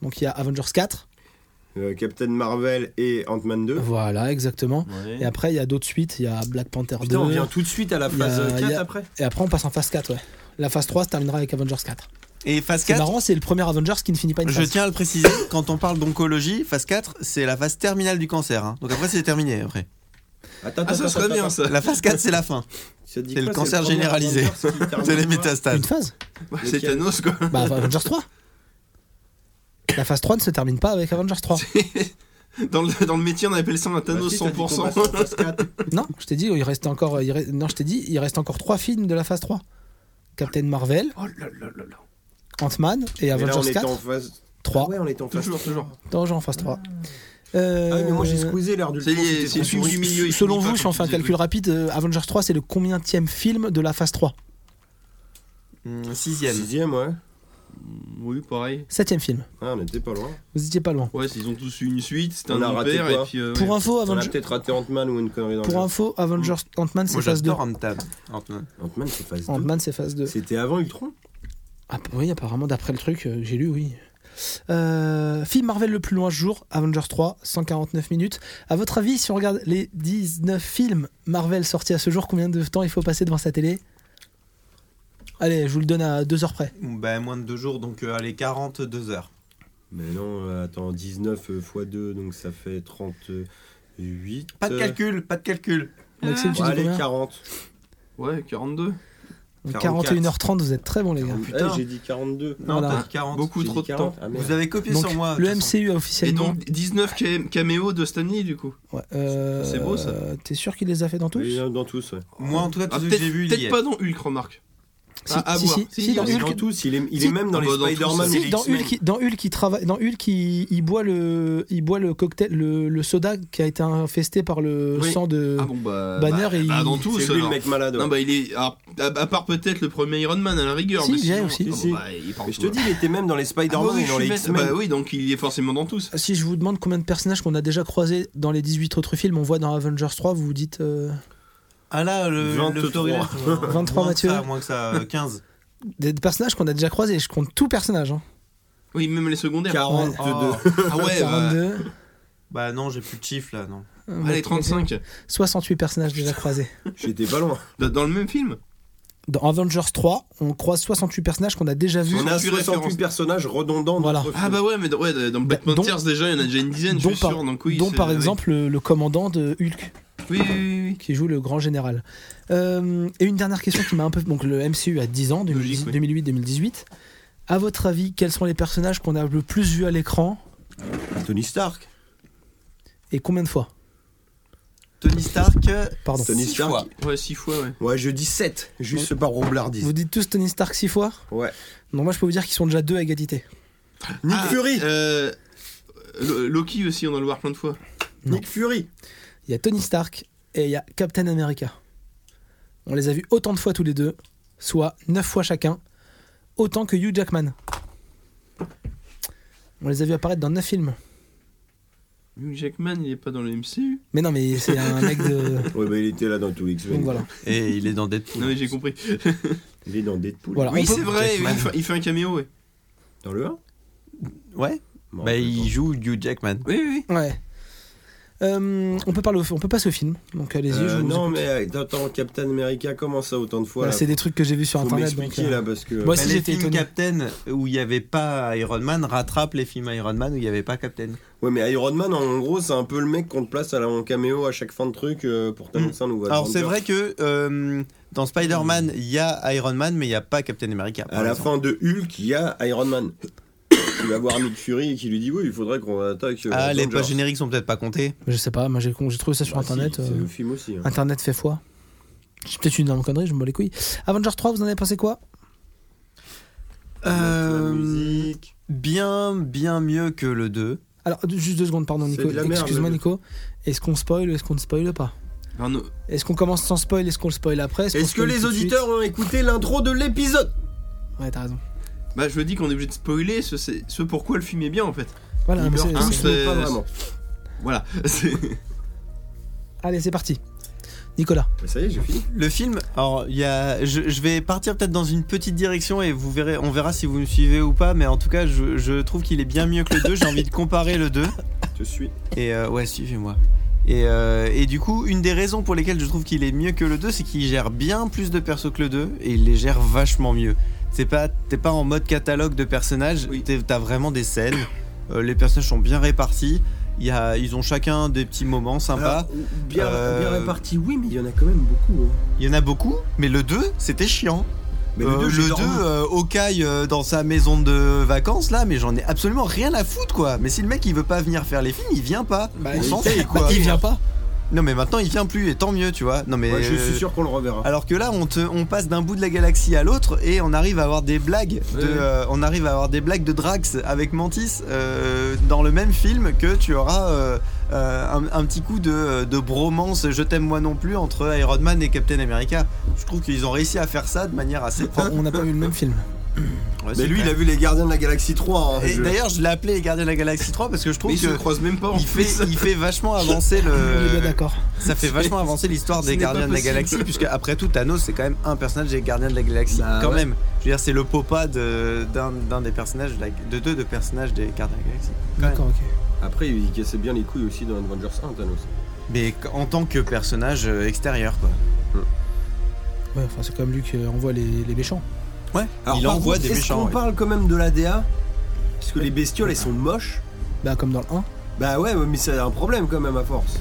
[SPEAKER 6] Donc il y a Avengers 4.
[SPEAKER 3] Euh, Captain Marvel et Ant-Man
[SPEAKER 2] Euh.
[SPEAKER 3] 2.
[SPEAKER 6] Voilà, exactement.
[SPEAKER 1] Ouais.
[SPEAKER 6] Et après, il y a d'autres suites. Il y a Black Panther 2.
[SPEAKER 3] Putain, on vient tout de suite à la
[SPEAKER 6] Il y a-
[SPEAKER 3] phase euh,
[SPEAKER 6] il y a-
[SPEAKER 3] 4 après.
[SPEAKER 6] Et après, on passe en phase 4, ouais. La phase 3 se terminera avec Avengers 4.
[SPEAKER 2] Et phase
[SPEAKER 6] C'est
[SPEAKER 2] 4,
[SPEAKER 6] marrant, c'est le premier Avengers qui ne finit pas une
[SPEAKER 2] je
[SPEAKER 6] phase.
[SPEAKER 2] tiens à le préciser, quand on parle d'oncologie, phase 4, c'est la phase terminale du cancer. hein. Donc après c'est terminé après.
[SPEAKER 3] Attends,
[SPEAKER 1] Ah, ça serait bien ça.
[SPEAKER 2] La phase 4 c'est la fin.
[SPEAKER 3] Ça te dit
[SPEAKER 2] C'est le
[SPEAKER 3] quoi,
[SPEAKER 2] cancer
[SPEAKER 3] premier
[SPEAKER 2] généralisé.
[SPEAKER 3] Avengers qui termine
[SPEAKER 2] C'est les
[SPEAKER 3] pas
[SPEAKER 2] métastases.
[SPEAKER 6] Une phase
[SPEAKER 1] Ouais, C'est Thanos quoi.
[SPEAKER 6] Bah, Avengers 3. La phase 3 ne se termine pas avec Avengers 3.
[SPEAKER 1] Dans le, dans le métier, on appelle ça un
[SPEAKER 3] Bah,
[SPEAKER 1] Thanos
[SPEAKER 3] si, t'as dit qu'on passe
[SPEAKER 1] 100%.
[SPEAKER 3] en phase 4.
[SPEAKER 6] Non, je t'ai dit, il reste encore. il re- Non, je t'ai dit, il reste encore 3 films de la phase 3. Captain Marvel,
[SPEAKER 1] Oh là là là là.
[SPEAKER 6] Ant-Man et
[SPEAKER 3] Mais là, on
[SPEAKER 6] Avengers
[SPEAKER 3] était en
[SPEAKER 6] 4.
[SPEAKER 3] phase Ah
[SPEAKER 6] 3.
[SPEAKER 3] Ouais, on était en phase
[SPEAKER 1] Toujours, toujours.
[SPEAKER 6] Non, genre en phase 3.
[SPEAKER 3] Ah,
[SPEAKER 6] Euh,
[SPEAKER 3] mais moi j'ai squeezé l'air du
[SPEAKER 1] Ça y
[SPEAKER 3] temps,
[SPEAKER 1] est,
[SPEAKER 3] c'était
[SPEAKER 1] c'est le
[SPEAKER 3] trop
[SPEAKER 1] film
[SPEAKER 3] court.
[SPEAKER 1] du milieu. il
[SPEAKER 6] Selon
[SPEAKER 1] finit pas
[SPEAKER 6] vous,
[SPEAKER 1] quand
[SPEAKER 6] je fais un
[SPEAKER 1] tu dis-
[SPEAKER 6] calcul rapide, euh, Avengers 3, c'est le combienième film de la phase 3
[SPEAKER 2] Hum, Sixième.
[SPEAKER 3] Sixième, ouais.
[SPEAKER 1] Oui, pareil.
[SPEAKER 6] Septième film.
[SPEAKER 3] Ah, on était pas loin.
[SPEAKER 6] Vous étiez pas loin.
[SPEAKER 1] Ouais, ils ont tous eu une suite, c'est
[SPEAKER 3] On
[SPEAKER 1] un
[SPEAKER 3] a raté
[SPEAKER 1] repère,
[SPEAKER 3] quoi
[SPEAKER 1] et puis. euh,
[SPEAKER 6] Pour
[SPEAKER 1] ouais.
[SPEAKER 6] info,
[SPEAKER 3] On a
[SPEAKER 6] Avengers,
[SPEAKER 3] peut-être raté Ant-Man ou une connerie dans
[SPEAKER 6] pour
[SPEAKER 3] le
[SPEAKER 6] info, Avengers Ant-Man,
[SPEAKER 2] Moi
[SPEAKER 6] c'est phase 2.
[SPEAKER 2] j'adore Ant-Man. Ant-Man.
[SPEAKER 3] jeu. Ant-Man, c'est phase 2.
[SPEAKER 6] Ant-Man, euh, c'est phase 2.
[SPEAKER 3] C'était avant Ultron
[SPEAKER 6] Ah, oui, apparemment, d'après le truc, euh, j'ai lu, oui. Euh, film Marvel le plus loin ce jour, Avengers 3, 149 minutes. À votre avis, si on regarde les 19 films Marvel sortis à ce jour, combien de temps il faut passer devant sa télé Allez, je vous le donne à 2 heures près.
[SPEAKER 2] Bah moins de deux jours donc euh, allez 42 heures.
[SPEAKER 3] Mais non, euh, attends, 19 x 2, donc ça fait 38.
[SPEAKER 2] Pas de
[SPEAKER 3] euh,
[SPEAKER 2] calcul, pas de calcul.
[SPEAKER 1] Ah.
[SPEAKER 6] Maxime, tu
[SPEAKER 3] ouais,
[SPEAKER 6] dis
[SPEAKER 3] allez,
[SPEAKER 6] combien
[SPEAKER 3] 40.
[SPEAKER 1] Ouais, 42.
[SPEAKER 2] 44.
[SPEAKER 6] 41h30, vous êtes très bons, les gars.
[SPEAKER 3] Eh, j'ai dit 42.
[SPEAKER 2] Non,
[SPEAKER 6] Voilà.
[SPEAKER 2] t'as dit 40.
[SPEAKER 1] Beaucoup
[SPEAKER 3] J'ai
[SPEAKER 1] trop
[SPEAKER 3] dit
[SPEAKER 1] de
[SPEAKER 3] 40.
[SPEAKER 1] temps.
[SPEAKER 3] Ah, merde.
[SPEAKER 2] Vous avez copié
[SPEAKER 6] Donc,
[SPEAKER 2] sur moi. de
[SPEAKER 6] le
[SPEAKER 2] toute façon.
[SPEAKER 6] MCU a
[SPEAKER 1] Et
[SPEAKER 6] officiellement.
[SPEAKER 1] donc 19 cam- caméos de Stanley du coup.
[SPEAKER 6] Ouais, euh,
[SPEAKER 1] c'est beau, ça.
[SPEAKER 6] T'es sûr qu'il les a fait dans tous
[SPEAKER 3] Oui, Dans tous, ouais.
[SPEAKER 2] Moi en tout cas, tout
[SPEAKER 1] Ah,
[SPEAKER 2] ce que
[SPEAKER 1] peut-être
[SPEAKER 2] j'ai vu, il y
[SPEAKER 1] peut-être
[SPEAKER 2] est.
[SPEAKER 1] pas dans Hulk remarque.
[SPEAKER 6] Si,
[SPEAKER 1] à
[SPEAKER 6] si,
[SPEAKER 1] voir.
[SPEAKER 6] si,
[SPEAKER 1] Si,
[SPEAKER 6] si,
[SPEAKER 1] il
[SPEAKER 6] dans
[SPEAKER 1] est
[SPEAKER 3] Et
[SPEAKER 1] Hulk-
[SPEAKER 3] dans
[SPEAKER 6] Hulk.
[SPEAKER 3] tous, il est, il
[SPEAKER 6] si,
[SPEAKER 3] est même dans les
[SPEAKER 1] bah, dans tous,
[SPEAKER 3] Spider-Man et
[SPEAKER 6] si,
[SPEAKER 3] les
[SPEAKER 6] dans
[SPEAKER 3] X-Men.
[SPEAKER 6] Hulk, il- dans Hulk, il travaille. Dans Hulk, il, il boit le, il boit le cocktail, le, le soda qui a été infesté par le
[SPEAKER 1] Oui.
[SPEAKER 6] sang de.
[SPEAKER 1] Ah bon, bah.
[SPEAKER 6] Euh, Banner
[SPEAKER 1] bah,
[SPEAKER 6] et
[SPEAKER 1] bah,
[SPEAKER 6] il-
[SPEAKER 1] dans tous.
[SPEAKER 3] C'est lui le
[SPEAKER 1] alors.
[SPEAKER 3] mec malade. ouais.
[SPEAKER 1] Non, bah, il est. alors, à, à part peut-être le premier Iron Man à la rigueur.
[SPEAKER 6] Si,
[SPEAKER 1] mais
[SPEAKER 6] il y a
[SPEAKER 1] sinon-
[SPEAKER 6] aussi.
[SPEAKER 1] Ah, bon,
[SPEAKER 3] Si, si.
[SPEAKER 1] bah, il est partout,
[SPEAKER 3] Mais je te
[SPEAKER 1] ouais.
[SPEAKER 3] dis, il était même dans les Spider-Man
[SPEAKER 1] Ah bah oui,
[SPEAKER 3] et dans
[SPEAKER 1] je
[SPEAKER 3] les
[SPEAKER 1] suis bête.
[SPEAKER 3] X-Men.
[SPEAKER 1] Bah oui, donc il est forcément dans tous.
[SPEAKER 6] Si je vous demande combien de personnages qu'on a déjà croisés dans les 18 autres films, on voit dans Avengers 3, vous vous dites. euh,
[SPEAKER 2] Ah là, le, le
[SPEAKER 3] 23.
[SPEAKER 2] Florida.
[SPEAKER 6] 23,
[SPEAKER 2] moins que
[SPEAKER 6] Mathieu.
[SPEAKER 2] ça, moins que ça, euh, 15.
[SPEAKER 6] des personnages qu'on a déjà croisés. Je compte tout personnage. hein.
[SPEAKER 1] Oui, même les secondaires.
[SPEAKER 3] 42.
[SPEAKER 1] Ah ouais, bah,
[SPEAKER 6] 42,
[SPEAKER 2] Bah non, j'ai plus de chiffres là, non.
[SPEAKER 6] euh,
[SPEAKER 1] allez, 35.
[SPEAKER 6] 68 personnages déjà croisés.
[SPEAKER 3] J'étais pas loin.
[SPEAKER 1] Dans- Dans le même film
[SPEAKER 6] Dans Avengers 3, on croise 68 personnages qu'on a déjà vus.
[SPEAKER 3] On a
[SPEAKER 1] 68 références.
[SPEAKER 3] 68 personnages redondants.
[SPEAKER 6] Voilà.
[SPEAKER 3] d'entre eux.
[SPEAKER 1] Ah bah ouais, mais dans, ouais, dans Black
[SPEAKER 6] Bah, dont-
[SPEAKER 1] Panthers déjà, il y en a déjà une dizaine, je
[SPEAKER 6] dont
[SPEAKER 1] suis
[SPEAKER 6] par-
[SPEAKER 1] sûr. Donc oui,
[SPEAKER 6] dont
[SPEAKER 1] c'est-
[SPEAKER 6] par
[SPEAKER 1] oui.
[SPEAKER 6] exemple le, le commandant de Hulk
[SPEAKER 1] Oui, oui, oui, oui.
[SPEAKER 6] qui joue le grand général. Euh, et une dernière question qui m'a un peu. Donc le MCU a 10 ans,
[SPEAKER 1] Logique, oui.
[SPEAKER 6] 2008-2018. À votre avis, quels sont les personnages qu'on a le plus vus à l'écran
[SPEAKER 3] Tony Stark.
[SPEAKER 6] et combien de fois
[SPEAKER 2] Tony Stark, euh,
[SPEAKER 6] Pardon.
[SPEAKER 3] Tony
[SPEAKER 2] Six
[SPEAKER 3] Stark.
[SPEAKER 1] Ouais, six fois, ouais.
[SPEAKER 3] Ouais, je dis 7. Juste par roublardise.
[SPEAKER 6] Vous dites tous Tony Stark 6 fois
[SPEAKER 3] Ouais.
[SPEAKER 6] Donc moi je peux vous dire qu'ils sont déjà deux à égalité.
[SPEAKER 3] Nick
[SPEAKER 1] Ah,
[SPEAKER 3] Fury.
[SPEAKER 1] euh, Lo- Loki aussi, on doit le voir plein de fois.
[SPEAKER 6] non.
[SPEAKER 3] Nick Fury.
[SPEAKER 6] Il y a Tony Stark et il y a Captain America. On les a vus autant de fois tous les deux, soit 9 fois chacun, autant que Hugh Jackman. On les a vus apparaître dans 9 films.
[SPEAKER 1] Hugh Jackman, il est pas dans le MCU
[SPEAKER 6] Mais non, mais c'est un mec de.
[SPEAKER 3] Ouais, bah il était là dans tous les X-Men.
[SPEAKER 6] Donc voilà.
[SPEAKER 2] et il est dans Deadpool.
[SPEAKER 1] Non, mais j'ai compris.
[SPEAKER 3] Il est dans Deadpool.
[SPEAKER 6] Voilà.
[SPEAKER 1] oui,
[SPEAKER 6] on peut-
[SPEAKER 1] c'est vrai,
[SPEAKER 2] Jackman.
[SPEAKER 1] oui, il, fait, il fait un caméo, ouais.
[SPEAKER 3] Dans le 1
[SPEAKER 2] Ouais, bah il joue Hugh Jackman.
[SPEAKER 1] Oui, oui, oui.
[SPEAKER 6] Ouais. Euh, on peut parler, au- on peut passer au film. Donc allez-y. je
[SPEAKER 3] Euh,
[SPEAKER 6] vous
[SPEAKER 3] non
[SPEAKER 6] écoute.
[SPEAKER 3] mais attends, attends, Captain America comment ça autant de fois
[SPEAKER 6] Voilà,
[SPEAKER 3] là
[SPEAKER 6] c'est des trucs que j'ai vus sur
[SPEAKER 3] Faut
[SPEAKER 6] internet. Donc,
[SPEAKER 3] m'expliquer
[SPEAKER 6] euh,
[SPEAKER 3] là parce que
[SPEAKER 6] Moi
[SPEAKER 2] Bah,
[SPEAKER 6] aussi
[SPEAKER 2] les
[SPEAKER 6] j'étais
[SPEAKER 2] films
[SPEAKER 6] étonné.
[SPEAKER 2] Captain où il n'y avait pas Iron Man rattrape les films Iron Man où il n'y avait pas Captain.
[SPEAKER 3] ouais mais Iron Man en gros c'est un peu le mec qu'on te place à la, en caméo à chaque fin de truc euh, pour t'annoncer un nouveau.
[SPEAKER 2] Alors c'est vrai
[SPEAKER 3] Avenger.
[SPEAKER 2] que euh, dans Spider-Man il y a Iron Man mais il n'y a pas Captain America. par
[SPEAKER 3] À la
[SPEAKER 2] exemple.
[SPEAKER 3] fin de Hulk il y a Iron Man qui va voir Nick Fury et qui lui dit oui il faudrait qu'on attaque. euh,
[SPEAKER 2] Ah, les
[SPEAKER 3] Avengers.
[SPEAKER 2] pages génériques sont peut-être pas comptées.
[SPEAKER 6] Je sais pas, moi j'ai con- j'ai trouvé ça sur
[SPEAKER 3] Ah, si,
[SPEAKER 6] internet.
[SPEAKER 3] C'est
[SPEAKER 6] euh,
[SPEAKER 3] le film aussi. hein.
[SPEAKER 6] Internet fait foi. J'ai peut-être une énorme connerie, je me bats les couilles. Avengers 3, vous en avez pensé quoi
[SPEAKER 3] La
[SPEAKER 2] Euh,
[SPEAKER 3] Ah, musique.
[SPEAKER 2] bien, bien mieux que le 2.
[SPEAKER 6] Alors, deux- juste deux secondes, pardon,
[SPEAKER 3] C'est
[SPEAKER 6] Nico.
[SPEAKER 3] de la merde,
[SPEAKER 6] Excuse-moi,
[SPEAKER 3] le-
[SPEAKER 6] Nico. Est-ce qu'on spoil ou est-ce qu'on ne spoil pas
[SPEAKER 1] Arnaud,
[SPEAKER 6] Est-ce qu'on commence sans spoil Est-ce qu'on le spoil après qu'on
[SPEAKER 3] Est-ce que
[SPEAKER 6] spoil
[SPEAKER 3] les
[SPEAKER 6] tout de suite
[SPEAKER 3] auditeurs ont écouté l'intro de l'épisode
[SPEAKER 6] Ouais, t'as raison.
[SPEAKER 1] bah, je me dis qu'on est obligé de spoiler ce, c'est- ce pourquoi le film est bien, en fait.
[SPEAKER 6] Voilà, mais c'est-
[SPEAKER 1] Hein,
[SPEAKER 3] Tous,
[SPEAKER 6] c'est-
[SPEAKER 1] c'est-
[SPEAKER 3] mais Ah, pas vraiment.
[SPEAKER 1] Voilà. C'est-
[SPEAKER 6] Allez, c'est parti. Nicolas,
[SPEAKER 3] Mais ça y est j'ai fini.
[SPEAKER 2] Le film, alors il y a, je, je vais partir peut-être dans une petite direction et vous verrez, on verra si vous me suivez ou pas, mais en tout cas je, je trouve qu'il est bien mieux que le 2, j'ai envie de comparer le 2.
[SPEAKER 3] Je suis.
[SPEAKER 2] Et euh, ouais, suivez-moi. Et, euh, et du coup, une des raisons pour lesquelles je trouve qu'il est mieux que le 2, c'est qu'il gère bien plus de persos que le 2 et il les gère vachement mieux. C'est pas, t'es pas en mode catalogue de personnages,
[SPEAKER 1] Oui.
[SPEAKER 2] t'es- t'as vraiment des scènes, euh, les personnages sont bien répartis, il y a, ils ont chacun des petits moments sympas.
[SPEAKER 3] Alors, Ah, bien,
[SPEAKER 2] Euh,
[SPEAKER 3] bien réparti oui mais il y en a quand même beaucoup. hein.
[SPEAKER 2] Il y en a beaucoup, mais le 2, c'était chiant.
[SPEAKER 3] Mais
[SPEAKER 2] Euh,
[SPEAKER 3] le 2,
[SPEAKER 2] le 2, euh, Hawkeye, euh, dans sa maison de vacances là, mais j'en ai absolument rien à foutre quoi. Mais si le mec il veut pas venir faire les films, il vient pas. On s'en fout, quoi.
[SPEAKER 6] Bah, il vient pas
[SPEAKER 2] Non mais maintenant il vient plus et tant mieux tu vois. Non mais
[SPEAKER 3] je
[SPEAKER 2] euh,
[SPEAKER 3] suis sûr qu'on le reverra.
[SPEAKER 2] alors que là on te on passe d'un bout de la galaxie à l'autre et on arrive à avoir des blagues de
[SPEAKER 1] Ouais.
[SPEAKER 2] euh, on arrive à avoir des blagues de Drax avec Mantis euh, dans le même film que tu auras euh, euh, un, un petit coup de, de bromance je t'aime moi non plus entre Iron Man et Captain America. Je trouve qu'ils ont réussi à faire ça de manière assez
[SPEAKER 6] Enfin,
[SPEAKER 2] propre.
[SPEAKER 6] On n'a pas vu le même film.
[SPEAKER 3] mais lui, il a vu les Gardiens de la Galaxie 3. hein.
[SPEAKER 2] et
[SPEAKER 3] Je-
[SPEAKER 2] d'ailleurs je l'ai appelé les Gardiens de la Galaxie 3 parce que je trouve
[SPEAKER 1] Mais ils se
[SPEAKER 2] que
[SPEAKER 1] croisent même pas, en
[SPEAKER 2] il
[SPEAKER 1] plus.
[SPEAKER 2] fait, il fait vachement avancer
[SPEAKER 3] Euh,
[SPEAKER 6] On est bien
[SPEAKER 2] le,
[SPEAKER 6] d'accord.
[SPEAKER 2] Ça fait vachement avancer l'histoire
[SPEAKER 1] ce
[SPEAKER 2] des
[SPEAKER 1] n'est pas
[SPEAKER 2] Gardiens de la
[SPEAKER 1] possible.
[SPEAKER 2] Galaxie, puisque après tout, Thanos, c'est quand même un personnage des Gardiens de la Galaxie.
[SPEAKER 3] Bah,
[SPEAKER 2] quand
[SPEAKER 3] ouais.
[SPEAKER 2] même. Je veux dire, c'est le popa de- d'un d'un des personnages, de la- de deux de personnages des Gardiens de la Galaxie.
[SPEAKER 6] D'accord, ok.
[SPEAKER 3] Après, il cassait bien les couilles aussi dans Avengers 1, Thanos.
[SPEAKER 2] Mais qu- en tant que personnage euh, extérieur, quoi.
[SPEAKER 6] Ouais, enfin, c'est comme lui qui envoie les, les méchants.
[SPEAKER 2] Ouais,
[SPEAKER 3] Alors,
[SPEAKER 2] il
[SPEAKER 3] par
[SPEAKER 2] envoie
[SPEAKER 3] contre,
[SPEAKER 2] des
[SPEAKER 3] Est-ce qu'on
[SPEAKER 2] méchants. ouais.
[SPEAKER 3] parle quand même de la DA Parce que les bestioles, elles sont moches.
[SPEAKER 6] Bah, comme dans le 1.
[SPEAKER 3] Bah ouais, mais c'est un problème quand même à force.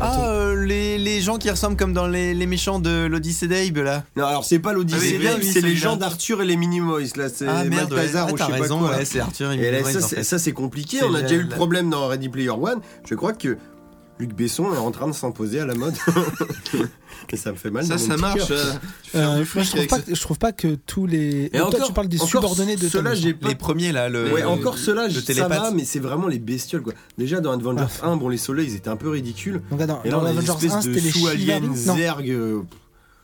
[SPEAKER 2] Ah, euh, les, les gens qui ressemblent comme dans les, les méchants de l'Odyssée d'Abe, là.
[SPEAKER 3] Non, alors c'est pas l'Odyssée,
[SPEAKER 2] Ah oui, oui,
[SPEAKER 3] d'Abe,
[SPEAKER 2] oui,
[SPEAKER 3] c'est les
[SPEAKER 2] celui-là.
[SPEAKER 3] gens d'Arthur et les Minimoys. Là, c'est
[SPEAKER 2] ah merde, ouais.
[SPEAKER 3] Balthazar
[SPEAKER 2] Ah,
[SPEAKER 3] ou je
[SPEAKER 2] t'as
[SPEAKER 3] sais
[SPEAKER 2] raison,
[SPEAKER 3] pas quoi. là.
[SPEAKER 2] ouais, c'est Arthur et
[SPEAKER 3] Et là,
[SPEAKER 2] Minimoys,
[SPEAKER 3] ça,
[SPEAKER 2] en
[SPEAKER 3] c'est-
[SPEAKER 2] fait.
[SPEAKER 3] ça, c'est compliqué.
[SPEAKER 2] C'est
[SPEAKER 3] On a
[SPEAKER 2] la-
[SPEAKER 3] déjà eu le
[SPEAKER 2] la-
[SPEAKER 3] problème dans Ready Player One. Je crois que Luc Besson est en train de s'imposer à la mode. Et ça me fait mal.
[SPEAKER 1] Ça,
[SPEAKER 3] dans mon
[SPEAKER 1] ça
[SPEAKER 3] petit
[SPEAKER 1] marche.
[SPEAKER 3] cœur.
[SPEAKER 1] euh,
[SPEAKER 6] Euh,
[SPEAKER 1] faire du
[SPEAKER 6] moi,
[SPEAKER 1] fric
[SPEAKER 6] je trouve,
[SPEAKER 1] avec
[SPEAKER 6] pas
[SPEAKER 1] ça.
[SPEAKER 6] que, je trouve pas que tous les.
[SPEAKER 3] Et
[SPEAKER 6] Donc, toi,
[SPEAKER 3] encore-
[SPEAKER 6] tu parles des
[SPEAKER 3] encore
[SPEAKER 6] subordonnés de
[SPEAKER 3] ceux-là,
[SPEAKER 6] Thanos.
[SPEAKER 3] j'ai pas
[SPEAKER 2] Les premiers là, le.
[SPEAKER 3] Ouais,
[SPEAKER 2] le-
[SPEAKER 3] encore ceux-là,
[SPEAKER 2] le
[SPEAKER 3] je- ça
[SPEAKER 2] télépathe.
[SPEAKER 3] va, mais c'est vraiment les bestioles quoi. Déjà dans Avengers 1, bon les soleils ils étaient un peu ridicules.
[SPEAKER 6] Donc, attends,
[SPEAKER 3] Et là
[SPEAKER 6] Ah.
[SPEAKER 3] on
[SPEAKER 6] dans
[SPEAKER 3] a des
[SPEAKER 6] Avengers
[SPEAKER 3] espèces
[SPEAKER 6] 1,
[SPEAKER 3] de
[SPEAKER 6] c'était les Shivari.
[SPEAKER 3] sous-aliens,
[SPEAKER 6] Non,
[SPEAKER 3] zerg. euh, pff,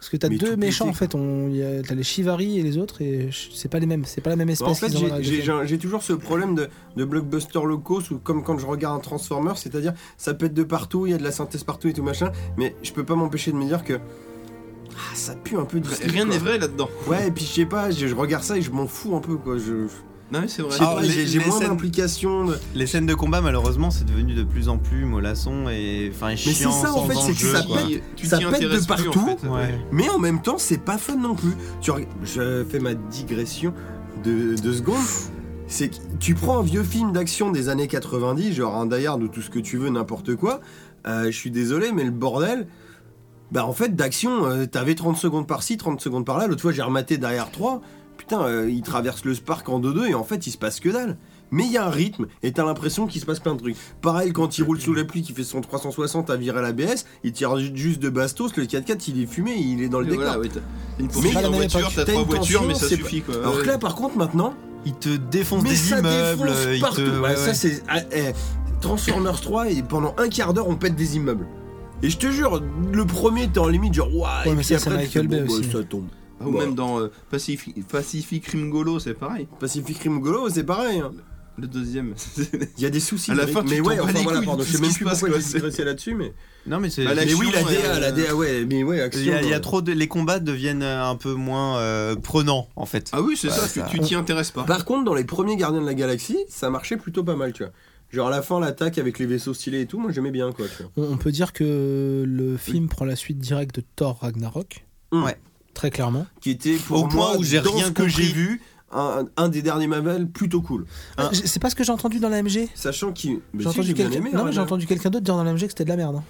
[SPEAKER 6] parce que t'as
[SPEAKER 3] mais
[SPEAKER 6] deux
[SPEAKER 3] tout
[SPEAKER 6] méchants
[SPEAKER 3] pété,
[SPEAKER 6] en fait. On- il y a- T'as les Shivari et les autres, et je- c'est pas les mêmes. C'est pas la même espèce.
[SPEAKER 3] Bah, En fait
[SPEAKER 6] qu'ils ont dans
[SPEAKER 3] j'ai-
[SPEAKER 6] la
[SPEAKER 3] j'ai
[SPEAKER 6] deuxième.
[SPEAKER 3] j'ai- j'ai toujours ce problème de, de blockbuster locaux, sous- comme quand je regarde un Transformer, c'est-à-dire ça pète de partout, il y a de la synthèse partout et tout machin, mais je peux pas m'empêcher de me dire que... Ah, ça pue un peu de
[SPEAKER 1] Bah, Rien n'est vrai là-dedans.
[SPEAKER 3] Ouais, et puis je sais pas, je, je regarde ça et je m'en fous un peu quoi. Je, je sais
[SPEAKER 1] Non, mais c'est vrai.
[SPEAKER 2] Ah,
[SPEAKER 3] pas,
[SPEAKER 2] les-
[SPEAKER 3] j'ai j'ai
[SPEAKER 2] les
[SPEAKER 3] moins
[SPEAKER 2] scènes-
[SPEAKER 3] d'implication. de-
[SPEAKER 2] Les scènes de combat, malheureusement, c'est devenu de plus en plus mollasson et enfin
[SPEAKER 3] c'est
[SPEAKER 2] chiant.
[SPEAKER 3] ça, en
[SPEAKER 2] sans
[SPEAKER 3] fait, c'est que
[SPEAKER 2] enjeu,
[SPEAKER 3] ça
[SPEAKER 2] quoi.
[SPEAKER 3] pète-
[SPEAKER 1] tu
[SPEAKER 3] ça
[SPEAKER 1] t'y
[SPEAKER 3] pète de
[SPEAKER 1] intéresses plus, en
[SPEAKER 3] partout.
[SPEAKER 1] fait.
[SPEAKER 2] Ouais.
[SPEAKER 3] Mais en même temps, c'est pas fun non plus. Tu reg- Je fais ma digression de deux secondes. C'est que tu prends un vieux film d'action des années 90, genre un Die Hard ou tout ce que tu veux, n'importe quoi. euh, je suis désolé, mais le bordel. Bah en fait, d'action, euh, t'avais 30 secondes par-ci, 30 secondes par-là. L'autre fois, j'ai rematé Die Hard 3. Putain, euh, il traverse le Spark en 2-2 et en fait, il se passe que dalle. Mais il y a un rythme et t'as l'impression qu'il se passe plein de trucs. Pareil, quand il roule sous la pluie, qu'il fait son 360 à virer la BS, il tire ju- juste de bastos, le 4x4 il est fumé, il est dans le
[SPEAKER 1] Et
[SPEAKER 3] décor.
[SPEAKER 1] voilà, ouais, t'as une
[SPEAKER 3] Mais
[SPEAKER 1] poursuite
[SPEAKER 6] pas la
[SPEAKER 1] en
[SPEAKER 6] même
[SPEAKER 1] voiture,
[SPEAKER 6] époque.
[SPEAKER 1] t'as
[SPEAKER 3] T'as
[SPEAKER 1] trois
[SPEAKER 3] une
[SPEAKER 1] voitures,
[SPEAKER 3] tension,
[SPEAKER 1] mais ça
[SPEAKER 3] c'est
[SPEAKER 1] suffit quoi.
[SPEAKER 3] Alors que là, par contre, maintenant,
[SPEAKER 2] Il te défonce
[SPEAKER 3] mais
[SPEAKER 2] des
[SPEAKER 3] ça
[SPEAKER 2] immeubles.
[SPEAKER 3] défonce
[SPEAKER 2] il
[SPEAKER 3] partout.
[SPEAKER 2] te... ouais,
[SPEAKER 3] Voilà, Ça,
[SPEAKER 2] ouais.
[SPEAKER 3] c'est ah, eh, Transformers 3 et pendant un quart d'heure, on pète des immeubles. Et je te jure, le premier, t'es en limite genre waouh,
[SPEAKER 6] Ouais,
[SPEAKER 3] et
[SPEAKER 6] mais
[SPEAKER 3] puis
[SPEAKER 6] ça, c'est
[SPEAKER 3] après, tu
[SPEAKER 6] Michael
[SPEAKER 3] fais,
[SPEAKER 6] Bay
[SPEAKER 3] bon, bah,
[SPEAKER 6] aussi.
[SPEAKER 3] ça tombe.
[SPEAKER 1] Ah, Ou
[SPEAKER 3] Bah.
[SPEAKER 1] même dans euh, Pacific, Pacific Rim Golo, c'est pareil.
[SPEAKER 3] Pacific Rim Golo, c'est pareil. hein.
[SPEAKER 1] Le deuxième.
[SPEAKER 3] Il y a des soucis.
[SPEAKER 1] À la
[SPEAKER 3] de-
[SPEAKER 1] fin, tu
[SPEAKER 3] mais ouais,
[SPEAKER 1] t'en bats
[SPEAKER 3] enfin
[SPEAKER 1] les
[SPEAKER 3] voilà,
[SPEAKER 1] couilles
[SPEAKER 3] pardon,
[SPEAKER 1] de tout
[SPEAKER 3] je sais
[SPEAKER 1] ce
[SPEAKER 3] même
[SPEAKER 1] qui se
[SPEAKER 3] plus
[SPEAKER 1] passe,
[SPEAKER 3] pourquoi
[SPEAKER 1] quoi,
[SPEAKER 3] j'ai digressé là-dessus, mais.
[SPEAKER 2] Non, mais c'est.
[SPEAKER 1] Bah, la-
[SPEAKER 3] Mais oui, la
[SPEAKER 1] Action,
[SPEAKER 3] DA,
[SPEAKER 1] euh,
[SPEAKER 3] la DA, ouais, mais ouais, action.
[SPEAKER 2] Il y a, il y a
[SPEAKER 3] euh,
[SPEAKER 2] trop de. Les combats deviennent euh, un peu moins euh, prenants, en fait.
[SPEAKER 1] Ah oui, c'est
[SPEAKER 2] Ouais,
[SPEAKER 1] ça,
[SPEAKER 2] ça-
[SPEAKER 1] tu tu t'y intéresses pas.
[SPEAKER 3] Par contre, dans les premiers Gardiens de la Galaxie, ça marchait plutôt pas mal, tu vois. Genre à la fin, l'attaque avec les vaisseaux stylés et tout, moi j'aimais bien quoi. Tu vois.
[SPEAKER 6] On, on peut dire que le film prend la suite directe de Thor Ragnarok.
[SPEAKER 3] Mm.
[SPEAKER 2] Ouais.
[SPEAKER 6] Très clairement.
[SPEAKER 3] Qui était pour
[SPEAKER 2] Au point
[SPEAKER 3] moi,
[SPEAKER 2] où j'ai
[SPEAKER 3] dans
[SPEAKER 2] rien
[SPEAKER 3] ce que j'ai
[SPEAKER 2] compris.
[SPEAKER 3] vu, un, un des derniers Marvel plutôt cool. Ah.
[SPEAKER 6] Je- C'est pas ce que j'ai entendu dans la MG.
[SPEAKER 3] Sachant qu'il. mais
[SPEAKER 6] J'ai
[SPEAKER 3] si,
[SPEAKER 6] entendu
[SPEAKER 3] bien
[SPEAKER 6] quelqu'un
[SPEAKER 3] aimé,
[SPEAKER 6] non,
[SPEAKER 3] hein,
[SPEAKER 6] mais j'ai
[SPEAKER 3] là.
[SPEAKER 6] entendu quelqu'un d'autre dire dans la MG que c'était de la merde. hein.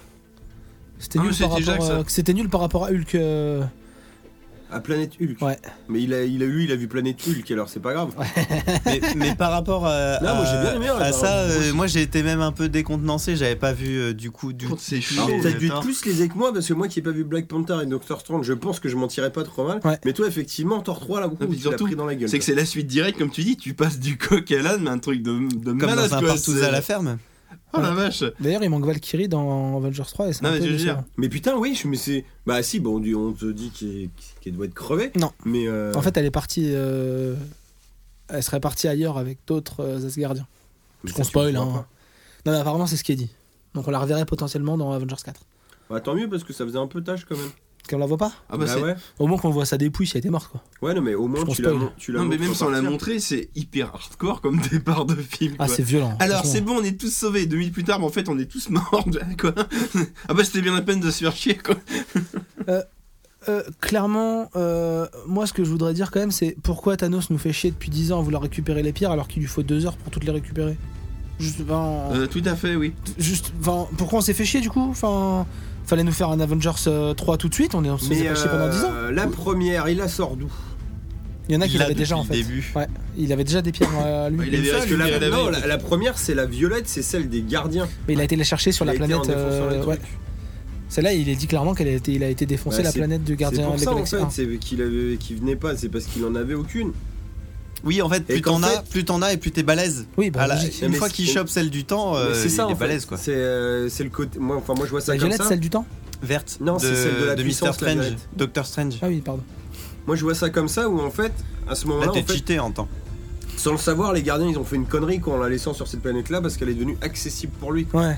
[SPEAKER 6] C'était
[SPEAKER 1] Ah,
[SPEAKER 6] nul,
[SPEAKER 1] mais
[SPEAKER 6] par
[SPEAKER 1] c'était
[SPEAKER 6] rapport,
[SPEAKER 1] Jacques, ça.
[SPEAKER 6] euh, que c'était nul par rapport à Hulk. euh,
[SPEAKER 3] À Planète Hulk.
[SPEAKER 6] Ouais.
[SPEAKER 3] Mais il a, il a eu, il a vu Planète Hulk, alors c'est pas grave.
[SPEAKER 2] mais, mais par rapport à,
[SPEAKER 3] Non, moi, j'ai bien aimé,
[SPEAKER 2] à
[SPEAKER 3] ouais,
[SPEAKER 2] ça,
[SPEAKER 3] par-
[SPEAKER 2] euh, moi j'ai été même un peu décontenancé. J'avais pas vu euh, du coup du.
[SPEAKER 1] Contre, C'est chaud.
[SPEAKER 3] Alors,
[SPEAKER 2] Mais-
[SPEAKER 3] T'as dû être
[SPEAKER 2] Thor.
[SPEAKER 3] plus les que moi parce que moi qui ai pas vu Black Panther et Doctor Strange, je pense que je m'en tirais pas trop mal.
[SPEAKER 6] Ouais.
[SPEAKER 3] Mais toi, effectivement, Thor 3 là, ouh,
[SPEAKER 1] puis
[SPEAKER 3] tu l'as
[SPEAKER 1] surtout,
[SPEAKER 3] pris dans la gueule.
[SPEAKER 1] C'est que c'est la suite directe, comme tu dis, tu passes du coq à l'âne, mais un truc de, de
[SPEAKER 2] Comme
[SPEAKER 1] malade
[SPEAKER 2] dans un
[SPEAKER 1] quoi,
[SPEAKER 2] partout
[SPEAKER 1] c'est-
[SPEAKER 2] à la ferme.
[SPEAKER 1] Oh la vache
[SPEAKER 6] D'ailleurs, il manque Valkyrie dans Avengers 3 et c'est
[SPEAKER 1] Non,
[SPEAKER 6] un
[SPEAKER 1] mais
[SPEAKER 6] peu
[SPEAKER 1] je veux
[SPEAKER 6] décevant.
[SPEAKER 1] dire,
[SPEAKER 3] Mais putain, oui, je me c'est. Bah si, bon, on dit- on te dit qu'il qu'il doit être crevé.
[SPEAKER 6] Non.
[SPEAKER 3] Mais euh,
[SPEAKER 6] En fait, elle est partie. euh, Elle serait partie ailleurs avec d'autres euh, Asgardiens.
[SPEAKER 3] mais
[SPEAKER 6] Parce
[SPEAKER 3] ça,
[SPEAKER 6] qu'on
[SPEAKER 3] tu
[SPEAKER 6] spoil.
[SPEAKER 3] comprends
[SPEAKER 6] Hein. Non, mais apparemment, c'est ce qui est dit. Donc on la reverrait potentiellement dans Avengers 4.
[SPEAKER 3] pas. Bah, tant mieux parce que ça faisait un peu tâche quand même.
[SPEAKER 6] Qu'on la voit pas
[SPEAKER 1] Ah bah,
[SPEAKER 3] Bah
[SPEAKER 1] c'est-
[SPEAKER 3] ouais.
[SPEAKER 6] Au moins qu'on voit sa dépouille si elle était morte, quoi.
[SPEAKER 3] Ouais, non, mais au moins
[SPEAKER 6] pense
[SPEAKER 3] tu l'as
[SPEAKER 6] pas,
[SPEAKER 3] mon- tu l'as
[SPEAKER 1] Non mais
[SPEAKER 3] montré
[SPEAKER 1] même sans la
[SPEAKER 3] partir.
[SPEAKER 1] montrer, c'est hyper hardcore comme départ de film.
[SPEAKER 6] Ah,
[SPEAKER 1] quoi.
[SPEAKER 6] c'est violent.
[SPEAKER 1] Alors c'est
[SPEAKER 6] franchement.
[SPEAKER 1] bon, on est tous sauvés. Deux minutes plus tard, mais en fait, on est tous morts. Quoi ah bah c'était bien la peine de se faire chier quoi.
[SPEAKER 6] Euh, clairement, euh, moi, ce que je voudrais dire quand même, c'est pourquoi Thanos nous fait chier depuis 10 ans à vouloir récupérer les pierres alors qu'il lui faut 2 heures pour toutes les récupérer Juste, enfin,
[SPEAKER 1] Euh, tout à fait, oui.
[SPEAKER 6] juste, enfin, pourquoi on s'est fait chier du coup Enfin, fallait nous faire un Avengers euh, 3 tout de suite, on est on s'est
[SPEAKER 3] Mais
[SPEAKER 6] fait chier pendant 10 ans.
[SPEAKER 3] euh, la première, il la sort d'où
[SPEAKER 6] Il y en a qui
[SPEAKER 2] Il l'a
[SPEAKER 6] l'avaient déjà en
[SPEAKER 2] depuis
[SPEAKER 6] fait.
[SPEAKER 2] le début.
[SPEAKER 6] Ouais, il avait déjà des pierres euh, lui.
[SPEAKER 1] Ouais, il avait
[SPEAKER 3] Ça, lui,
[SPEAKER 1] récupéré
[SPEAKER 3] la-
[SPEAKER 1] la
[SPEAKER 3] non,
[SPEAKER 1] veille.
[SPEAKER 3] la, la première, c'est la violette, c'est celle des gardiens.
[SPEAKER 6] Mais il a été les chercher
[SPEAKER 3] Il
[SPEAKER 6] sur la
[SPEAKER 3] a été en
[SPEAKER 6] planète.
[SPEAKER 3] défonçant le
[SPEAKER 6] euh,
[SPEAKER 3] truc.
[SPEAKER 6] ouais. Celle-là, il est dit clairement qu'elle a été, il a été défoncé
[SPEAKER 3] Bah,
[SPEAKER 6] la
[SPEAKER 3] c'est-
[SPEAKER 6] planète du
[SPEAKER 3] C'est
[SPEAKER 6] gardien
[SPEAKER 3] pour
[SPEAKER 6] des
[SPEAKER 3] ça en
[SPEAKER 6] galaxies. hein.
[SPEAKER 3] fait, c'est qu'il avait, qu'il venait pas, c'est parce qu'il en avait aucune.
[SPEAKER 2] Oui, en fait, plus
[SPEAKER 3] qu'en
[SPEAKER 2] t'en as,
[SPEAKER 3] fait-
[SPEAKER 2] plus t'en as et plus t'es balèze.
[SPEAKER 6] Oui, bah,
[SPEAKER 2] Ah là,
[SPEAKER 6] logique.
[SPEAKER 2] une
[SPEAKER 3] Mais
[SPEAKER 2] fois
[SPEAKER 3] c'est-
[SPEAKER 2] qu'il chope celle du temps,
[SPEAKER 3] Mais
[SPEAKER 2] euh,
[SPEAKER 3] c'est ça
[SPEAKER 2] il
[SPEAKER 3] en
[SPEAKER 2] est
[SPEAKER 3] fait.
[SPEAKER 2] balèze quoi.
[SPEAKER 3] C'est euh, c'est le côté. Moi, enfin, moi, je vois ça
[SPEAKER 6] La
[SPEAKER 3] comme
[SPEAKER 6] violette,
[SPEAKER 3] ça.
[SPEAKER 6] celle du temps
[SPEAKER 2] Verte.
[SPEAKER 3] Non,
[SPEAKER 2] de,
[SPEAKER 3] c'est celle de la
[SPEAKER 2] de Mister
[SPEAKER 3] puissance, la
[SPEAKER 2] Strange.
[SPEAKER 3] violette.
[SPEAKER 2] Doctor Strange.
[SPEAKER 6] Ah oui, pardon.
[SPEAKER 3] Moi, je vois ça comme ça où en fait, à ce
[SPEAKER 2] Là,
[SPEAKER 3] moment-là, en
[SPEAKER 2] t'es
[SPEAKER 3] fait,
[SPEAKER 2] cheaté en temps.
[SPEAKER 3] sans le savoir, les gardiens, ils ont fait une connerie quoi, en la laissant sur cette planète-là parce qu'elle est devenue accessible pour lui.
[SPEAKER 6] Ouais.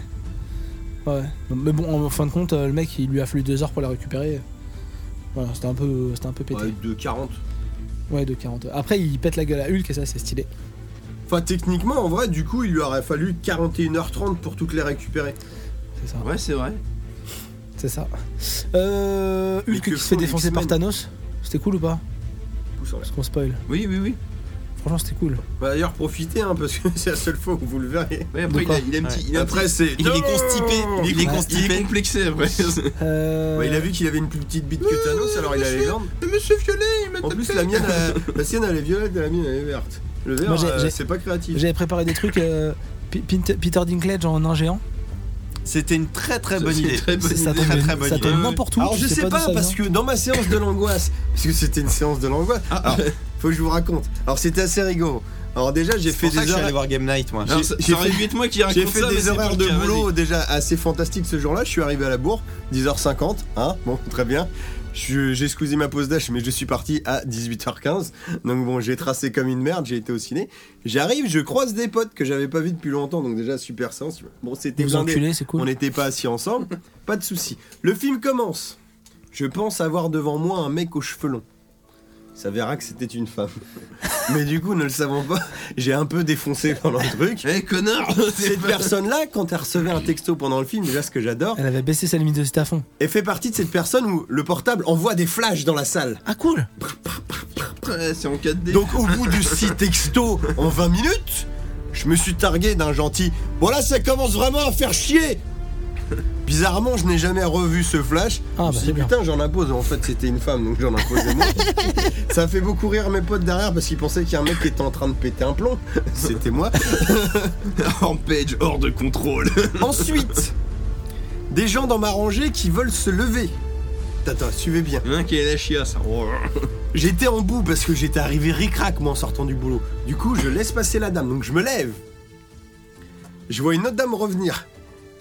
[SPEAKER 6] Ouais. Mais bon, en fin de compte, euh, le mec, il lui a fallu 2 heures pour la récupérer. Voilà, c'était un peu, c'était un peu pété.
[SPEAKER 3] Ouais, de 40.
[SPEAKER 6] Ouais, de 40. Après, il pète la gueule à Hulk et ça, c'est stylé.
[SPEAKER 3] Enfin, techniquement, en vrai, du coup, il lui aurait fallu 41h30 pour toutes les récupérer.
[SPEAKER 6] C'est ça.
[SPEAKER 1] Ouais, c'est vrai.
[SPEAKER 6] C'est ça. Euh,
[SPEAKER 3] Mais
[SPEAKER 6] Hulk
[SPEAKER 3] que
[SPEAKER 6] qui se
[SPEAKER 3] font
[SPEAKER 6] fait
[SPEAKER 3] les
[SPEAKER 6] défoncer par
[SPEAKER 3] X-Men
[SPEAKER 6] Thanos. C'était cool ou pas
[SPEAKER 3] Pouce en l'air.
[SPEAKER 6] Parce qu'on spoil.
[SPEAKER 1] Oui, oui, oui.
[SPEAKER 6] Franchement, c'était cool.
[SPEAKER 3] Bah, D'ailleurs, profitez hein, parce que c'est la seule fois où vous le verrez.
[SPEAKER 1] Ouais, après,
[SPEAKER 6] De quoi
[SPEAKER 1] il a, il a un petit- il
[SPEAKER 3] Et
[SPEAKER 1] a un
[SPEAKER 3] après, c'est.
[SPEAKER 2] Il est constipé.
[SPEAKER 1] petit-
[SPEAKER 2] Il
[SPEAKER 1] con-
[SPEAKER 2] est
[SPEAKER 1] il est
[SPEAKER 2] constipé.
[SPEAKER 1] complexé après.
[SPEAKER 6] Euh,
[SPEAKER 3] Ouais, il a vu qu'il avait une plus petite bite que Thanos, alors il a les glandes.
[SPEAKER 1] Monsieur Violet, il m'a
[SPEAKER 3] En plus, la mienne, elle- la sienne, elle est violette et la mienne, elle est verte. Le vert,
[SPEAKER 6] Moi, j'ai-
[SPEAKER 3] euh,
[SPEAKER 6] j'ai-
[SPEAKER 3] c'est pas créatif.
[SPEAKER 6] J'avais préparé des trucs. euh, P- Pint- Peter Dinklage en nain géant.
[SPEAKER 2] C'était une très très
[SPEAKER 1] Ça,
[SPEAKER 2] bonne
[SPEAKER 1] c'est une
[SPEAKER 2] idée.
[SPEAKER 1] très bonne
[SPEAKER 6] Ça
[SPEAKER 1] idée,
[SPEAKER 6] tombe,
[SPEAKER 1] mais-
[SPEAKER 2] très bonne
[SPEAKER 6] ça
[SPEAKER 2] idée.
[SPEAKER 6] tombe n'importe où.
[SPEAKER 3] Alors
[SPEAKER 6] tu
[SPEAKER 3] je sais
[SPEAKER 6] d'où
[SPEAKER 3] pas,
[SPEAKER 6] ça
[SPEAKER 3] parce
[SPEAKER 6] vient. Ah,
[SPEAKER 3] que dans ma séance de l'angoisse, parce que c'était une séance de l'angoisse, alors faut que je vous raconte. Alors c'était assez rigolo. Alors déjà j'ai
[SPEAKER 2] J'ai
[SPEAKER 3] fait des heures.
[SPEAKER 2] allé voir Game Night moi.
[SPEAKER 1] Alors, ça
[SPEAKER 3] j'ai
[SPEAKER 1] ça aurait dû être moi qui raconte
[SPEAKER 3] J'ai fait
[SPEAKER 1] ça, mais
[SPEAKER 3] des
[SPEAKER 1] c'est pas
[SPEAKER 3] horaires
[SPEAKER 1] le
[SPEAKER 3] de
[SPEAKER 1] cas,
[SPEAKER 3] boulot
[SPEAKER 1] vas-y.
[SPEAKER 3] déjà assez fantastiques ce jour-là. Je suis arrivé à la bourre, 10h50, hein, bon, très bien. Je- J'ai squeezé ma pause d'âge, mais je suis parti à 18h15. Donc bon, j'ai tracé comme une merde, j'ai été au ciné. J'arrive, je croise des potes que j'avais pas vus depuis longtemps, donc déjà super séance. Bon, c'était
[SPEAKER 6] Vous
[SPEAKER 3] blindé.
[SPEAKER 6] enculez, c'est
[SPEAKER 3] On
[SPEAKER 6] cool.
[SPEAKER 3] n'était pas assis ensemble, pas de souci. Le film commence. Je pense avoir devant moi un mec aux cheveux longs. Ça verra que c'était une femme. Mais du coup, ne le savons pas, j'ai un peu défoncé pendant le truc.
[SPEAKER 1] Eh connard
[SPEAKER 3] Cette personne-là, quand elle recevait un texto pendant le film, déjà ce que j'adore,
[SPEAKER 6] Elle avait baissé sa limite de stéphon.
[SPEAKER 3] elle fait partie de cette personne où le portable envoie des flashs dans la salle.
[SPEAKER 6] Ah cool
[SPEAKER 1] Ouais, C'est en 4D.
[SPEAKER 3] Donc au bout du 6 textos en 20 minutes, je me suis targué d'un gentil. Bon là ça commence vraiment à faire chier Bizarrement, je n'ai jamais revu ce flash. je
[SPEAKER 6] Ah,
[SPEAKER 3] me
[SPEAKER 6] bah,
[SPEAKER 3] suis
[SPEAKER 6] c'est
[SPEAKER 3] dit,
[SPEAKER 6] bien.
[SPEAKER 3] putain, j'en impose. En fait, c'était une femme, donc j'en imposais moi. ça a fait beaucoup rire mes potes derrière parce qu'ils pensaient qu'il y a un mec qui était en train de péter un plomb. C'était moi.
[SPEAKER 1] Rampage hors de contrôle.
[SPEAKER 3] Ensuite, des gens dans ma rangée qui veulent se lever. Attends, suivez bien.
[SPEAKER 1] Il y en a un qui est la chiasse. Oh.
[SPEAKER 3] J'étais en bout parce que j'étais arrivé ric-rac moi en sortant du boulot. Du coup, je laisse passer la dame, donc je me lève. Je vois une autre dame revenir.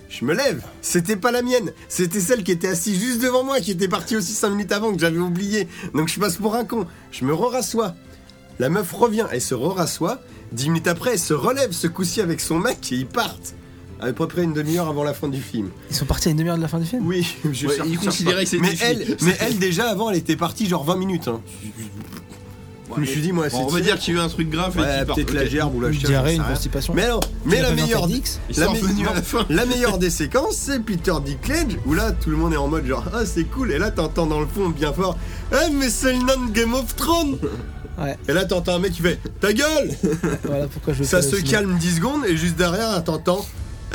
[SPEAKER 3] Je me lève. C'était pas la mienne, c'était celle qui était assise juste devant moi, qui était partie aussi 5 minutes avant, que j'avais oublié. Donc je passe pour un con. Je me re-rassois. La meuf revient, elle se re-rassoit. 10 minutes après, elle se relève ce coup-ci avec son mec et ils partent. À peu près une demi-heure avant la fin du film.
[SPEAKER 6] Ils sont partis à une demi-heure de la fin du film
[SPEAKER 3] Oui, je
[SPEAKER 1] Ouais,
[SPEAKER 3] cherche-
[SPEAKER 1] il
[SPEAKER 3] cherche
[SPEAKER 1] considérait
[SPEAKER 3] pas.
[SPEAKER 1] que c'était
[SPEAKER 3] mais
[SPEAKER 1] fini.
[SPEAKER 3] elle, mais elle déjà avant, elle était partie genre 20 minutes. hein. Je me suis dit moi, c'est
[SPEAKER 1] on va
[SPEAKER 3] tiré.
[SPEAKER 1] dire qu'il y a eu un truc grave et
[SPEAKER 3] Ouais,
[SPEAKER 1] qu'il part.
[SPEAKER 3] peut-être la
[SPEAKER 1] Ok.
[SPEAKER 3] gerbe ou la
[SPEAKER 6] Une
[SPEAKER 3] chèvre,
[SPEAKER 6] diarrhée,
[SPEAKER 3] j'en sais
[SPEAKER 6] une
[SPEAKER 3] rien.
[SPEAKER 6] constitution.
[SPEAKER 3] Mais non, mais la meilleure,
[SPEAKER 1] Ils
[SPEAKER 3] la
[SPEAKER 1] sont hein.
[SPEAKER 3] me-
[SPEAKER 1] revenus à
[SPEAKER 3] non.
[SPEAKER 1] la fin.
[SPEAKER 3] la meilleure des séquences, c'est Peter Dinklage où là tout le monde est en mode genre ah c'est cool et là t'entends dans le fond bien fort eh mais c'est le nom de Game of Thrones
[SPEAKER 6] Ouais.
[SPEAKER 3] et là t'entends un mec qui fait ta gueule
[SPEAKER 6] Voilà pourquoi je veux
[SPEAKER 3] ça
[SPEAKER 6] pas le
[SPEAKER 3] se
[SPEAKER 6] cinéma.
[SPEAKER 3] calme 10 secondes et juste derrière t'entends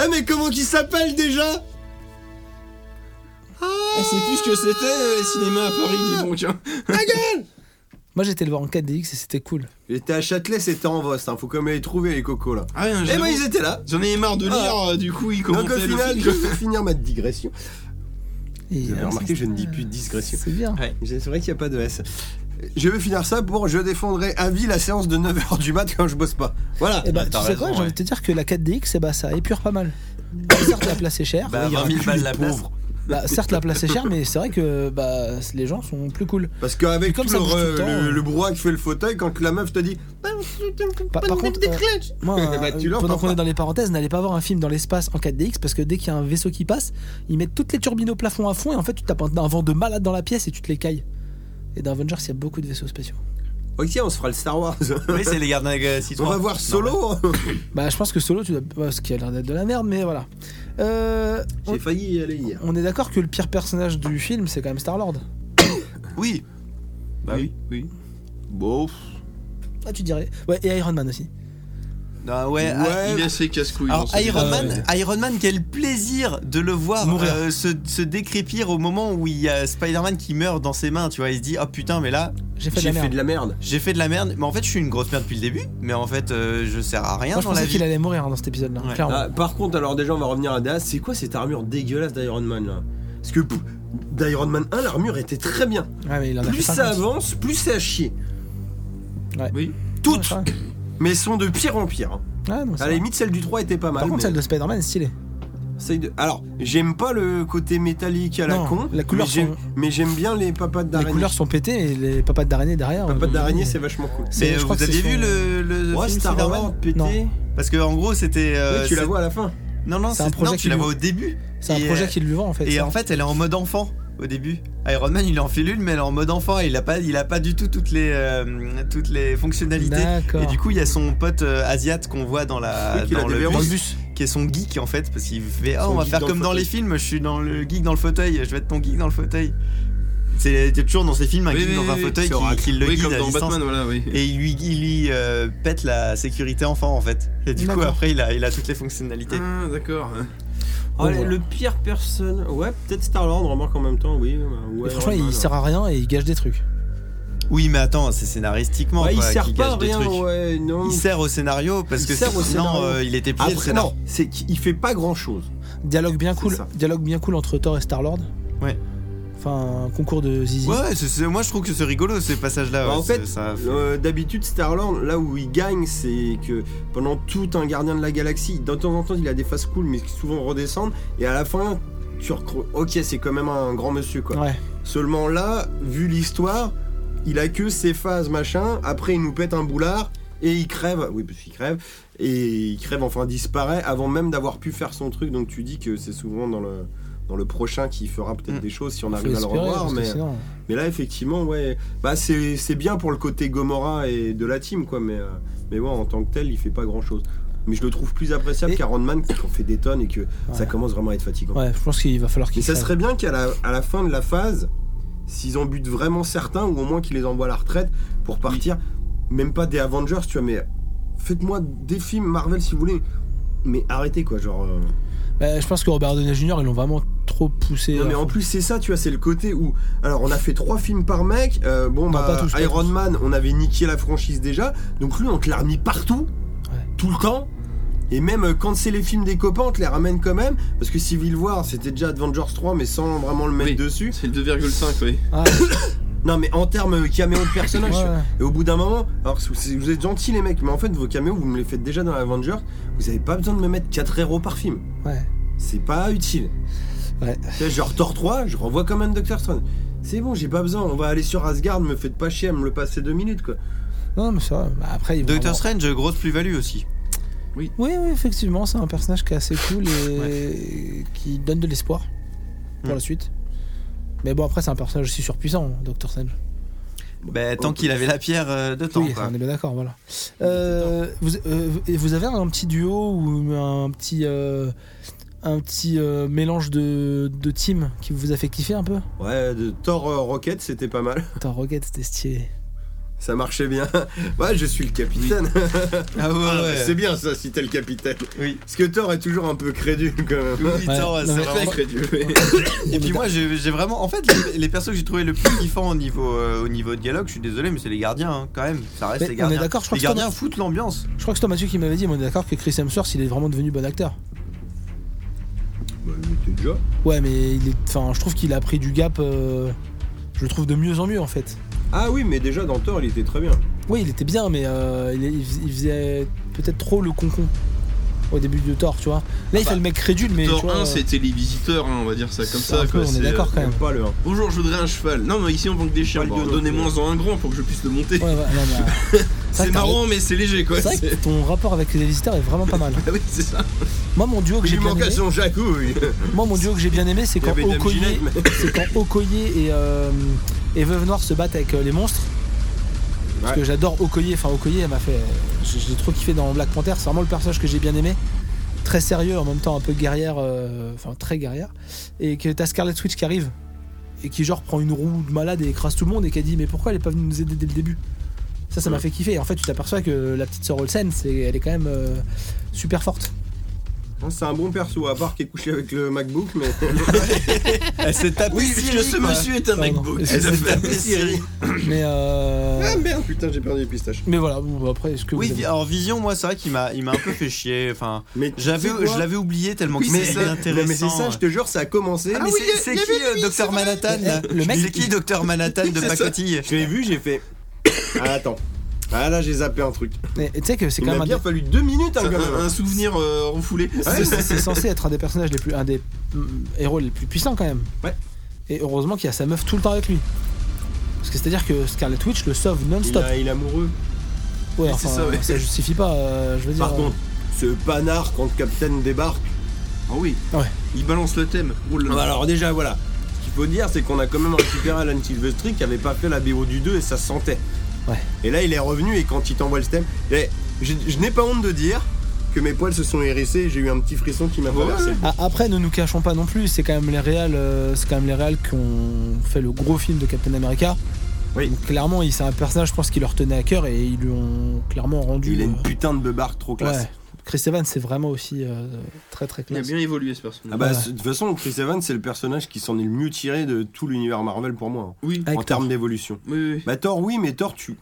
[SPEAKER 3] eh mais comment qu'il s'appelle déjà
[SPEAKER 1] Ah, c'est plus ce que c'était euh, les cinémas à Paris, dis donc. hein.
[SPEAKER 6] Moi j'étais le voir en 4DX et c'était cool.
[SPEAKER 3] J'étais à Châtelet c'était en Vost hein, faut quand même les trouver les cocos là
[SPEAKER 1] Ah, ouais,
[SPEAKER 3] eh
[SPEAKER 1] j'avoue,
[SPEAKER 3] ben ils étaient là
[SPEAKER 1] J'en ai marre de lire, euh, du coup, ils
[SPEAKER 3] donc
[SPEAKER 1] commentaient
[SPEAKER 3] au
[SPEAKER 1] le
[SPEAKER 3] final
[SPEAKER 1] film.
[SPEAKER 3] je vais finir ma digression
[SPEAKER 6] Et,
[SPEAKER 3] vous avez
[SPEAKER 6] euh,
[SPEAKER 3] remarqué je ne dis plus digression
[SPEAKER 6] C'est bien.
[SPEAKER 3] C'est vrai qu'il n'y a pas de S. Je vais finir ça pour je défendrai à vie la séance de 9h du mat quand je bosse pas. Voilà.
[SPEAKER 6] Et bah,
[SPEAKER 2] t'as
[SPEAKER 6] tu sais
[SPEAKER 2] raison,
[SPEAKER 6] quoi, j'ai
[SPEAKER 2] ouais.
[SPEAKER 6] envie de te dire que la 4DX, eh bah, ça épure pas mal. certes, la place est chère.
[SPEAKER 2] Bah, 20 000 balles la place.
[SPEAKER 6] Bah, certes, la place est chère, mais c'est vrai que bah, les gens sont plus cool.
[SPEAKER 3] Parce qu'avec
[SPEAKER 6] Comme
[SPEAKER 3] tout,
[SPEAKER 6] ça
[SPEAKER 3] le,
[SPEAKER 6] bouge tout le temps,
[SPEAKER 3] le-
[SPEAKER 6] euh.
[SPEAKER 3] le brouhaha qui fait le fauteuil, quand la meuf te dit
[SPEAKER 6] Par, par contre, euh, moi, euh,
[SPEAKER 3] Bah, tu l'as,
[SPEAKER 6] pendant
[SPEAKER 3] enfin.
[SPEAKER 6] qu'on est dans les parenthèses, n'allez pas voir un film dans l'espace en 4DX parce que dès qu'il y a un vaisseau qui passe, ils mettent toutes les turbines au plafond à fond et en fait, tu tapes un, un vent de malade dans la pièce et tu te les cailles. Et dans Avengers, il y a beaucoup de vaisseaux spéciaux.
[SPEAKER 3] Ok, on se fera le Star Wars.
[SPEAKER 2] Oui, c'est les gardiens de la galaxie
[SPEAKER 3] on
[SPEAKER 2] 3.
[SPEAKER 3] va voir Solo.
[SPEAKER 6] Bah, je pense que Solo, tu dois. bah, ce qui a l'air d'être de la merde, mais voilà. Euh, on,
[SPEAKER 3] J'ai failli y aller hier.
[SPEAKER 6] on est d'accord que le pire personnage du film, c'est quand même Star-Lord.
[SPEAKER 2] Oui. Bah oui.
[SPEAKER 1] oui. Bon,
[SPEAKER 6] Ah, tu dirais. Ouais, et Iron Man aussi.
[SPEAKER 2] Ah ouais. ah,
[SPEAKER 1] il est assez casse-couille.
[SPEAKER 2] Alors
[SPEAKER 1] dans ce
[SPEAKER 2] Iron
[SPEAKER 1] film.
[SPEAKER 2] Man, Iron Man, quel plaisir de le voir
[SPEAKER 6] Mourir.
[SPEAKER 2] euh, se, se décrépir au moment où il y a Spider-Man qui meurt dans ses mains, tu vois, il se dit oh putain mais là
[SPEAKER 6] J'ai fait de
[SPEAKER 3] J'ai
[SPEAKER 6] la
[SPEAKER 3] fait
[SPEAKER 6] merde.
[SPEAKER 3] de la merde.
[SPEAKER 2] j'ai fait de la merde, mais en fait je suis une grosse merde depuis le début, mais en fait euh, je sers à rien
[SPEAKER 6] Moi, je
[SPEAKER 2] dans la
[SPEAKER 6] pensais
[SPEAKER 2] vie.
[SPEAKER 6] qu'il allait mourir hein, dans cet épisode-là,
[SPEAKER 2] Ouais.
[SPEAKER 6] clairement.
[SPEAKER 3] Ah, par contre, alors déjà, on va revenir à Das. C'est quoi cette armure dégueulasse d'Iron Man là Parce que pff, d'Iron Man 1, l'armure était très bien.
[SPEAKER 6] Ouais, mais il en a
[SPEAKER 3] Ah. Plus
[SPEAKER 6] fait
[SPEAKER 3] ça
[SPEAKER 6] 50.
[SPEAKER 3] avance, plus c'est à chier.
[SPEAKER 1] Oui.
[SPEAKER 6] Ouais,
[SPEAKER 3] Toutes,
[SPEAKER 6] c'est vrai.
[SPEAKER 3] mais elles sont de pire en pire. hein.
[SPEAKER 6] Ouais, non, c'est
[SPEAKER 3] À
[SPEAKER 6] vrai.
[SPEAKER 3] la limite, celle du 3 était pas mal.
[SPEAKER 6] Par contre,
[SPEAKER 3] mais-
[SPEAKER 6] celle de Spider-Man est stylée.
[SPEAKER 3] Celle de- Alors, j'aime pas le côté métallique à
[SPEAKER 6] Non,
[SPEAKER 3] la con.
[SPEAKER 6] la couleur
[SPEAKER 3] mais j'aime-
[SPEAKER 6] sont-
[SPEAKER 3] Mais j'aime bien les papates
[SPEAKER 6] Les
[SPEAKER 3] d'araignée.
[SPEAKER 6] couleurs sont pétées et les papates d'araignée derrière.
[SPEAKER 3] Papates
[SPEAKER 6] euh,
[SPEAKER 3] d'araignée, c'est vachement cool.
[SPEAKER 2] Mais
[SPEAKER 6] Mais je
[SPEAKER 2] euh,
[SPEAKER 6] crois
[SPEAKER 2] vous
[SPEAKER 6] que
[SPEAKER 2] aviez
[SPEAKER 6] c'est
[SPEAKER 2] vu
[SPEAKER 6] son-
[SPEAKER 2] le, le
[SPEAKER 3] Ouais,
[SPEAKER 2] film
[SPEAKER 3] Star
[SPEAKER 2] Spider-Man
[SPEAKER 3] Wars pété.
[SPEAKER 6] Non.
[SPEAKER 3] Ouais,
[SPEAKER 2] Parce que en gros c'était euh,
[SPEAKER 3] tu la
[SPEAKER 2] c'est-
[SPEAKER 3] vois à la fin.
[SPEAKER 2] non non
[SPEAKER 6] C'est un
[SPEAKER 2] c'est
[SPEAKER 6] projet
[SPEAKER 2] non, tu la
[SPEAKER 6] qui-
[SPEAKER 2] vois au début
[SPEAKER 6] C'est
[SPEAKER 2] Et,
[SPEAKER 6] un
[SPEAKER 2] euh,
[SPEAKER 6] projet qui le vend en fait.
[SPEAKER 2] et
[SPEAKER 6] ça.
[SPEAKER 2] en fait elle est en mode enfant au début. Iron Man il est en filule mais elle est en mode enfant et il a pas il a pas du tout toutes les euh, toutes les fonctionnalités
[SPEAKER 6] D'accord.
[SPEAKER 2] Et du coup, il y a son pote euh, asiate qu'on voit dans la
[SPEAKER 3] Oui, qu'il a
[SPEAKER 2] Ah, dans
[SPEAKER 3] des
[SPEAKER 2] le
[SPEAKER 3] verrous.
[SPEAKER 2] bus, qui est son geek en fait, parce qu'il fait oh,
[SPEAKER 3] Son
[SPEAKER 2] on va
[SPEAKER 3] geek
[SPEAKER 2] faire
[SPEAKER 3] dans
[SPEAKER 2] comme
[SPEAKER 3] le
[SPEAKER 2] dans les films, je suis dans le geek dans le fauteuil, je vais être ton geek dans le fauteuil. C'est t'es toujours dans ces films un
[SPEAKER 1] Oui,
[SPEAKER 2] geek
[SPEAKER 1] oui,
[SPEAKER 2] dans un
[SPEAKER 1] oui,
[SPEAKER 2] fauteuil
[SPEAKER 1] c'est
[SPEAKER 2] qui,
[SPEAKER 1] Oracle.
[SPEAKER 2] qui le
[SPEAKER 1] Oui,
[SPEAKER 2] guide
[SPEAKER 1] comme
[SPEAKER 2] à
[SPEAKER 1] dans
[SPEAKER 2] distance.
[SPEAKER 1] Batman, voilà, oui.
[SPEAKER 2] Et il lui, il lui euh, pète la sécurité enfant en fait. Et du coup
[SPEAKER 6] D'accord.
[SPEAKER 2] après il a, il a toutes les fonctionnalités.
[SPEAKER 1] Ah, d'accord.
[SPEAKER 3] Oh,
[SPEAKER 6] Ouais.
[SPEAKER 3] Le pire personne. Ouais, peut-être Star-Lord, remarque en même temps, oui. ouais,
[SPEAKER 6] Et franchement,
[SPEAKER 3] Iron Man, hein.
[SPEAKER 6] il sert à rien et il gâche des trucs.
[SPEAKER 2] Oui, mais attends, c'est scénaristiquement
[SPEAKER 6] Ouais, Bah, il
[SPEAKER 2] quoi,
[SPEAKER 6] sert
[SPEAKER 2] qui
[SPEAKER 6] pas
[SPEAKER 2] gâche
[SPEAKER 6] à
[SPEAKER 2] des
[SPEAKER 6] rien,
[SPEAKER 2] trucs.
[SPEAKER 3] Ouais, non.
[SPEAKER 2] Il sert au scénario parce
[SPEAKER 6] Il
[SPEAKER 2] que
[SPEAKER 6] sert au
[SPEAKER 2] sinon
[SPEAKER 6] scénario.
[SPEAKER 2] euh, il était plié le
[SPEAKER 3] Après,
[SPEAKER 2] scénar.
[SPEAKER 3] non, c'est qu'il fait pas grand chose.
[SPEAKER 6] Dialogue bien cool.
[SPEAKER 3] ça.
[SPEAKER 6] Dialogue bien cool entre Thor et Star Lord.
[SPEAKER 2] Ouais.
[SPEAKER 6] Enfin, un concours de zizi.
[SPEAKER 2] Ouais, c'est- c'est- moi je trouve que c'est rigolo ces passages-là.
[SPEAKER 3] Bah,
[SPEAKER 2] ouais,
[SPEAKER 3] en
[SPEAKER 2] c'est-
[SPEAKER 3] fait,
[SPEAKER 2] ça-
[SPEAKER 3] Euh, D'habitude, Star-Lord, là où il gagne, c'est que pendant tout un gardien de la galaxie, de temps en temps, il a des phases cool, mais qui souvent redescendent. Et à la fin, tu recro... Ok, c'est quand même un grand monsieur, quoi.
[SPEAKER 6] Ouais.
[SPEAKER 3] Seulement là, vu l'histoire, il a que ses phases, machin. Après, il nous pète un boulard et il crève. Oui, parce qu'il crève. Et il crève, enfin, disparaît avant même d'avoir pu faire son truc. Donc tu dis que c'est souvent dans le, dans le prochain qui fera peut-être
[SPEAKER 2] Mm.
[SPEAKER 3] des choses si Bah, on
[SPEAKER 6] Faut
[SPEAKER 3] arrive à le
[SPEAKER 6] espérer,
[SPEAKER 3] revoir.
[SPEAKER 6] parce que
[SPEAKER 3] Mais,
[SPEAKER 6] sinon-
[SPEAKER 3] mais là, effectivement, ouais. Bah, c'est c'est bien pour le côté Gomorrah et de la team, quoi. Mais, euh, mais ouais, en tant que tel, il fait pas grand-chose. Mais je le trouve plus appréciable
[SPEAKER 6] Et-
[SPEAKER 3] qu'à Man qui en fait des tonnes et que ça commence vraiment à être fatigant.
[SPEAKER 6] Ouais, je pense qu'il va falloir
[SPEAKER 3] Mais
[SPEAKER 6] qu'il
[SPEAKER 3] ça
[SPEAKER 6] crève.
[SPEAKER 3] serait bien qu'à la, à la fin de la phase, s'ils en butent vraiment certains, ou au moins qu'ils les envoient à la retraite pour partir, même pas des Avengers, tu vois, mais faites-moi des films Marvel si vous voulez. Mais arrêtez quoi, genre. euh.
[SPEAKER 6] Bah, je pense que Robert Downey Jr. ils l'ont vraiment trop poussé.
[SPEAKER 3] Non, mais
[SPEAKER 6] à
[SPEAKER 3] en
[SPEAKER 6] fond.
[SPEAKER 3] plus, c'est ça, tu vois, c'est le côté où. Alors, on a fait trois films par mec. euh, bon,
[SPEAKER 6] Non,
[SPEAKER 3] bah,
[SPEAKER 6] pas tous, pas
[SPEAKER 3] Iron
[SPEAKER 6] tous.
[SPEAKER 3] Man, on avait niqué la franchise déjà. Donc, lui, on te l'a remis partout,
[SPEAKER 6] Ouais.
[SPEAKER 3] tout le temps. Et même euh, quand c'est les films des copains, on te les ramène quand même. Parce que Civil War, c'était déjà Avengers 3, mais sans vraiment le mettre
[SPEAKER 1] Oui.
[SPEAKER 3] dessus.
[SPEAKER 1] C'est le 2,5, oui.
[SPEAKER 6] Ah,
[SPEAKER 3] Non, mais en termes euh, caméo de
[SPEAKER 6] ouais,
[SPEAKER 3] personnage, tu vois.
[SPEAKER 6] ouais.
[SPEAKER 3] Et au bout d'un moment, alors si vous si vous êtes gentils les mecs, mais en fait vos caméos vous me les faites déjà dans Avengers, vous avez pas besoin de me mettre 4 héros par film.
[SPEAKER 6] Ouais.
[SPEAKER 3] C'est pas utile.
[SPEAKER 6] Ouais.
[SPEAKER 3] Tu sais, genre Thor 3, je renvoie quand même Doctor Strange. C'est bon, j'ai pas besoin, on va aller sur Asgard, me faites pas chier à me le passer deux minutes quoi.
[SPEAKER 6] Non, mais ça, va. Bah, après, ils vont
[SPEAKER 2] Doctor
[SPEAKER 6] avoir-
[SPEAKER 2] Strange, grosse plus-value aussi.
[SPEAKER 6] Oui, oui, effectivement, c'est un personnage qui est assez cool et qui donne de l'espoir pour
[SPEAKER 2] Mm.
[SPEAKER 6] la suite. Mais bon, après, c'est un personnage aussi surpuissant, Doctor Strange.
[SPEAKER 2] Bah, tant
[SPEAKER 3] oh,
[SPEAKER 2] qu'il avait la pierre euh, de temps.
[SPEAKER 6] oui,
[SPEAKER 2] quoi.
[SPEAKER 6] on est bien d'accord, voilà. Euh, vous, euh, et vous avez un petit duo ou un petit, euh, un petit euh, mélange de, de teams qui vous a fait kiffer un peu
[SPEAKER 3] Ouais, de Thor euh, Rocket c'était pas mal,
[SPEAKER 6] Attends, Rocket, c'était stylé.
[SPEAKER 3] ça marchait bien. ouais, je suis le capitaine.
[SPEAKER 2] Ah ouais,
[SPEAKER 3] Ah, bah,
[SPEAKER 2] ouais.
[SPEAKER 3] c'est bien ça si t'es le capitaine.
[SPEAKER 2] Oui.
[SPEAKER 3] Parce que Thor est toujours un peu crédule quand même.
[SPEAKER 2] Oui,
[SPEAKER 6] Ouais.
[SPEAKER 2] attends,
[SPEAKER 6] Non,
[SPEAKER 2] c'est
[SPEAKER 6] mais-
[SPEAKER 2] vraiment-
[SPEAKER 1] Crédule, oui.
[SPEAKER 2] Et puis moi, j'ai j'ai vraiment. En fait, les, les persos que j'ai trouvé le plus kiffant au niveau, euh, au niveau de dialogue, je suis désolé, mais c'est les gardiens, hein, quand même. Ça reste
[SPEAKER 6] Mais
[SPEAKER 2] les
[SPEAKER 6] on est
[SPEAKER 2] gardiens.
[SPEAKER 6] d'accord, je crois
[SPEAKER 2] Les
[SPEAKER 6] que c'est
[SPEAKER 2] gardiens foutent l'ambiance.
[SPEAKER 6] Je crois que c'est toi, Mathieu, qui m'avait dit, mais on est d'accord que Chris Hemsworth, il est vraiment devenu bon acteur.
[SPEAKER 3] Bah, il était déjà.
[SPEAKER 6] Ouais, mais il est, enfin, je trouve qu'il a pris du gap. euh, je le trouve de mieux en mieux, en fait.
[SPEAKER 3] Ah oui, mais déjà dans Thor il était très bien.
[SPEAKER 6] Oui, il était bien, mais euh, il, il fais- il faisait peut-être trop le concon au début de Thor, tu vois. Là, il
[SPEAKER 3] Ah bah,
[SPEAKER 6] fait le mec crédule, mais tu
[SPEAKER 1] Thor
[SPEAKER 6] vois,
[SPEAKER 1] 1,
[SPEAKER 6] euh,
[SPEAKER 1] c'était les visiteurs, hein, on va dire ça comme
[SPEAKER 6] c'est un
[SPEAKER 1] ça. quoi,
[SPEAKER 6] peu, on est
[SPEAKER 1] c'est,
[SPEAKER 6] d'accord
[SPEAKER 1] euh,
[SPEAKER 6] quand même.
[SPEAKER 3] J'aime pas le 1.
[SPEAKER 1] Bonjour, je voudrais un cheval. Non, mais ici on vend que des chiens.
[SPEAKER 3] Pas le
[SPEAKER 1] Bon,
[SPEAKER 3] deux, non
[SPEAKER 1] Donnez-moi en un grand pour que je puisse le monter.
[SPEAKER 6] Ouais, ouais, non, mais, euh, c'est vrai
[SPEAKER 1] c'est
[SPEAKER 6] que t'as-
[SPEAKER 1] marrant, mais c'est léger quoi.
[SPEAKER 6] C'est vrai que
[SPEAKER 1] C'est-
[SPEAKER 6] ton rapport avec les visiteurs est vraiment pas mal.
[SPEAKER 1] Ah oui, c'est ça.
[SPEAKER 6] Moi, mon duo que
[SPEAKER 3] Il
[SPEAKER 6] j'ai
[SPEAKER 3] lui
[SPEAKER 6] bien
[SPEAKER 3] manquait
[SPEAKER 6] aimé,
[SPEAKER 3] son jacouille.
[SPEAKER 6] moi, mon duo que j'ai bien aimé, c'est
[SPEAKER 3] Il y
[SPEAKER 6] quand
[SPEAKER 3] avait Dame
[SPEAKER 6] Okoye,
[SPEAKER 3] Ginette, mais-
[SPEAKER 6] c'est quand Okoye et euh, et Veuve Noire se battent avec euh, les monstres. Parce
[SPEAKER 3] Ouais.
[SPEAKER 6] que j'adore Okoye. Enfin, Okoye, elle m'a fait, je, je l'ai trop kiffé dans Black Panther. C'est vraiment le personnage que j'ai bien aimé. Très sérieux, en même temps un peu guerrière, euh, enfin très guerrière. Et que t'as Scarlet Witch qui arrive et qui genre prend une roue de malade et écrase tout le monde et qui a dit mais pourquoi elle est pas venue nous aider dès le début Ça, ça m'a fait kiffer. Et en fait, tu t'aperçois que la petite sœur Olsen, c'est, elle est quand même euh, super forte.
[SPEAKER 3] Non, C'est un bon perso, à part qu'il est couché avec le MacBook, mais.
[SPEAKER 2] Elle s'est tapée. Siri, quoi.
[SPEAKER 1] est un
[SPEAKER 6] Pardon. MacBook. Elle a fait
[SPEAKER 2] tapée Siri.
[SPEAKER 6] Mais euh,
[SPEAKER 3] merde, putain, j'ai perdu les pistaches.
[SPEAKER 6] mais voilà. bon, Après, est-ce que vous
[SPEAKER 2] Oui,
[SPEAKER 6] avez-
[SPEAKER 2] vi- alors Vision, moi, c'est vrai qu'il m'a il m'a un peu fait chier. Enfin,
[SPEAKER 3] Mais
[SPEAKER 2] j'avais,
[SPEAKER 3] tu sais quoi
[SPEAKER 2] je l'avais oublié tellement
[SPEAKER 3] Oui,
[SPEAKER 2] que
[SPEAKER 3] c'est
[SPEAKER 2] c'était
[SPEAKER 3] ça.
[SPEAKER 2] intéressant.
[SPEAKER 3] Non, mais c'est ça, je te jure, ça a commencé.
[SPEAKER 2] Ah, mais c'est- c'est qui euh, Dr Manhattan là
[SPEAKER 6] Le mec,
[SPEAKER 2] C'est qui
[SPEAKER 6] il-
[SPEAKER 2] Dr Manhattan de
[SPEAKER 3] C'est ça.
[SPEAKER 2] pacotille
[SPEAKER 3] Je l'ai vu, j'ai fait. Ah, attends. Ah là, j'ai zappé un truc.
[SPEAKER 6] mais tu sais que c'est
[SPEAKER 3] Il
[SPEAKER 6] quand même
[SPEAKER 3] m'a
[SPEAKER 6] un
[SPEAKER 3] bien
[SPEAKER 6] des-
[SPEAKER 3] fallu deux minutes, hein,
[SPEAKER 1] Un,
[SPEAKER 3] quand
[SPEAKER 1] un-
[SPEAKER 3] même.
[SPEAKER 1] un souvenir euh, refoulé.
[SPEAKER 6] C'est- c'est c'est censé être un des personnages les plus un des mm, héros les plus puissants quand même
[SPEAKER 3] Ouais.
[SPEAKER 6] et heureusement qu'il y a sa meuf tout le temps avec lui parce que c'est à dire que Scarlet Witch le sauve
[SPEAKER 3] Il,
[SPEAKER 6] non-stop
[SPEAKER 3] a- il est amoureux.
[SPEAKER 6] ouais,
[SPEAKER 1] c'est
[SPEAKER 6] enfin,
[SPEAKER 1] ça, ouais.
[SPEAKER 6] justifie pas euh, je veux dire
[SPEAKER 3] Par contre, ce panard, quand Captain débarque.
[SPEAKER 1] Ah oui.
[SPEAKER 6] Ouais.
[SPEAKER 1] Il balance le thème. Oh là là.
[SPEAKER 3] Bah, Alors, déjà, voilà. Ce qu'il faut dire, c'est qu'on a quand même récupéré Alan Silvestri qui avait pas fait la BO du 2 et ça se sentait.
[SPEAKER 6] Ouais.
[SPEAKER 3] Et là, il est revenu et quand il t'envoie le stem. et je je n'ai pas honte de dire que mes poils se sont hérissés et j'ai eu un petit frisson qui m'a traversé.
[SPEAKER 6] Ah, après ne nous cachons pas non plus c'est quand même les réals euh, c'est quand même les réals qui ont fait le gros film de Captain America
[SPEAKER 3] Oui.
[SPEAKER 6] Donc, clairement il- c'est un personnage je pense qui leur tenait à cœur et ils lui ont clairement rendu
[SPEAKER 3] Il a
[SPEAKER 6] euh,
[SPEAKER 3] une putain de beubard trop classe.
[SPEAKER 6] ouais, Chris Evans, c'est vraiment aussi euh, très très
[SPEAKER 1] Il a
[SPEAKER 6] classe.
[SPEAKER 1] bien évolué ce personnage.
[SPEAKER 3] Ah bah,
[SPEAKER 6] Ouais.
[SPEAKER 3] c'est- de toute façon, Chris Evans, c'est le personnage qui s'en est le mieux tiré de tout l'univers Marvel pour moi,
[SPEAKER 6] Ah,
[SPEAKER 3] hein,
[SPEAKER 1] Oui,
[SPEAKER 6] Avec
[SPEAKER 3] en termes d'évolution.
[SPEAKER 1] oui, oui.
[SPEAKER 3] Bah, Thor, oui, mais Thor, tu.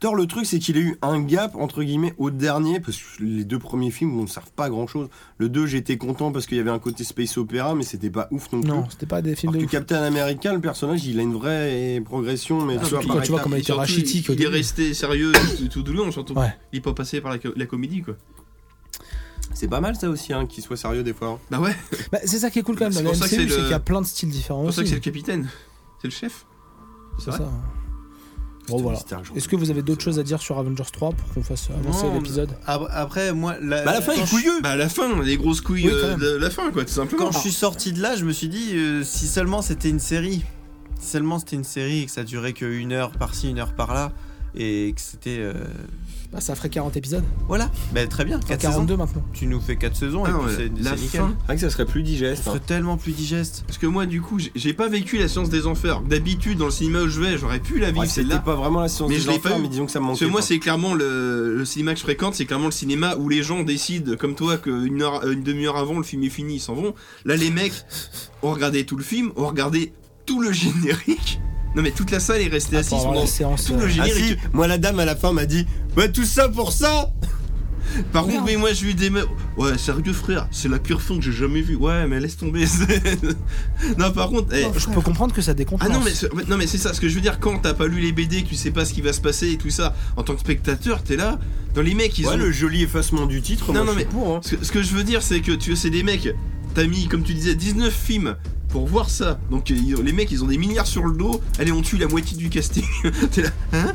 [SPEAKER 3] Thor, le truc, c'est qu'il a eu un gap, entre guillemets, au dernier, parce que les deux premiers films ne servent pas à grand chose. Le 2, j'étais content parce qu'il y avait un côté space opéra, mais c'était pas ouf non plus.
[SPEAKER 6] Non, c'était pas des films
[SPEAKER 3] Alors
[SPEAKER 6] de
[SPEAKER 3] que
[SPEAKER 6] ouf.
[SPEAKER 3] Captain America, le personnage, il a une vraie progression, mais
[SPEAKER 1] Ah,
[SPEAKER 3] tu vois,
[SPEAKER 1] surtout
[SPEAKER 3] par
[SPEAKER 6] quand bah, tu vois
[SPEAKER 3] étapes.
[SPEAKER 6] comment il était
[SPEAKER 1] Surtout,
[SPEAKER 6] rachitique au
[SPEAKER 1] Il est
[SPEAKER 6] début.
[SPEAKER 1] resté sérieux tout, tout le long, surtout.
[SPEAKER 6] Ouais.
[SPEAKER 1] Il est pas passé par la, co- la comédie, quoi.
[SPEAKER 3] C'est pas mal ça aussi, hein, qu'il soit sérieux des fois.
[SPEAKER 1] Bah ouais,
[SPEAKER 6] Bah, c'est ça qui est cool quand même dans
[SPEAKER 1] C'est
[SPEAKER 6] la
[SPEAKER 1] pour ça
[SPEAKER 6] MCU,
[SPEAKER 1] que
[SPEAKER 6] c'est
[SPEAKER 1] c'est le-
[SPEAKER 6] qu'il y a plein de styles différents.
[SPEAKER 1] c'est pour ça que
[SPEAKER 6] aussi.
[SPEAKER 1] c'est le capitaine. C'est le chef.
[SPEAKER 6] C'est
[SPEAKER 1] vrai.
[SPEAKER 6] ça. Bon voilà. Est-ce que vous avez d'autres choses à dire sur Avengers 3 pour qu'on fasse avancer
[SPEAKER 2] Non,
[SPEAKER 6] l'épisode
[SPEAKER 2] Ab- Après, moi, la,
[SPEAKER 3] Bah, à la fin,
[SPEAKER 2] quand
[SPEAKER 3] il est
[SPEAKER 2] je-
[SPEAKER 3] couilleux
[SPEAKER 1] Bah à la fin, on a des grosses couilles
[SPEAKER 6] Oui, quand
[SPEAKER 1] euh,
[SPEAKER 6] même.
[SPEAKER 1] de la fin, quoi, tout simplement.
[SPEAKER 2] Quand je suis sorti de là, je me suis dit, euh, si seulement c'était une série, si seulement c'était une série et que ça durait qu'une heure par-ci, une heure par-là, et que c'était. euh,
[SPEAKER 6] Bah, Ça ferait 40 épisodes.
[SPEAKER 2] Voilà, bah, très bien,
[SPEAKER 6] Enfin,
[SPEAKER 2] 4 saisons.
[SPEAKER 6] 42 maintenant.
[SPEAKER 2] Tu nous fais 4 saisons
[SPEAKER 1] Ah
[SPEAKER 2] et
[SPEAKER 1] non,
[SPEAKER 2] puis
[SPEAKER 1] la-
[SPEAKER 2] c'est
[SPEAKER 1] la
[SPEAKER 2] c'est nickel.
[SPEAKER 1] fin.
[SPEAKER 3] C'est vrai que ça serait plus
[SPEAKER 2] Ça
[SPEAKER 3] digeste. hein.
[SPEAKER 2] serait tellement plus digeste.
[SPEAKER 1] Parce que moi, du coup, j'ai- j'ai pas vécu la science des enfers. D'habitude, dans le cinéma où je vais, j'aurais pu la vivre,
[SPEAKER 3] Ouais, C'était
[SPEAKER 1] celle-là.
[SPEAKER 3] pas vraiment la science
[SPEAKER 1] Mais
[SPEAKER 3] des
[SPEAKER 1] je l'ai pas
[SPEAKER 3] enfants,
[SPEAKER 1] eu.
[SPEAKER 3] mais disons que ça me
[SPEAKER 1] Parce
[SPEAKER 3] manquait.
[SPEAKER 1] que moi,
[SPEAKER 3] quoi.
[SPEAKER 1] c'est clairement le, le cinéma que je fréquente, c'est clairement le cinéma où les gens décident, comme toi, qu'une heure, euh, une demi-heure avant, le film est fini, ils s'en vont. Là, les mecs ont regardé tout le film, ont regardé tout le générique. Non, mais toute la salle est restée
[SPEAKER 6] Ah,
[SPEAKER 1] assise
[SPEAKER 6] pour avoir
[SPEAKER 1] pendant
[SPEAKER 6] la séance,
[SPEAKER 1] tout le
[SPEAKER 6] euh,
[SPEAKER 3] Ah
[SPEAKER 1] générique.
[SPEAKER 3] si, moi la dame à la fin m'a dit Bah tout ça pour ça
[SPEAKER 1] Par contre, mais moi je lui des meufs. Ouais, sérieux frère, c'est la pire fin que j'ai jamais vue. Ouais, mais laisse tomber. c'est- non, par contre, eh,
[SPEAKER 6] Je peux comprendre que ça décompense.
[SPEAKER 1] ah non mais, c'est- non mais c'est ça, ce que je veux dire, quand t'as pas lu les BD, que tu sais pas ce qui va se passer et tout ça, en tant que spectateur, t'es là, dans les mecs ils
[SPEAKER 3] Ouais,
[SPEAKER 1] ont...
[SPEAKER 3] le joli effacement du titre,
[SPEAKER 1] Non,
[SPEAKER 3] moi,
[SPEAKER 1] non,
[SPEAKER 3] je suis
[SPEAKER 1] mais-
[SPEAKER 3] pour. hein.
[SPEAKER 1] Ce, que, ce que je veux dire c'est que tu c'est des mecs, t'as mis comme tu disais 19 films pour voir ça, donc euh, ils ont- les mecs ils ont des milliards sur le dos, allez on tue la moitié du casting, t'es là, hein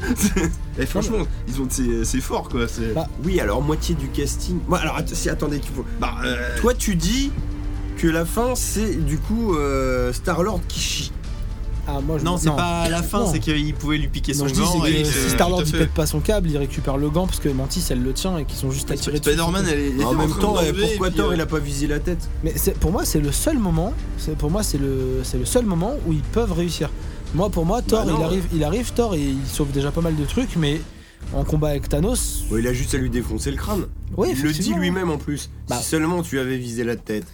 [SPEAKER 1] Eh, Franchement, ils ont c'est c'est fort quoi, c'est...
[SPEAKER 6] Bah,
[SPEAKER 3] Oui, alors moitié du casting. Bon, alors att- si, attendez qu'il faut.
[SPEAKER 1] Bah, euh,
[SPEAKER 3] Toi tu dis que la fin c'est du coup euh, Star-Lord qui chie.
[SPEAKER 6] Ah, moi, je-
[SPEAKER 2] Non, c'est pas à la fin,
[SPEAKER 6] Non.
[SPEAKER 2] c'est qu'il pouvait lui piquer son
[SPEAKER 6] Non, je dis,
[SPEAKER 2] gant
[SPEAKER 6] c'est
[SPEAKER 2] et
[SPEAKER 6] que
[SPEAKER 1] euh,
[SPEAKER 6] si Star-Lord
[SPEAKER 1] tout à
[SPEAKER 6] il
[SPEAKER 1] fait.
[SPEAKER 6] pète pas son câble, il récupère le gant parce que Mantis elle le tient et qu'ils sont juste attirés dessus.
[SPEAKER 1] Spider-Man elle est... elle
[SPEAKER 3] En
[SPEAKER 1] était
[SPEAKER 3] même
[SPEAKER 1] train
[SPEAKER 3] temps,
[SPEAKER 1] de
[SPEAKER 3] eh,
[SPEAKER 1] l'enlever,
[SPEAKER 3] pourquoi
[SPEAKER 1] et puis,
[SPEAKER 3] Thor
[SPEAKER 1] euh,
[SPEAKER 3] il a pas visé la tête
[SPEAKER 6] Mais c'est- pour moi, c'est le seul moment. C'est pour moi, c'est le, c'est le seul moment où ils peuvent réussir. Moi, pour moi, Thor,
[SPEAKER 3] Bah non.
[SPEAKER 6] il arrive, il arrive Thor et il sauve déjà pas mal de trucs, mais en combat avec Thanos,
[SPEAKER 3] Ouais, Il a juste à lui défoncer le crâne.
[SPEAKER 6] oui,
[SPEAKER 3] il le dit
[SPEAKER 6] effectivement.
[SPEAKER 3] lui-même en plus.
[SPEAKER 6] Bah.
[SPEAKER 3] Si seulement tu avais visé la tête.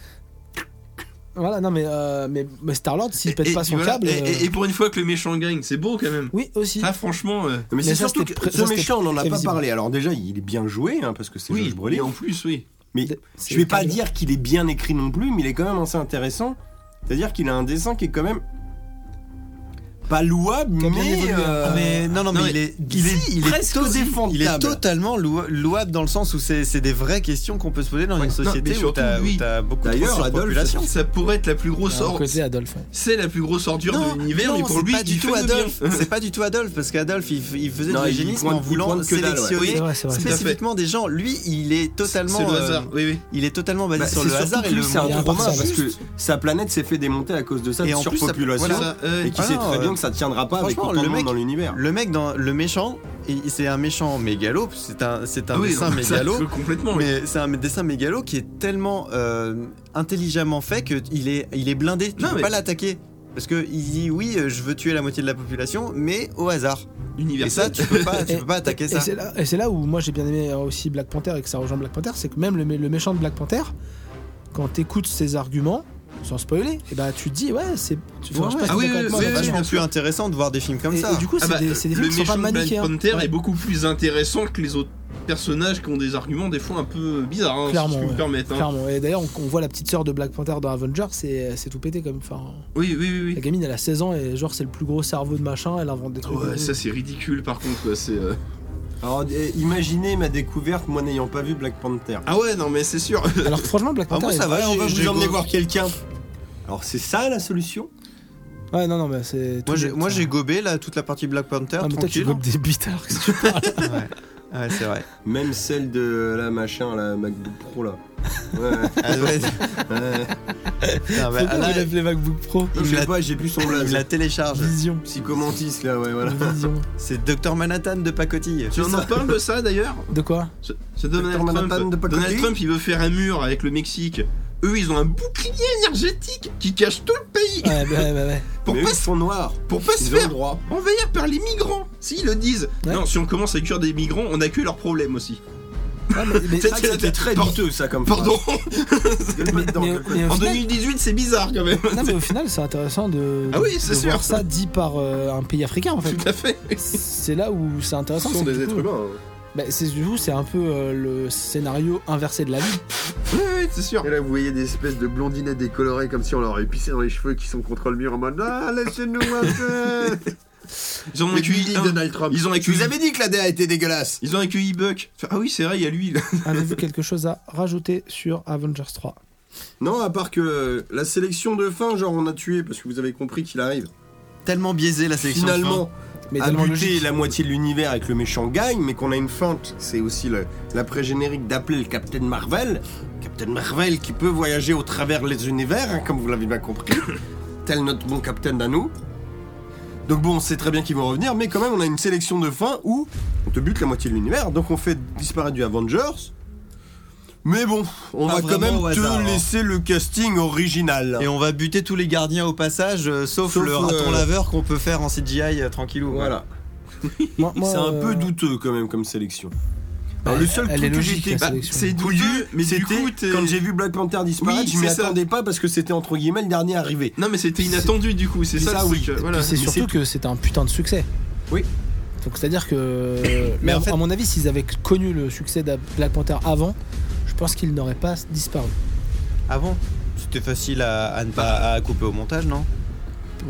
[SPEAKER 6] Voilà, non, mais euh, mais, Star Lord, s'il
[SPEAKER 1] et-
[SPEAKER 6] pète
[SPEAKER 1] et
[SPEAKER 6] pas
[SPEAKER 1] puis
[SPEAKER 6] son
[SPEAKER 1] voilà,
[SPEAKER 6] câble,
[SPEAKER 1] et- et-
[SPEAKER 6] euh,
[SPEAKER 1] et pour une fois que le méchant gagne, c'est beau quand même.
[SPEAKER 6] oui aussi.
[SPEAKER 1] Ça, franchement, euh,
[SPEAKER 3] Non, mais,
[SPEAKER 6] Mais
[SPEAKER 3] c'est
[SPEAKER 6] ça,
[SPEAKER 3] surtout
[SPEAKER 6] c'était
[SPEAKER 3] que
[SPEAKER 6] pré-
[SPEAKER 3] ce
[SPEAKER 6] ça, c'était
[SPEAKER 3] méchant, on en a pas
[SPEAKER 6] prévisible.
[SPEAKER 3] parlé. Alors déjà, il est bien joué, hein, parce que c'est
[SPEAKER 1] oui,
[SPEAKER 3] Josh Brolin.
[SPEAKER 1] et en plus, oui.
[SPEAKER 3] Mais je
[SPEAKER 6] C'est
[SPEAKER 3] vais
[SPEAKER 6] le
[SPEAKER 3] pas
[SPEAKER 6] câble.
[SPEAKER 3] dire qu'il est bien écrit non plus, mais il est quand même assez intéressant. C'est-à-dire qu'il a un dessin qui est quand même pas louable,
[SPEAKER 6] Qui a bien
[SPEAKER 3] mais,
[SPEAKER 6] évolué, hein.
[SPEAKER 3] euh,
[SPEAKER 2] Mais non, non, mais,
[SPEAKER 1] non,
[SPEAKER 2] il est,
[SPEAKER 3] il est
[SPEAKER 2] si, il
[SPEAKER 3] presque
[SPEAKER 2] to-
[SPEAKER 3] défendable.
[SPEAKER 2] Il est totalement lou- louable dans le sens où c'est c'est des vraies questions qu'on peut se poser dans une société
[SPEAKER 1] mais
[SPEAKER 2] où
[SPEAKER 1] surtout,
[SPEAKER 2] t'as où
[SPEAKER 1] lui,
[SPEAKER 2] t'as beaucoup de
[SPEAKER 3] d'ailleurs,
[SPEAKER 2] surpopulation.
[SPEAKER 3] Adolphe,
[SPEAKER 1] Ça pourrait être la plus grosse
[SPEAKER 6] Alors,
[SPEAKER 1] ordure.
[SPEAKER 6] Ah, côté Adolphe. ouais.
[SPEAKER 1] C'est la plus grosse ordure de l'univers,
[SPEAKER 2] non,
[SPEAKER 1] mais pour
[SPEAKER 2] c'est
[SPEAKER 1] lui,
[SPEAKER 2] pas
[SPEAKER 1] il
[SPEAKER 2] du
[SPEAKER 1] fait
[SPEAKER 2] tout
[SPEAKER 1] le bien.
[SPEAKER 2] Adolphe. C'est pas du tout Adolphe parce qu'Adolphe il, f- il faisait
[SPEAKER 3] Non,
[SPEAKER 2] de
[SPEAKER 3] il
[SPEAKER 2] l'eugénisme
[SPEAKER 3] pointe-
[SPEAKER 2] en
[SPEAKER 3] il
[SPEAKER 2] voulant
[SPEAKER 3] pointe que dalle, ouais.
[SPEAKER 2] sélectionner
[SPEAKER 6] C'est vrai, c'est vrai.
[SPEAKER 1] Tout à fait.
[SPEAKER 2] spécifiquement des gens. Lui, il est totalement,
[SPEAKER 1] C'est le
[SPEAKER 2] euh,
[SPEAKER 1] hasard, oui, oui.
[SPEAKER 2] il est totalement basé
[SPEAKER 3] bah,
[SPEAKER 2] sur
[SPEAKER 3] c'est
[SPEAKER 2] le
[SPEAKER 3] surtout
[SPEAKER 2] hasard et
[SPEAKER 3] que
[SPEAKER 2] le
[SPEAKER 3] lui, c'est un
[SPEAKER 6] moyen
[SPEAKER 3] trauma
[SPEAKER 6] parti,
[SPEAKER 3] parce
[SPEAKER 6] juste.
[SPEAKER 3] que sa planète s'est fait démonter à cause de ça,
[SPEAKER 2] Et
[SPEAKER 3] de
[SPEAKER 2] en plus, ça-
[SPEAKER 3] surpopulation,
[SPEAKER 2] voilà.
[SPEAKER 1] Ça, euh,
[SPEAKER 3] et qui
[SPEAKER 2] Ah
[SPEAKER 3] sait
[SPEAKER 2] non,
[SPEAKER 3] très
[SPEAKER 2] euh,
[SPEAKER 3] bien que ça tiendra pas avec
[SPEAKER 2] franchement,
[SPEAKER 3] autant de
[SPEAKER 2] le
[SPEAKER 3] monde
[SPEAKER 2] mec-
[SPEAKER 3] dans l'univers.
[SPEAKER 2] Le mec dans le méchant, il- c'est un méchant mégalo, c'est un c'est un
[SPEAKER 1] Ah oui,
[SPEAKER 2] dessin
[SPEAKER 1] non, ça,
[SPEAKER 2] mégalo.
[SPEAKER 1] que Complètement, oui.
[SPEAKER 2] Mais c'est un dessin mégalo qui est tellement euh, intelligemment fait qu'il est, il est blindé. Tu
[SPEAKER 1] Non,
[SPEAKER 2] peux
[SPEAKER 1] mais-
[SPEAKER 2] pas l'attaquer. Parce que il dit oui, euh, je veux tuer la moitié de la population, mais au hasard. Et ça,
[SPEAKER 1] Universel.
[SPEAKER 2] tu peux pas, tu peux pas attaquer
[SPEAKER 6] Et
[SPEAKER 2] ça.
[SPEAKER 6] c'est là, et c'est là où moi j'ai bien aimé euh, aussi Black Panther et que ça rejoint Black Panther, c'est que même le, mé- le méchant de Black Panther, quand t'écoutes ses arguments, sans spoiler, et bah tu te dis ouais c'est. tu- enfin, je sais pas si
[SPEAKER 1] Ah oui, oui,
[SPEAKER 6] t'es d'accord avec moi,
[SPEAKER 1] oui,
[SPEAKER 6] mais
[SPEAKER 1] oui,
[SPEAKER 6] vachement.
[SPEAKER 1] bien
[SPEAKER 2] C'est plus
[SPEAKER 1] sûr.
[SPEAKER 2] intéressant de voir des films comme
[SPEAKER 6] Et,
[SPEAKER 2] ça.
[SPEAKER 6] et du coup,
[SPEAKER 1] Ah
[SPEAKER 6] c'est
[SPEAKER 1] bah,
[SPEAKER 6] des, c'est des films
[SPEAKER 1] le
[SPEAKER 6] qui sont pas
[SPEAKER 1] méchant de Black
[SPEAKER 6] manichéens.
[SPEAKER 1] Panther
[SPEAKER 6] Ouais.
[SPEAKER 1] est beaucoup plus intéressant que les autres personnages qui ont des arguments des fois un peu bizarres, hein, si
[SPEAKER 6] Clairement,
[SPEAKER 1] je peux
[SPEAKER 6] ouais.
[SPEAKER 1] me permettre. hein.
[SPEAKER 6] Clairement. Et d'ailleurs, on, on voit la petite sœur de Black Panther dans Avengers, c'est c'est tout pété comme. Enfin,
[SPEAKER 1] Oui, oui, oui.
[SPEAKER 6] la
[SPEAKER 1] oui.
[SPEAKER 6] gamine, elle a 16 ans et genre, c'est le plus gros cerveau de machin, elle invente des trucs.
[SPEAKER 1] Ouais,
[SPEAKER 6] de-
[SPEAKER 1] ça c'est ridicule par contre. quoi, c'est, euh,
[SPEAKER 3] Alors eh, imaginez ma découverte, moi n'ayant pas vu Black Panther.
[SPEAKER 1] Ah ouais, non mais c'est sûr.
[SPEAKER 6] Alors que franchement, Black
[SPEAKER 2] Ah,
[SPEAKER 6] Panther.
[SPEAKER 2] moi, ça
[SPEAKER 6] est-
[SPEAKER 2] va,
[SPEAKER 3] on va
[SPEAKER 2] j'ai- j'ai
[SPEAKER 3] vous emmener
[SPEAKER 2] go-
[SPEAKER 3] voir quelqu'un. Alors c'est ça la solution
[SPEAKER 6] Ouais, non, non, mais c'est.
[SPEAKER 2] Moi,
[SPEAKER 6] tout
[SPEAKER 2] j'ai-
[SPEAKER 6] bête,
[SPEAKER 2] moi,
[SPEAKER 6] ça.
[SPEAKER 2] j'ai gobé là, toute la partie Black Panther.
[SPEAKER 6] Ah, mais toi, tu
[SPEAKER 2] tranquille.
[SPEAKER 6] gobes des bites alors que tu parles.
[SPEAKER 2] ouais, Ouais, c'est vrai.
[SPEAKER 3] Même celle de la machin, la MacBook Pro là. Ouais.
[SPEAKER 2] Ah, ouais.
[SPEAKER 3] ouais.
[SPEAKER 2] Non, mais
[SPEAKER 6] Faut bien
[SPEAKER 2] là,
[SPEAKER 6] qu'il lève les MacBook Pro.
[SPEAKER 3] Je sais pas, j'ai plus son
[SPEAKER 2] il
[SPEAKER 3] blaze.
[SPEAKER 2] la télécharge.
[SPEAKER 6] Vision.
[SPEAKER 3] Psychomantis là, ouais, voilà.
[SPEAKER 6] Vision.
[SPEAKER 2] C'est Dr Manhattan de pacotille.
[SPEAKER 1] Tu en parles de ça d'ailleurs
[SPEAKER 6] De quoi
[SPEAKER 1] Ce, ce Donald,
[SPEAKER 3] Dr.
[SPEAKER 1] Trump,
[SPEAKER 3] Manhattan de pas
[SPEAKER 1] Donald
[SPEAKER 3] côté.
[SPEAKER 1] Trump, il veut faire un mur avec le Mexique. Eux, ils ont un bouclier énergétique qui cache tout le pays
[SPEAKER 6] Ouais, bah, ouais, ouais, ouais.
[SPEAKER 1] pour,
[SPEAKER 3] Mais eux,
[SPEAKER 1] pas,
[SPEAKER 3] ils sont noirs.
[SPEAKER 1] pour pas se
[SPEAKER 3] Ils ont le
[SPEAKER 1] faire
[SPEAKER 3] droit.
[SPEAKER 1] envahir par les migrants. S'ils le disent.
[SPEAKER 6] Ouais.
[SPEAKER 1] Non, si on commence à accueillir des migrants, on accueille leurs problèmes aussi.
[SPEAKER 6] Ah, mais- mais-
[SPEAKER 1] C'était-
[SPEAKER 3] C'était très
[SPEAKER 1] Pardon.
[SPEAKER 3] douteux ça comme
[SPEAKER 1] Pardon
[SPEAKER 3] phrase.
[SPEAKER 6] mais- mais- mais au
[SPEAKER 1] En
[SPEAKER 6] final-
[SPEAKER 1] 2018, c'est bizarre quand même.
[SPEAKER 6] Non, mais au final, c'est intéressant de,
[SPEAKER 1] Ah oui,
[SPEAKER 6] de
[SPEAKER 1] c'est
[SPEAKER 6] voir
[SPEAKER 1] sûr.
[SPEAKER 6] ça dit par euh, un pays africain en fait.
[SPEAKER 1] Tout à fait.
[SPEAKER 6] C'est là où c'est
[SPEAKER 1] Ce
[SPEAKER 6] intéressant.
[SPEAKER 1] sont
[SPEAKER 6] c'est que
[SPEAKER 1] des
[SPEAKER 6] du
[SPEAKER 1] êtres
[SPEAKER 6] coup,
[SPEAKER 1] humains.
[SPEAKER 12] Oh,
[SPEAKER 1] hein.
[SPEAKER 6] bah, c'est du coup, c'est un peu euh, le scénario inversé de la vie.
[SPEAKER 1] Oui, oui, c'est sûr.
[SPEAKER 12] Et là, vous voyez des espèces de blondinettes décolorées comme si on leur avait pissé dans les cheveux qui sont contre le mur en mode Ah, laissez-nous un peu
[SPEAKER 1] Ils ont
[SPEAKER 12] Et tu
[SPEAKER 1] accueilli.
[SPEAKER 12] dis Donald Trump.
[SPEAKER 1] Ils ont accueilli.
[SPEAKER 3] dit que la DA était dégueulasse.
[SPEAKER 1] Ils ont accueilli Buck. Enfin, Ah oui, c'est vrai, il y a lui. là.
[SPEAKER 6] Avez-vous quelque chose à rajouter sur Avengers 3
[SPEAKER 3] Non, à part
[SPEAKER 12] euh,
[SPEAKER 3] que la sélection de fin, genre on a tué parce que vous avez compris qu'il arrive.
[SPEAKER 2] Tellement biaisé la sélection. de fin.
[SPEAKER 3] Finalement,
[SPEAKER 6] Mais
[SPEAKER 1] Ah,
[SPEAKER 3] a
[SPEAKER 6] tellement
[SPEAKER 3] buté
[SPEAKER 6] logique.
[SPEAKER 3] la moitié de l'univers et que le méchant gagne, mais qu'on a une feinte. C'est aussi le- l'après-générique d'appeler le Captain Marvel. Captain Marvel qui peut voyager au travers les univers, hein, comme vous l'avez bien compris. Tel notre bon Captain à nous. Donc bon, on sait très bien qu'ils vont revenir, mais quand même, on a une sélection de fin où on te bute la moitié de l'univers, donc on fait disparaître du Avengers. Mais bon, on
[SPEAKER 2] Pas
[SPEAKER 3] va quand
[SPEAKER 2] vraiment
[SPEAKER 3] même
[SPEAKER 2] au
[SPEAKER 3] te
[SPEAKER 2] hasard, hein.
[SPEAKER 3] laisser le casting original.
[SPEAKER 2] Et on va buter tous les gardiens au passage, euh, sauf,
[SPEAKER 3] Sauf,
[SPEAKER 2] le raton
[SPEAKER 3] euh,
[SPEAKER 2] laveur qu'on peut faire en CGI euh, tranquillou. quoi.
[SPEAKER 3] voilà.
[SPEAKER 6] Moi- moi,
[SPEAKER 3] C'est un peu
[SPEAKER 6] euh,
[SPEAKER 3] douteux quand même comme sélection.
[SPEAKER 6] bah,
[SPEAKER 3] Alors, le seul
[SPEAKER 6] elle
[SPEAKER 3] truc
[SPEAKER 6] est
[SPEAKER 3] que
[SPEAKER 6] logique,
[SPEAKER 3] j'étais-
[SPEAKER 6] la
[SPEAKER 3] bah,
[SPEAKER 6] sélection.
[SPEAKER 1] C'est douilleux, mais du
[SPEAKER 3] C'était
[SPEAKER 1] coup, t'es-
[SPEAKER 3] quand j'ai vu Black Panther disparaître,
[SPEAKER 1] Oui,
[SPEAKER 3] je m'y
[SPEAKER 1] c'est ça.
[SPEAKER 3] attendais pas parce que c'était entre guillemets le dernier arrivé.
[SPEAKER 1] Non, mais c'était inattendu du coup, c'est
[SPEAKER 3] C'est
[SPEAKER 1] ça,
[SPEAKER 3] ça,
[SPEAKER 1] le
[SPEAKER 3] oui.
[SPEAKER 1] truc, euh, Voilà.
[SPEAKER 6] Puis c'est
[SPEAKER 3] mais
[SPEAKER 6] surtout que c'était un putain de succès.
[SPEAKER 3] Oui.
[SPEAKER 6] Donc c'est-à-dire que.
[SPEAKER 2] Mais
[SPEAKER 6] mais
[SPEAKER 2] en
[SPEAKER 6] à,
[SPEAKER 2] fait-
[SPEAKER 6] à mon avis, s'ils avaient connu le succès de Black Panther avant, je pense qu'ils n'auraient pas disparu.
[SPEAKER 2] Ah bon C'était facile à, à ne pas à couper au montage, non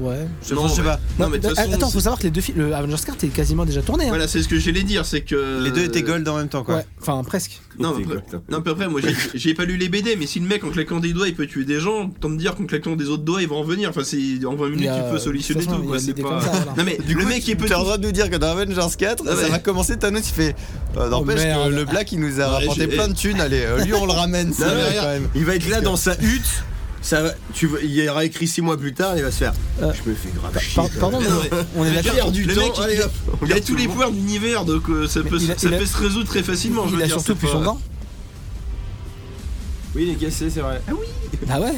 [SPEAKER 6] Ouais.
[SPEAKER 2] Je non, je sais pas.
[SPEAKER 1] Non, mais de toute
[SPEAKER 6] Ah,
[SPEAKER 1] façon,
[SPEAKER 6] Attends,
[SPEAKER 1] c'est-
[SPEAKER 6] faut savoir que les deux films. Le Avengers 4 est quasiment déjà tourné. hein.
[SPEAKER 1] Voilà, c'est ce que j'allais dire, c'est que.
[SPEAKER 2] Les deux étaient gold en même temps, quoi.
[SPEAKER 6] Ouais, enfin presque.
[SPEAKER 1] Non, mais après, non, mais après, moi j'ai- j'ai pas lu les BD, mais si le mec en claquant des doigts il peut tuer des gens, tant me dire qu'en claquant des autres doigts il va en venir. Enfin, c'est en 20
[SPEAKER 6] Il y
[SPEAKER 1] minutes
[SPEAKER 6] a-
[SPEAKER 1] tu peux solutionner
[SPEAKER 6] de toute
[SPEAKER 1] tout
[SPEAKER 6] façon,
[SPEAKER 1] quoi,
[SPEAKER 6] il y a
[SPEAKER 1] c'est
[SPEAKER 6] des
[SPEAKER 1] pas.
[SPEAKER 6] comme ça, voilà.
[SPEAKER 1] Non, mais le mec il peut.
[SPEAKER 2] T'es en train de nous dire que dans Avengers 4,
[SPEAKER 1] Ah
[SPEAKER 2] ça
[SPEAKER 1] ouais.
[SPEAKER 2] va commencer Thanos, il fait. euh, N'empêche,
[SPEAKER 6] merde.
[SPEAKER 2] le, le Black il nous a
[SPEAKER 1] Ouais,
[SPEAKER 2] rapporté
[SPEAKER 1] j'ai-
[SPEAKER 2] plein de thunes, allez, euh, lui on le ramène, ça
[SPEAKER 3] Non,
[SPEAKER 2] va
[SPEAKER 3] mais
[SPEAKER 2] quand même.
[SPEAKER 3] Il va être là dans sa hutte. Ça va, tu, vois, il y aura écrit 6 mois plus tard, il va se faire.
[SPEAKER 6] Euh,
[SPEAKER 3] je me fais grave chier.
[SPEAKER 6] Par- pardon,
[SPEAKER 1] Non,
[SPEAKER 6] mais
[SPEAKER 1] mais-
[SPEAKER 6] on est
[SPEAKER 1] Je veux
[SPEAKER 6] d'accord.
[SPEAKER 1] dire,
[SPEAKER 3] du
[SPEAKER 1] le
[SPEAKER 3] temps,
[SPEAKER 1] mec, il-
[SPEAKER 3] allez, hop,
[SPEAKER 1] Il
[SPEAKER 3] on
[SPEAKER 1] a
[SPEAKER 3] garde
[SPEAKER 1] tous
[SPEAKER 3] tout le
[SPEAKER 1] les
[SPEAKER 3] monde.
[SPEAKER 1] pouvoirs de l'univers, donc euh, ça,
[SPEAKER 6] Mais
[SPEAKER 1] peut,
[SPEAKER 6] il a-
[SPEAKER 1] ça
[SPEAKER 6] il a-
[SPEAKER 1] peut se résoudre très facilement. je
[SPEAKER 6] Il
[SPEAKER 1] veux
[SPEAKER 6] a
[SPEAKER 1] dire,
[SPEAKER 6] surtout
[SPEAKER 1] c'est
[SPEAKER 6] plus son
[SPEAKER 1] pas-
[SPEAKER 6] gant.
[SPEAKER 3] Oui, il est cassé, c'est vrai.
[SPEAKER 6] Ah ouais.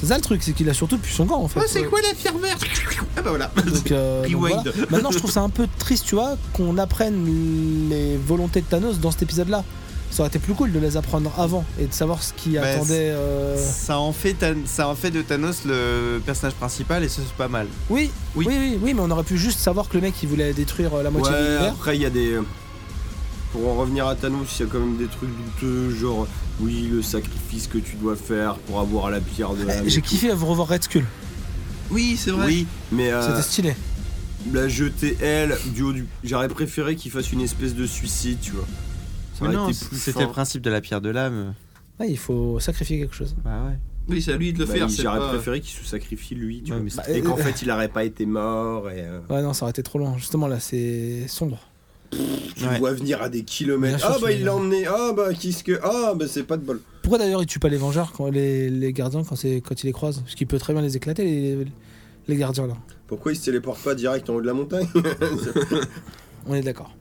[SPEAKER 6] C'est ça le truc, c'est qu'il a surtout plus son gant en fait.
[SPEAKER 1] Oh, c'est quoi la pierre verte Ah bah voilà.
[SPEAKER 6] Donc, euh, donc
[SPEAKER 1] Rewind.
[SPEAKER 6] voilà. Maintenant, je trouve ça un peu triste, tu vois, qu'on apprenne les volontés de Thanos dans cet épisode-là. Ça aurait été plus cool de les apprendre avant et de savoir ce qui
[SPEAKER 2] Bah,
[SPEAKER 6] attendait. euh,
[SPEAKER 2] Ça en, fait Than- ça en fait de Thanos le personnage principal et ça c'est pas mal.
[SPEAKER 6] Oui,
[SPEAKER 1] Oui.
[SPEAKER 6] oui, oui, oui, mais on aurait pu juste savoir que le mec il voulait détruire euh, la moitié de
[SPEAKER 3] Ouais,
[SPEAKER 6] l'univers.
[SPEAKER 3] après, il y a des. Pour en revenir à Thanos, il y a quand même des trucs douteux, genre, oui, le sacrifice que tu dois faire pour avoir la pierre de la.
[SPEAKER 4] euh,
[SPEAKER 6] Eh, J'ai kiffé à vous revoir Red Skull,
[SPEAKER 1] Oui, c'est vrai.
[SPEAKER 3] Oui, mais. euh,
[SPEAKER 6] c'était stylé.
[SPEAKER 3] la jeter elle du haut du. J'aurais préféré qu'il fasse une espèce de suicide, tu vois. Ça
[SPEAKER 2] Mais
[SPEAKER 3] aurait
[SPEAKER 2] non,
[SPEAKER 3] été plus
[SPEAKER 2] c'était
[SPEAKER 3] fin.
[SPEAKER 2] le principe de la pierre de l'âme.
[SPEAKER 6] Ouais, il faut sacrifier quelque chose.
[SPEAKER 2] Bah ouais.
[SPEAKER 1] Oui, c'est à lui de le
[SPEAKER 3] Bah,
[SPEAKER 1] faire.
[SPEAKER 3] il-
[SPEAKER 1] Ah, c'est
[SPEAKER 3] J'aurais
[SPEAKER 1] pas-
[SPEAKER 3] préféré qu'il se sacrifie lui, tu
[SPEAKER 2] Ouais,
[SPEAKER 3] vois.
[SPEAKER 2] mais c'est-
[SPEAKER 6] Bah,
[SPEAKER 3] Et
[SPEAKER 6] euh,
[SPEAKER 3] qu'en fait, il n'aurait pas été mort. Et, euh,
[SPEAKER 6] Ouais, non, ça aurait été trop loin. Justement, là, c'est sombre.
[SPEAKER 3] tu
[SPEAKER 2] Ouais.
[SPEAKER 3] vois venir à des
[SPEAKER 6] Bien
[SPEAKER 3] kilomètres.
[SPEAKER 6] sûr,
[SPEAKER 3] Ah
[SPEAKER 6] tu
[SPEAKER 3] bah
[SPEAKER 6] vas
[SPEAKER 3] il
[SPEAKER 6] venir.
[SPEAKER 3] l'a emmené. Ah bah qu'est-ce que. Ah bah c'est pas de bol.
[SPEAKER 6] Pourquoi d'ailleurs il tue pas les Vengeurs quand les, les gardiens quand c'est quand il les croise Parce qu'il peut très bien les éclater les, les gardiens là.
[SPEAKER 3] Pourquoi il se téléporte pas direct en haut de la montagne
[SPEAKER 6] On est d'accord.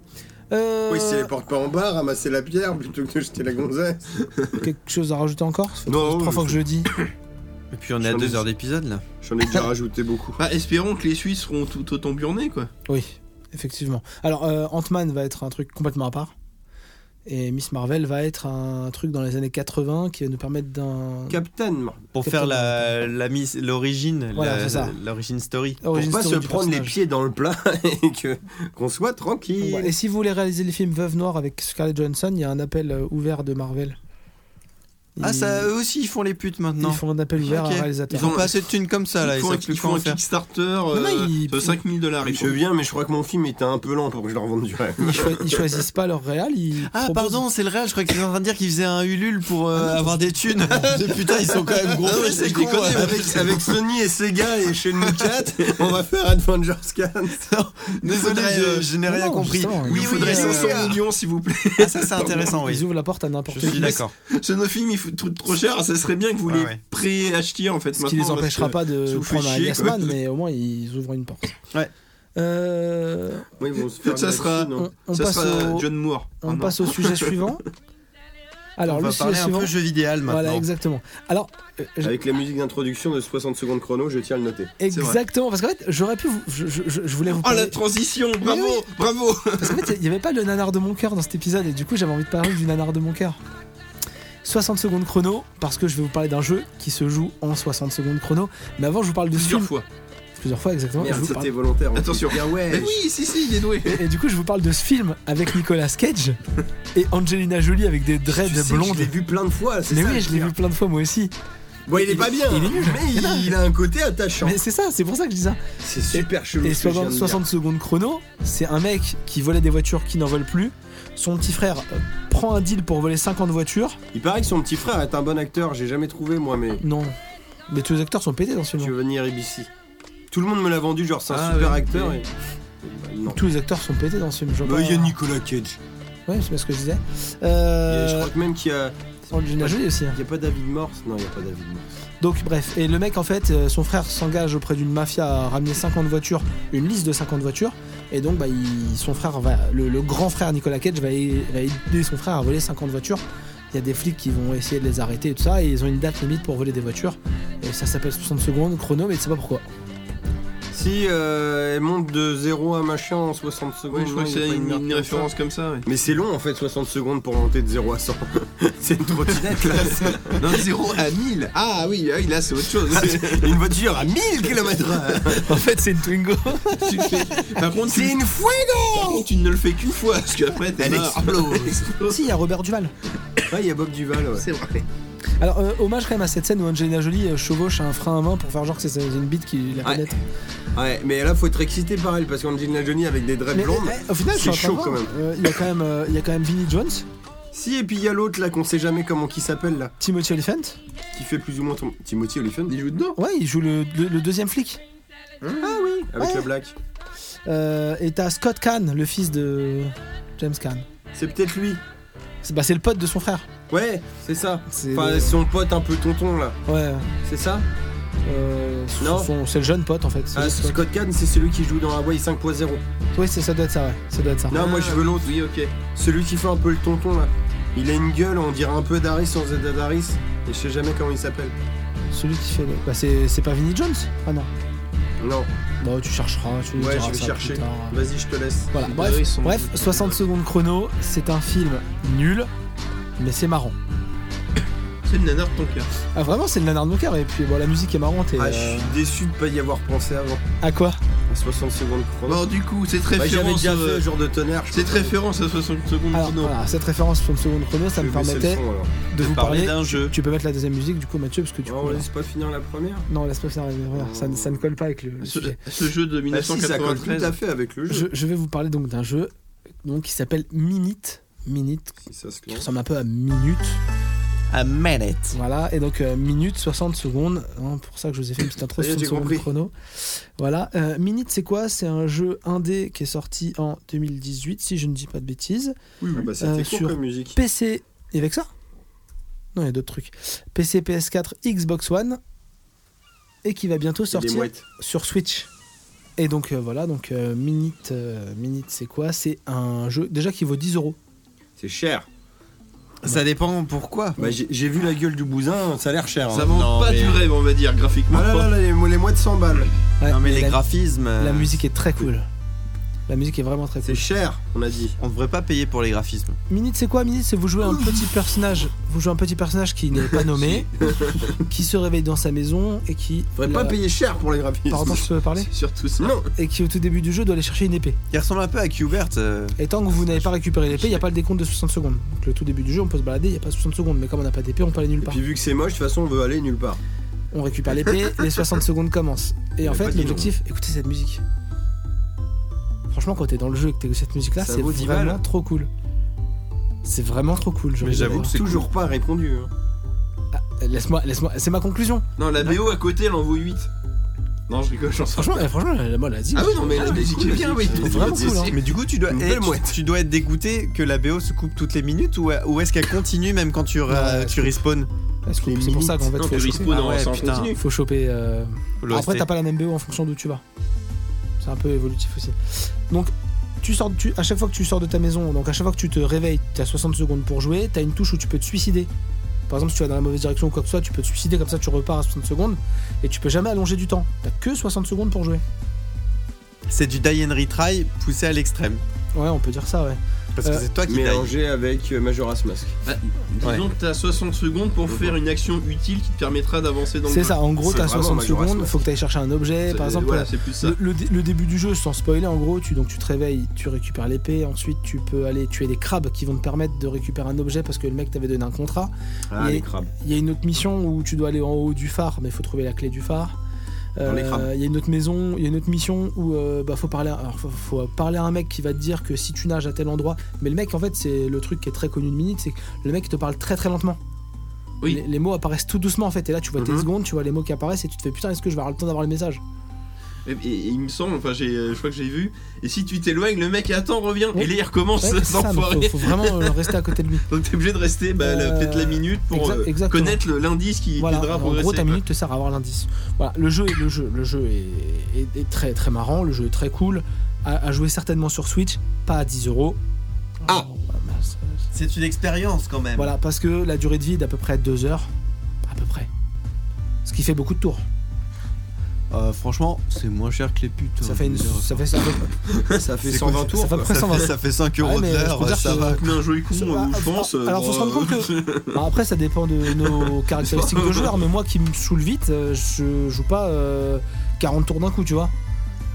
[SPEAKER 6] Euh,
[SPEAKER 3] Pourquoi il se téléporte pas en bas, ramasser la pierre plutôt que de jeter la gonzesse
[SPEAKER 6] quelque chose à rajouter encore Ça fait
[SPEAKER 3] Non,
[SPEAKER 6] trois-
[SPEAKER 3] non,
[SPEAKER 6] trois
[SPEAKER 3] je
[SPEAKER 6] fois que je le dis.
[SPEAKER 2] Et puis on est à
[SPEAKER 3] Sur les-
[SPEAKER 2] deux heures d'épisode là.
[SPEAKER 3] J'en ai déjà rajouté beaucoup.
[SPEAKER 1] Bah, espérons que les Suisses seront tout autant burnés, quoi.
[SPEAKER 6] Oui, effectivement. Alors euh, Ant-Man va être un truc complètement à part. Et Miss Marvel va être un truc dans les années 80 qui va nous permettre d'un.
[SPEAKER 3] Captain, Mar-
[SPEAKER 2] Pour faire la, la mis- l'origine,
[SPEAKER 6] Voilà,
[SPEAKER 2] la-
[SPEAKER 6] c'est ça.
[SPEAKER 2] l'origine story.
[SPEAKER 3] pour
[SPEAKER 6] origin
[SPEAKER 3] pas se
[SPEAKER 6] story du
[SPEAKER 3] prendre les
[SPEAKER 6] personnage.
[SPEAKER 3] pieds dans le plat et que qu'on soit tranquille.
[SPEAKER 6] Ouais, Et si vous voulez réaliser le film Veuve Noire avec Scarlett Johansson, il y a un appel euh, ouvert de Marvel.
[SPEAKER 2] Ah
[SPEAKER 6] Ils-
[SPEAKER 2] ça,
[SPEAKER 3] euh,
[SPEAKER 2] eux aussi ils font les putes
[SPEAKER 6] Ils
[SPEAKER 2] maintenant.
[SPEAKER 6] font un appel ouvert
[SPEAKER 2] Ok.
[SPEAKER 6] à un
[SPEAKER 2] Ils
[SPEAKER 6] réalisateur.
[SPEAKER 2] font pas assez de thunes comme ça
[SPEAKER 1] ils
[SPEAKER 2] là, ils
[SPEAKER 1] font un,
[SPEAKER 2] savent plus
[SPEAKER 1] ils font
[SPEAKER 2] quoi en
[SPEAKER 1] un
[SPEAKER 2] faire.
[SPEAKER 1] Kickstarter
[SPEAKER 6] non, ils-
[SPEAKER 1] de 5000 dollars.
[SPEAKER 3] Je veux bien, mais je crois que mon film était un peu lent pour que je le revende du rêve.
[SPEAKER 6] Ils, choi- ils choisissent pas leur réal. Ils
[SPEAKER 2] Ah
[SPEAKER 6] proposent-
[SPEAKER 2] pardon, c'est le réel, je crois qu'ils étaient en train de dire qu'ils faisaient un Ulule pour euh, avoir des thunes. Putain, ils sont quand même gros, c'est con. ouais.
[SPEAKER 3] avec, avec Sony et Sega et chez nous 4, on va faire Avengers 4.
[SPEAKER 2] Désolé,
[SPEAKER 1] Faudrait,
[SPEAKER 2] je,
[SPEAKER 1] euh,
[SPEAKER 2] je n'ai rien
[SPEAKER 6] non,
[SPEAKER 2] compris.
[SPEAKER 6] justement,
[SPEAKER 1] Oui, il faudrait
[SPEAKER 2] oui, oui,
[SPEAKER 1] 500
[SPEAKER 2] oui.
[SPEAKER 1] millions, s'il vous plaît.
[SPEAKER 2] Ah ça c'est intéressant,
[SPEAKER 6] Ils
[SPEAKER 2] oui.
[SPEAKER 6] ouvrent la porte à n'importe
[SPEAKER 2] Je
[SPEAKER 6] qui.
[SPEAKER 2] suis d'accord.
[SPEAKER 1] Ce nos films, ils foutent trop, trop cher. Ça serait bien que vous
[SPEAKER 2] Ouais,
[SPEAKER 1] les
[SPEAKER 2] ouais.
[SPEAKER 1] pré-achetiez, en fait.
[SPEAKER 6] Ce qui les
[SPEAKER 1] maintenant,
[SPEAKER 6] empêchera
[SPEAKER 1] parce
[SPEAKER 6] pas
[SPEAKER 1] ça
[SPEAKER 6] de
[SPEAKER 1] vous fait
[SPEAKER 6] prendre un
[SPEAKER 1] chier,
[SPEAKER 6] Yes
[SPEAKER 1] quoi.
[SPEAKER 6] Man, mais au moins ils ouvrent une porte.
[SPEAKER 2] Ouais.
[SPEAKER 6] Euh,
[SPEAKER 3] Oui, ils vont se faire
[SPEAKER 1] Ça
[SPEAKER 3] de la
[SPEAKER 1] sera-
[SPEAKER 3] thune, hein.
[SPEAKER 6] on on
[SPEAKER 1] Ça
[SPEAKER 6] passe
[SPEAKER 1] sera
[SPEAKER 6] au,
[SPEAKER 1] John Moore.
[SPEAKER 6] on
[SPEAKER 1] Ah non.
[SPEAKER 6] passe au sujet suivant. Alors,
[SPEAKER 2] On va
[SPEAKER 6] le sujet
[SPEAKER 2] parler un
[SPEAKER 6] suivant.
[SPEAKER 2] peu jeu vidéal maintenant. Ah
[SPEAKER 6] Voilà, exactement. Alors, euh, je-
[SPEAKER 4] Avec la musique d'introduction de 60 secondes chrono, je tiens à le noter.
[SPEAKER 6] exactement, parce qu'en fait, j'aurais pu vous. Je, je- je- je voulais vous
[SPEAKER 1] Oh
[SPEAKER 6] parler.
[SPEAKER 1] la transition, bravo, bravo
[SPEAKER 6] Parce qu'en fait, il n'y avait pas le nanar de mon cœur dans cet épisode, et du coup, j'avais envie de parler du nanar de mon cœur. 60 secondes chrono, parce que je vais vous parler d'un jeu qui se joue en 60 secondes chrono. Mais avant, je vous parle de ce
[SPEAKER 1] Plusieurs
[SPEAKER 6] film.
[SPEAKER 1] fois.
[SPEAKER 6] Plusieurs fois, exactement. Je
[SPEAKER 4] Merde,
[SPEAKER 6] vous parle-
[SPEAKER 4] c'était volontaire. en
[SPEAKER 1] Attention.
[SPEAKER 4] plus. Bien ouais.
[SPEAKER 1] Mais oui, si, si, il est doué.
[SPEAKER 6] et, et du coup, je vous parle de ce film avec Nicolas Cage et Angelina Jolie avec des dreads
[SPEAKER 4] Tu sais que
[SPEAKER 6] blondes.
[SPEAKER 4] Je l'ai vu plein de fois. c'est
[SPEAKER 6] Mais
[SPEAKER 4] ça,
[SPEAKER 6] oui,
[SPEAKER 4] le
[SPEAKER 6] je l'ai
[SPEAKER 4] pire.
[SPEAKER 6] vu plein de fois moi aussi.
[SPEAKER 4] Bon, il est pas bien. hein.
[SPEAKER 6] il est nul.
[SPEAKER 4] Mais il, il a un côté attachant.
[SPEAKER 6] Mais c'est ça, c'est pour ça que je dis ça.
[SPEAKER 4] C'est super chelou.
[SPEAKER 6] Et
[SPEAKER 4] ce que je viens de
[SPEAKER 6] 60,
[SPEAKER 4] dire.
[SPEAKER 6] 60 secondes chrono, c'est un mec qui volait des voitures qui n'en volent plus. Son petit frère euh, prend un deal pour voler 50 voitures.
[SPEAKER 4] Il paraît que son petit frère est un bon acteur. J'ai jamais trouvé moi, mais
[SPEAKER 6] Non. Mais tous les acteurs sont pétés dans ce
[SPEAKER 4] tu
[SPEAKER 6] film.
[SPEAKER 4] veux venir ici. Tout le monde me l'a vendu, genre c'est un
[SPEAKER 1] Ah,
[SPEAKER 4] super
[SPEAKER 1] ouais,
[SPEAKER 4] acteur.
[SPEAKER 1] mais-
[SPEAKER 4] Et... Bah, non.
[SPEAKER 6] Tous les acteurs sont pétés dans ce film. je vois
[SPEAKER 4] Bah,
[SPEAKER 6] pas-
[SPEAKER 4] il y a Nicolas Cage.
[SPEAKER 6] Ouais, c'est pas ce que je disais.
[SPEAKER 4] Il y a- Je
[SPEAKER 6] Euh...
[SPEAKER 4] crois que même qu'il y a.
[SPEAKER 6] Angelina Jolie aussi. hein.
[SPEAKER 4] Il y a pas David Morse. Non, il y a pas David Morse.
[SPEAKER 6] Donc bref, et le mec en fait, euh, son frère s'engage auprès d'une mafia à ramener 50 voitures, une liste de 50 voitures, et donc bah, il- son frère va, le, le grand frère Nicolas Cage va, a- va aider son frère à voler 50 voitures. Il y a des flics qui vont essayer de les arrêter et tout ça, et ils ont une date limite pour voler des voitures. Et ça s'appelle 60 secondes chrono, mais tu sais pas pourquoi.
[SPEAKER 4] Si euh, elle monte de 0 à machin en 60 secondes.
[SPEAKER 1] Ouais, je crois
[SPEAKER 4] non,
[SPEAKER 1] que
[SPEAKER 4] il y a
[SPEAKER 1] c'est
[SPEAKER 4] pas
[SPEAKER 1] une,
[SPEAKER 4] merde
[SPEAKER 1] une
[SPEAKER 4] comme ça.
[SPEAKER 1] référence comme ça, ouais.
[SPEAKER 4] Mais c'est long en fait 60 secondes pour monter de 0 à 100. c'est une trottinette là.
[SPEAKER 1] Non, 0 à 1000 Ah oui, ah oui, là c'est autre chose.
[SPEAKER 4] une voiture à 1000 km
[SPEAKER 6] en fait, c'est une Twingo.
[SPEAKER 1] Tu le fais- Par contre, tu,
[SPEAKER 4] C'est une fuego
[SPEAKER 1] par contre, tu ne le fais qu'une fois, parce qu'après t'es
[SPEAKER 4] Elle
[SPEAKER 1] mort.
[SPEAKER 4] explose.
[SPEAKER 6] si, il y a Robert Duval.
[SPEAKER 4] Ah, il y a Bob Duval, ouais.
[SPEAKER 1] C'est vrai.
[SPEAKER 6] Alors, euh, hommage quand même à cette scène où Angelina Jolie euh, chevauche un frein à main pour faire genre que c'est c'est une bite qui la
[SPEAKER 4] Ouais.
[SPEAKER 6] pénètre.
[SPEAKER 4] Ouais, mais là, faut être excité par elle parce qu'Angelina Jolie avec des dreads
[SPEAKER 6] Mais,
[SPEAKER 4] blondes.
[SPEAKER 6] eh, eh, au final, je suis
[SPEAKER 4] c'est
[SPEAKER 6] en train de
[SPEAKER 4] chaud quand même.
[SPEAKER 6] voir, euh, Il y a quand même, euh, il y a quand même Vinnie Jones,
[SPEAKER 4] Si, et puis il y a l'autre là qu'on sait jamais comment qui s'appelle là,
[SPEAKER 6] Timothy Oliphant.
[SPEAKER 4] qui fait plus ou moins ton. Timothy Oliphant
[SPEAKER 1] Il joue dedans
[SPEAKER 6] Ouais, il joue le, le- le deuxième flic.
[SPEAKER 4] Ah oui Avec
[SPEAKER 6] Ouais.
[SPEAKER 4] le black.
[SPEAKER 6] Euh, et t'as Scott Kahn, le fils de James Kahn.
[SPEAKER 4] C'est peut-être lui.
[SPEAKER 6] C'est bah, c'est le pote de son frère.
[SPEAKER 4] Ouais, c'est ça.
[SPEAKER 6] C'est
[SPEAKER 4] Enfin,
[SPEAKER 6] le-
[SPEAKER 4] son pote un peu tonton là.
[SPEAKER 6] Ouais.
[SPEAKER 4] C'est ça
[SPEAKER 6] euh, son-
[SPEAKER 4] Non.
[SPEAKER 6] son- c'est le jeune pote en fait. c'est
[SPEAKER 4] Ah,
[SPEAKER 6] le Scott.
[SPEAKER 4] Scott Kahn, c'est celui qui joue dans Hawaii 5.0.
[SPEAKER 6] Ouais, c'est- ça doit être ça, ouais. Ça doit être ça.
[SPEAKER 4] Non, moi je veux l'autre.
[SPEAKER 1] Oui, ok.
[SPEAKER 4] Celui qui fait un peu le tonton là. Il a une gueule, on dirait un peu Daris sans être Daris. Et je sais jamais comment il s'appelle.
[SPEAKER 6] Celui qui fait. le- Bah, c'est c'est pas Vinnie Jones Ah non.
[SPEAKER 4] Non,
[SPEAKER 6] Bon, tu chercheras. Tu
[SPEAKER 4] ouais,
[SPEAKER 6] diras
[SPEAKER 4] je vais
[SPEAKER 6] ça
[SPEAKER 4] chercher.
[SPEAKER 6] plus tard.
[SPEAKER 4] Vas-y, je te laisse.
[SPEAKER 6] Voilà.
[SPEAKER 1] Bah,
[SPEAKER 6] Bref,
[SPEAKER 1] ils sont-
[SPEAKER 6] bref, 60 secondes chrono. C'est un film nul, mais c'est marrant.
[SPEAKER 1] C'est le nanar de ton cœur.
[SPEAKER 6] Ah, vraiment, c'est le nanar de mon cœur. Et puis, bon, la musique est marrante. Et,
[SPEAKER 4] Ah, je
[SPEAKER 6] euh,
[SPEAKER 4] suis déçu de pas y avoir pensé avant.
[SPEAKER 6] À quoi
[SPEAKER 4] À 60 secondes chrono.
[SPEAKER 1] Bon, du coup, cette
[SPEAKER 4] Bah, j'avais
[SPEAKER 1] référence.
[SPEAKER 4] déjà
[SPEAKER 1] euh,
[SPEAKER 4] fait jour de tonnerre. je
[SPEAKER 1] Cette
[SPEAKER 4] crois.
[SPEAKER 1] référence à 60 secondes
[SPEAKER 6] Alors,
[SPEAKER 1] chrono.
[SPEAKER 6] voilà, cette référence 60 secondes chrono, ça
[SPEAKER 4] Je
[SPEAKER 6] me
[SPEAKER 4] vais baisser le
[SPEAKER 6] permettait
[SPEAKER 4] son, alors.
[SPEAKER 6] de vous parler
[SPEAKER 2] d'un jeu.
[SPEAKER 6] Tu peux mettre la deuxième musique du coup Mathieu parce que du
[SPEAKER 4] Ah,
[SPEAKER 6] coup
[SPEAKER 4] on
[SPEAKER 6] voilà.
[SPEAKER 4] laisse pas finir la première.
[SPEAKER 6] non laisse-moi finir la dernière. ça, ne- ça ne colle pas avec le, le
[SPEAKER 1] Ce,
[SPEAKER 6] sujet.
[SPEAKER 1] ce jeu de
[SPEAKER 4] Ah, si, ça colle tout
[SPEAKER 1] 1993.
[SPEAKER 4] à fait avec le jeu.
[SPEAKER 6] Je, je vais vous parler donc d'un jeu donc qui s'appelle Minute Minute
[SPEAKER 4] Si ça se
[SPEAKER 6] qui
[SPEAKER 4] lance.
[SPEAKER 6] ressemble un peu à Minute
[SPEAKER 2] À manette.
[SPEAKER 6] voilà et donc euh, Minute 60 secondes hein, pour ça que je vous ai fait une petite intro
[SPEAKER 4] Ça y est,
[SPEAKER 6] 60
[SPEAKER 4] j'ai
[SPEAKER 6] secondes
[SPEAKER 4] compris.
[SPEAKER 6] chrono voilà Euh, Minute c'est quoi c'est un jeu indé qui est sorti en 2018 si je ne dis pas de bêtises
[SPEAKER 4] Oui, oui. Ah, bah, c'était
[SPEAKER 6] Euh,
[SPEAKER 4] court
[SPEAKER 6] sur-
[SPEAKER 4] comme musique.
[SPEAKER 6] PC et avec ça non il y a d'autres trucs PC PS4 Xbox One et qui va bientôt
[SPEAKER 4] C'est des
[SPEAKER 6] sortir
[SPEAKER 4] mouettes.
[SPEAKER 6] sur Switch. Et donc euh, voilà, donc euh, Minute, euh, Minute c'est quoi C'est un jeu déjà qui vaut 10 euros.
[SPEAKER 4] C'est cher.
[SPEAKER 2] Ça dépend pourquoi.
[SPEAKER 4] Bah, j'ai j'ai vu la gueule du bousin, ça a l'air cher. hein.
[SPEAKER 1] Ça vend
[SPEAKER 2] Non,
[SPEAKER 1] pas
[SPEAKER 2] mais-
[SPEAKER 1] du rêve, on va dire, graphiquement.
[SPEAKER 4] Ah là là, là, les, les mouettes 100 balles.
[SPEAKER 6] Ouais,
[SPEAKER 2] non mais, les
[SPEAKER 6] la,
[SPEAKER 2] graphismes. euh,
[SPEAKER 6] la musique est très cool. La musique est vraiment très cool.
[SPEAKER 4] C'est cher, on a dit.
[SPEAKER 2] On devrait pas payer pour les graphismes.
[SPEAKER 6] Minute c'est quoi Minute c'est vous jouez un petit personnage, vous jouez un petit personnage qui n'est pas nommé, qui se réveille dans sa maison et qui.
[SPEAKER 4] Faudrait
[SPEAKER 6] la-
[SPEAKER 4] pas payer cher pour les graphismes.
[SPEAKER 6] Pardon, je peux parler
[SPEAKER 1] C'est Surtout ça.
[SPEAKER 4] Non,
[SPEAKER 6] Et qui au tout début du jeu doit aller chercher une épée.
[SPEAKER 2] Il ressemble un peu à Qbert. euh,
[SPEAKER 6] Et tant que vous n'avez pas récupéré l'épée, il n'y a pas le décompte de 60 secondes. Donc le tout début du jeu, on peut se balader, il n'y a pas 60 secondes. Mais comme on n'a pas d'épée, on peut aller nulle
[SPEAKER 4] Et
[SPEAKER 6] part.
[SPEAKER 4] puis vu que c'est moche, de toute façon on veut aller nulle part.
[SPEAKER 6] On récupère l'épée, les 60 secondes commencent. Et
[SPEAKER 4] Il
[SPEAKER 6] en
[SPEAKER 4] a
[SPEAKER 6] fait,
[SPEAKER 4] pas dit
[SPEAKER 6] l'objectif, écoutez cette musique. Franchement, quand t'es dans le jeu et que t'écoutes cette musique-là,
[SPEAKER 4] Ça
[SPEAKER 6] c'est
[SPEAKER 4] vaut 10 balles.
[SPEAKER 6] vraiment trop cool. C'est vraiment trop cool. je
[SPEAKER 2] Mais
[SPEAKER 6] vous
[SPEAKER 2] j'avoue
[SPEAKER 6] jure.
[SPEAKER 2] C'est
[SPEAKER 4] Toujours pas répondu. hein.
[SPEAKER 6] Ah, laisse-moi, laisse-moi. C'est ma conclusion.
[SPEAKER 1] Non, la BO à côté, elle en vaut 8. Non, je rigole, j'en sens.
[SPEAKER 6] Franchement, eh, franchement, la, la, la zik,
[SPEAKER 1] Ah oui, non, mais la musique est bien, oui.
[SPEAKER 6] c'est vraiment cool. hein.
[SPEAKER 2] Mais du coup, tu dois,
[SPEAKER 4] Une
[SPEAKER 2] eh,
[SPEAKER 4] belle
[SPEAKER 2] tu,
[SPEAKER 4] mouette.
[SPEAKER 2] tu dois être dégoûté que la BO se coupe toutes les minutes ou, ou est-ce qu'elle continue même quand tu, ra-
[SPEAKER 6] Ouais,
[SPEAKER 2] tu respawns
[SPEAKER 6] Parce que C'est pour ça qu'en
[SPEAKER 1] Non,
[SPEAKER 6] fait, faut
[SPEAKER 1] tu
[SPEAKER 6] choper.
[SPEAKER 1] risques pas, non,
[SPEAKER 2] Ah ouais,
[SPEAKER 1] ça en
[SPEAKER 2] putain.
[SPEAKER 1] continue.
[SPEAKER 6] faut choper. euh,
[SPEAKER 2] l'OST?
[SPEAKER 6] Après, t'as pas la même BO en fonction d'où tu vas. C'est un peu évolutif aussi. Donc, tu sors, tu, à chaque fois que tu sors de ta maison, donc à chaque fois que tu te réveilles, tu as 60 secondes pour jouer, tu as une touche où tu peux te suicider. Par exemple, si tu vas dans la mauvaise direction ou quoi que ce soit, tu peux te suicider, comme ça tu repars à 60 secondes, et tu peux jamais allonger du temps. T'as que 60 secondes pour jouer.
[SPEAKER 2] C'est du die and retry poussé à l'extrême.
[SPEAKER 6] Ouais, on peut dire ça, ouais.
[SPEAKER 2] Parce que c'est toi qui die.
[SPEAKER 3] Mélangé avec euh, Majora's Mask.
[SPEAKER 1] Bah, disons que t'as 60 secondes pour faire une action utile qui te permettra d'avancer dans le
[SPEAKER 6] C'est
[SPEAKER 1] jeu.
[SPEAKER 6] ça, en gros,
[SPEAKER 3] C'est
[SPEAKER 6] t'as
[SPEAKER 3] vraiment
[SPEAKER 6] 60
[SPEAKER 3] Majora's
[SPEAKER 6] secondes,
[SPEAKER 3] Mask.
[SPEAKER 6] faut que t'ailles chercher un objet,
[SPEAKER 1] C'est-
[SPEAKER 6] par exemple.
[SPEAKER 1] voilà,
[SPEAKER 6] euh,
[SPEAKER 1] c'est plus ça.
[SPEAKER 6] le, le dé- le début du jeu, sans spoiler, en gros, tu, donc tu te réveilles, tu récupères l'épée, ensuite tu peux aller tuer des crabes qui vont te permettre de récupérer un objet parce que le mec t'avait donné un contrat.
[SPEAKER 3] Ah,
[SPEAKER 6] Et-
[SPEAKER 3] les crabes.
[SPEAKER 6] Il y a une autre mission où tu dois aller en haut du phare, mais il faut trouver la clé du phare.
[SPEAKER 3] Dans les crabes.
[SPEAKER 6] Euh, Il y a une autre maison, il y a une autre mission où euh, bah, faut parler, à, alors, faut, faut parler à un mec qui va te dire que si tu nages à tel endroit, mais le mec en fait c'est le truc qui est très connu de Minute, c'est que le mec il te parle très très lentement.
[SPEAKER 1] Oui.
[SPEAKER 6] Les, les mots apparaissent tout doucement en fait, et là tu vois tes
[SPEAKER 3] Mhm.
[SPEAKER 6] secondes, tu vois les mots qui apparaissent et tu te fais putain est-ce que je vais avoir le temps d'avoir le message
[SPEAKER 1] Et, et- et il me semble, enfin, j'ai, euh, je crois que j'ai vu. Et si tu t'éloignes, le mec attend, revient.
[SPEAKER 6] Oui.
[SPEAKER 1] Et là, il recommence
[SPEAKER 6] Ouais, c'est
[SPEAKER 1] sans
[SPEAKER 6] ça, mais faut,
[SPEAKER 1] foirer.
[SPEAKER 6] faut vraiment euh, rester à côté de lui.
[SPEAKER 1] Donc t'es obligé de rester bah, la-
[SPEAKER 6] Euh,
[SPEAKER 1] peut-être la minute pour
[SPEAKER 6] exact-
[SPEAKER 1] euh,
[SPEAKER 6] exactement.
[SPEAKER 1] connaître le- l'indice qui
[SPEAKER 6] Voilà,
[SPEAKER 1] t'aidera à
[SPEAKER 6] en
[SPEAKER 1] progresser.
[SPEAKER 6] gros ta
[SPEAKER 1] quoi.
[SPEAKER 6] minute te sert à avoir l'indice. Voilà, le jeu est le jeu, le jeu est, est- est très très marrant, le jeu est très cool, à, à jouer certainement sur Switch, pas à 10 euros. Ah
[SPEAKER 2] C'est une expérience quand même.
[SPEAKER 6] Voilà, parce que la durée de vie est d'à peu près 2 heures, à peu près. Ce qui fait beaucoup de tours.
[SPEAKER 2] Euh, franchement, c'est moins cher que les putes.
[SPEAKER 6] Ça
[SPEAKER 2] hein,
[SPEAKER 6] fait une,
[SPEAKER 2] je veux dire.
[SPEAKER 6] ça fait ça. fait-
[SPEAKER 3] Ça fait
[SPEAKER 2] C'est quoi,
[SPEAKER 3] 120 tours.
[SPEAKER 6] ça fait
[SPEAKER 3] quoi.
[SPEAKER 6] presque-
[SPEAKER 2] Ça
[SPEAKER 6] 120.
[SPEAKER 2] fait, ça fait 5
[SPEAKER 6] Ouais,
[SPEAKER 2] euros
[SPEAKER 6] mais
[SPEAKER 2] de
[SPEAKER 6] je peux
[SPEAKER 2] l'heure,
[SPEAKER 6] dire
[SPEAKER 2] euh, ça
[SPEAKER 6] que-
[SPEAKER 2] va.
[SPEAKER 1] Mais un jeu est con,
[SPEAKER 6] Sur-
[SPEAKER 1] euh,
[SPEAKER 6] ah,
[SPEAKER 1] je pense.
[SPEAKER 6] alors, faut se rendre compte que-
[SPEAKER 1] que.
[SPEAKER 6] Bah, après, ça dépend de nos caractéristiques de joueur, mais moi qui me saoule vite, euh, je joue pas euh, 40 tours d'un coup, tu vois.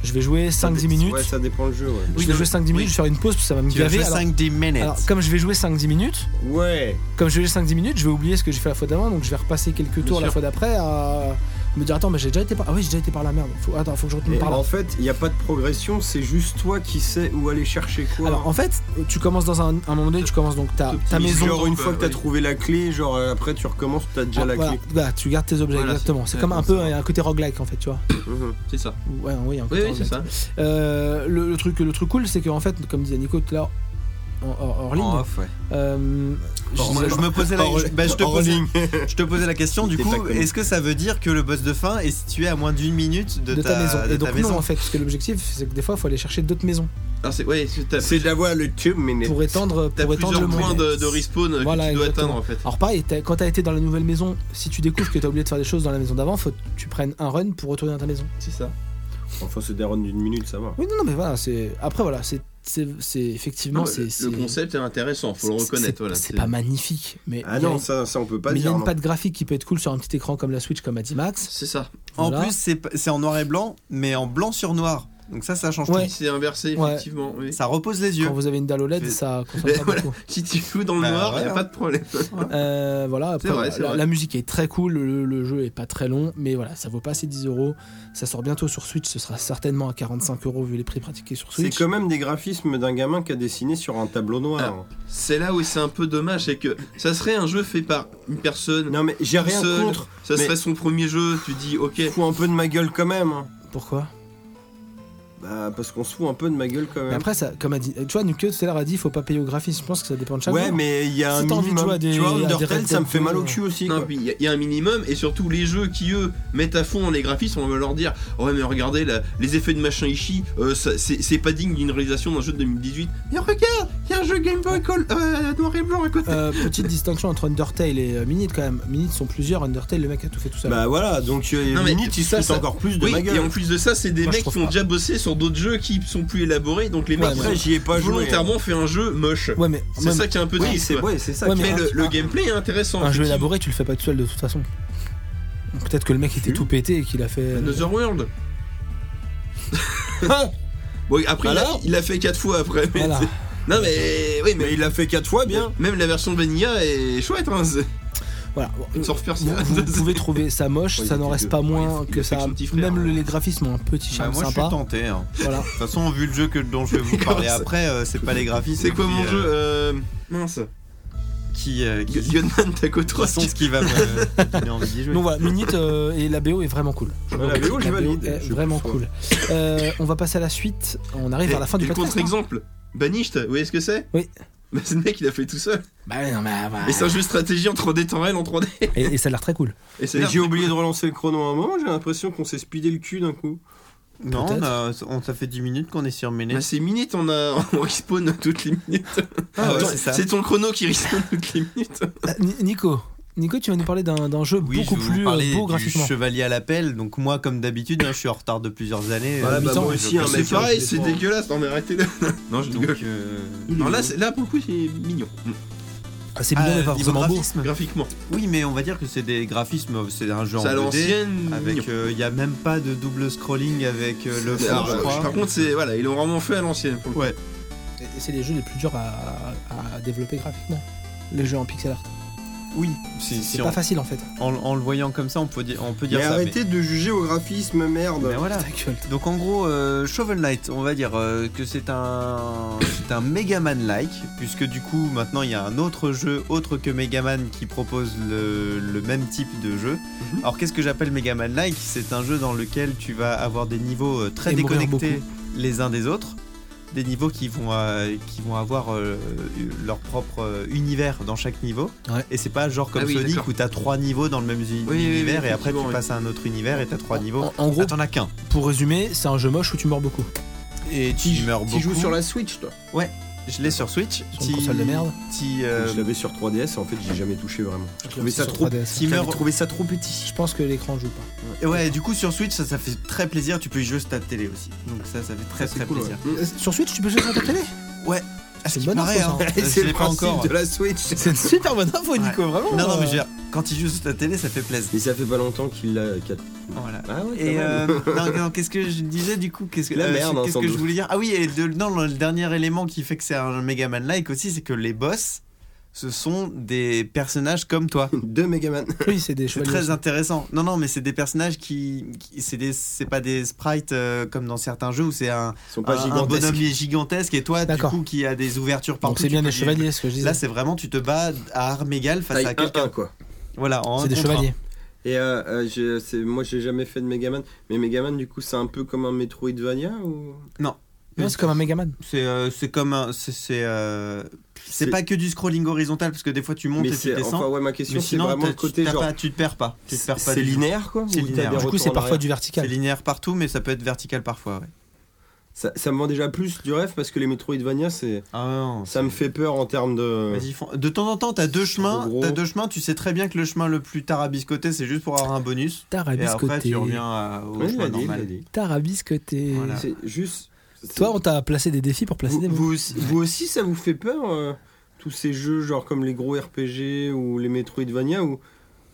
[SPEAKER 6] Je vais jouer 5-10 minutes.
[SPEAKER 3] Ouais, ça dépend le jeu, ouais.
[SPEAKER 1] Oui,
[SPEAKER 6] je vais
[SPEAKER 1] non,
[SPEAKER 6] jouer 5-10 minutes,
[SPEAKER 1] oui.
[SPEAKER 6] je vais faire une pause, parce que ça va me
[SPEAKER 2] Tu vas
[SPEAKER 6] gaver.
[SPEAKER 2] jouer
[SPEAKER 6] Alors-
[SPEAKER 2] 5-10 minutes.
[SPEAKER 6] Alors, comme je vais jouer 5-10 minutes,
[SPEAKER 3] Ouais.
[SPEAKER 6] comme je vais jouer 5-10 minutes, je vais oublier ce que j'ai fait la fois d'avant, donc je vais repasser quelques tours la
[SPEAKER 1] sûr.
[SPEAKER 6] fois d'après à me dire Attends, mais j'ai déjà été par. Ah oui, j'ai déjà été par la merde. Faut... Attends, faut que je retourne
[SPEAKER 3] Et
[SPEAKER 6] par là.
[SPEAKER 3] en fait, il n'y a pas de progression, c'est juste toi qui sais où aller chercher quoi.
[SPEAKER 6] Alors, en fait, tu commences dans un, un moment donné, tu commences donc ta, ta
[SPEAKER 1] T'optimises
[SPEAKER 6] maison.
[SPEAKER 1] le
[SPEAKER 3] genre une
[SPEAKER 1] quoi,
[SPEAKER 3] fois que t'as
[SPEAKER 1] euh, oui.
[SPEAKER 3] trouvé la clé, genre euh, après tu recommences, t'as déjà
[SPEAKER 6] Ah,
[SPEAKER 3] la
[SPEAKER 6] voilà,
[SPEAKER 3] clé.
[SPEAKER 6] voilà, tu gardes tes objets,
[SPEAKER 1] Voilà,
[SPEAKER 6] exactement.
[SPEAKER 1] c'est-
[SPEAKER 6] C'est comme un
[SPEAKER 1] ouais,
[SPEAKER 6] peu
[SPEAKER 1] ça va.
[SPEAKER 6] un côté roguelike en fait, tu vois.
[SPEAKER 3] Mhm.
[SPEAKER 1] C'est ça.
[SPEAKER 6] Ouais, oui, un
[SPEAKER 1] Oui,
[SPEAKER 6] côté
[SPEAKER 1] oui, c'est
[SPEAKER 6] roguelike.
[SPEAKER 1] ça.
[SPEAKER 6] Euh, le, le truc, le truc cool, c'est qu'en fait, comme disait Nico tout à l'heure, en- hors, hors ligne,
[SPEAKER 2] En off, ouais.
[SPEAKER 6] euh, je
[SPEAKER 2] Moi,
[SPEAKER 6] disais-
[SPEAKER 2] je me posais la,
[SPEAKER 3] en-
[SPEAKER 2] je, bah, je te
[SPEAKER 3] en
[SPEAKER 2] posais, je te posais la question du
[SPEAKER 3] T'es pas
[SPEAKER 2] coup,
[SPEAKER 3] connu.
[SPEAKER 2] est-ce que ça veut dire que le boss de fin est situé à moins d'une minute de,
[SPEAKER 6] de ta, maison.
[SPEAKER 2] de
[SPEAKER 6] Et donc
[SPEAKER 2] ta
[SPEAKER 6] non, en fait, parce que l'objectif, c'est que des fois, il faut aller chercher d'autres maisons
[SPEAKER 1] Alors, c'est, ouais, c'est- t'as,
[SPEAKER 3] C'est d'avoir le tube, mais net.
[SPEAKER 6] pour étendre,
[SPEAKER 1] t'as
[SPEAKER 6] pour étendre
[SPEAKER 1] plusieurs
[SPEAKER 6] le
[SPEAKER 1] points
[SPEAKER 6] monde.
[SPEAKER 1] de, de respawn euh,
[SPEAKER 6] Voilà,
[SPEAKER 1] que tu dois
[SPEAKER 6] exactement.
[SPEAKER 1] atteindre en fait.
[SPEAKER 6] Alors pareil, t'as- quand t'as été dans la nouvelle maison, si tu découvres que t'as oublié de faire des choses dans la maison d'avant, faut que tu prennes un run pour retourner dans ta maison.
[SPEAKER 1] C'est ça.
[SPEAKER 3] Enfin, c'est des runs d'une minute, ça va.
[SPEAKER 6] Oui, non, non, mais voilà, c'est après voilà, c'est c'est c'est- effectivement
[SPEAKER 1] Non,
[SPEAKER 6] c'est
[SPEAKER 1] le,
[SPEAKER 6] c'est-
[SPEAKER 1] le concept est intéressant, faut le
[SPEAKER 6] c'est-
[SPEAKER 1] reconnaître.
[SPEAKER 6] c'est-
[SPEAKER 1] voilà,
[SPEAKER 6] C'est pas magnifique, mais
[SPEAKER 3] Ah
[SPEAKER 6] il y a
[SPEAKER 3] non,
[SPEAKER 6] une-
[SPEAKER 3] ça, ça on peut pas
[SPEAKER 6] mais il y a
[SPEAKER 3] dire.
[SPEAKER 6] une
[SPEAKER 3] hein.
[SPEAKER 6] patte graphique qui peut être cool sur un petit écran comme la Switch, comme a dit Max.
[SPEAKER 1] C'est ça.
[SPEAKER 2] En
[SPEAKER 6] Voilà.
[SPEAKER 2] plus, c'est p- c'est en noir et blanc, mais en blanc sur noir. Donc ça, ça change
[SPEAKER 6] Ouais.
[SPEAKER 1] C'est inversé,
[SPEAKER 6] Ouais.
[SPEAKER 1] effectivement. oui.
[SPEAKER 2] tout. Ça repose les yeux.
[SPEAKER 6] Quand vous avez une dalle OLED,
[SPEAKER 2] C'est-
[SPEAKER 6] ça consomme pas
[SPEAKER 1] Voilà.
[SPEAKER 6] beaucoup.
[SPEAKER 1] Si tu joues dans le
[SPEAKER 2] Bah,
[SPEAKER 1] noir, il
[SPEAKER 2] voilà.
[SPEAKER 1] a pas de problème.
[SPEAKER 6] Euh, voilà, après,
[SPEAKER 1] C'est vrai,
[SPEAKER 6] la-
[SPEAKER 1] c'est
[SPEAKER 6] la,
[SPEAKER 1] vrai.
[SPEAKER 6] la musique est très cool, le, le jeu est pas très long, mais voilà, ça vaut pas ces 10 euros. Ça sort bientôt sur Switch, ce sera certainement à 45 euros vu les prix pratiqués sur
[SPEAKER 3] C'est
[SPEAKER 6] Switch.
[SPEAKER 3] quand même des graphismes d'un gamin qui a dessiné sur un tableau noir.
[SPEAKER 1] C'est là où c'est un peu dommage, c'est que ça serait un jeu fait par une personne.
[SPEAKER 3] Non mais j'ai
[SPEAKER 1] tout
[SPEAKER 3] rien
[SPEAKER 1] seul,
[SPEAKER 3] contre.
[SPEAKER 1] Ça
[SPEAKER 3] mais-
[SPEAKER 1] serait son premier jeu, tu dis ok.
[SPEAKER 3] Fous un peu de ma gueule quand même. hein.
[SPEAKER 6] Pourquoi
[SPEAKER 3] Bah parce qu'on se fout un peu de ma gueule quand
[SPEAKER 6] Mais
[SPEAKER 3] même.
[SPEAKER 6] après, ça, comme a dit, tu vois, Nuke tout à l'heure a dit, faut pas payer au graphisme. Je pense que ça dépend de chaque
[SPEAKER 3] Ouais,
[SPEAKER 6] joueur.
[SPEAKER 3] mais il y a
[SPEAKER 6] Si
[SPEAKER 3] un
[SPEAKER 6] t'as envie de jouer
[SPEAKER 3] minimum.
[SPEAKER 6] à des-
[SPEAKER 3] Tu vois,
[SPEAKER 6] à des Red
[SPEAKER 3] Undertale,
[SPEAKER 6] Dead
[SPEAKER 3] ça me fait mal au
[SPEAKER 6] deux,
[SPEAKER 3] cul aussi.
[SPEAKER 1] Non,
[SPEAKER 3] quoi.
[SPEAKER 1] puis il y, a- il y a un minimum, et surtout les jeux qui eux mettent à fond les graphismes, on va leur dire Ouais, mais regardez la- les effets de machin Ishi, euh, ça- c'est c'est pas digne d'une réalisation d'un jeu de 2018. Et regarde, il y a un jeu Game Boy Col- euh, noir et blanc à côté.
[SPEAKER 6] Euh, petite distinction entre Undertale et euh, Minit quand même. Minit sont plusieurs, Undertale le mec a tout fait tout seul.
[SPEAKER 3] Bah voilà, donc euh,
[SPEAKER 1] Non, mais
[SPEAKER 3] limite ils se
[SPEAKER 1] ça,
[SPEAKER 3] foutent
[SPEAKER 1] ça-
[SPEAKER 3] encore plus de
[SPEAKER 1] oui,
[SPEAKER 3] ma
[SPEAKER 1] et en
[SPEAKER 3] gueule.
[SPEAKER 1] plus de ça, c'est des
[SPEAKER 6] Moi, je
[SPEAKER 1] mecs
[SPEAKER 6] trouve
[SPEAKER 1] qui ont
[SPEAKER 6] pas.
[SPEAKER 1] déjà bossé sur d'autres jeux qui sont plus élaborés, donc les
[SPEAKER 6] Ouais,
[SPEAKER 1] mecs
[SPEAKER 3] Bah, Après j'y ai pas
[SPEAKER 1] ont
[SPEAKER 3] joué. hein.
[SPEAKER 1] volontairement fait un jeu moche.
[SPEAKER 6] ouais, mais,
[SPEAKER 1] C'est
[SPEAKER 6] ouais,
[SPEAKER 1] ça qui est un peu
[SPEAKER 3] Oui,
[SPEAKER 1] triste.
[SPEAKER 3] c'est
[SPEAKER 1] quoi.
[SPEAKER 3] ouais, c'est ça.
[SPEAKER 6] Ouais,
[SPEAKER 3] qui-
[SPEAKER 1] Mais
[SPEAKER 6] mais
[SPEAKER 1] le,
[SPEAKER 6] un-
[SPEAKER 1] le
[SPEAKER 6] un-
[SPEAKER 1] gameplay est intéressant.
[SPEAKER 6] mais un jeu
[SPEAKER 1] effectivement.
[SPEAKER 6] élaboré, tu le fais pas tout seul de toute façon. Peut-être que le mec était tout pété et qu'il a fait.
[SPEAKER 1] Another World. bon, après, il a-
[SPEAKER 3] Alors
[SPEAKER 1] il l'a fait 4 fois après. mais
[SPEAKER 6] euh, Voilà.
[SPEAKER 1] c'est- Non, mais oui, mais,
[SPEAKER 3] Mais il l'a fait quatre fois bien.
[SPEAKER 1] même la version Vanilla est chouette. Hein, c'est-
[SPEAKER 6] Voilà. Bon,
[SPEAKER 1] Une
[SPEAKER 6] euh,
[SPEAKER 1] sorte de
[SPEAKER 6] Vous,
[SPEAKER 1] personnage.
[SPEAKER 6] vous pouvez trouver ça moche,
[SPEAKER 3] Ouais, il
[SPEAKER 6] ça n'en
[SPEAKER 3] était
[SPEAKER 6] reste
[SPEAKER 3] deux.
[SPEAKER 6] pas
[SPEAKER 1] Ouais, il
[SPEAKER 6] moins
[SPEAKER 1] fait- il
[SPEAKER 6] que
[SPEAKER 1] a fait
[SPEAKER 6] ça.
[SPEAKER 1] avec son petit frère,
[SPEAKER 6] Même
[SPEAKER 1] ouais.
[SPEAKER 6] les graphismes ont un petit
[SPEAKER 2] Bah,
[SPEAKER 6] charme
[SPEAKER 2] moi, je suis
[SPEAKER 6] sympa.
[SPEAKER 2] tenté. hein.
[SPEAKER 6] Voilà.
[SPEAKER 2] De toute façon, vu le jeu que, dont je vais vous parler après, euh, c'est pas les graphismes.
[SPEAKER 1] C'est quoi
[SPEAKER 2] qui,
[SPEAKER 1] mon
[SPEAKER 2] euh,
[SPEAKER 1] jeu euh, Mince.
[SPEAKER 2] qui, euh, qui, qui
[SPEAKER 1] Gunman Taco 3.
[SPEAKER 2] sont ce qui va me donner envie d'y jouer.
[SPEAKER 6] Donc voilà, Minit euh, et la BO est vraiment cool.
[SPEAKER 3] Ouais, la BO, je
[SPEAKER 6] La
[SPEAKER 3] valide.
[SPEAKER 6] est
[SPEAKER 3] Je suis
[SPEAKER 6] vraiment
[SPEAKER 3] pour
[SPEAKER 6] cool. Euh, on va passer à la suite. On arrive à la fin du
[SPEAKER 1] Et le
[SPEAKER 6] podcast. hein.
[SPEAKER 1] contre-exemple. Banished, vous voyez ce que c'est
[SPEAKER 6] Oui.
[SPEAKER 1] Bah, c'est le mec, il a fait tout seul.
[SPEAKER 6] Bah, non, bah, bah.
[SPEAKER 1] Et c'est un jeu de stratégie en 3D temps réel en 3D.
[SPEAKER 6] Et, et ça a l'air très cool.
[SPEAKER 1] Et c'est
[SPEAKER 3] Mais
[SPEAKER 1] là-
[SPEAKER 3] j'ai oublié de relancer le chrono à un moment, j'ai l'impression qu'on s'est speedé le cul d'un coup.
[SPEAKER 2] Non,
[SPEAKER 6] Peut-être.
[SPEAKER 2] on a- on- ça fait 10 minutes qu'on est sur Méné.
[SPEAKER 1] Bah, ces minutes, on, a... on respawn toutes les minutes.
[SPEAKER 2] Ah ouais,
[SPEAKER 1] Attends,
[SPEAKER 2] c'est ça.
[SPEAKER 1] ton chrono qui respawn toutes les minutes.
[SPEAKER 6] Ah, Ni- Nico, Nico, tu vas nous parler d'un d'un jeu
[SPEAKER 2] Oui,
[SPEAKER 6] beaucoup
[SPEAKER 2] je vais vous
[SPEAKER 6] plus
[SPEAKER 2] parler
[SPEAKER 6] euh, beau
[SPEAKER 2] du
[SPEAKER 6] graphiquement.
[SPEAKER 2] Chevalier à l'appel. Donc moi, comme d'habitude, hein, je suis en retard de plusieurs années.
[SPEAKER 4] Ah,
[SPEAKER 1] Voilà,
[SPEAKER 2] Euh,
[SPEAKER 1] bah,
[SPEAKER 2] mais
[SPEAKER 1] moi
[SPEAKER 2] je
[SPEAKER 1] aussi, hein,
[SPEAKER 2] pense
[SPEAKER 1] mais
[SPEAKER 2] que-
[SPEAKER 1] c'est pareil, c'est dégueulasse. Non, mais arrêtez-le. Non, je
[SPEAKER 2] Donc,
[SPEAKER 1] rigole.
[SPEAKER 2] euh,
[SPEAKER 1] Non, là, c'est- là, pour le coup, c'est mignon.
[SPEAKER 6] Ah, c'est
[SPEAKER 2] Ah,
[SPEAKER 6] bien d'avoir
[SPEAKER 2] niveau
[SPEAKER 6] vraiment beau.
[SPEAKER 2] graphisme.
[SPEAKER 1] Graphiquement.
[SPEAKER 2] Oui, mais on va dire que c'est des graphismes, c'est un jeu en
[SPEAKER 1] C'est à
[SPEAKER 2] 2D.
[SPEAKER 1] l'ancienne. mignon.
[SPEAKER 2] Avec, il n'y a même pas de double scrolling avec euh, le fond,
[SPEAKER 1] Alors,
[SPEAKER 2] je crois.
[SPEAKER 1] par contre, c'est voilà, ils l'ont vraiment fait à l'ancienne. pour le coup.
[SPEAKER 2] Ouais.
[SPEAKER 6] Et- et C'est les jeux les plus durs à, à développer graphiquement. Les jeux en pixel art.
[SPEAKER 2] Oui, si,
[SPEAKER 6] C'est
[SPEAKER 2] si,
[SPEAKER 6] pas
[SPEAKER 2] on-
[SPEAKER 6] facile en fait.
[SPEAKER 2] en, en le voyant comme ça, on peut dire, on peut dire
[SPEAKER 3] Mais
[SPEAKER 2] ça. mais-
[SPEAKER 3] arrêtez de juger au graphisme, merde.
[SPEAKER 2] mais voilà.
[SPEAKER 6] Ta gueule.
[SPEAKER 2] Donc en gros, euh, Shovel Knight, on va dire euh, que c'est un, c'est un Mega Man-like, puisque du coup maintenant il y a un autre jeu autre que Mega Man qui propose le, le même type de jeu.
[SPEAKER 6] Mhm.
[SPEAKER 2] Alors qu'est-ce que j'appelle Mega Man-like C'est un jeu dans lequel tu vas avoir des niveaux euh, très
[SPEAKER 6] Et mourir
[SPEAKER 2] déconnectés les uns des autres, des niveaux qui vont, euh, qui vont avoir euh, leur propre euh, univers dans chaque niveau.
[SPEAKER 6] Ouais.
[SPEAKER 2] Et c'est pas genre comme
[SPEAKER 1] Ah oui,
[SPEAKER 2] Sonic
[SPEAKER 1] d'accord.
[SPEAKER 2] où t'as trois niveaux dans le même uni-
[SPEAKER 1] oui, oui,
[SPEAKER 2] univers et après tu
[SPEAKER 1] effectivement, oui.
[SPEAKER 2] passes à un autre univers et t'as trois
[SPEAKER 6] En-
[SPEAKER 2] niveaux.
[SPEAKER 6] En, en gros,
[SPEAKER 2] Ah, t'en as qu'un.
[SPEAKER 6] pour résumer, c'est un jeu moche où tu meurs beaucoup.
[SPEAKER 2] Et tu meurs beaucoup.
[SPEAKER 3] Tu joues sur la Switch, toi
[SPEAKER 2] Je l'ai sur Switch.
[SPEAKER 6] Sur
[SPEAKER 2] T'y-
[SPEAKER 6] une console de merde.
[SPEAKER 2] t'y, euh,
[SPEAKER 3] Je l'avais sur 3DS, en fait, j'ai jamais touché vraiment. Je trouvais ça
[SPEAKER 6] Sur
[SPEAKER 3] trop.
[SPEAKER 6] 3DS.
[SPEAKER 2] t'y meurs-
[SPEAKER 3] J'avais trouvé ça
[SPEAKER 1] Oh.
[SPEAKER 3] trop petit.
[SPEAKER 6] Je pense que l'écran joue pas.
[SPEAKER 2] Et Ouais, du coup sur Switch ça, ça fait très plaisir. Tu peux y jouer sur ta télé aussi. Donc ça, ça fait très
[SPEAKER 3] c'est
[SPEAKER 2] très
[SPEAKER 3] cool,
[SPEAKER 2] plaisir.
[SPEAKER 6] Euh, Sur Switch, tu peux jouer sur ta télé
[SPEAKER 2] Ah,
[SPEAKER 6] C'est
[SPEAKER 2] ce
[SPEAKER 6] une
[SPEAKER 2] qui
[SPEAKER 6] bonne
[SPEAKER 2] paraît,
[SPEAKER 6] info, ça.
[SPEAKER 2] hein.
[SPEAKER 3] Et
[SPEAKER 2] Je
[SPEAKER 3] c'est
[SPEAKER 2] l'ai
[SPEAKER 3] le
[SPEAKER 2] pas
[SPEAKER 3] principe
[SPEAKER 2] encore.
[SPEAKER 3] de la Switch.
[SPEAKER 6] C'est une super bonne info, Nico, vraiment.
[SPEAKER 2] Non, non, mais je veux
[SPEAKER 6] euh,
[SPEAKER 2] dire, quand il joue sur ta télé, ça fait plaisir.
[SPEAKER 3] Mais ça fait pas longtemps qu'il l'a. qu'a-
[SPEAKER 2] Voilà.
[SPEAKER 3] Ah ouais,
[SPEAKER 2] Et
[SPEAKER 3] quand même.
[SPEAKER 2] euh, non, non, qu'est-ce que je disais du coup Qu'est-ce que, euh,
[SPEAKER 3] La merde, hein,
[SPEAKER 2] qu'est-ce
[SPEAKER 3] sans
[SPEAKER 2] que je
[SPEAKER 3] doute.
[SPEAKER 2] voulais dire Ah oui, et de- non, le dernier élément qui fait que c'est un Mega Man like aussi, c'est que les boss, ce sont des personnages comme toi.
[SPEAKER 3] Deux Megaman.
[SPEAKER 6] Oui, c'est des
[SPEAKER 2] C'est
[SPEAKER 6] chevaliers.
[SPEAKER 2] très intéressant. Non, non, mais c'est des personnages qui, qui- c'est des, c'est pas des sprites euh, comme dans certains jeux où c'est un,
[SPEAKER 3] Ils sont
[SPEAKER 2] un,
[SPEAKER 3] pas
[SPEAKER 4] Ah,
[SPEAKER 2] un
[SPEAKER 3] gigantesques.
[SPEAKER 2] bonhomme gigantesque et toi, du
[SPEAKER 6] D'accord.
[SPEAKER 2] coup, qui a des ouvertures partout.
[SPEAKER 6] Donc c'est
[SPEAKER 2] tu
[SPEAKER 6] bien
[SPEAKER 2] peux
[SPEAKER 6] des
[SPEAKER 2] lui-
[SPEAKER 6] chevaliers, ce que je disais.
[SPEAKER 2] Là, c'est vraiment, tu te bats à armes égales face
[SPEAKER 3] Taille
[SPEAKER 2] à quelqu'un.
[SPEAKER 3] 1, quoi.
[SPEAKER 2] Voilà, en un
[SPEAKER 6] C'est des
[SPEAKER 2] contre un.
[SPEAKER 6] chevaliers.
[SPEAKER 3] Et euh, euh, j'ai- c'est- moi j'ai jamais fait de Megaman, mais Megaman du coup c'est un peu comme un Metroidvania ou
[SPEAKER 6] Non, c'est comme un Megaman.
[SPEAKER 2] C'est euh, c'est comme un. C'est c'est, euh, c'est
[SPEAKER 3] C'est-
[SPEAKER 2] pas que du scrolling horizontal parce que des fois tu montes
[SPEAKER 3] Mais
[SPEAKER 2] et tu
[SPEAKER 3] c'est
[SPEAKER 2] descends.
[SPEAKER 3] enfin ouais ma
[SPEAKER 2] mais
[SPEAKER 3] question c'est
[SPEAKER 2] sinon,
[SPEAKER 3] vraiment
[SPEAKER 2] t'as-
[SPEAKER 3] le côté
[SPEAKER 2] t'as
[SPEAKER 3] genre
[SPEAKER 2] pas- tu te perds pas. Tu te perds pas
[SPEAKER 3] c'est
[SPEAKER 2] du tout.
[SPEAKER 3] linéaire quoi.
[SPEAKER 2] C'est
[SPEAKER 3] ou t'as des
[SPEAKER 2] linéaire. Du
[SPEAKER 6] Du coup,
[SPEAKER 3] retours
[SPEAKER 6] c'est
[SPEAKER 3] en
[SPEAKER 6] parfois
[SPEAKER 3] arrière
[SPEAKER 6] du
[SPEAKER 2] C'est
[SPEAKER 6] vertical.
[SPEAKER 2] linéaire partout, mais ça peut être vertical parfois. Ouais.
[SPEAKER 3] Ça, ça me vend déjà plus du rêve parce que les Metroidvania c'est
[SPEAKER 2] Ah non.
[SPEAKER 3] ça me fait peur en termes de
[SPEAKER 2] Vas-y, fon- De temps en temps, t'as deux chemins.
[SPEAKER 3] trop gros.
[SPEAKER 2] T'as deux chemins. Tu sais très bien que le chemin le plus tarabiscoté, c'est juste pour avoir un bonus. Et après,
[SPEAKER 6] Tarabiscoté.
[SPEAKER 2] tu reviens à- au
[SPEAKER 3] Ouais, il
[SPEAKER 2] chemin
[SPEAKER 3] l'a dit, il l'a
[SPEAKER 2] bah, normal.
[SPEAKER 3] dit.
[SPEAKER 6] Tarabiscoté.
[SPEAKER 2] Voilà.
[SPEAKER 3] C'est juste
[SPEAKER 6] Toi, on t'a placé des défis pour placer
[SPEAKER 3] vous,
[SPEAKER 6] des mots.
[SPEAKER 3] vous aussi, vous aussi, ça vous fait peur euh, tous ces jeux genre comme les gros RPG ou les Metroidvania où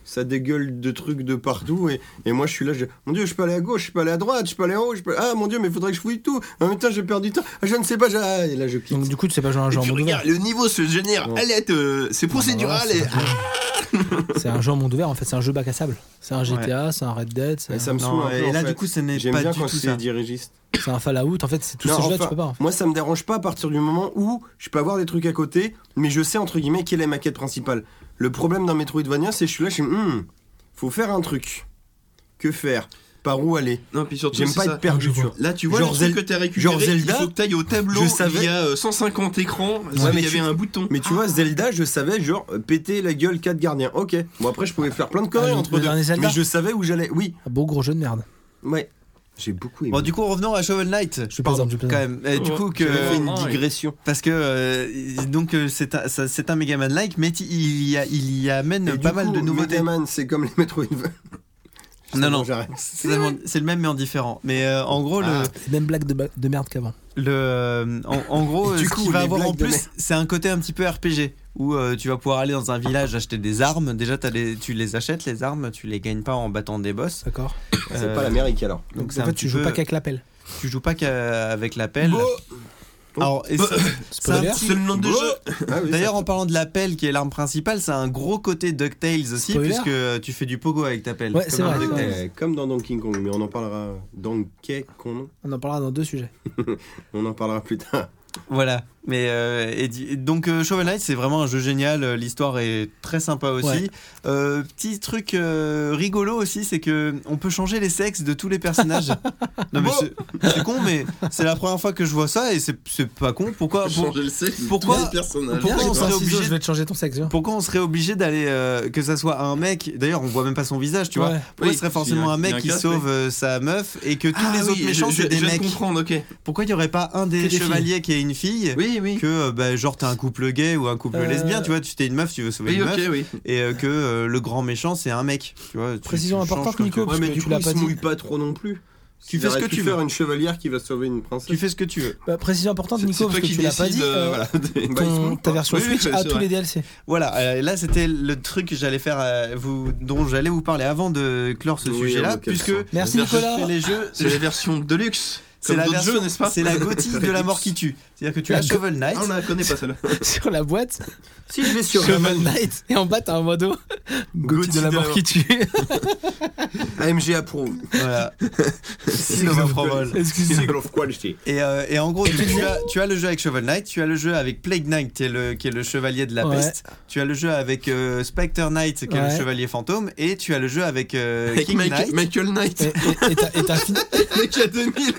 [SPEAKER 3] ça dégueule de trucs de partout et, et moi je suis là je mon dieu je peux aller à gauche je peux aller à droite je peux aller en haut je peux ah mon dieu mais faudrait que je fouille tout en même temps j'ai perdu du temps Ah, je ne sais pas j'ai- ah, et là je quitte
[SPEAKER 6] Donc, du coup, tu sais pas jouer à un
[SPEAKER 1] Et
[SPEAKER 6] jeu en
[SPEAKER 1] puis,
[SPEAKER 6] monde ouvert.
[SPEAKER 1] regarde, le niveau se génère.
[SPEAKER 3] Ouais.
[SPEAKER 1] Allez, c'est procédural.
[SPEAKER 6] Voilà,
[SPEAKER 1] et-
[SPEAKER 6] c'est un jeu- C'est un jeu en monde ouvert, en fait, c'est un jeu bac à sable. C'est un GTA, c'est un Red Dead, c'est
[SPEAKER 3] Ouais, ça
[SPEAKER 6] un-
[SPEAKER 3] me
[SPEAKER 2] Non,
[SPEAKER 3] saoule un peu,
[SPEAKER 2] et
[SPEAKER 3] en
[SPEAKER 2] là,
[SPEAKER 3] fait.
[SPEAKER 2] du coup, ce n'est
[SPEAKER 3] j'aime
[SPEAKER 2] pas
[SPEAKER 3] bien
[SPEAKER 2] du
[SPEAKER 3] quand
[SPEAKER 2] tout ça.
[SPEAKER 3] c'est dirigiste
[SPEAKER 6] c'est un Fallout. En fait, c'est tous
[SPEAKER 3] Non,
[SPEAKER 6] ces jeux-là, tu
[SPEAKER 3] enfin,
[SPEAKER 6] peux pas. hein.
[SPEAKER 3] moi ça me dérange pas à partir du moment où je peux avoir des trucs à côté mais je sais entre guillemets quelle est ma quête principale le problème d'un Metroidvania c'est que je suis là je suis Hmm, faut faire un truc que faire par où aller
[SPEAKER 1] Non, puis surtout,
[SPEAKER 3] J'aime
[SPEAKER 1] c'est
[SPEAKER 3] pas
[SPEAKER 1] ça.
[SPEAKER 3] être perdu, tu vois.
[SPEAKER 1] Là, tu vois
[SPEAKER 3] Genre
[SPEAKER 1] le truc
[SPEAKER 3] Zel-
[SPEAKER 1] que t'as récupéré.
[SPEAKER 3] genre Zelda,
[SPEAKER 1] il faut que t'ailles au tableau.
[SPEAKER 3] je savais-
[SPEAKER 1] Il y a euh, 150 écrans. parce
[SPEAKER 3] Ouais,
[SPEAKER 1] qu'il
[SPEAKER 3] mais
[SPEAKER 1] y
[SPEAKER 3] tu-
[SPEAKER 1] avait un bouton.
[SPEAKER 3] Mais tu
[SPEAKER 2] Ah.
[SPEAKER 3] vois, Zelda, je savais genre euh, péter la gueule 4 gardiens. Ok. Bon, après, je pouvais faire plein de conneries
[SPEAKER 6] Ah, le-
[SPEAKER 3] entre
[SPEAKER 6] le
[SPEAKER 3] deux.
[SPEAKER 6] dernier Zelda
[SPEAKER 3] Mais je savais où j'allais. Oui.
[SPEAKER 6] Un beau gros jeu de merde.
[SPEAKER 3] Ouais. J'ai beaucoup aimé.
[SPEAKER 2] Bon, du coup, revenons à Shovel Knight.
[SPEAKER 6] Je
[SPEAKER 2] Pardon,
[SPEAKER 6] plaisante, je
[SPEAKER 2] quand même. Euh, du
[SPEAKER 1] Oh,
[SPEAKER 2] coup, que.
[SPEAKER 1] j'avais fait une
[SPEAKER 3] digression.
[SPEAKER 2] Parce que euh, donc euh, c'est un, ça- c'est un Mega Man like, mais t- il y, a- il y amène
[SPEAKER 3] Et
[SPEAKER 2] pas
[SPEAKER 3] du
[SPEAKER 2] mal
[SPEAKER 3] coup,
[SPEAKER 2] de nouveautés.
[SPEAKER 3] Megaman, c'est comme les Metroidvania.
[SPEAKER 2] Non, non.
[SPEAKER 3] Bon, j'arrête. Ah.
[SPEAKER 2] C'est vraiment- c'est le même mais en différent. Mais euh, en gros le,
[SPEAKER 6] C'est même blague de, ba- de merde qu'avant.
[SPEAKER 2] le euh, en, en gros
[SPEAKER 3] Et
[SPEAKER 2] euh,
[SPEAKER 3] du
[SPEAKER 2] ce
[SPEAKER 3] coup,
[SPEAKER 2] qu'il va
[SPEAKER 3] les
[SPEAKER 2] avoir en
[SPEAKER 3] blagues de
[SPEAKER 2] plus, c'est un côté un petit peu RPG où euh, tu vas pouvoir aller dans un village acheter des armes. Déjà t'as les- tu les achètes les armes, tu les gagnes pas en battant des boss.
[SPEAKER 6] D'accord.
[SPEAKER 3] C'est
[SPEAKER 2] Euh,
[SPEAKER 3] pas l'Amérique alors.
[SPEAKER 2] Donc
[SPEAKER 6] Donc,
[SPEAKER 2] c'est
[SPEAKER 6] en
[SPEAKER 2] un
[SPEAKER 6] fait, tu
[SPEAKER 2] petit
[SPEAKER 6] joues
[SPEAKER 2] peu-
[SPEAKER 6] pas qu'avec l'appel.
[SPEAKER 2] tu joues pas qu'avec la pelle.
[SPEAKER 3] Bon.
[SPEAKER 2] Alors et c'est- c'est un
[SPEAKER 6] Spoiler.
[SPEAKER 2] petit-
[SPEAKER 1] C'est le nom de jeu.
[SPEAKER 3] Ah oui,
[SPEAKER 2] D'ailleurs, en parlant de la pelle qui est l'arme principale, ça a un gros côté DuckTales aussi,
[SPEAKER 6] Spoiler.
[SPEAKER 2] puisque euh, tu fais du pogo avec ta pelle.
[SPEAKER 6] Ouais,
[SPEAKER 2] Comme
[SPEAKER 6] c'est
[SPEAKER 2] dans
[SPEAKER 6] vrai.
[SPEAKER 3] ça-
[SPEAKER 2] DuckTales.
[SPEAKER 3] Euh, comme dans Donkey Kong, mais on en parlera. Donkey Kong,
[SPEAKER 6] On en parlera dans deux sujets.
[SPEAKER 3] on en parlera plus tard.
[SPEAKER 2] Voilà. Mais euh, et di- et donc euh, Shovel Knight c'est vraiment un jeu génial, euh, l'histoire est très sympa aussi.
[SPEAKER 6] Ouais.
[SPEAKER 2] Euh, petit truc euh, rigolo aussi, c'est que on peut changer les sexes de tous les personnages. non mais c'est- c'est con, mais c'est la première fois que je vois ça et c'est c'est pas con. Pourquoi pour-
[SPEAKER 1] Changer le sexe de
[SPEAKER 2] pourquoi-
[SPEAKER 1] tous les personnages.
[SPEAKER 2] pourquoi
[SPEAKER 6] Viens,
[SPEAKER 2] on
[SPEAKER 6] j'ai
[SPEAKER 2] serait
[SPEAKER 6] pas un ciseau,
[SPEAKER 2] obligé-
[SPEAKER 6] Je vais te changer ton sexe. viens.
[SPEAKER 2] pourquoi on serait obligé d'aller euh, que ça soit un mec D'ailleurs, on voit même pas son visage, tu vois.
[SPEAKER 6] Ouais.
[SPEAKER 2] Pourquoi
[SPEAKER 1] Oui,
[SPEAKER 2] ce serait
[SPEAKER 1] il y a
[SPEAKER 2] forcément
[SPEAKER 1] un-
[SPEAKER 2] un
[SPEAKER 1] il y a
[SPEAKER 2] mec
[SPEAKER 1] un
[SPEAKER 2] qui
[SPEAKER 1] casse,
[SPEAKER 2] sauve euh, sa meuf et que tous
[SPEAKER 1] Ah
[SPEAKER 2] les autres
[SPEAKER 1] oui,
[SPEAKER 2] méchants
[SPEAKER 1] je,
[SPEAKER 2] c'est
[SPEAKER 1] je,
[SPEAKER 2] des
[SPEAKER 1] je viens de
[SPEAKER 2] mecs
[SPEAKER 1] comprendre, ok.
[SPEAKER 2] Pourquoi il y aurait pas un
[SPEAKER 6] Que
[SPEAKER 2] des
[SPEAKER 6] des
[SPEAKER 2] chevaliers qui est une fille
[SPEAKER 1] Oui, oui.
[SPEAKER 2] que euh, bah, genre t'as un couple gay ou un couple
[SPEAKER 6] Euh,
[SPEAKER 2] lesbien, tu vois, tu t'es une meuf, tu veux sauver
[SPEAKER 1] Oui,
[SPEAKER 2] une
[SPEAKER 1] ok,
[SPEAKER 2] meuf,
[SPEAKER 1] oui.
[SPEAKER 2] et euh, que euh, le grand méchant c'est un mec, tu vois. tu-
[SPEAKER 6] Précision
[SPEAKER 2] tu
[SPEAKER 6] importante,
[SPEAKER 2] changes comme
[SPEAKER 6] Nico,
[SPEAKER 2] tu veux.
[SPEAKER 6] parce que tu l'as pas dit.
[SPEAKER 1] pas trop non plus.
[SPEAKER 2] Tu fais ce que tu veux.
[SPEAKER 3] faire une chevalière qui va sauver une princesse.
[SPEAKER 2] Tu fais ce que tu veux.
[SPEAKER 6] Bah, précision importante,
[SPEAKER 1] C'est c'est
[SPEAKER 6] Nico,
[SPEAKER 1] toi
[SPEAKER 6] parce que
[SPEAKER 1] qui
[SPEAKER 6] tu l'as pas dit.
[SPEAKER 1] décides. euh,
[SPEAKER 6] euh,
[SPEAKER 1] voilà.
[SPEAKER 6] ton-
[SPEAKER 1] Bah, ils se montent
[SPEAKER 6] ta
[SPEAKER 1] pas.
[SPEAKER 6] version
[SPEAKER 1] Oui, oui,
[SPEAKER 6] Switch
[SPEAKER 1] c'est
[SPEAKER 6] a
[SPEAKER 1] vrai.
[SPEAKER 6] tous les DLC.
[SPEAKER 2] Voilà, euh, là c'était le truc que j'allais faire, euh, vous, dont j'allais vous parler avant de clore ce
[SPEAKER 3] Oui,
[SPEAKER 2] sujet-là,
[SPEAKER 3] ok.
[SPEAKER 2] puisque
[SPEAKER 6] Merci
[SPEAKER 1] Merci,
[SPEAKER 6] Nicolas.
[SPEAKER 2] les jeux,
[SPEAKER 1] C'est la version de luxe.
[SPEAKER 2] c'est
[SPEAKER 1] Comme
[SPEAKER 2] la
[SPEAKER 1] d'autres
[SPEAKER 2] version,
[SPEAKER 1] jeux, n'est-ce pas
[SPEAKER 2] c'est la gothique de la mort qui tue. C'est-à-dire que tu
[SPEAKER 6] La
[SPEAKER 2] as
[SPEAKER 6] go-
[SPEAKER 2] Shovel Knight.
[SPEAKER 1] Ah, on la connaît pas celle-là.
[SPEAKER 6] sur la boîte,
[SPEAKER 2] Si je l'ai sur
[SPEAKER 6] Shovel Knight, et en bas t'as un modo Gauthier de la mort qui tue.
[SPEAKER 3] AMG approuve.
[SPEAKER 2] Voilà. Seal of Approval.
[SPEAKER 6] Excusez-moi.
[SPEAKER 3] Single of quality.
[SPEAKER 2] Et, euh, et en gros, tu, as, tu as le jeu avec Shovel Knight, tu as le jeu avec Plague Knight, qui est le, qui est le chevalier de la
[SPEAKER 6] Ouais.
[SPEAKER 2] peste, tu as le jeu avec euh, Spectre Knight, qui est
[SPEAKER 6] Ouais.
[SPEAKER 2] le chevalier fantôme, et tu as le jeu avec, euh,
[SPEAKER 1] Avec
[SPEAKER 2] King
[SPEAKER 1] Mike-
[SPEAKER 2] Knight.
[SPEAKER 1] Michael
[SPEAKER 6] Et-
[SPEAKER 1] Knight,
[SPEAKER 6] et- et t'as- et t'as fini-
[SPEAKER 1] mec à 2000.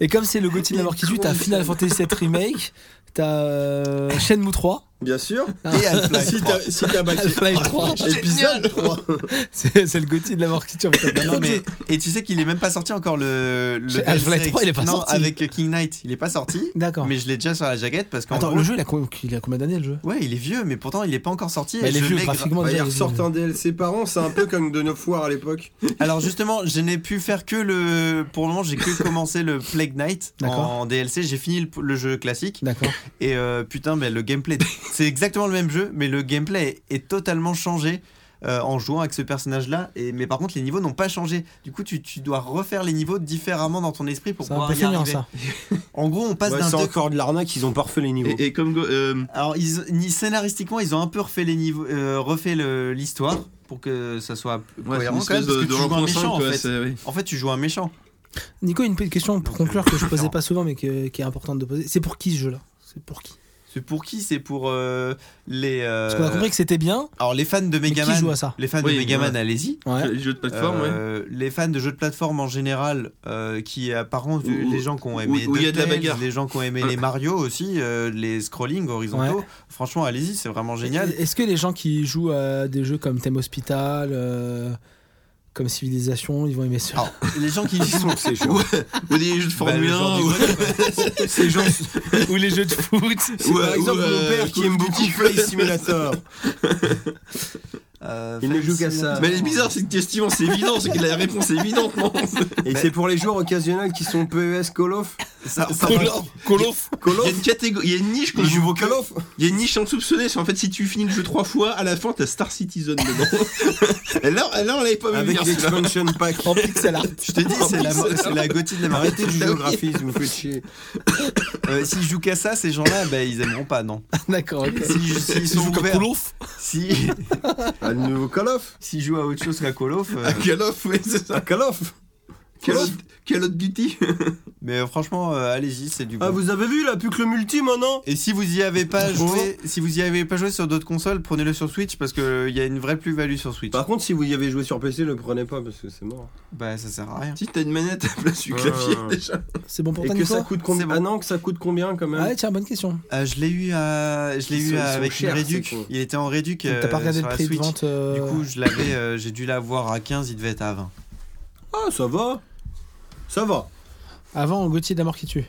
[SPEAKER 6] Et comme c'est le Gauthier de la mort qui tue, t'as Final Fantasy VII Remake, t'as euh, Shenmue 3,
[SPEAKER 3] Bien sûr.
[SPEAKER 6] Ah.
[SPEAKER 2] Et Half-Life
[SPEAKER 3] Si
[SPEAKER 2] 3.
[SPEAKER 3] t'as si t'as battu
[SPEAKER 6] Half-Life 3.
[SPEAKER 3] épisode 3.
[SPEAKER 6] C'est c'est le Gauthier de la mort qui tue. en fait.
[SPEAKER 2] Non, non, mais- et tu sais qu'il est même pas sorti encore le. le
[SPEAKER 6] C'est- Half-Life
[SPEAKER 2] DLC.
[SPEAKER 6] 3, il est pas
[SPEAKER 2] non,
[SPEAKER 6] sorti.
[SPEAKER 2] avec euh, King Knight, il est pas sorti.
[SPEAKER 6] D'accord.
[SPEAKER 2] Mais je l'ai déjà sur la jaquette parce qu'en
[SPEAKER 6] Attends,
[SPEAKER 2] gros-
[SPEAKER 6] le jeu, il a, co- il a combien d'années le jeu
[SPEAKER 2] Ouais, il est vieux, mais pourtant il est pas encore sorti.
[SPEAKER 6] Bah,
[SPEAKER 2] et
[SPEAKER 6] Il est
[SPEAKER 2] je
[SPEAKER 6] vieux
[SPEAKER 2] l'ai gra-
[SPEAKER 6] graphiquement
[SPEAKER 3] Bah,
[SPEAKER 6] déjà.
[SPEAKER 3] ils
[SPEAKER 6] il est vieux.
[SPEAKER 3] ressortent un DLC par an, c'est un peu comme de of War à l'époque.
[SPEAKER 2] Alors justement, je n'ai pu faire que le. Pour le moment, j'ai que commencé le Plague Knight
[SPEAKER 6] D'accord.
[SPEAKER 2] en DLC. J'ai fini le, le jeu classique.
[SPEAKER 6] D'accord.
[SPEAKER 2] Et euh, putain, mais le gameplay, c'est exactement le même jeu, mais le gameplay est, est totalement changé euh, en jouant avec ce personnage-là. Et mais par contre, les niveaux n'ont pas changé. Du coup, tu, tu dois refaire les niveaux différemment dans ton esprit pour
[SPEAKER 6] C'est un
[SPEAKER 2] pouvoir
[SPEAKER 6] peu
[SPEAKER 2] y
[SPEAKER 6] feignant
[SPEAKER 2] arriver.
[SPEAKER 6] ça.
[SPEAKER 2] En gros, on passe d'un duck-
[SPEAKER 3] de l'arnaque, ils ont pas refait les niveaux.
[SPEAKER 1] Et, et comme go- euh,
[SPEAKER 2] Alors, ils, ni- scénaristiquement, ils ont un peu refait les niveaux, euh, refait le- l'histoire pour que ça soit plus
[SPEAKER 1] ouais, c'est une
[SPEAKER 2] cohérent quand même,
[SPEAKER 1] espèce
[SPEAKER 2] parce
[SPEAKER 1] de,
[SPEAKER 2] que
[SPEAKER 1] de
[SPEAKER 2] tu joues un
[SPEAKER 1] 1.5,
[SPEAKER 2] méchant en
[SPEAKER 1] quoi,
[SPEAKER 2] fait.
[SPEAKER 1] c'est- oui.
[SPEAKER 2] En fait, tu joues un méchant.
[SPEAKER 6] Nico, une petite question pour
[SPEAKER 2] Donc, euh,
[SPEAKER 6] conclure que je posais
[SPEAKER 2] différent.
[SPEAKER 6] pas souvent mais que- qui est importante de poser. C'est pour qui ce jeu-là C'est pour qui
[SPEAKER 2] C'est pour qui C'est pour euh, les. euh,
[SPEAKER 6] Parce qu'on a compris que c'était bien,
[SPEAKER 2] Alors, les fans de
[SPEAKER 6] mais qui joue
[SPEAKER 2] Megaman.
[SPEAKER 6] à ça
[SPEAKER 2] Les fans
[SPEAKER 1] Oui,
[SPEAKER 2] de Megaman,
[SPEAKER 1] voilà.
[SPEAKER 2] allez-y.
[SPEAKER 6] Ouais.
[SPEAKER 1] Les jeux de plateforme, ouais.
[SPEAKER 2] Euh, Les fans de jeux de plateforme en général, euh, qui apparemment,
[SPEAKER 1] Où-
[SPEAKER 2] les gens qui ont aimé
[SPEAKER 1] où il y a de la
[SPEAKER 2] DuckTales,
[SPEAKER 1] bagarre.
[SPEAKER 2] les gens qui ont aimé les Mario aussi, euh, les scrolling horizontaux, franchement, allez-y, c'est vraiment génial.
[SPEAKER 6] Est-ce que les gens qui jouent à des jeux comme Thème Hospital, euh, comme Civilisation, ils vont aimer ça
[SPEAKER 2] Alors, les gens qui sont
[SPEAKER 3] ces gens
[SPEAKER 1] Ou des jeux de
[SPEAKER 2] Bah,
[SPEAKER 1] Formule
[SPEAKER 2] le genre
[SPEAKER 1] 1.
[SPEAKER 2] du
[SPEAKER 1] ou-
[SPEAKER 2] bonheur, quoi.
[SPEAKER 3] Ces gens,
[SPEAKER 6] Ou les jeux de foot
[SPEAKER 3] c'est
[SPEAKER 1] Ouais,
[SPEAKER 3] par exemple
[SPEAKER 1] ou,
[SPEAKER 3] mon
[SPEAKER 1] euh,
[SPEAKER 3] père qui
[SPEAKER 1] Call of
[SPEAKER 3] aime beaucoup
[SPEAKER 1] Duty.
[SPEAKER 3] Play Simulator.
[SPEAKER 2] Euh,
[SPEAKER 3] Il ne
[SPEAKER 2] fans
[SPEAKER 3] joue qu'à
[SPEAKER 2] de-
[SPEAKER 3] ça.
[SPEAKER 1] Mais elle est bizarre cette question, c'est évident, c'est que la réponse est évidente, non
[SPEAKER 3] Et c'est pour les joueurs occasionnels qui sont PES Call of.
[SPEAKER 2] Ça- ça-
[SPEAKER 3] Call
[SPEAKER 1] Il y a
[SPEAKER 3] of
[SPEAKER 1] une catégorie, il y a une niche qu'on
[SPEAKER 3] Le
[SPEAKER 1] joue.
[SPEAKER 3] nouveau Call of
[SPEAKER 1] Il y a une niche insoupçonnée, c'est en fait si tu finis le jeu trois fois, à la fin t'as Star Citizen dedans. Et là, là on l'avait pas vu
[SPEAKER 3] Avec
[SPEAKER 1] venir, celui-là.
[SPEAKER 3] l'expansion pack.
[SPEAKER 6] en pixel art.
[SPEAKER 2] Je te dis, c'est la, c'est la gothie de la marée.
[SPEAKER 3] Arrêtez de jouer au graphisme, vous faites chier.
[SPEAKER 2] Euh, S'ils jouent qu'à ça, ces gens-là, bah, ils aimeront pas, non.
[SPEAKER 6] D'accord. ok.
[SPEAKER 2] S'ils s'ils sont ouverts, si-
[SPEAKER 3] Un Ah, nouveau Call of
[SPEAKER 2] s'ils jouent à autre chose qu'à Call of, euh,
[SPEAKER 1] Ah, Call of, oui, c'est ça.
[SPEAKER 3] Un Call of
[SPEAKER 1] Call of, Call of Duty.
[SPEAKER 2] mais euh, franchement, euh, allez-y, c'est du bon.
[SPEAKER 3] Ah, vous avez vu, il a plus que le multi maintenant
[SPEAKER 2] Et si vous y avez pas joué, si vous y avez pas joué sur d'autres consoles, prenez-le sur Switch parce que euh, il y a une vraie plus-value sur Switch.
[SPEAKER 3] Par contre, si vous y avez joué sur PC, le prenez pas parce que c'est mort.
[SPEAKER 2] Bah ça sert à rien.
[SPEAKER 1] Si t'as une manette à place du clavier
[SPEAKER 3] Ah.
[SPEAKER 1] déjà.
[SPEAKER 6] C'est bon pour
[SPEAKER 3] Et
[SPEAKER 6] toi,
[SPEAKER 3] que
[SPEAKER 6] Nico
[SPEAKER 3] ça coûte
[SPEAKER 2] C'est
[SPEAKER 3] combien
[SPEAKER 2] bon.
[SPEAKER 3] Ah non, que ça coûte combien quand même
[SPEAKER 6] Ouais, tiens, bonne question.
[SPEAKER 2] Euh, je l'ai eu à, je l'ai
[SPEAKER 3] Ils
[SPEAKER 2] eu
[SPEAKER 3] sont- ils
[SPEAKER 2] à-
[SPEAKER 3] sont
[SPEAKER 2] avec une
[SPEAKER 3] chers,
[SPEAKER 2] réduc.
[SPEAKER 3] ces cons.
[SPEAKER 2] Il était en réduc.
[SPEAKER 6] T'as pas
[SPEAKER 2] euh,
[SPEAKER 6] regardé
[SPEAKER 2] sur
[SPEAKER 6] le
[SPEAKER 2] la
[SPEAKER 6] prix de
[SPEAKER 2] Switch.
[SPEAKER 6] vente euh,
[SPEAKER 2] Du coup, je l'avais, euh, j'ai dû l'avoir à 15, il devait être à 20.
[SPEAKER 3] Ah, ça va Ça va
[SPEAKER 6] avant Gauthier de la mort qui tue.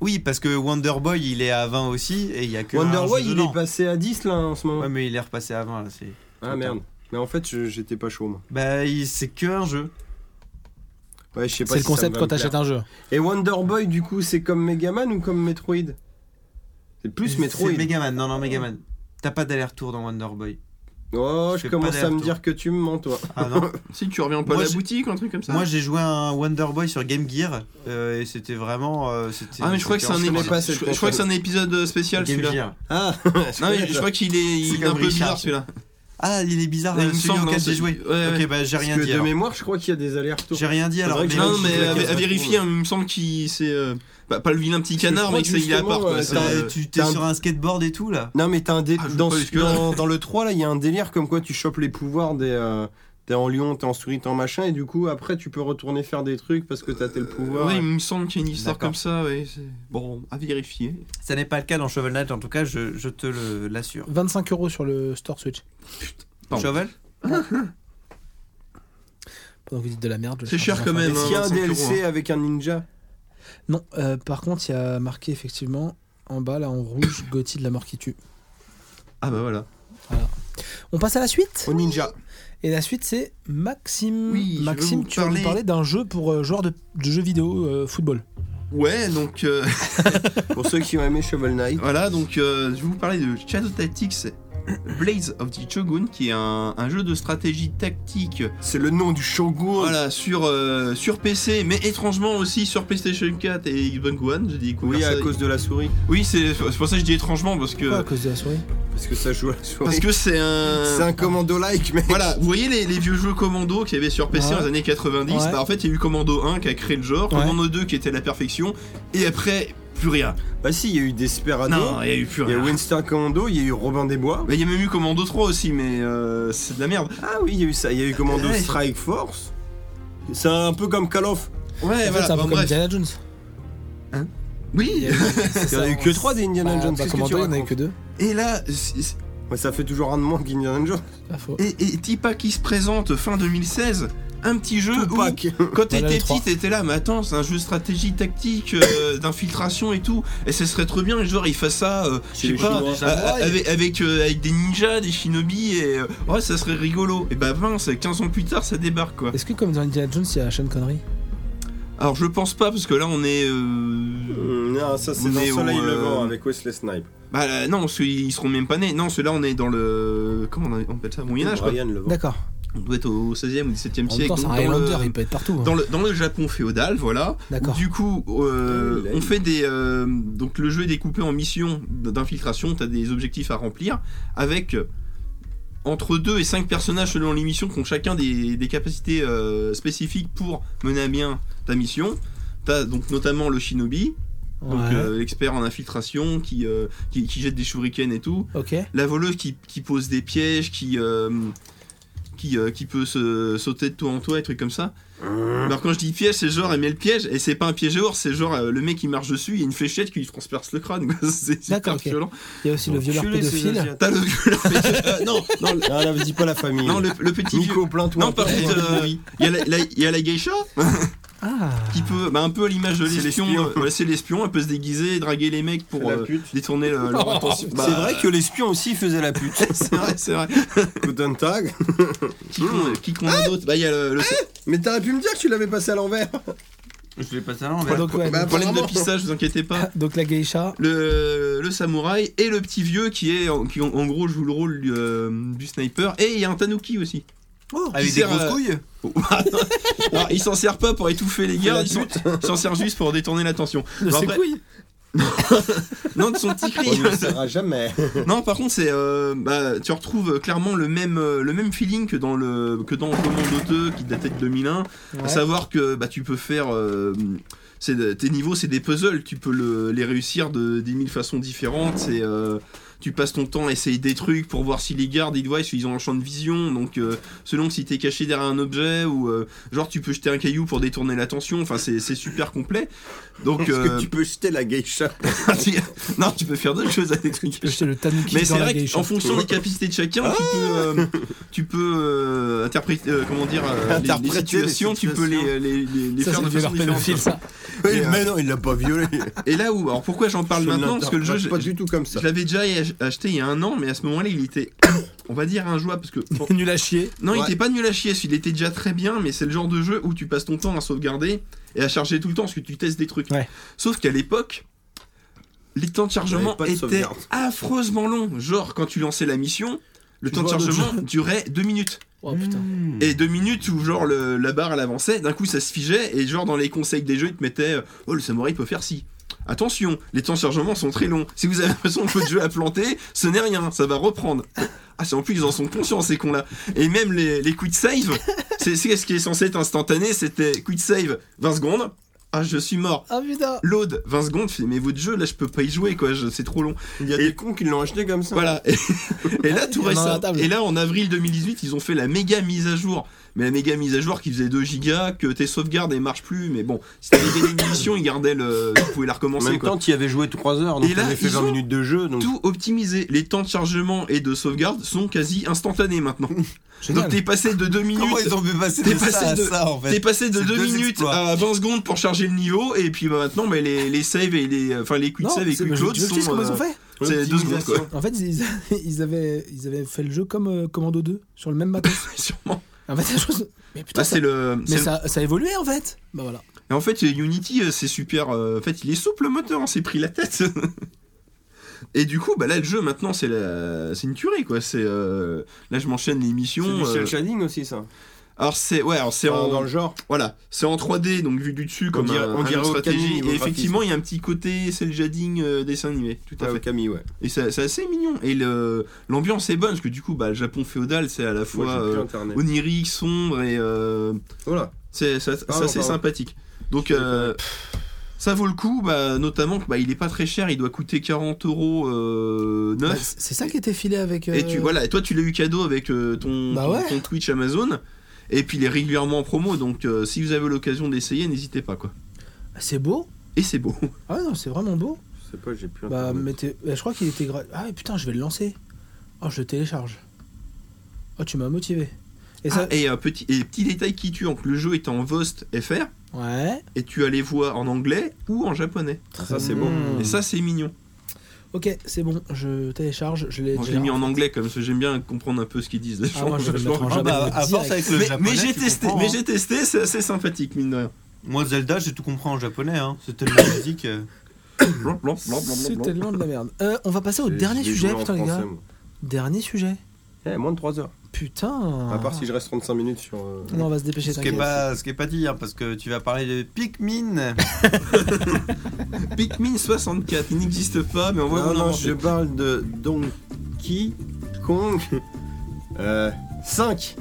[SPEAKER 2] Oui, parce que Wonder Boy, il est à 20 aussi et il y a que. un
[SPEAKER 3] Wonderboy,
[SPEAKER 2] jeu
[SPEAKER 3] il
[SPEAKER 2] dedans.
[SPEAKER 3] est passé à 10 là en ce moment.
[SPEAKER 2] Ouais, mais il est repassé à 20 là. C'est.
[SPEAKER 3] Ah merde. Mais en fait, je- j'étais pas chaud moi.
[SPEAKER 2] Bah il- c'est que un jeu.
[SPEAKER 3] Ouais, je sais pas
[SPEAKER 6] C'est le
[SPEAKER 3] si ça
[SPEAKER 6] concept
[SPEAKER 3] me va
[SPEAKER 6] quand
[SPEAKER 3] me
[SPEAKER 6] t'achètes
[SPEAKER 3] plaire.
[SPEAKER 6] un jeu.
[SPEAKER 3] Et Wonderboy, du coup, c'est comme Megaman ou comme Metroid C'est plus Metroid.
[SPEAKER 2] C'est Megaman. Non non Megaman. T'as pas d'aller-retour dans Wonder Boy.
[SPEAKER 3] Oh,
[SPEAKER 2] Je fais
[SPEAKER 3] je
[SPEAKER 2] pas
[SPEAKER 3] commence à me
[SPEAKER 2] d'aller-retour.
[SPEAKER 3] dire que tu me mens, toi.
[SPEAKER 2] Ah non.
[SPEAKER 1] Si tu reviens pas
[SPEAKER 2] Moi,
[SPEAKER 1] à la
[SPEAKER 2] je-
[SPEAKER 1] boutique, un truc comme ça.
[SPEAKER 2] Moi j'ai joué à un Wonder Boy sur Game Gear euh, et c'était vraiment. euh, c'était-
[SPEAKER 1] ah mais je crois que c'est
[SPEAKER 2] c'était
[SPEAKER 1] un,
[SPEAKER 3] connais
[SPEAKER 1] épisode-
[SPEAKER 3] pas
[SPEAKER 1] je,
[SPEAKER 3] cette
[SPEAKER 1] je crois que c'est un épisode spécial
[SPEAKER 2] Game
[SPEAKER 1] celui-là.
[SPEAKER 2] Gear.
[SPEAKER 3] Ah
[SPEAKER 1] Non mais je crois qu'il est, il est un
[SPEAKER 2] comme
[SPEAKER 1] peu
[SPEAKER 2] Richard.
[SPEAKER 1] bizarre celui-là.
[SPEAKER 2] Ah, il est bizarre,
[SPEAKER 1] Il me
[SPEAKER 2] euh, celui
[SPEAKER 1] semble,
[SPEAKER 2] auquel
[SPEAKER 1] non,
[SPEAKER 2] j'ai
[SPEAKER 1] c'est-
[SPEAKER 2] joué.
[SPEAKER 1] ouais,
[SPEAKER 2] ok,
[SPEAKER 1] ouais.
[SPEAKER 2] bah j'ai
[SPEAKER 1] Parce
[SPEAKER 2] rien
[SPEAKER 1] que
[SPEAKER 2] dit.
[SPEAKER 1] de
[SPEAKER 2] alors.
[SPEAKER 3] mémoire, je crois qu'il y a des allers-retours.
[SPEAKER 2] J'ai rien dit alors. mais euh,
[SPEAKER 1] non, mais
[SPEAKER 2] je-
[SPEAKER 1] à, à vérifier, hein, il me semble qu'il c'est euh, bah, pas le vilain petit
[SPEAKER 3] Parce que je
[SPEAKER 1] canard,
[SPEAKER 3] crois
[SPEAKER 1] mais que
[SPEAKER 3] que
[SPEAKER 1] c'est il est à part.
[SPEAKER 3] justement,
[SPEAKER 1] quoi,
[SPEAKER 3] euh,
[SPEAKER 1] c'est,
[SPEAKER 2] T'as-
[SPEAKER 1] euh,
[SPEAKER 2] tu
[SPEAKER 3] t'as
[SPEAKER 2] t'es
[SPEAKER 3] un-
[SPEAKER 2] sur un skateboard et tout là
[SPEAKER 3] Non, mais t'as un dé-
[SPEAKER 1] Ah, je
[SPEAKER 3] dans,
[SPEAKER 1] vois pas
[SPEAKER 3] ce-
[SPEAKER 1] jusque-là.
[SPEAKER 3] dans, dans le 3, là, il y a un délire comme quoi tu chopes les pouvoirs des. euh, T'es en lion, t'es en souris, t'es en machin, et du coup, après, tu peux retourner faire des trucs parce que t'as tel pouvoir.
[SPEAKER 1] ouais, il me semble qu'il y a une histoire
[SPEAKER 2] D'accord.
[SPEAKER 1] comme ça, ouais. c'est- Bon, à vérifier.
[SPEAKER 2] Ça n'est pas le cas dans Shovel Knight en tout cas, je, je te le- l'assure.
[SPEAKER 6] 25 euros sur le store Switch.
[SPEAKER 1] Pardon.
[SPEAKER 2] Shovel
[SPEAKER 6] Pendant que vous dites de la merde. je
[SPEAKER 1] C'est
[SPEAKER 6] cherche
[SPEAKER 1] cher
[SPEAKER 6] des
[SPEAKER 1] quand
[SPEAKER 6] infos.
[SPEAKER 1] même,
[SPEAKER 3] Est-ce qu'il y a un
[SPEAKER 1] 25 euros,
[SPEAKER 3] DLC avec un ninja
[SPEAKER 6] Non, euh, par contre, il y a marqué effectivement en bas là en rouge Gauthier de la mort qui tue.
[SPEAKER 1] Ah bah voilà.
[SPEAKER 6] On passe à la suite
[SPEAKER 3] Au ninja.
[SPEAKER 6] et la suite c'est Maxime.
[SPEAKER 1] Oui, je veux
[SPEAKER 6] Maxime,
[SPEAKER 1] vous
[SPEAKER 6] tu vas nous
[SPEAKER 1] parler-
[SPEAKER 6] parler d'un jeu pour euh, joueurs de, de jeux vidéo euh, football.
[SPEAKER 1] Ouais, donc euh,
[SPEAKER 3] Pour ceux qui ont aimé Shovel Knight.
[SPEAKER 1] voilà, donc euh, je vais vous parler de Shadow Tactics Blades of the Shogun, qui est un, un jeu de stratégie tactique
[SPEAKER 3] C'est le nom du shogun.
[SPEAKER 1] voilà, sur, euh, sur PC, mais étrangement aussi sur PlayStation 4 et Xbox One. J'ai découvert
[SPEAKER 3] Oui, à
[SPEAKER 1] ça.
[SPEAKER 3] cause de la souris.
[SPEAKER 1] Oui, c'est c'est pour ça que je dis étrangement, parce que.
[SPEAKER 6] Pourquoi à cause de la souris
[SPEAKER 3] Parce que ça joue à la
[SPEAKER 1] Parce
[SPEAKER 3] souris.
[SPEAKER 1] que c'est un.
[SPEAKER 3] C'est un commando-like, mais.
[SPEAKER 1] Voilà, vous voyez les, les vieux jeux Commando qu'il y avait sur PC
[SPEAKER 6] Ouais.
[SPEAKER 1] dans les années 90
[SPEAKER 6] Ouais.
[SPEAKER 1] bah, En fait, il y a eu Commando 1 qui a créé le genre,
[SPEAKER 6] Ouais.
[SPEAKER 1] Commando 2 qui était la perfection, et après, plus rien.
[SPEAKER 3] Bah, si, il y a eu Desperado.
[SPEAKER 1] non, il y a eu plus
[SPEAKER 3] Il y a
[SPEAKER 1] rien.
[SPEAKER 3] Winston Commando, Oh, il y a eu Robin des Bois.
[SPEAKER 1] Bah, Il y a même eu Commando 3 aussi, mais euh, c'est de la merde.
[SPEAKER 3] Ah oui, il y a eu ça. Il y a eu Commando
[SPEAKER 1] Ouais.
[SPEAKER 3] Strike Force. C'est un peu comme Call of.
[SPEAKER 1] Ouais,
[SPEAKER 6] En fait,
[SPEAKER 1] voilà,
[SPEAKER 6] c'est un
[SPEAKER 1] bon,
[SPEAKER 6] peu comme
[SPEAKER 1] bref.
[SPEAKER 6] Indiana Jones.
[SPEAKER 1] Oui
[SPEAKER 3] Il y en a eu que 3 des Indiana Jones. Qu'est-ce que
[SPEAKER 6] comment
[SPEAKER 3] tu
[SPEAKER 6] il n'y en a
[SPEAKER 3] racontes
[SPEAKER 6] eu Bah, que deux
[SPEAKER 1] Et là, c'est- c'est-
[SPEAKER 3] Ouais, ça fait toujours un de moins qu'Indiana Jones.
[SPEAKER 6] Pas faux.
[SPEAKER 1] et, et Tipa qui se présente fin 2016, un petit jeu où,
[SPEAKER 3] Tupac.
[SPEAKER 1] quand
[SPEAKER 6] Voilà
[SPEAKER 1] t'étais
[SPEAKER 6] le Bah, trois.
[SPEAKER 1] petit, t'étais là, mais attends, c'est un jeu de stratégie tactique, euh, d'infiltration et tout, et ce serait trop bien que genre il fasse ça, euh, je sais
[SPEAKER 4] les
[SPEAKER 1] pas,
[SPEAKER 4] Chinois.
[SPEAKER 1] à-
[SPEAKER 6] Ah,
[SPEAKER 1] à- avec, avec, euh, avec des ninjas, des shinobi, et euh, ouais, ça serait rigolo. Et bah mince, 15 ans plus tard, ça débarque quoi.
[SPEAKER 6] Est-ce que comme dans Indiana Jones, il y a Sean Connery
[SPEAKER 1] Alors je pense pas, parce que là on est. euh,
[SPEAKER 3] Hum, Non, ça c'est
[SPEAKER 1] On
[SPEAKER 3] dans
[SPEAKER 1] est au,
[SPEAKER 3] Soleil
[SPEAKER 1] euh,
[SPEAKER 3] Levant avec Wesley Snipe.
[SPEAKER 1] Bah là, non, parce qu'ils seront même pas nés. Non, ceux-là on est dans le. Comment on appelle ça Moyen-Âge quoi.
[SPEAKER 3] Brian Levant.
[SPEAKER 6] D'accord.
[SPEAKER 1] On doit être au 16e ou 17e
[SPEAKER 6] En même
[SPEAKER 1] siècle.
[SPEAKER 6] temps,
[SPEAKER 1] donc
[SPEAKER 6] c'est un
[SPEAKER 1] dans le-
[SPEAKER 6] Highlander, il peut être partout. hein.
[SPEAKER 1] dans le, dans le Japon féodal, voilà.
[SPEAKER 6] D'accord.
[SPEAKER 1] Du coup, euh,
[SPEAKER 3] Ah Oui, là,
[SPEAKER 1] on
[SPEAKER 3] il-
[SPEAKER 1] fait des. euh, donc le jeu est découpé en missions d'infiltration, t'as des objectifs à remplir, avec euh, entre 2 et 5 personnages selon les missions qui ont chacun des, des capacités euh, spécifiques pour mener à bien ta mission. T'as donc notamment le shinobi, donc,
[SPEAKER 6] Ouais.
[SPEAKER 1] euh, l'expert en infiltration qui, euh, qui, qui jette des shurikens et tout.
[SPEAKER 6] Ok.
[SPEAKER 1] La voleuse qui, qui pose des pièges, qui, euh, qui, euh, qui peut se sauter de toi en toi, et trucs comme ça.
[SPEAKER 3] Hein
[SPEAKER 1] Alors quand je dis piège, c'est genre elle met le piège, et c'est pas un piège à ours, c'est genre euh, le mec qui marche dessus, il y a une fléchette qui lui transperce le crâne. quoi. c'est super
[SPEAKER 6] D'accord, ok.
[SPEAKER 1] violent.
[SPEAKER 6] Il y a aussi le violeur
[SPEAKER 3] Enculé, ces
[SPEAKER 6] pédophile.
[SPEAKER 3] Asiates.
[SPEAKER 1] T'as le violeur. non,
[SPEAKER 3] Non, le-
[SPEAKER 4] Ah,
[SPEAKER 3] non, là, dis pas la famille.
[SPEAKER 1] non, le, le petit vieux.
[SPEAKER 3] Nico, plains-toi.
[SPEAKER 1] Non, par contre, euh, il y, a la- la- il y a la geisha
[SPEAKER 6] Ah.
[SPEAKER 1] qui peut, bah, un peu à l'image de l'espion, euh, ouais, c'est l'espion, elle peut se déguiser et draguer les mecs pour
[SPEAKER 3] La
[SPEAKER 1] euh,
[SPEAKER 3] pute.
[SPEAKER 1] détourner le- leur attention. Bah,
[SPEAKER 3] c'est vrai que l'espion aussi faisait la pute.
[SPEAKER 1] c'est vrai, c'est vrai.
[SPEAKER 3] Guten Tag.
[SPEAKER 1] Qui qu'on- Qui qu'on a d'autre Bah, il y a le- le,
[SPEAKER 3] Mais t'aurais pu me dire que tu l'avais passé à l'envers.
[SPEAKER 2] Je l'ai passé à l'envers.
[SPEAKER 6] Ah, donc, ouais,
[SPEAKER 1] Bah,
[SPEAKER 6] donc-
[SPEAKER 1] problème de
[SPEAKER 3] apparemment.
[SPEAKER 1] pissage, vous inquiétez pas.
[SPEAKER 6] donc la geisha.
[SPEAKER 1] Le, le samouraï et le petit vieux qui est en, qui en, en gros joue le rôle du, euh, du sniper et il y a un tanuki aussi.
[SPEAKER 2] Avec
[SPEAKER 1] Qui
[SPEAKER 2] des
[SPEAKER 1] sert,
[SPEAKER 2] grosses
[SPEAKER 1] euh,
[SPEAKER 2] couilles
[SPEAKER 1] Alors il s'en sert pas pour étouffer les gardes, il s'en- il s'en sert juste pour détourner l'attention. Bon, après- Non de son petit cri.
[SPEAKER 3] On ne le saura jamais.
[SPEAKER 1] non par contre c'est euh, bah, tu retrouves clairement le même euh, le même feeling que dans le que dans Commando 2 qui datait de 2001, à savoir que bah tu peux faire euh, c'est de- tes niveaux c'est des puzzles, tu peux le- les réussir de dix mille façons différentes, c'est euh, tu passes ton temps à essayer des trucs pour voir si les gardes ils voient s'ils ont un champ de vision donc euh, selon si t'es caché derrière un objet ou euh, genre tu peux jeter un caillou pour détourner l'attention enfin c'est c'est super complet donc
[SPEAKER 3] Est-ce
[SPEAKER 1] euh,
[SPEAKER 3] que tu peux jeter la geisha
[SPEAKER 1] non tu peux faire d'autres choses avec trucs
[SPEAKER 6] J'étais le tanuki
[SPEAKER 1] mais
[SPEAKER 6] dans
[SPEAKER 1] c'est
[SPEAKER 6] la
[SPEAKER 1] vrai
[SPEAKER 6] geisha.
[SPEAKER 1] qu'en fonction des capacités de chacun, tu peux, euh, tu peux euh, interpréter, euh, comment dire, euh, les- les,
[SPEAKER 3] Interpréter les
[SPEAKER 1] situations, tu peux les, les, les- les
[SPEAKER 6] Ça,
[SPEAKER 1] faire
[SPEAKER 6] c'est
[SPEAKER 1] de
[SPEAKER 6] le
[SPEAKER 1] façon
[SPEAKER 6] violeur
[SPEAKER 1] différente.
[SPEAKER 6] pédophile, ça.
[SPEAKER 3] Oui,
[SPEAKER 1] Et, euh,
[SPEAKER 3] Mais non, il l'a pas violé.
[SPEAKER 1] Et là où, alors pourquoi j'en parle
[SPEAKER 3] Je
[SPEAKER 1] maintenant Parce que le jeu,
[SPEAKER 3] l'interprète
[SPEAKER 1] je,
[SPEAKER 3] pas du tout comme
[SPEAKER 1] je
[SPEAKER 3] ça.
[SPEAKER 1] l'avais déjà ach- acheté il y a un an, mais à ce moment-là, il était, on va dire, injouable parce que. bon,
[SPEAKER 6] Nul à chier.
[SPEAKER 1] non, il
[SPEAKER 3] Ouais.
[SPEAKER 1] était pas nul à chier, il était déjà très bien, mais c'est le genre de jeu où tu passes ton temps à sauvegarder et à charger tout le temps parce que tu testes des trucs.
[SPEAKER 6] Ouais.
[SPEAKER 1] Sauf qu'à l'époque, les temps de chargement
[SPEAKER 3] J'avais pas de
[SPEAKER 1] étaient
[SPEAKER 3] sauvegarde.
[SPEAKER 1] affreusement longs. Genre, quand tu lançais la mission, le
[SPEAKER 3] Tu
[SPEAKER 1] temps de
[SPEAKER 3] vois d'autres
[SPEAKER 1] chargement durait 2 minutes.
[SPEAKER 6] Oh putain.
[SPEAKER 1] Et deux minutes où genre le- la barre elle avançait, d'un coup ça se figeait et genre dans les conseils des jeux ils te mettaient euh, oh le samouraï peut faire ci. Attention, les temps de chargement sont très longs. Si vous avez l'impression que votre jeu a planté, ce n'est rien, ça va reprendre. Ah, c'est en plus, ils en sont conscients, ces cons-là. Et même les, les quick save, c'est c'est ce qui est censé être instantané, c'était quick save 20 secondes. Ah, je suis mort.
[SPEAKER 6] Ah putain
[SPEAKER 1] L'aude, 20 secondes, je fais, mais votre jeu, là, je peux pas y jouer, quoi, je- c'est trop long.
[SPEAKER 4] Il y a
[SPEAKER 1] Et-
[SPEAKER 4] des cons qui l'ont acheté comme ça.
[SPEAKER 1] Voilà. Et, et là, tout
[SPEAKER 6] Il y en a à
[SPEAKER 1] récemment.
[SPEAKER 6] la table.
[SPEAKER 1] Et là, en avril 2018, ils ont fait la méga mise à jour. Mais la méga mise à jour qui faisait 2 gigas, que tes sauvegardes, elles marchent plus. Mais bon, si t'avais gagné une mission, ils gardaient le. Tu pouvais la
[SPEAKER 4] En
[SPEAKER 1] recommencer,
[SPEAKER 4] même
[SPEAKER 1] quoi.
[SPEAKER 4] temps, tu y avais joué 3 heures, donc
[SPEAKER 1] Et là,
[SPEAKER 4] t'avais fait
[SPEAKER 1] ils
[SPEAKER 4] 20
[SPEAKER 1] ont
[SPEAKER 4] minutes de jeu. Donc...
[SPEAKER 1] Tout optimisé. Les temps de chargement et de sauvegarde sont quasi instantanés maintenant.
[SPEAKER 6] Génial.
[SPEAKER 1] Donc t'es passé de 2 minutes.
[SPEAKER 2] Comment ils ont pu passer
[SPEAKER 1] T'es
[SPEAKER 2] de
[SPEAKER 1] passé
[SPEAKER 2] ça à
[SPEAKER 1] de-
[SPEAKER 2] ça en
[SPEAKER 1] T'es
[SPEAKER 2] fait
[SPEAKER 1] passé de
[SPEAKER 2] C'est
[SPEAKER 1] 2
[SPEAKER 2] deux
[SPEAKER 1] minutes
[SPEAKER 2] exploits.
[SPEAKER 1] à 20 secondes pour charger le niveau, et puis bah, maintenant, bah, les, les saves et les. Enfin, les quick
[SPEAKER 6] Non,
[SPEAKER 1] saves et
[SPEAKER 6] c'est- mais
[SPEAKER 1] quick
[SPEAKER 6] je-
[SPEAKER 1] load
[SPEAKER 6] tu veux que je dise
[SPEAKER 1] sont.
[SPEAKER 6] comment ils
[SPEAKER 1] euh,
[SPEAKER 6] ont fait
[SPEAKER 1] C'est 2 secondes, quoi.
[SPEAKER 6] En fait, ils, ils avaient, ils avaient fait le jeu comme euh, Commando 2 sur le même matos.
[SPEAKER 1] Sûrement.
[SPEAKER 6] En fait, la chose- Mais putain,
[SPEAKER 1] Ah,
[SPEAKER 6] ça,
[SPEAKER 1] c'est le. c'est
[SPEAKER 6] mais
[SPEAKER 1] le-
[SPEAKER 6] ça, ça a évolué en fait. Bah voilà.
[SPEAKER 1] Et en fait, Unity, euh, c'est super. euh, En fait, il est souple le moteur, on s'est pris la tête. Et du coup, bah là, le jeu maintenant, c'est la... c'est une tuerie, quoi. C'est euh, là, je m'enchaîne les missions.
[SPEAKER 4] C'est du
[SPEAKER 1] euh,
[SPEAKER 4] cel shading aussi, ça.
[SPEAKER 1] Alors c'est ouais, alors c'est
[SPEAKER 4] Dans-
[SPEAKER 1] en
[SPEAKER 4] Dans le genre.
[SPEAKER 1] voilà, c'est en 3D donc vu du dessus comme
[SPEAKER 4] dirait-
[SPEAKER 1] un-
[SPEAKER 4] on
[SPEAKER 1] un
[SPEAKER 4] dirait
[SPEAKER 1] jeu de
[SPEAKER 4] Okami
[SPEAKER 1] stratégie.
[SPEAKER 4] niveau
[SPEAKER 1] Et effectivement, il y a un petit côté cel shading euh, dessin animé, tout à
[SPEAKER 4] Ouais,
[SPEAKER 1] fait.
[SPEAKER 4] Camille, ouais.
[SPEAKER 1] Et ça- c'est assez mignon. Et le- l'ambiance est bonne parce que du coup, bah, le Japon féodal, c'est à la
[SPEAKER 4] Moi,
[SPEAKER 1] fois
[SPEAKER 4] j'ai plus
[SPEAKER 1] euh,
[SPEAKER 4] internet.
[SPEAKER 1] onirique, sombre et euh,
[SPEAKER 4] Voilà.
[SPEAKER 1] c'est ça,
[SPEAKER 6] Ah
[SPEAKER 1] ça,
[SPEAKER 4] Pardon,
[SPEAKER 1] c'est
[SPEAKER 4] pardon.
[SPEAKER 1] sympathique. Donc euh, ça vaut le coup, bah, notamment que bah, il est pas très cher, il doit coûter 40 euros euh,
[SPEAKER 6] Bah,
[SPEAKER 1] neuf.
[SPEAKER 6] c'est c'est ça qui était filé avec. euh,
[SPEAKER 1] Et tu voilà, et toi tu l'as eu cadeau avec euh, ton,
[SPEAKER 6] Bah
[SPEAKER 1] ton-
[SPEAKER 6] ouais.
[SPEAKER 1] ton Twitch Amazon. Et puis il est régulièrement en promo, donc euh, si vous avez l'occasion d'essayer, n'hésitez pas quoi.
[SPEAKER 6] C'est beau.
[SPEAKER 1] Et c'est beau.
[SPEAKER 6] Ah ouais, non, c'est vraiment beau.
[SPEAKER 4] Je sais pas, j'ai plus
[SPEAKER 6] Bah,
[SPEAKER 4] internet.
[SPEAKER 6] mettez- bah, je crois qu'il était gratuit. Ah ouais, putain, je vais le lancer. Oh, je le télécharge. Oh, tu m'as motivé. Et ça.
[SPEAKER 1] Ah, et un petit et petit détail qui tue, donc le jeu était en Vost FR
[SPEAKER 6] Ah. Ouais.
[SPEAKER 1] et tu allais voir en anglais ou en japonais.
[SPEAKER 4] Ah, Ça, c'est bon.
[SPEAKER 6] Hmm.
[SPEAKER 1] Et ça c'est mignon.
[SPEAKER 6] Ok, c'est bon. Je télécharge. Je l'ai.
[SPEAKER 1] Moi, je
[SPEAKER 6] déjà.
[SPEAKER 1] l'ai mis en anglais comme ça, j'aime bien comprendre un peu ce qu'ils disent les
[SPEAKER 6] Ah,
[SPEAKER 1] gens.
[SPEAKER 6] moi, je vais le
[SPEAKER 1] Je
[SPEAKER 6] mettre en
[SPEAKER 1] pense-
[SPEAKER 2] Ah
[SPEAKER 6] japonais
[SPEAKER 2] bah, à force
[SPEAKER 6] direct.
[SPEAKER 2] avec le
[SPEAKER 1] mais,
[SPEAKER 2] japonais,
[SPEAKER 1] mais j'ai
[SPEAKER 2] tu
[SPEAKER 1] testé,
[SPEAKER 2] comprends,
[SPEAKER 1] mais
[SPEAKER 2] hein.
[SPEAKER 1] j'ai testé, c'est assez sympathique mine de rien.
[SPEAKER 2] Moi Zelda, j'ai tout compris en japonais. Hein. C'est tellement musique. euh,
[SPEAKER 1] Blanc, blanc, blanc, blanc, blanc,
[SPEAKER 6] C'est
[SPEAKER 1] blanc.
[SPEAKER 6] tellement de la merde. Euh, on va passer au
[SPEAKER 4] J'ai-
[SPEAKER 6] dernier
[SPEAKER 4] j'ai joué
[SPEAKER 6] sujet,
[SPEAKER 4] en
[SPEAKER 6] putain, les
[SPEAKER 4] français,
[SPEAKER 6] gars.
[SPEAKER 4] moi.
[SPEAKER 6] Dernier sujet.
[SPEAKER 4] Eh, moins de 3 heures.
[SPEAKER 6] Putain.
[SPEAKER 4] À part si je reste 35 minutes sur. euh,
[SPEAKER 6] Non, on va se dépêcher.
[SPEAKER 2] Ce qui est
[SPEAKER 6] t'inquiète.
[SPEAKER 2] pas, ce qui est pas dit, hein, parce que tu vas parler de Pikmin.
[SPEAKER 1] Pikmin 64, il n'existe pas, mais on va
[SPEAKER 4] Non,
[SPEAKER 1] vous
[SPEAKER 4] non,
[SPEAKER 1] l'inventer.
[SPEAKER 4] je parle de Donkey Kong euh, 5.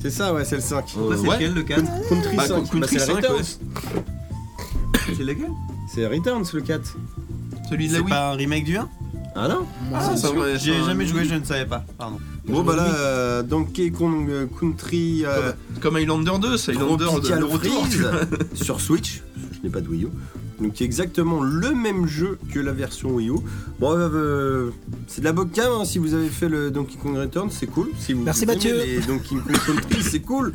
[SPEAKER 4] C'est ça, Oh. ouais, c'est le 5.
[SPEAKER 1] Euh,
[SPEAKER 2] c'est
[SPEAKER 1] ouais.
[SPEAKER 2] lequel le 4
[SPEAKER 4] Country
[SPEAKER 1] Bah,
[SPEAKER 4] 5.
[SPEAKER 1] Country
[SPEAKER 4] Bah, c'est
[SPEAKER 1] 5,
[SPEAKER 4] Returns.
[SPEAKER 1] ouais.
[SPEAKER 2] C'est lequel
[SPEAKER 4] C'est Returns le 4.
[SPEAKER 1] Celui de la
[SPEAKER 2] C'est
[SPEAKER 1] Wii.
[SPEAKER 2] pas un remake du 1
[SPEAKER 4] Ah non
[SPEAKER 1] Ah, ça va être
[SPEAKER 2] J'ai
[SPEAKER 1] un-
[SPEAKER 2] jamais joué, je ne savais pas. Pardon.
[SPEAKER 4] Bon, bah là, euh, Donkey Kong euh, Country euh,
[SPEAKER 1] Comme Highlander 2, c'est Highlander de
[SPEAKER 4] Tropical
[SPEAKER 1] le retour.
[SPEAKER 4] Freeze sur Switch. parce que Je n'ai pas de Wii U. Donc, qui est exactement le même jeu que la version Wii U. Bon, euh, euh, c'est de la bocam hein, si vous avez fait le Donkey Kong Returns, c'est cool. Si vous
[SPEAKER 6] Merci,
[SPEAKER 4] aimez
[SPEAKER 6] Mathieu.
[SPEAKER 4] les Donkey Kong Country, c'est cool.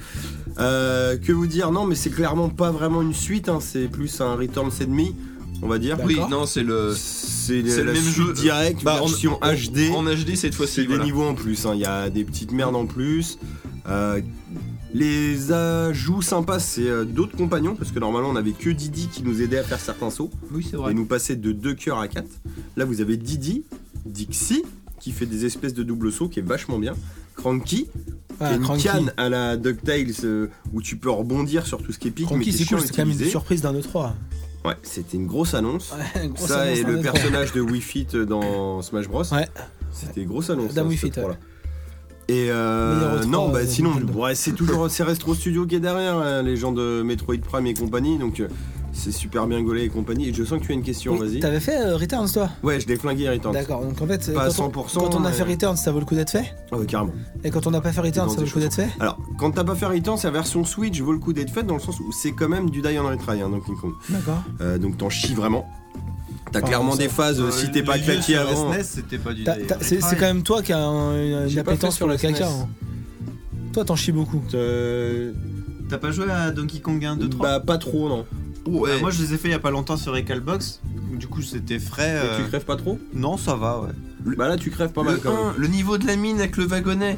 [SPEAKER 4] Euh, que vous dire Non, mais c'est clairement pas vraiment une suite, hein, c'est plus un Returns et demi, on va dire.
[SPEAKER 1] Bah,
[SPEAKER 4] Euh,
[SPEAKER 1] Oui, non, c'est le.
[SPEAKER 4] C'est
[SPEAKER 1] c'est
[SPEAKER 4] le même jeu direct,
[SPEAKER 1] Bah, en-
[SPEAKER 4] version HD.
[SPEAKER 1] En HD cette
[SPEAKER 4] C'est
[SPEAKER 1] fois-ci.
[SPEAKER 4] des
[SPEAKER 1] voilà.
[SPEAKER 4] niveaux en plus, hein. il y a des petites merdes en plus. Euh, les ajouts sympas, c'est euh, d'autres compagnons, parce que normalement on avait que Didi qui nous aidait à faire certains sauts,
[SPEAKER 1] Oui, c'est
[SPEAKER 4] et
[SPEAKER 1] vrai.
[SPEAKER 4] nous passait de 2 cœurs à 4. Là vous avez Didi, Dixie, qui fait des espèces de double sauts, qui est vachement bien. Cranky,
[SPEAKER 6] Ah,
[SPEAKER 4] qui est une
[SPEAKER 6] Cranky.
[SPEAKER 4] canne à la DuckTales, euh, où tu peux rebondir sur tout ce qui est pique, mais
[SPEAKER 6] Cranky,
[SPEAKER 4] qui
[SPEAKER 6] c'est
[SPEAKER 4] est
[SPEAKER 6] cool,
[SPEAKER 4] chiant à
[SPEAKER 6] c'est quand même une
[SPEAKER 4] utiliser.
[SPEAKER 6] surprise d'un E3.
[SPEAKER 4] Ouais, c'était une grosse annonce.
[SPEAKER 6] Ouais, grosse
[SPEAKER 4] Ça
[SPEAKER 6] annonce
[SPEAKER 4] et
[SPEAKER 6] d'un
[SPEAKER 4] le
[SPEAKER 6] E3.
[SPEAKER 4] personnage de Wii Fit euh, dans Smash Bros.
[SPEAKER 6] Ouais.
[SPEAKER 4] C'était grosse annonce.
[SPEAKER 6] Dame
[SPEAKER 4] hein,
[SPEAKER 6] Wii
[SPEAKER 4] ce
[SPEAKER 6] Fit,
[SPEAKER 4] trois-là. Et euh,
[SPEAKER 6] Meilleur E3,
[SPEAKER 4] non, bah
[SPEAKER 6] euh,
[SPEAKER 4] sinon,
[SPEAKER 6] Nintendo.
[SPEAKER 4] ouais, c'est toujours c'est Retro Studio qui est derrière, hein, les gens de Metroid Prime et compagnie, donc euh, c'est super bien gaulé et compagnie. Et je sens que tu as une question,
[SPEAKER 6] Oui,
[SPEAKER 4] vas-y.
[SPEAKER 6] T'avais fait euh, Returns toi
[SPEAKER 4] Ouais, je l'ai flingué irritant.
[SPEAKER 6] D'accord, donc en fait,
[SPEAKER 4] Pas à
[SPEAKER 6] quand, on,
[SPEAKER 4] 100%,
[SPEAKER 6] quand on a fait
[SPEAKER 4] mais-
[SPEAKER 6] Returns, ça vaut le coup d'être fait.
[SPEAKER 4] Ah ouais, carrément.
[SPEAKER 6] Et quand on n'a pas fait Returns,
[SPEAKER 4] dans
[SPEAKER 6] ça vaut
[SPEAKER 4] des
[SPEAKER 6] le coup d'être fait.
[SPEAKER 4] Alors, quand t'as pas fait irritant, la version Switch vaut le coup d'être faite dans le sens où c'est quand même du die on retry, hein, Donkey Kong.
[SPEAKER 6] D'accord.
[SPEAKER 4] Euh, donc t'en chies vraiment. T'as
[SPEAKER 6] Ah,
[SPEAKER 4] clairement
[SPEAKER 6] ça-
[SPEAKER 4] des phases, euh,
[SPEAKER 2] Euh,
[SPEAKER 4] si t'es pas
[SPEAKER 2] les vieux
[SPEAKER 4] claqué
[SPEAKER 2] sur
[SPEAKER 4] avant.
[SPEAKER 6] E
[SPEAKER 2] SNES, E c'était pas du
[SPEAKER 6] T'as-
[SPEAKER 2] day
[SPEAKER 6] t'as- C'est
[SPEAKER 2] retry.
[SPEAKER 6] c'est quand même toi qui as un- une
[SPEAKER 4] J'ai pas
[SPEAKER 6] appétence
[SPEAKER 4] fait sur
[SPEAKER 6] pour le
[SPEAKER 4] la
[SPEAKER 6] caca.
[SPEAKER 4] SNES.
[SPEAKER 6] hein. Toi, t'en chies beaucoup.
[SPEAKER 4] Euh,
[SPEAKER 2] T'as pas joué à Donkey Kong 1, 2, 3
[SPEAKER 4] bah pas trop non.
[SPEAKER 1] Ouais.
[SPEAKER 2] Bah, Moi je les ai fait il y a pas longtemps sur Recalbox. Du coup c'était frais.
[SPEAKER 4] Et
[SPEAKER 2] euh,
[SPEAKER 4] Tu crèves pas trop
[SPEAKER 2] Non ça va ouais.
[SPEAKER 4] Bah là tu crèves pas mal
[SPEAKER 1] le,
[SPEAKER 4] quand même.
[SPEAKER 1] 1, le niveau de la mine avec le wagonnet.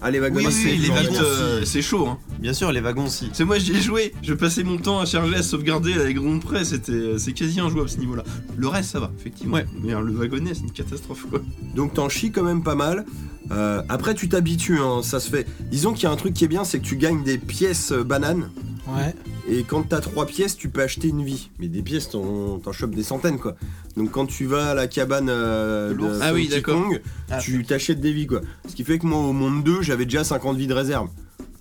[SPEAKER 4] Allez wagons,
[SPEAKER 1] Oui, oui,
[SPEAKER 4] c'est
[SPEAKER 1] oui, les
[SPEAKER 4] genre-
[SPEAKER 1] wagons, euh, c'est chaud. Hein.
[SPEAKER 2] Bien sûr les wagons aussi.
[SPEAKER 1] C'est moi, j'y ai joué. Je passais mon temps à charger, à sauvegarder à la grande près. C'était, euh, c'est quasi injouable ce niveau-là. Le reste, ça va, effectivement.
[SPEAKER 2] Ouais.
[SPEAKER 1] Mais euh, le wagonnet, c'est une catastrophe. Quoi.
[SPEAKER 4] Donc t'en chies quand même pas mal. Euh, après tu t'habitues, hein, ça se fait. Disons qu'il y a un truc qui est bien, c'est que tu gagnes des pièces euh, bananes.
[SPEAKER 6] Ouais.
[SPEAKER 4] Et quand t'as trois pièces, tu peux acheter une vie. Mais des pièces, t'en t'en chopes des centaines, quoi. Donc quand tu vas à la cabane euh, de
[SPEAKER 1] Ah oui,
[SPEAKER 4] Donkey
[SPEAKER 1] d'accord.
[SPEAKER 4] Kong,
[SPEAKER 1] Ah,
[SPEAKER 4] tu t'achètes des vies, quoi. Ce qui fait que moi, au monde 2, j'avais déjà 50 vies de réserve.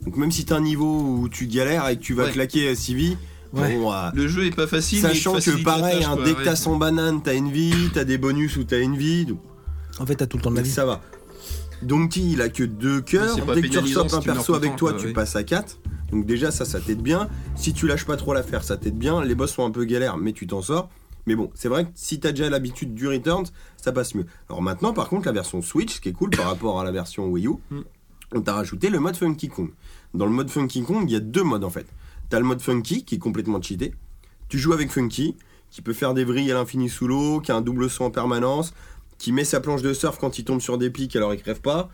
[SPEAKER 4] Donc même si t'as un niveau où tu galères et que tu vas
[SPEAKER 1] Ouais.
[SPEAKER 4] claquer 6 vies,
[SPEAKER 1] Ouais.
[SPEAKER 4] bon, euh,
[SPEAKER 1] Le jeu est pas facile. mais il te
[SPEAKER 4] sachant que
[SPEAKER 1] facilite la
[SPEAKER 4] pareil,
[SPEAKER 1] tâche,
[SPEAKER 4] hein,
[SPEAKER 1] quoi,
[SPEAKER 4] dès que
[SPEAKER 1] ouais.
[SPEAKER 4] t'as 100 bananes, t'as une vie, t'as des bonus ou t'as une vie. donc-
[SPEAKER 6] En fait, t'as tout le temps de la
[SPEAKER 4] donc
[SPEAKER 6] vie.
[SPEAKER 4] Ça va. Donkey, il a que deux cœurs.
[SPEAKER 1] Mais c'est pas
[SPEAKER 4] Dès que tu
[SPEAKER 1] pénalisant
[SPEAKER 4] ressors
[SPEAKER 1] si
[SPEAKER 4] un
[SPEAKER 1] tu meurs
[SPEAKER 4] perso
[SPEAKER 1] tout
[SPEAKER 4] avec
[SPEAKER 1] le
[SPEAKER 4] toi,
[SPEAKER 1] temps,
[SPEAKER 4] tu
[SPEAKER 1] quoi, oui.
[SPEAKER 4] passes à 4. Donc déjà, ça, ça t'aide bien. Si tu lâches pas trop l'affaire, ça t'aide bien. Les boss sont un peu galères, mais tu t'en sors. Mais bon, c'est vrai que si t'as déjà l'habitude du Returns, ça passe mieux. Alors maintenant, par contre, la version Switch, ce qui est cool par rapport à la version Wii U,
[SPEAKER 6] Hmm.
[SPEAKER 4] on t'a rajouté le mode Funky Kong. Dans le mode Funky Kong, il y a deux modes en fait. T'as le mode Funky qui est complètement cheaté. Tu joues avec Funky, qui peut faire des vrilles à l'infini sous l'eau, qui a un double saut en permanence, qui met sa planche de surf quand il tombe sur des pics alors il crève pas.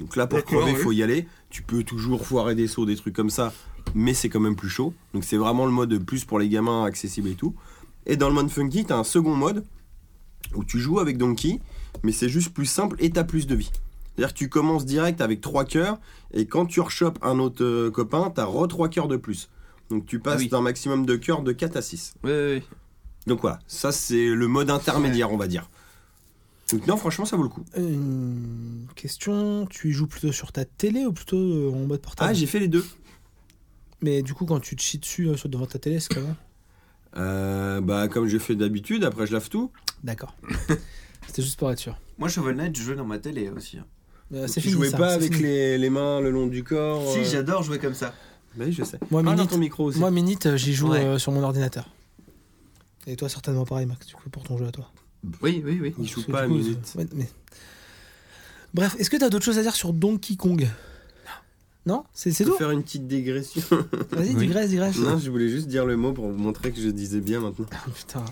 [SPEAKER 4] Donc là, pour
[SPEAKER 1] D'accord,
[SPEAKER 4] crever,
[SPEAKER 1] oui.
[SPEAKER 4] faut y aller. Tu peux toujours foirer des sauts, des trucs comme ça, mais c'est quand même plus chaud. Donc c'est vraiment le mode plus pour les gamins accessible et tout. Et dans le mode Funky, t'as un second mode où tu joues avec Donkey, mais c'est juste plus simple et t'as plus de vie. C'est-à-dire que tu commences direct avec 3 cœurs, et quand tu rechopes un autre euh, copain, t'as re 3 cœurs de plus. Donc tu passes
[SPEAKER 1] Ah oui.
[SPEAKER 4] d'un maximum de cœurs de 4 à 6.
[SPEAKER 1] Ouais, ouais, ouais.
[SPEAKER 4] Donc voilà, ça c'est le mode intermédiaire, on va dire. Donc non, franchement, ça vaut le coup.
[SPEAKER 6] Euh, Une question, tu y joues plutôt sur ta télé ou plutôt euh, en mode portable
[SPEAKER 4] Ah, j'ai fait les deux.
[SPEAKER 6] Mais du coup, quand tu te chies dessus euh, sur- devant ta télé, c'est comment
[SPEAKER 4] Euh, bah, comme je fais d'habitude, après je lave tout.
[SPEAKER 6] D'accord. C'était juste pour être sûr.
[SPEAKER 3] Moi, Shovel Knight, je jouais dans ma télé aussi. hein.
[SPEAKER 6] Euh, c'est
[SPEAKER 4] Tu
[SPEAKER 6] fini.
[SPEAKER 4] jouais
[SPEAKER 6] ça,
[SPEAKER 4] pas
[SPEAKER 6] c'est
[SPEAKER 4] avec
[SPEAKER 6] fini.
[SPEAKER 4] les, les mains le long du corps.
[SPEAKER 3] Si,
[SPEAKER 4] euh,
[SPEAKER 3] j'adore jouer comme ça.
[SPEAKER 4] Bah oui, je sais.
[SPEAKER 6] Moi,
[SPEAKER 4] Parle dans
[SPEAKER 6] Minute,
[SPEAKER 4] ton micro aussi.
[SPEAKER 6] moi, Minute, euh, j'y joue
[SPEAKER 3] Ouais.
[SPEAKER 6] euh, sur mon ordinateur. Et toi, certainement pareil, Max, du coup, pour ton jeu à toi.
[SPEAKER 1] Oui, oui, oui.
[SPEAKER 4] Il joue
[SPEAKER 6] Parce que
[SPEAKER 4] pas à
[SPEAKER 6] du coup,
[SPEAKER 4] Minute.
[SPEAKER 6] euh, ouais, mais- Bref, est-ce que t'as d'autres choses à dire sur Donkey Kong Non C'est c'est
[SPEAKER 4] Je peux
[SPEAKER 6] tout
[SPEAKER 4] faire une petite digression.
[SPEAKER 6] Vas-y, digresse, digresse.
[SPEAKER 4] non, je voulais juste dire le mot pour vous montrer que je disais bien maintenant.
[SPEAKER 6] Ah, Putain.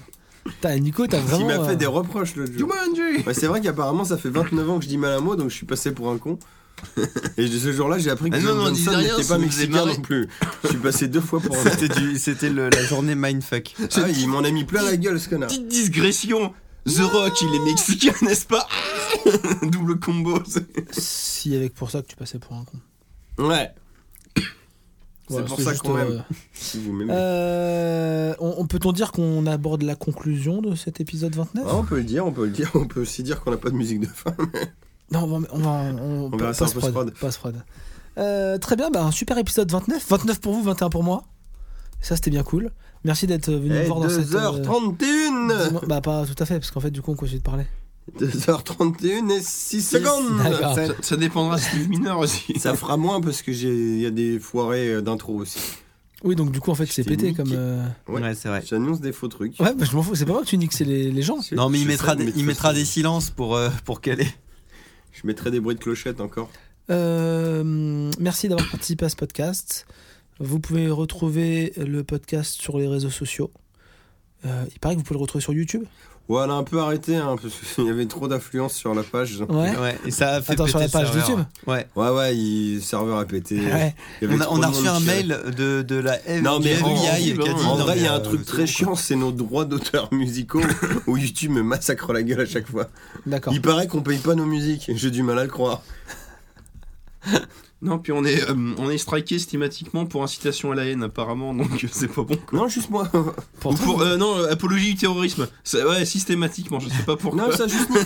[SPEAKER 6] Putain, Nico, t'as vraiment.
[SPEAKER 4] Il m'a fait
[SPEAKER 6] euh,
[SPEAKER 4] des reproches l'autre jour.
[SPEAKER 1] Jumanji
[SPEAKER 4] Ouais, c'est vrai qu'apparemment ça fait 29 ans que je dis mal un mot donc je suis passé pour un con. Et de ce jour-là j'ai appris que
[SPEAKER 1] Ah non,
[SPEAKER 4] Jim
[SPEAKER 1] non, dis
[SPEAKER 4] Johnson
[SPEAKER 1] rien,
[SPEAKER 4] n'était
[SPEAKER 1] ça
[SPEAKER 4] pas
[SPEAKER 1] nous faisait
[SPEAKER 4] mexicain
[SPEAKER 1] marrer.
[SPEAKER 4] non plus. Je suis passé deux fois pour un con.
[SPEAKER 2] C'était du- C'était le- la journée mindfuck.
[SPEAKER 4] Ah, il m'en a mis plein la gueule ce connard.
[SPEAKER 1] Petite digression. The Rock, il est mexicain, n'est-ce pas Double combo. c'est-
[SPEAKER 6] Si, avec pour ça que tu passais pour un con.
[SPEAKER 4] Ouais.
[SPEAKER 6] Voilà,
[SPEAKER 4] c'est pour
[SPEAKER 6] c'était
[SPEAKER 4] ça
[SPEAKER 6] juste,
[SPEAKER 4] qu'on
[SPEAKER 6] euh,
[SPEAKER 4] m'aime. Si vous m'aimez.
[SPEAKER 6] Euh, on, on peut-on dire qu'on aborde la conclusion de cet épisode 29
[SPEAKER 4] Ouais, Ah, on peut le dire, on peut le dire, on peut aussi dire qu'on n'a pas de musique de fin.
[SPEAKER 6] Non, on va, on va- on-
[SPEAKER 4] On verra ça en
[SPEAKER 6] passe prod,
[SPEAKER 4] post-prod.
[SPEAKER 6] passe prod. Euh, très bien, bah, un super épisode 29. 29 pour vous, 21 pour moi. Ça, c'était bien cool. Merci d'être venu me
[SPEAKER 4] Eh,
[SPEAKER 6] voir dans cette. euh,
[SPEAKER 4] 2h31
[SPEAKER 6] dis-moi- bah, pas tout à fait, parce qu'en fait, du coup, on continue de parler.
[SPEAKER 4] 2h31 et 6 secondes
[SPEAKER 6] D'accord.
[SPEAKER 1] Ça, ça dépendra si tu es mineur aussi.
[SPEAKER 4] Ça fera moins parce que j'ai il y a des foirées d'intro aussi.
[SPEAKER 6] Oui, donc du coup, en fait, c'est
[SPEAKER 4] t'ai
[SPEAKER 6] pété
[SPEAKER 4] niqué.
[SPEAKER 6] comme. euh,
[SPEAKER 4] Ouais.
[SPEAKER 2] Ouais, c'est vrai.
[SPEAKER 4] J'annonce des faux trucs.
[SPEAKER 6] Ouais, bah, je m'en fous, c'est pas moi que tu niques, c'est les, les gens.
[SPEAKER 2] Non, mais il
[SPEAKER 4] Je
[SPEAKER 2] mettra,
[SPEAKER 4] sais,
[SPEAKER 2] des,
[SPEAKER 4] mais de
[SPEAKER 2] il
[SPEAKER 4] toute
[SPEAKER 2] mettra
[SPEAKER 4] façon,
[SPEAKER 2] des silences pour, euh, pour caler.
[SPEAKER 4] Je mettrai des bruits de clochette encore.
[SPEAKER 6] Euh, merci d'avoir participé à ce podcast. Vous pouvez retrouver le podcast sur les réseaux sociaux. Euh, il paraît que vous pouvez le retrouver sur YouTube.
[SPEAKER 4] Ouais, elle a un peu arrêté, hein, parce qu'il y avait trop d'affluence sur la page.
[SPEAKER 6] Ouais.
[SPEAKER 2] Ouais, et ça a fait
[SPEAKER 6] Attends, sur
[SPEAKER 2] péter
[SPEAKER 6] la page
[SPEAKER 2] le serveur.
[SPEAKER 6] YouTube
[SPEAKER 2] Ouais.
[SPEAKER 4] Ouais, ouais, il... le serveur a pété.
[SPEAKER 6] Ouais.
[SPEAKER 4] Il y avait
[SPEAKER 2] On a,
[SPEAKER 4] trop
[SPEAKER 2] on a
[SPEAKER 4] de
[SPEAKER 2] reçu
[SPEAKER 4] monde
[SPEAKER 2] un
[SPEAKER 4] qui-
[SPEAKER 2] mail de, de la F-
[SPEAKER 4] Non, mais
[SPEAKER 2] du FBI
[SPEAKER 4] en-
[SPEAKER 2] qui a dit
[SPEAKER 4] En
[SPEAKER 2] non,
[SPEAKER 4] vrai, il y a
[SPEAKER 2] mais,
[SPEAKER 4] un
[SPEAKER 2] euh,
[SPEAKER 4] truc
[SPEAKER 2] c'est
[SPEAKER 4] très
[SPEAKER 2] bon,
[SPEAKER 4] chiant, c'est nos droits d'auteurs musicaux où YouTube me massacre la gueule à chaque fois.
[SPEAKER 6] D'accord.
[SPEAKER 4] Il paraît qu'on paye pas nos musiques, j'ai du mal à le croire.
[SPEAKER 1] Non, puis on est, euh, on est striké systématiquement pour incitation à la haine, apparemment, donc euh, c'est pas bon.
[SPEAKER 4] Non, juste moi.
[SPEAKER 1] Ou pour, euh, non, euh, apologie du terrorisme. C'est- Ouais, systématiquement, je sais pas pourquoi.
[SPEAKER 4] non, ça, juste moi.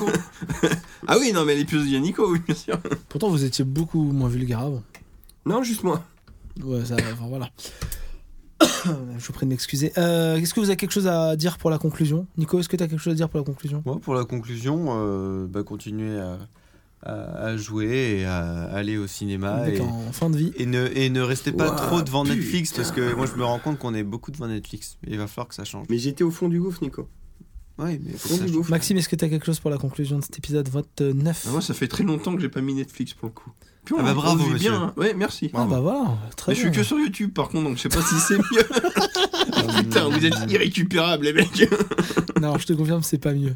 [SPEAKER 1] Ah oui, non, mais l'épisode de Nico, oui, bien sûr.
[SPEAKER 6] Pourtant, vous étiez beaucoup moins vulgaire avant.
[SPEAKER 4] Non, juste moi.
[SPEAKER 6] Ouais, ça, enfin, voilà. je vous prie de m'excuser. Euh, Est-ce que vous avez quelque chose à dire pour la conclusion Nico, est-ce que tu as quelque chose à dire pour la conclusion
[SPEAKER 2] Moi, pour la conclusion, euh, bah, continuer à, à- à jouer et à aller au cinéma.
[SPEAKER 6] Mec,
[SPEAKER 2] Et,
[SPEAKER 6] En fin de vie.
[SPEAKER 2] et ne, et ne restez pas
[SPEAKER 4] Ouah,
[SPEAKER 2] trop devant
[SPEAKER 4] putain.
[SPEAKER 2] Netflix parce que moi, je me rends compte qu'on est beaucoup devant Netflix. Il va falloir que ça change.
[SPEAKER 4] Mais j'étais au fond du gouffre, Nico.
[SPEAKER 2] Ouais, mais
[SPEAKER 4] Au
[SPEAKER 2] faut
[SPEAKER 4] fond
[SPEAKER 2] que ça
[SPEAKER 4] du
[SPEAKER 2] change.
[SPEAKER 4] gouffre.
[SPEAKER 6] Maxime, est-ce que tu as quelque chose pour la conclusion de cet épisode 29
[SPEAKER 1] Ah, moi, ça fait très longtemps que j'ai pas mis Netflix pour le coup. Puis on
[SPEAKER 2] Ah bah,
[SPEAKER 1] on
[SPEAKER 2] bravo,
[SPEAKER 1] vit
[SPEAKER 2] monsieur.
[SPEAKER 1] bien. hein. Ouais, merci.
[SPEAKER 6] Ah bah voilà, très
[SPEAKER 1] Mais je suis
[SPEAKER 6] bien.
[SPEAKER 1] que sur YouTube par contre, donc je sais pas si c'est mieux. Putain, vous êtes irrécupérables, les mecs.
[SPEAKER 6] Non, je te confirme, c'est pas mieux.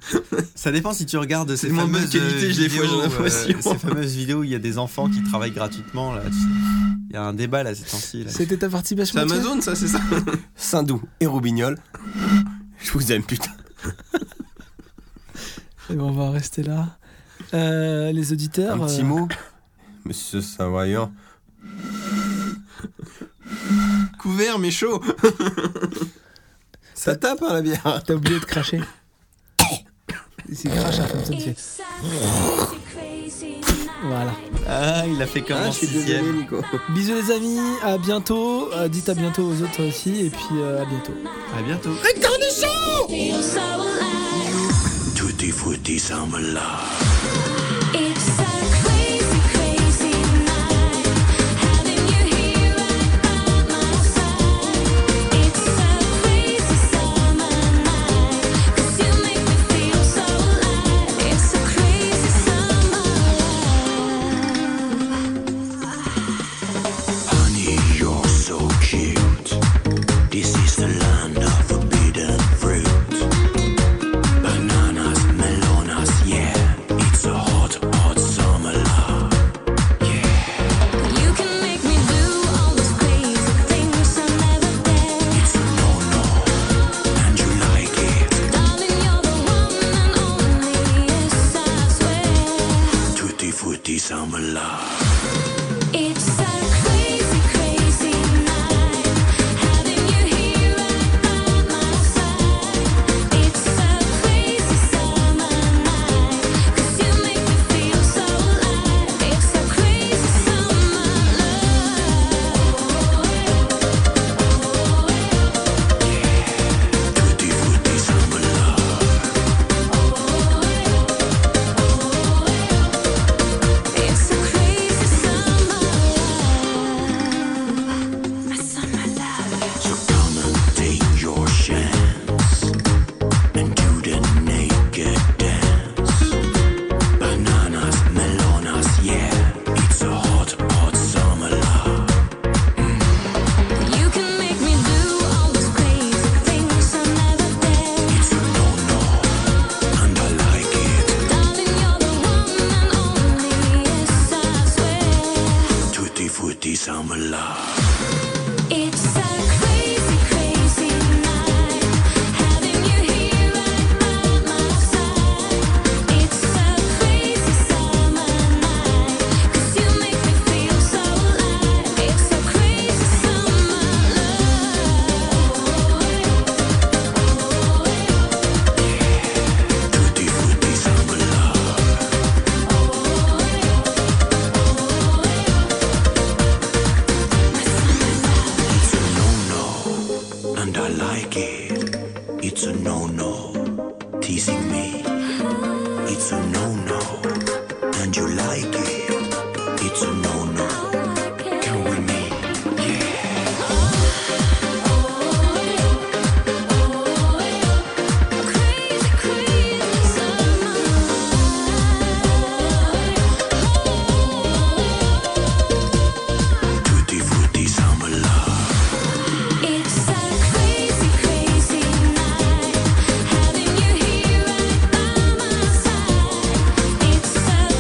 [SPEAKER 2] Ça dépend si tu regardes ces
[SPEAKER 1] de moins bonne
[SPEAKER 2] fameuses
[SPEAKER 1] qualité,
[SPEAKER 2] euh,
[SPEAKER 1] je les vois, j'ai
[SPEAKER 2] vidéos, euh,
[SPEAKER 1] l'impression.
[SPEAKER 2] ces fameuses vidéos où il y a des enfants qui travaillent gratuitement. Là, tu sais. Il y a un débat là ces temps-ci. là.
[SPEAKER 6] C'était ta participation.
[SPEAKER 1] C'est
[SPEAKER 6] Mathieu
[SPEAKER 1] Amazon, ça, c'est ça
[SPEAKER 4] Sindou et Roubignol. Je vous aime, putain.
[SPEAKER 6] Eh ben, on va en rester là. Euh, les auditeurs.
[SPEAKER 4] Un petit
[SPEAKER 6] euh,
[SPEAKER 4] mot. Monsieur Savoyant.
[SPEAKER 1] verre, mais chaud.
[SPEAKER 8] Ça tape, hein, la bière.
[SPEAKER 6] T'as oublié de cracher. C'est crachat comme ça, tu fais. Voilà.
[SPEAKER 2] Ah, il a fait comme en sixième.
[SPEAKER 6] Bisous les amis, à bientôt. Euh, dites à bientôt aux autres aussi, et puis euh, à bientôt.
[SPEAKER 2] À bientôt.
[SPEAKER 4] Tutti frutti sambala. Honey, you're so cute. This is the land of forbidden fruit. Bananas, melonas, yeah. It's a hot, hot summer love.
[SPEAKER 13] You can make me do all those crazy things I never did. It's a no-no,
[SPEAKER 4] and you like it.
[SPEAKER 13] darling. You're the one and only. Yes, I swear.
[SPEAKER 4] Tutti frutti summer love.
[SPEAKER 13] It's a crazy, crazy night. Having you here right by my side. It's a crazy summer night. 'Cause you make me feel so alive. It's a crazy summer love.
[SPEAKER 4] Tutti frutti summer love.
[SPEAKER 13] It's a crazy summer love, my summer love.
[SPEAKER 4] So come and take your chance and do the naked dance. Bananas, melonas, yeah. It's a hot, hot summer love.
[SPEAKER 13] You can make me do all those crazy things I never did.
[SPEAKER 4] It's a no-no, and I like it.
[SPEAKER 13] Darling, you're the one and only. Yes, I swear.
[SPEAKER 4] Tutti frutti summer love.
[SPEAKER 13] It's a crazy, crazy night. Having you here right by my side. It's a crazy summer night. 'Cause you make me feel so alive. It's a crazy summer love.
[SPEAKER 4] Tutti frutti summer love. It's a no-no, and I like it. It's a no-no, teasing me. It's a no-no, and you like it. It's a no-no. Can we meet? Yeah.
[SPEAKER 13] Crazy, crazy summer.
[SPEAKER 4] Tutti frutti summer love.
[SPEAKER 13] It's a crazy, crazy night. Having you here right by my side. It's a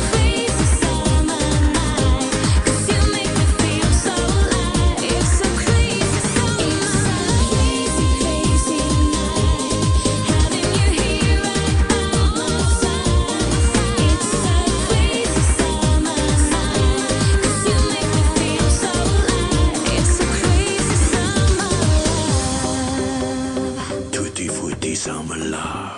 [SPEAKER 13] crazy summer night. 'Cause you make me feel so alive. It's a crazy summer. It's a crazy, crazy night. Having you here right by my side. It's a crazy summer night. 'Cause you make me feel so alive. It's a crazy summer.
[SPEAKER 4] Tutti frutti summer love.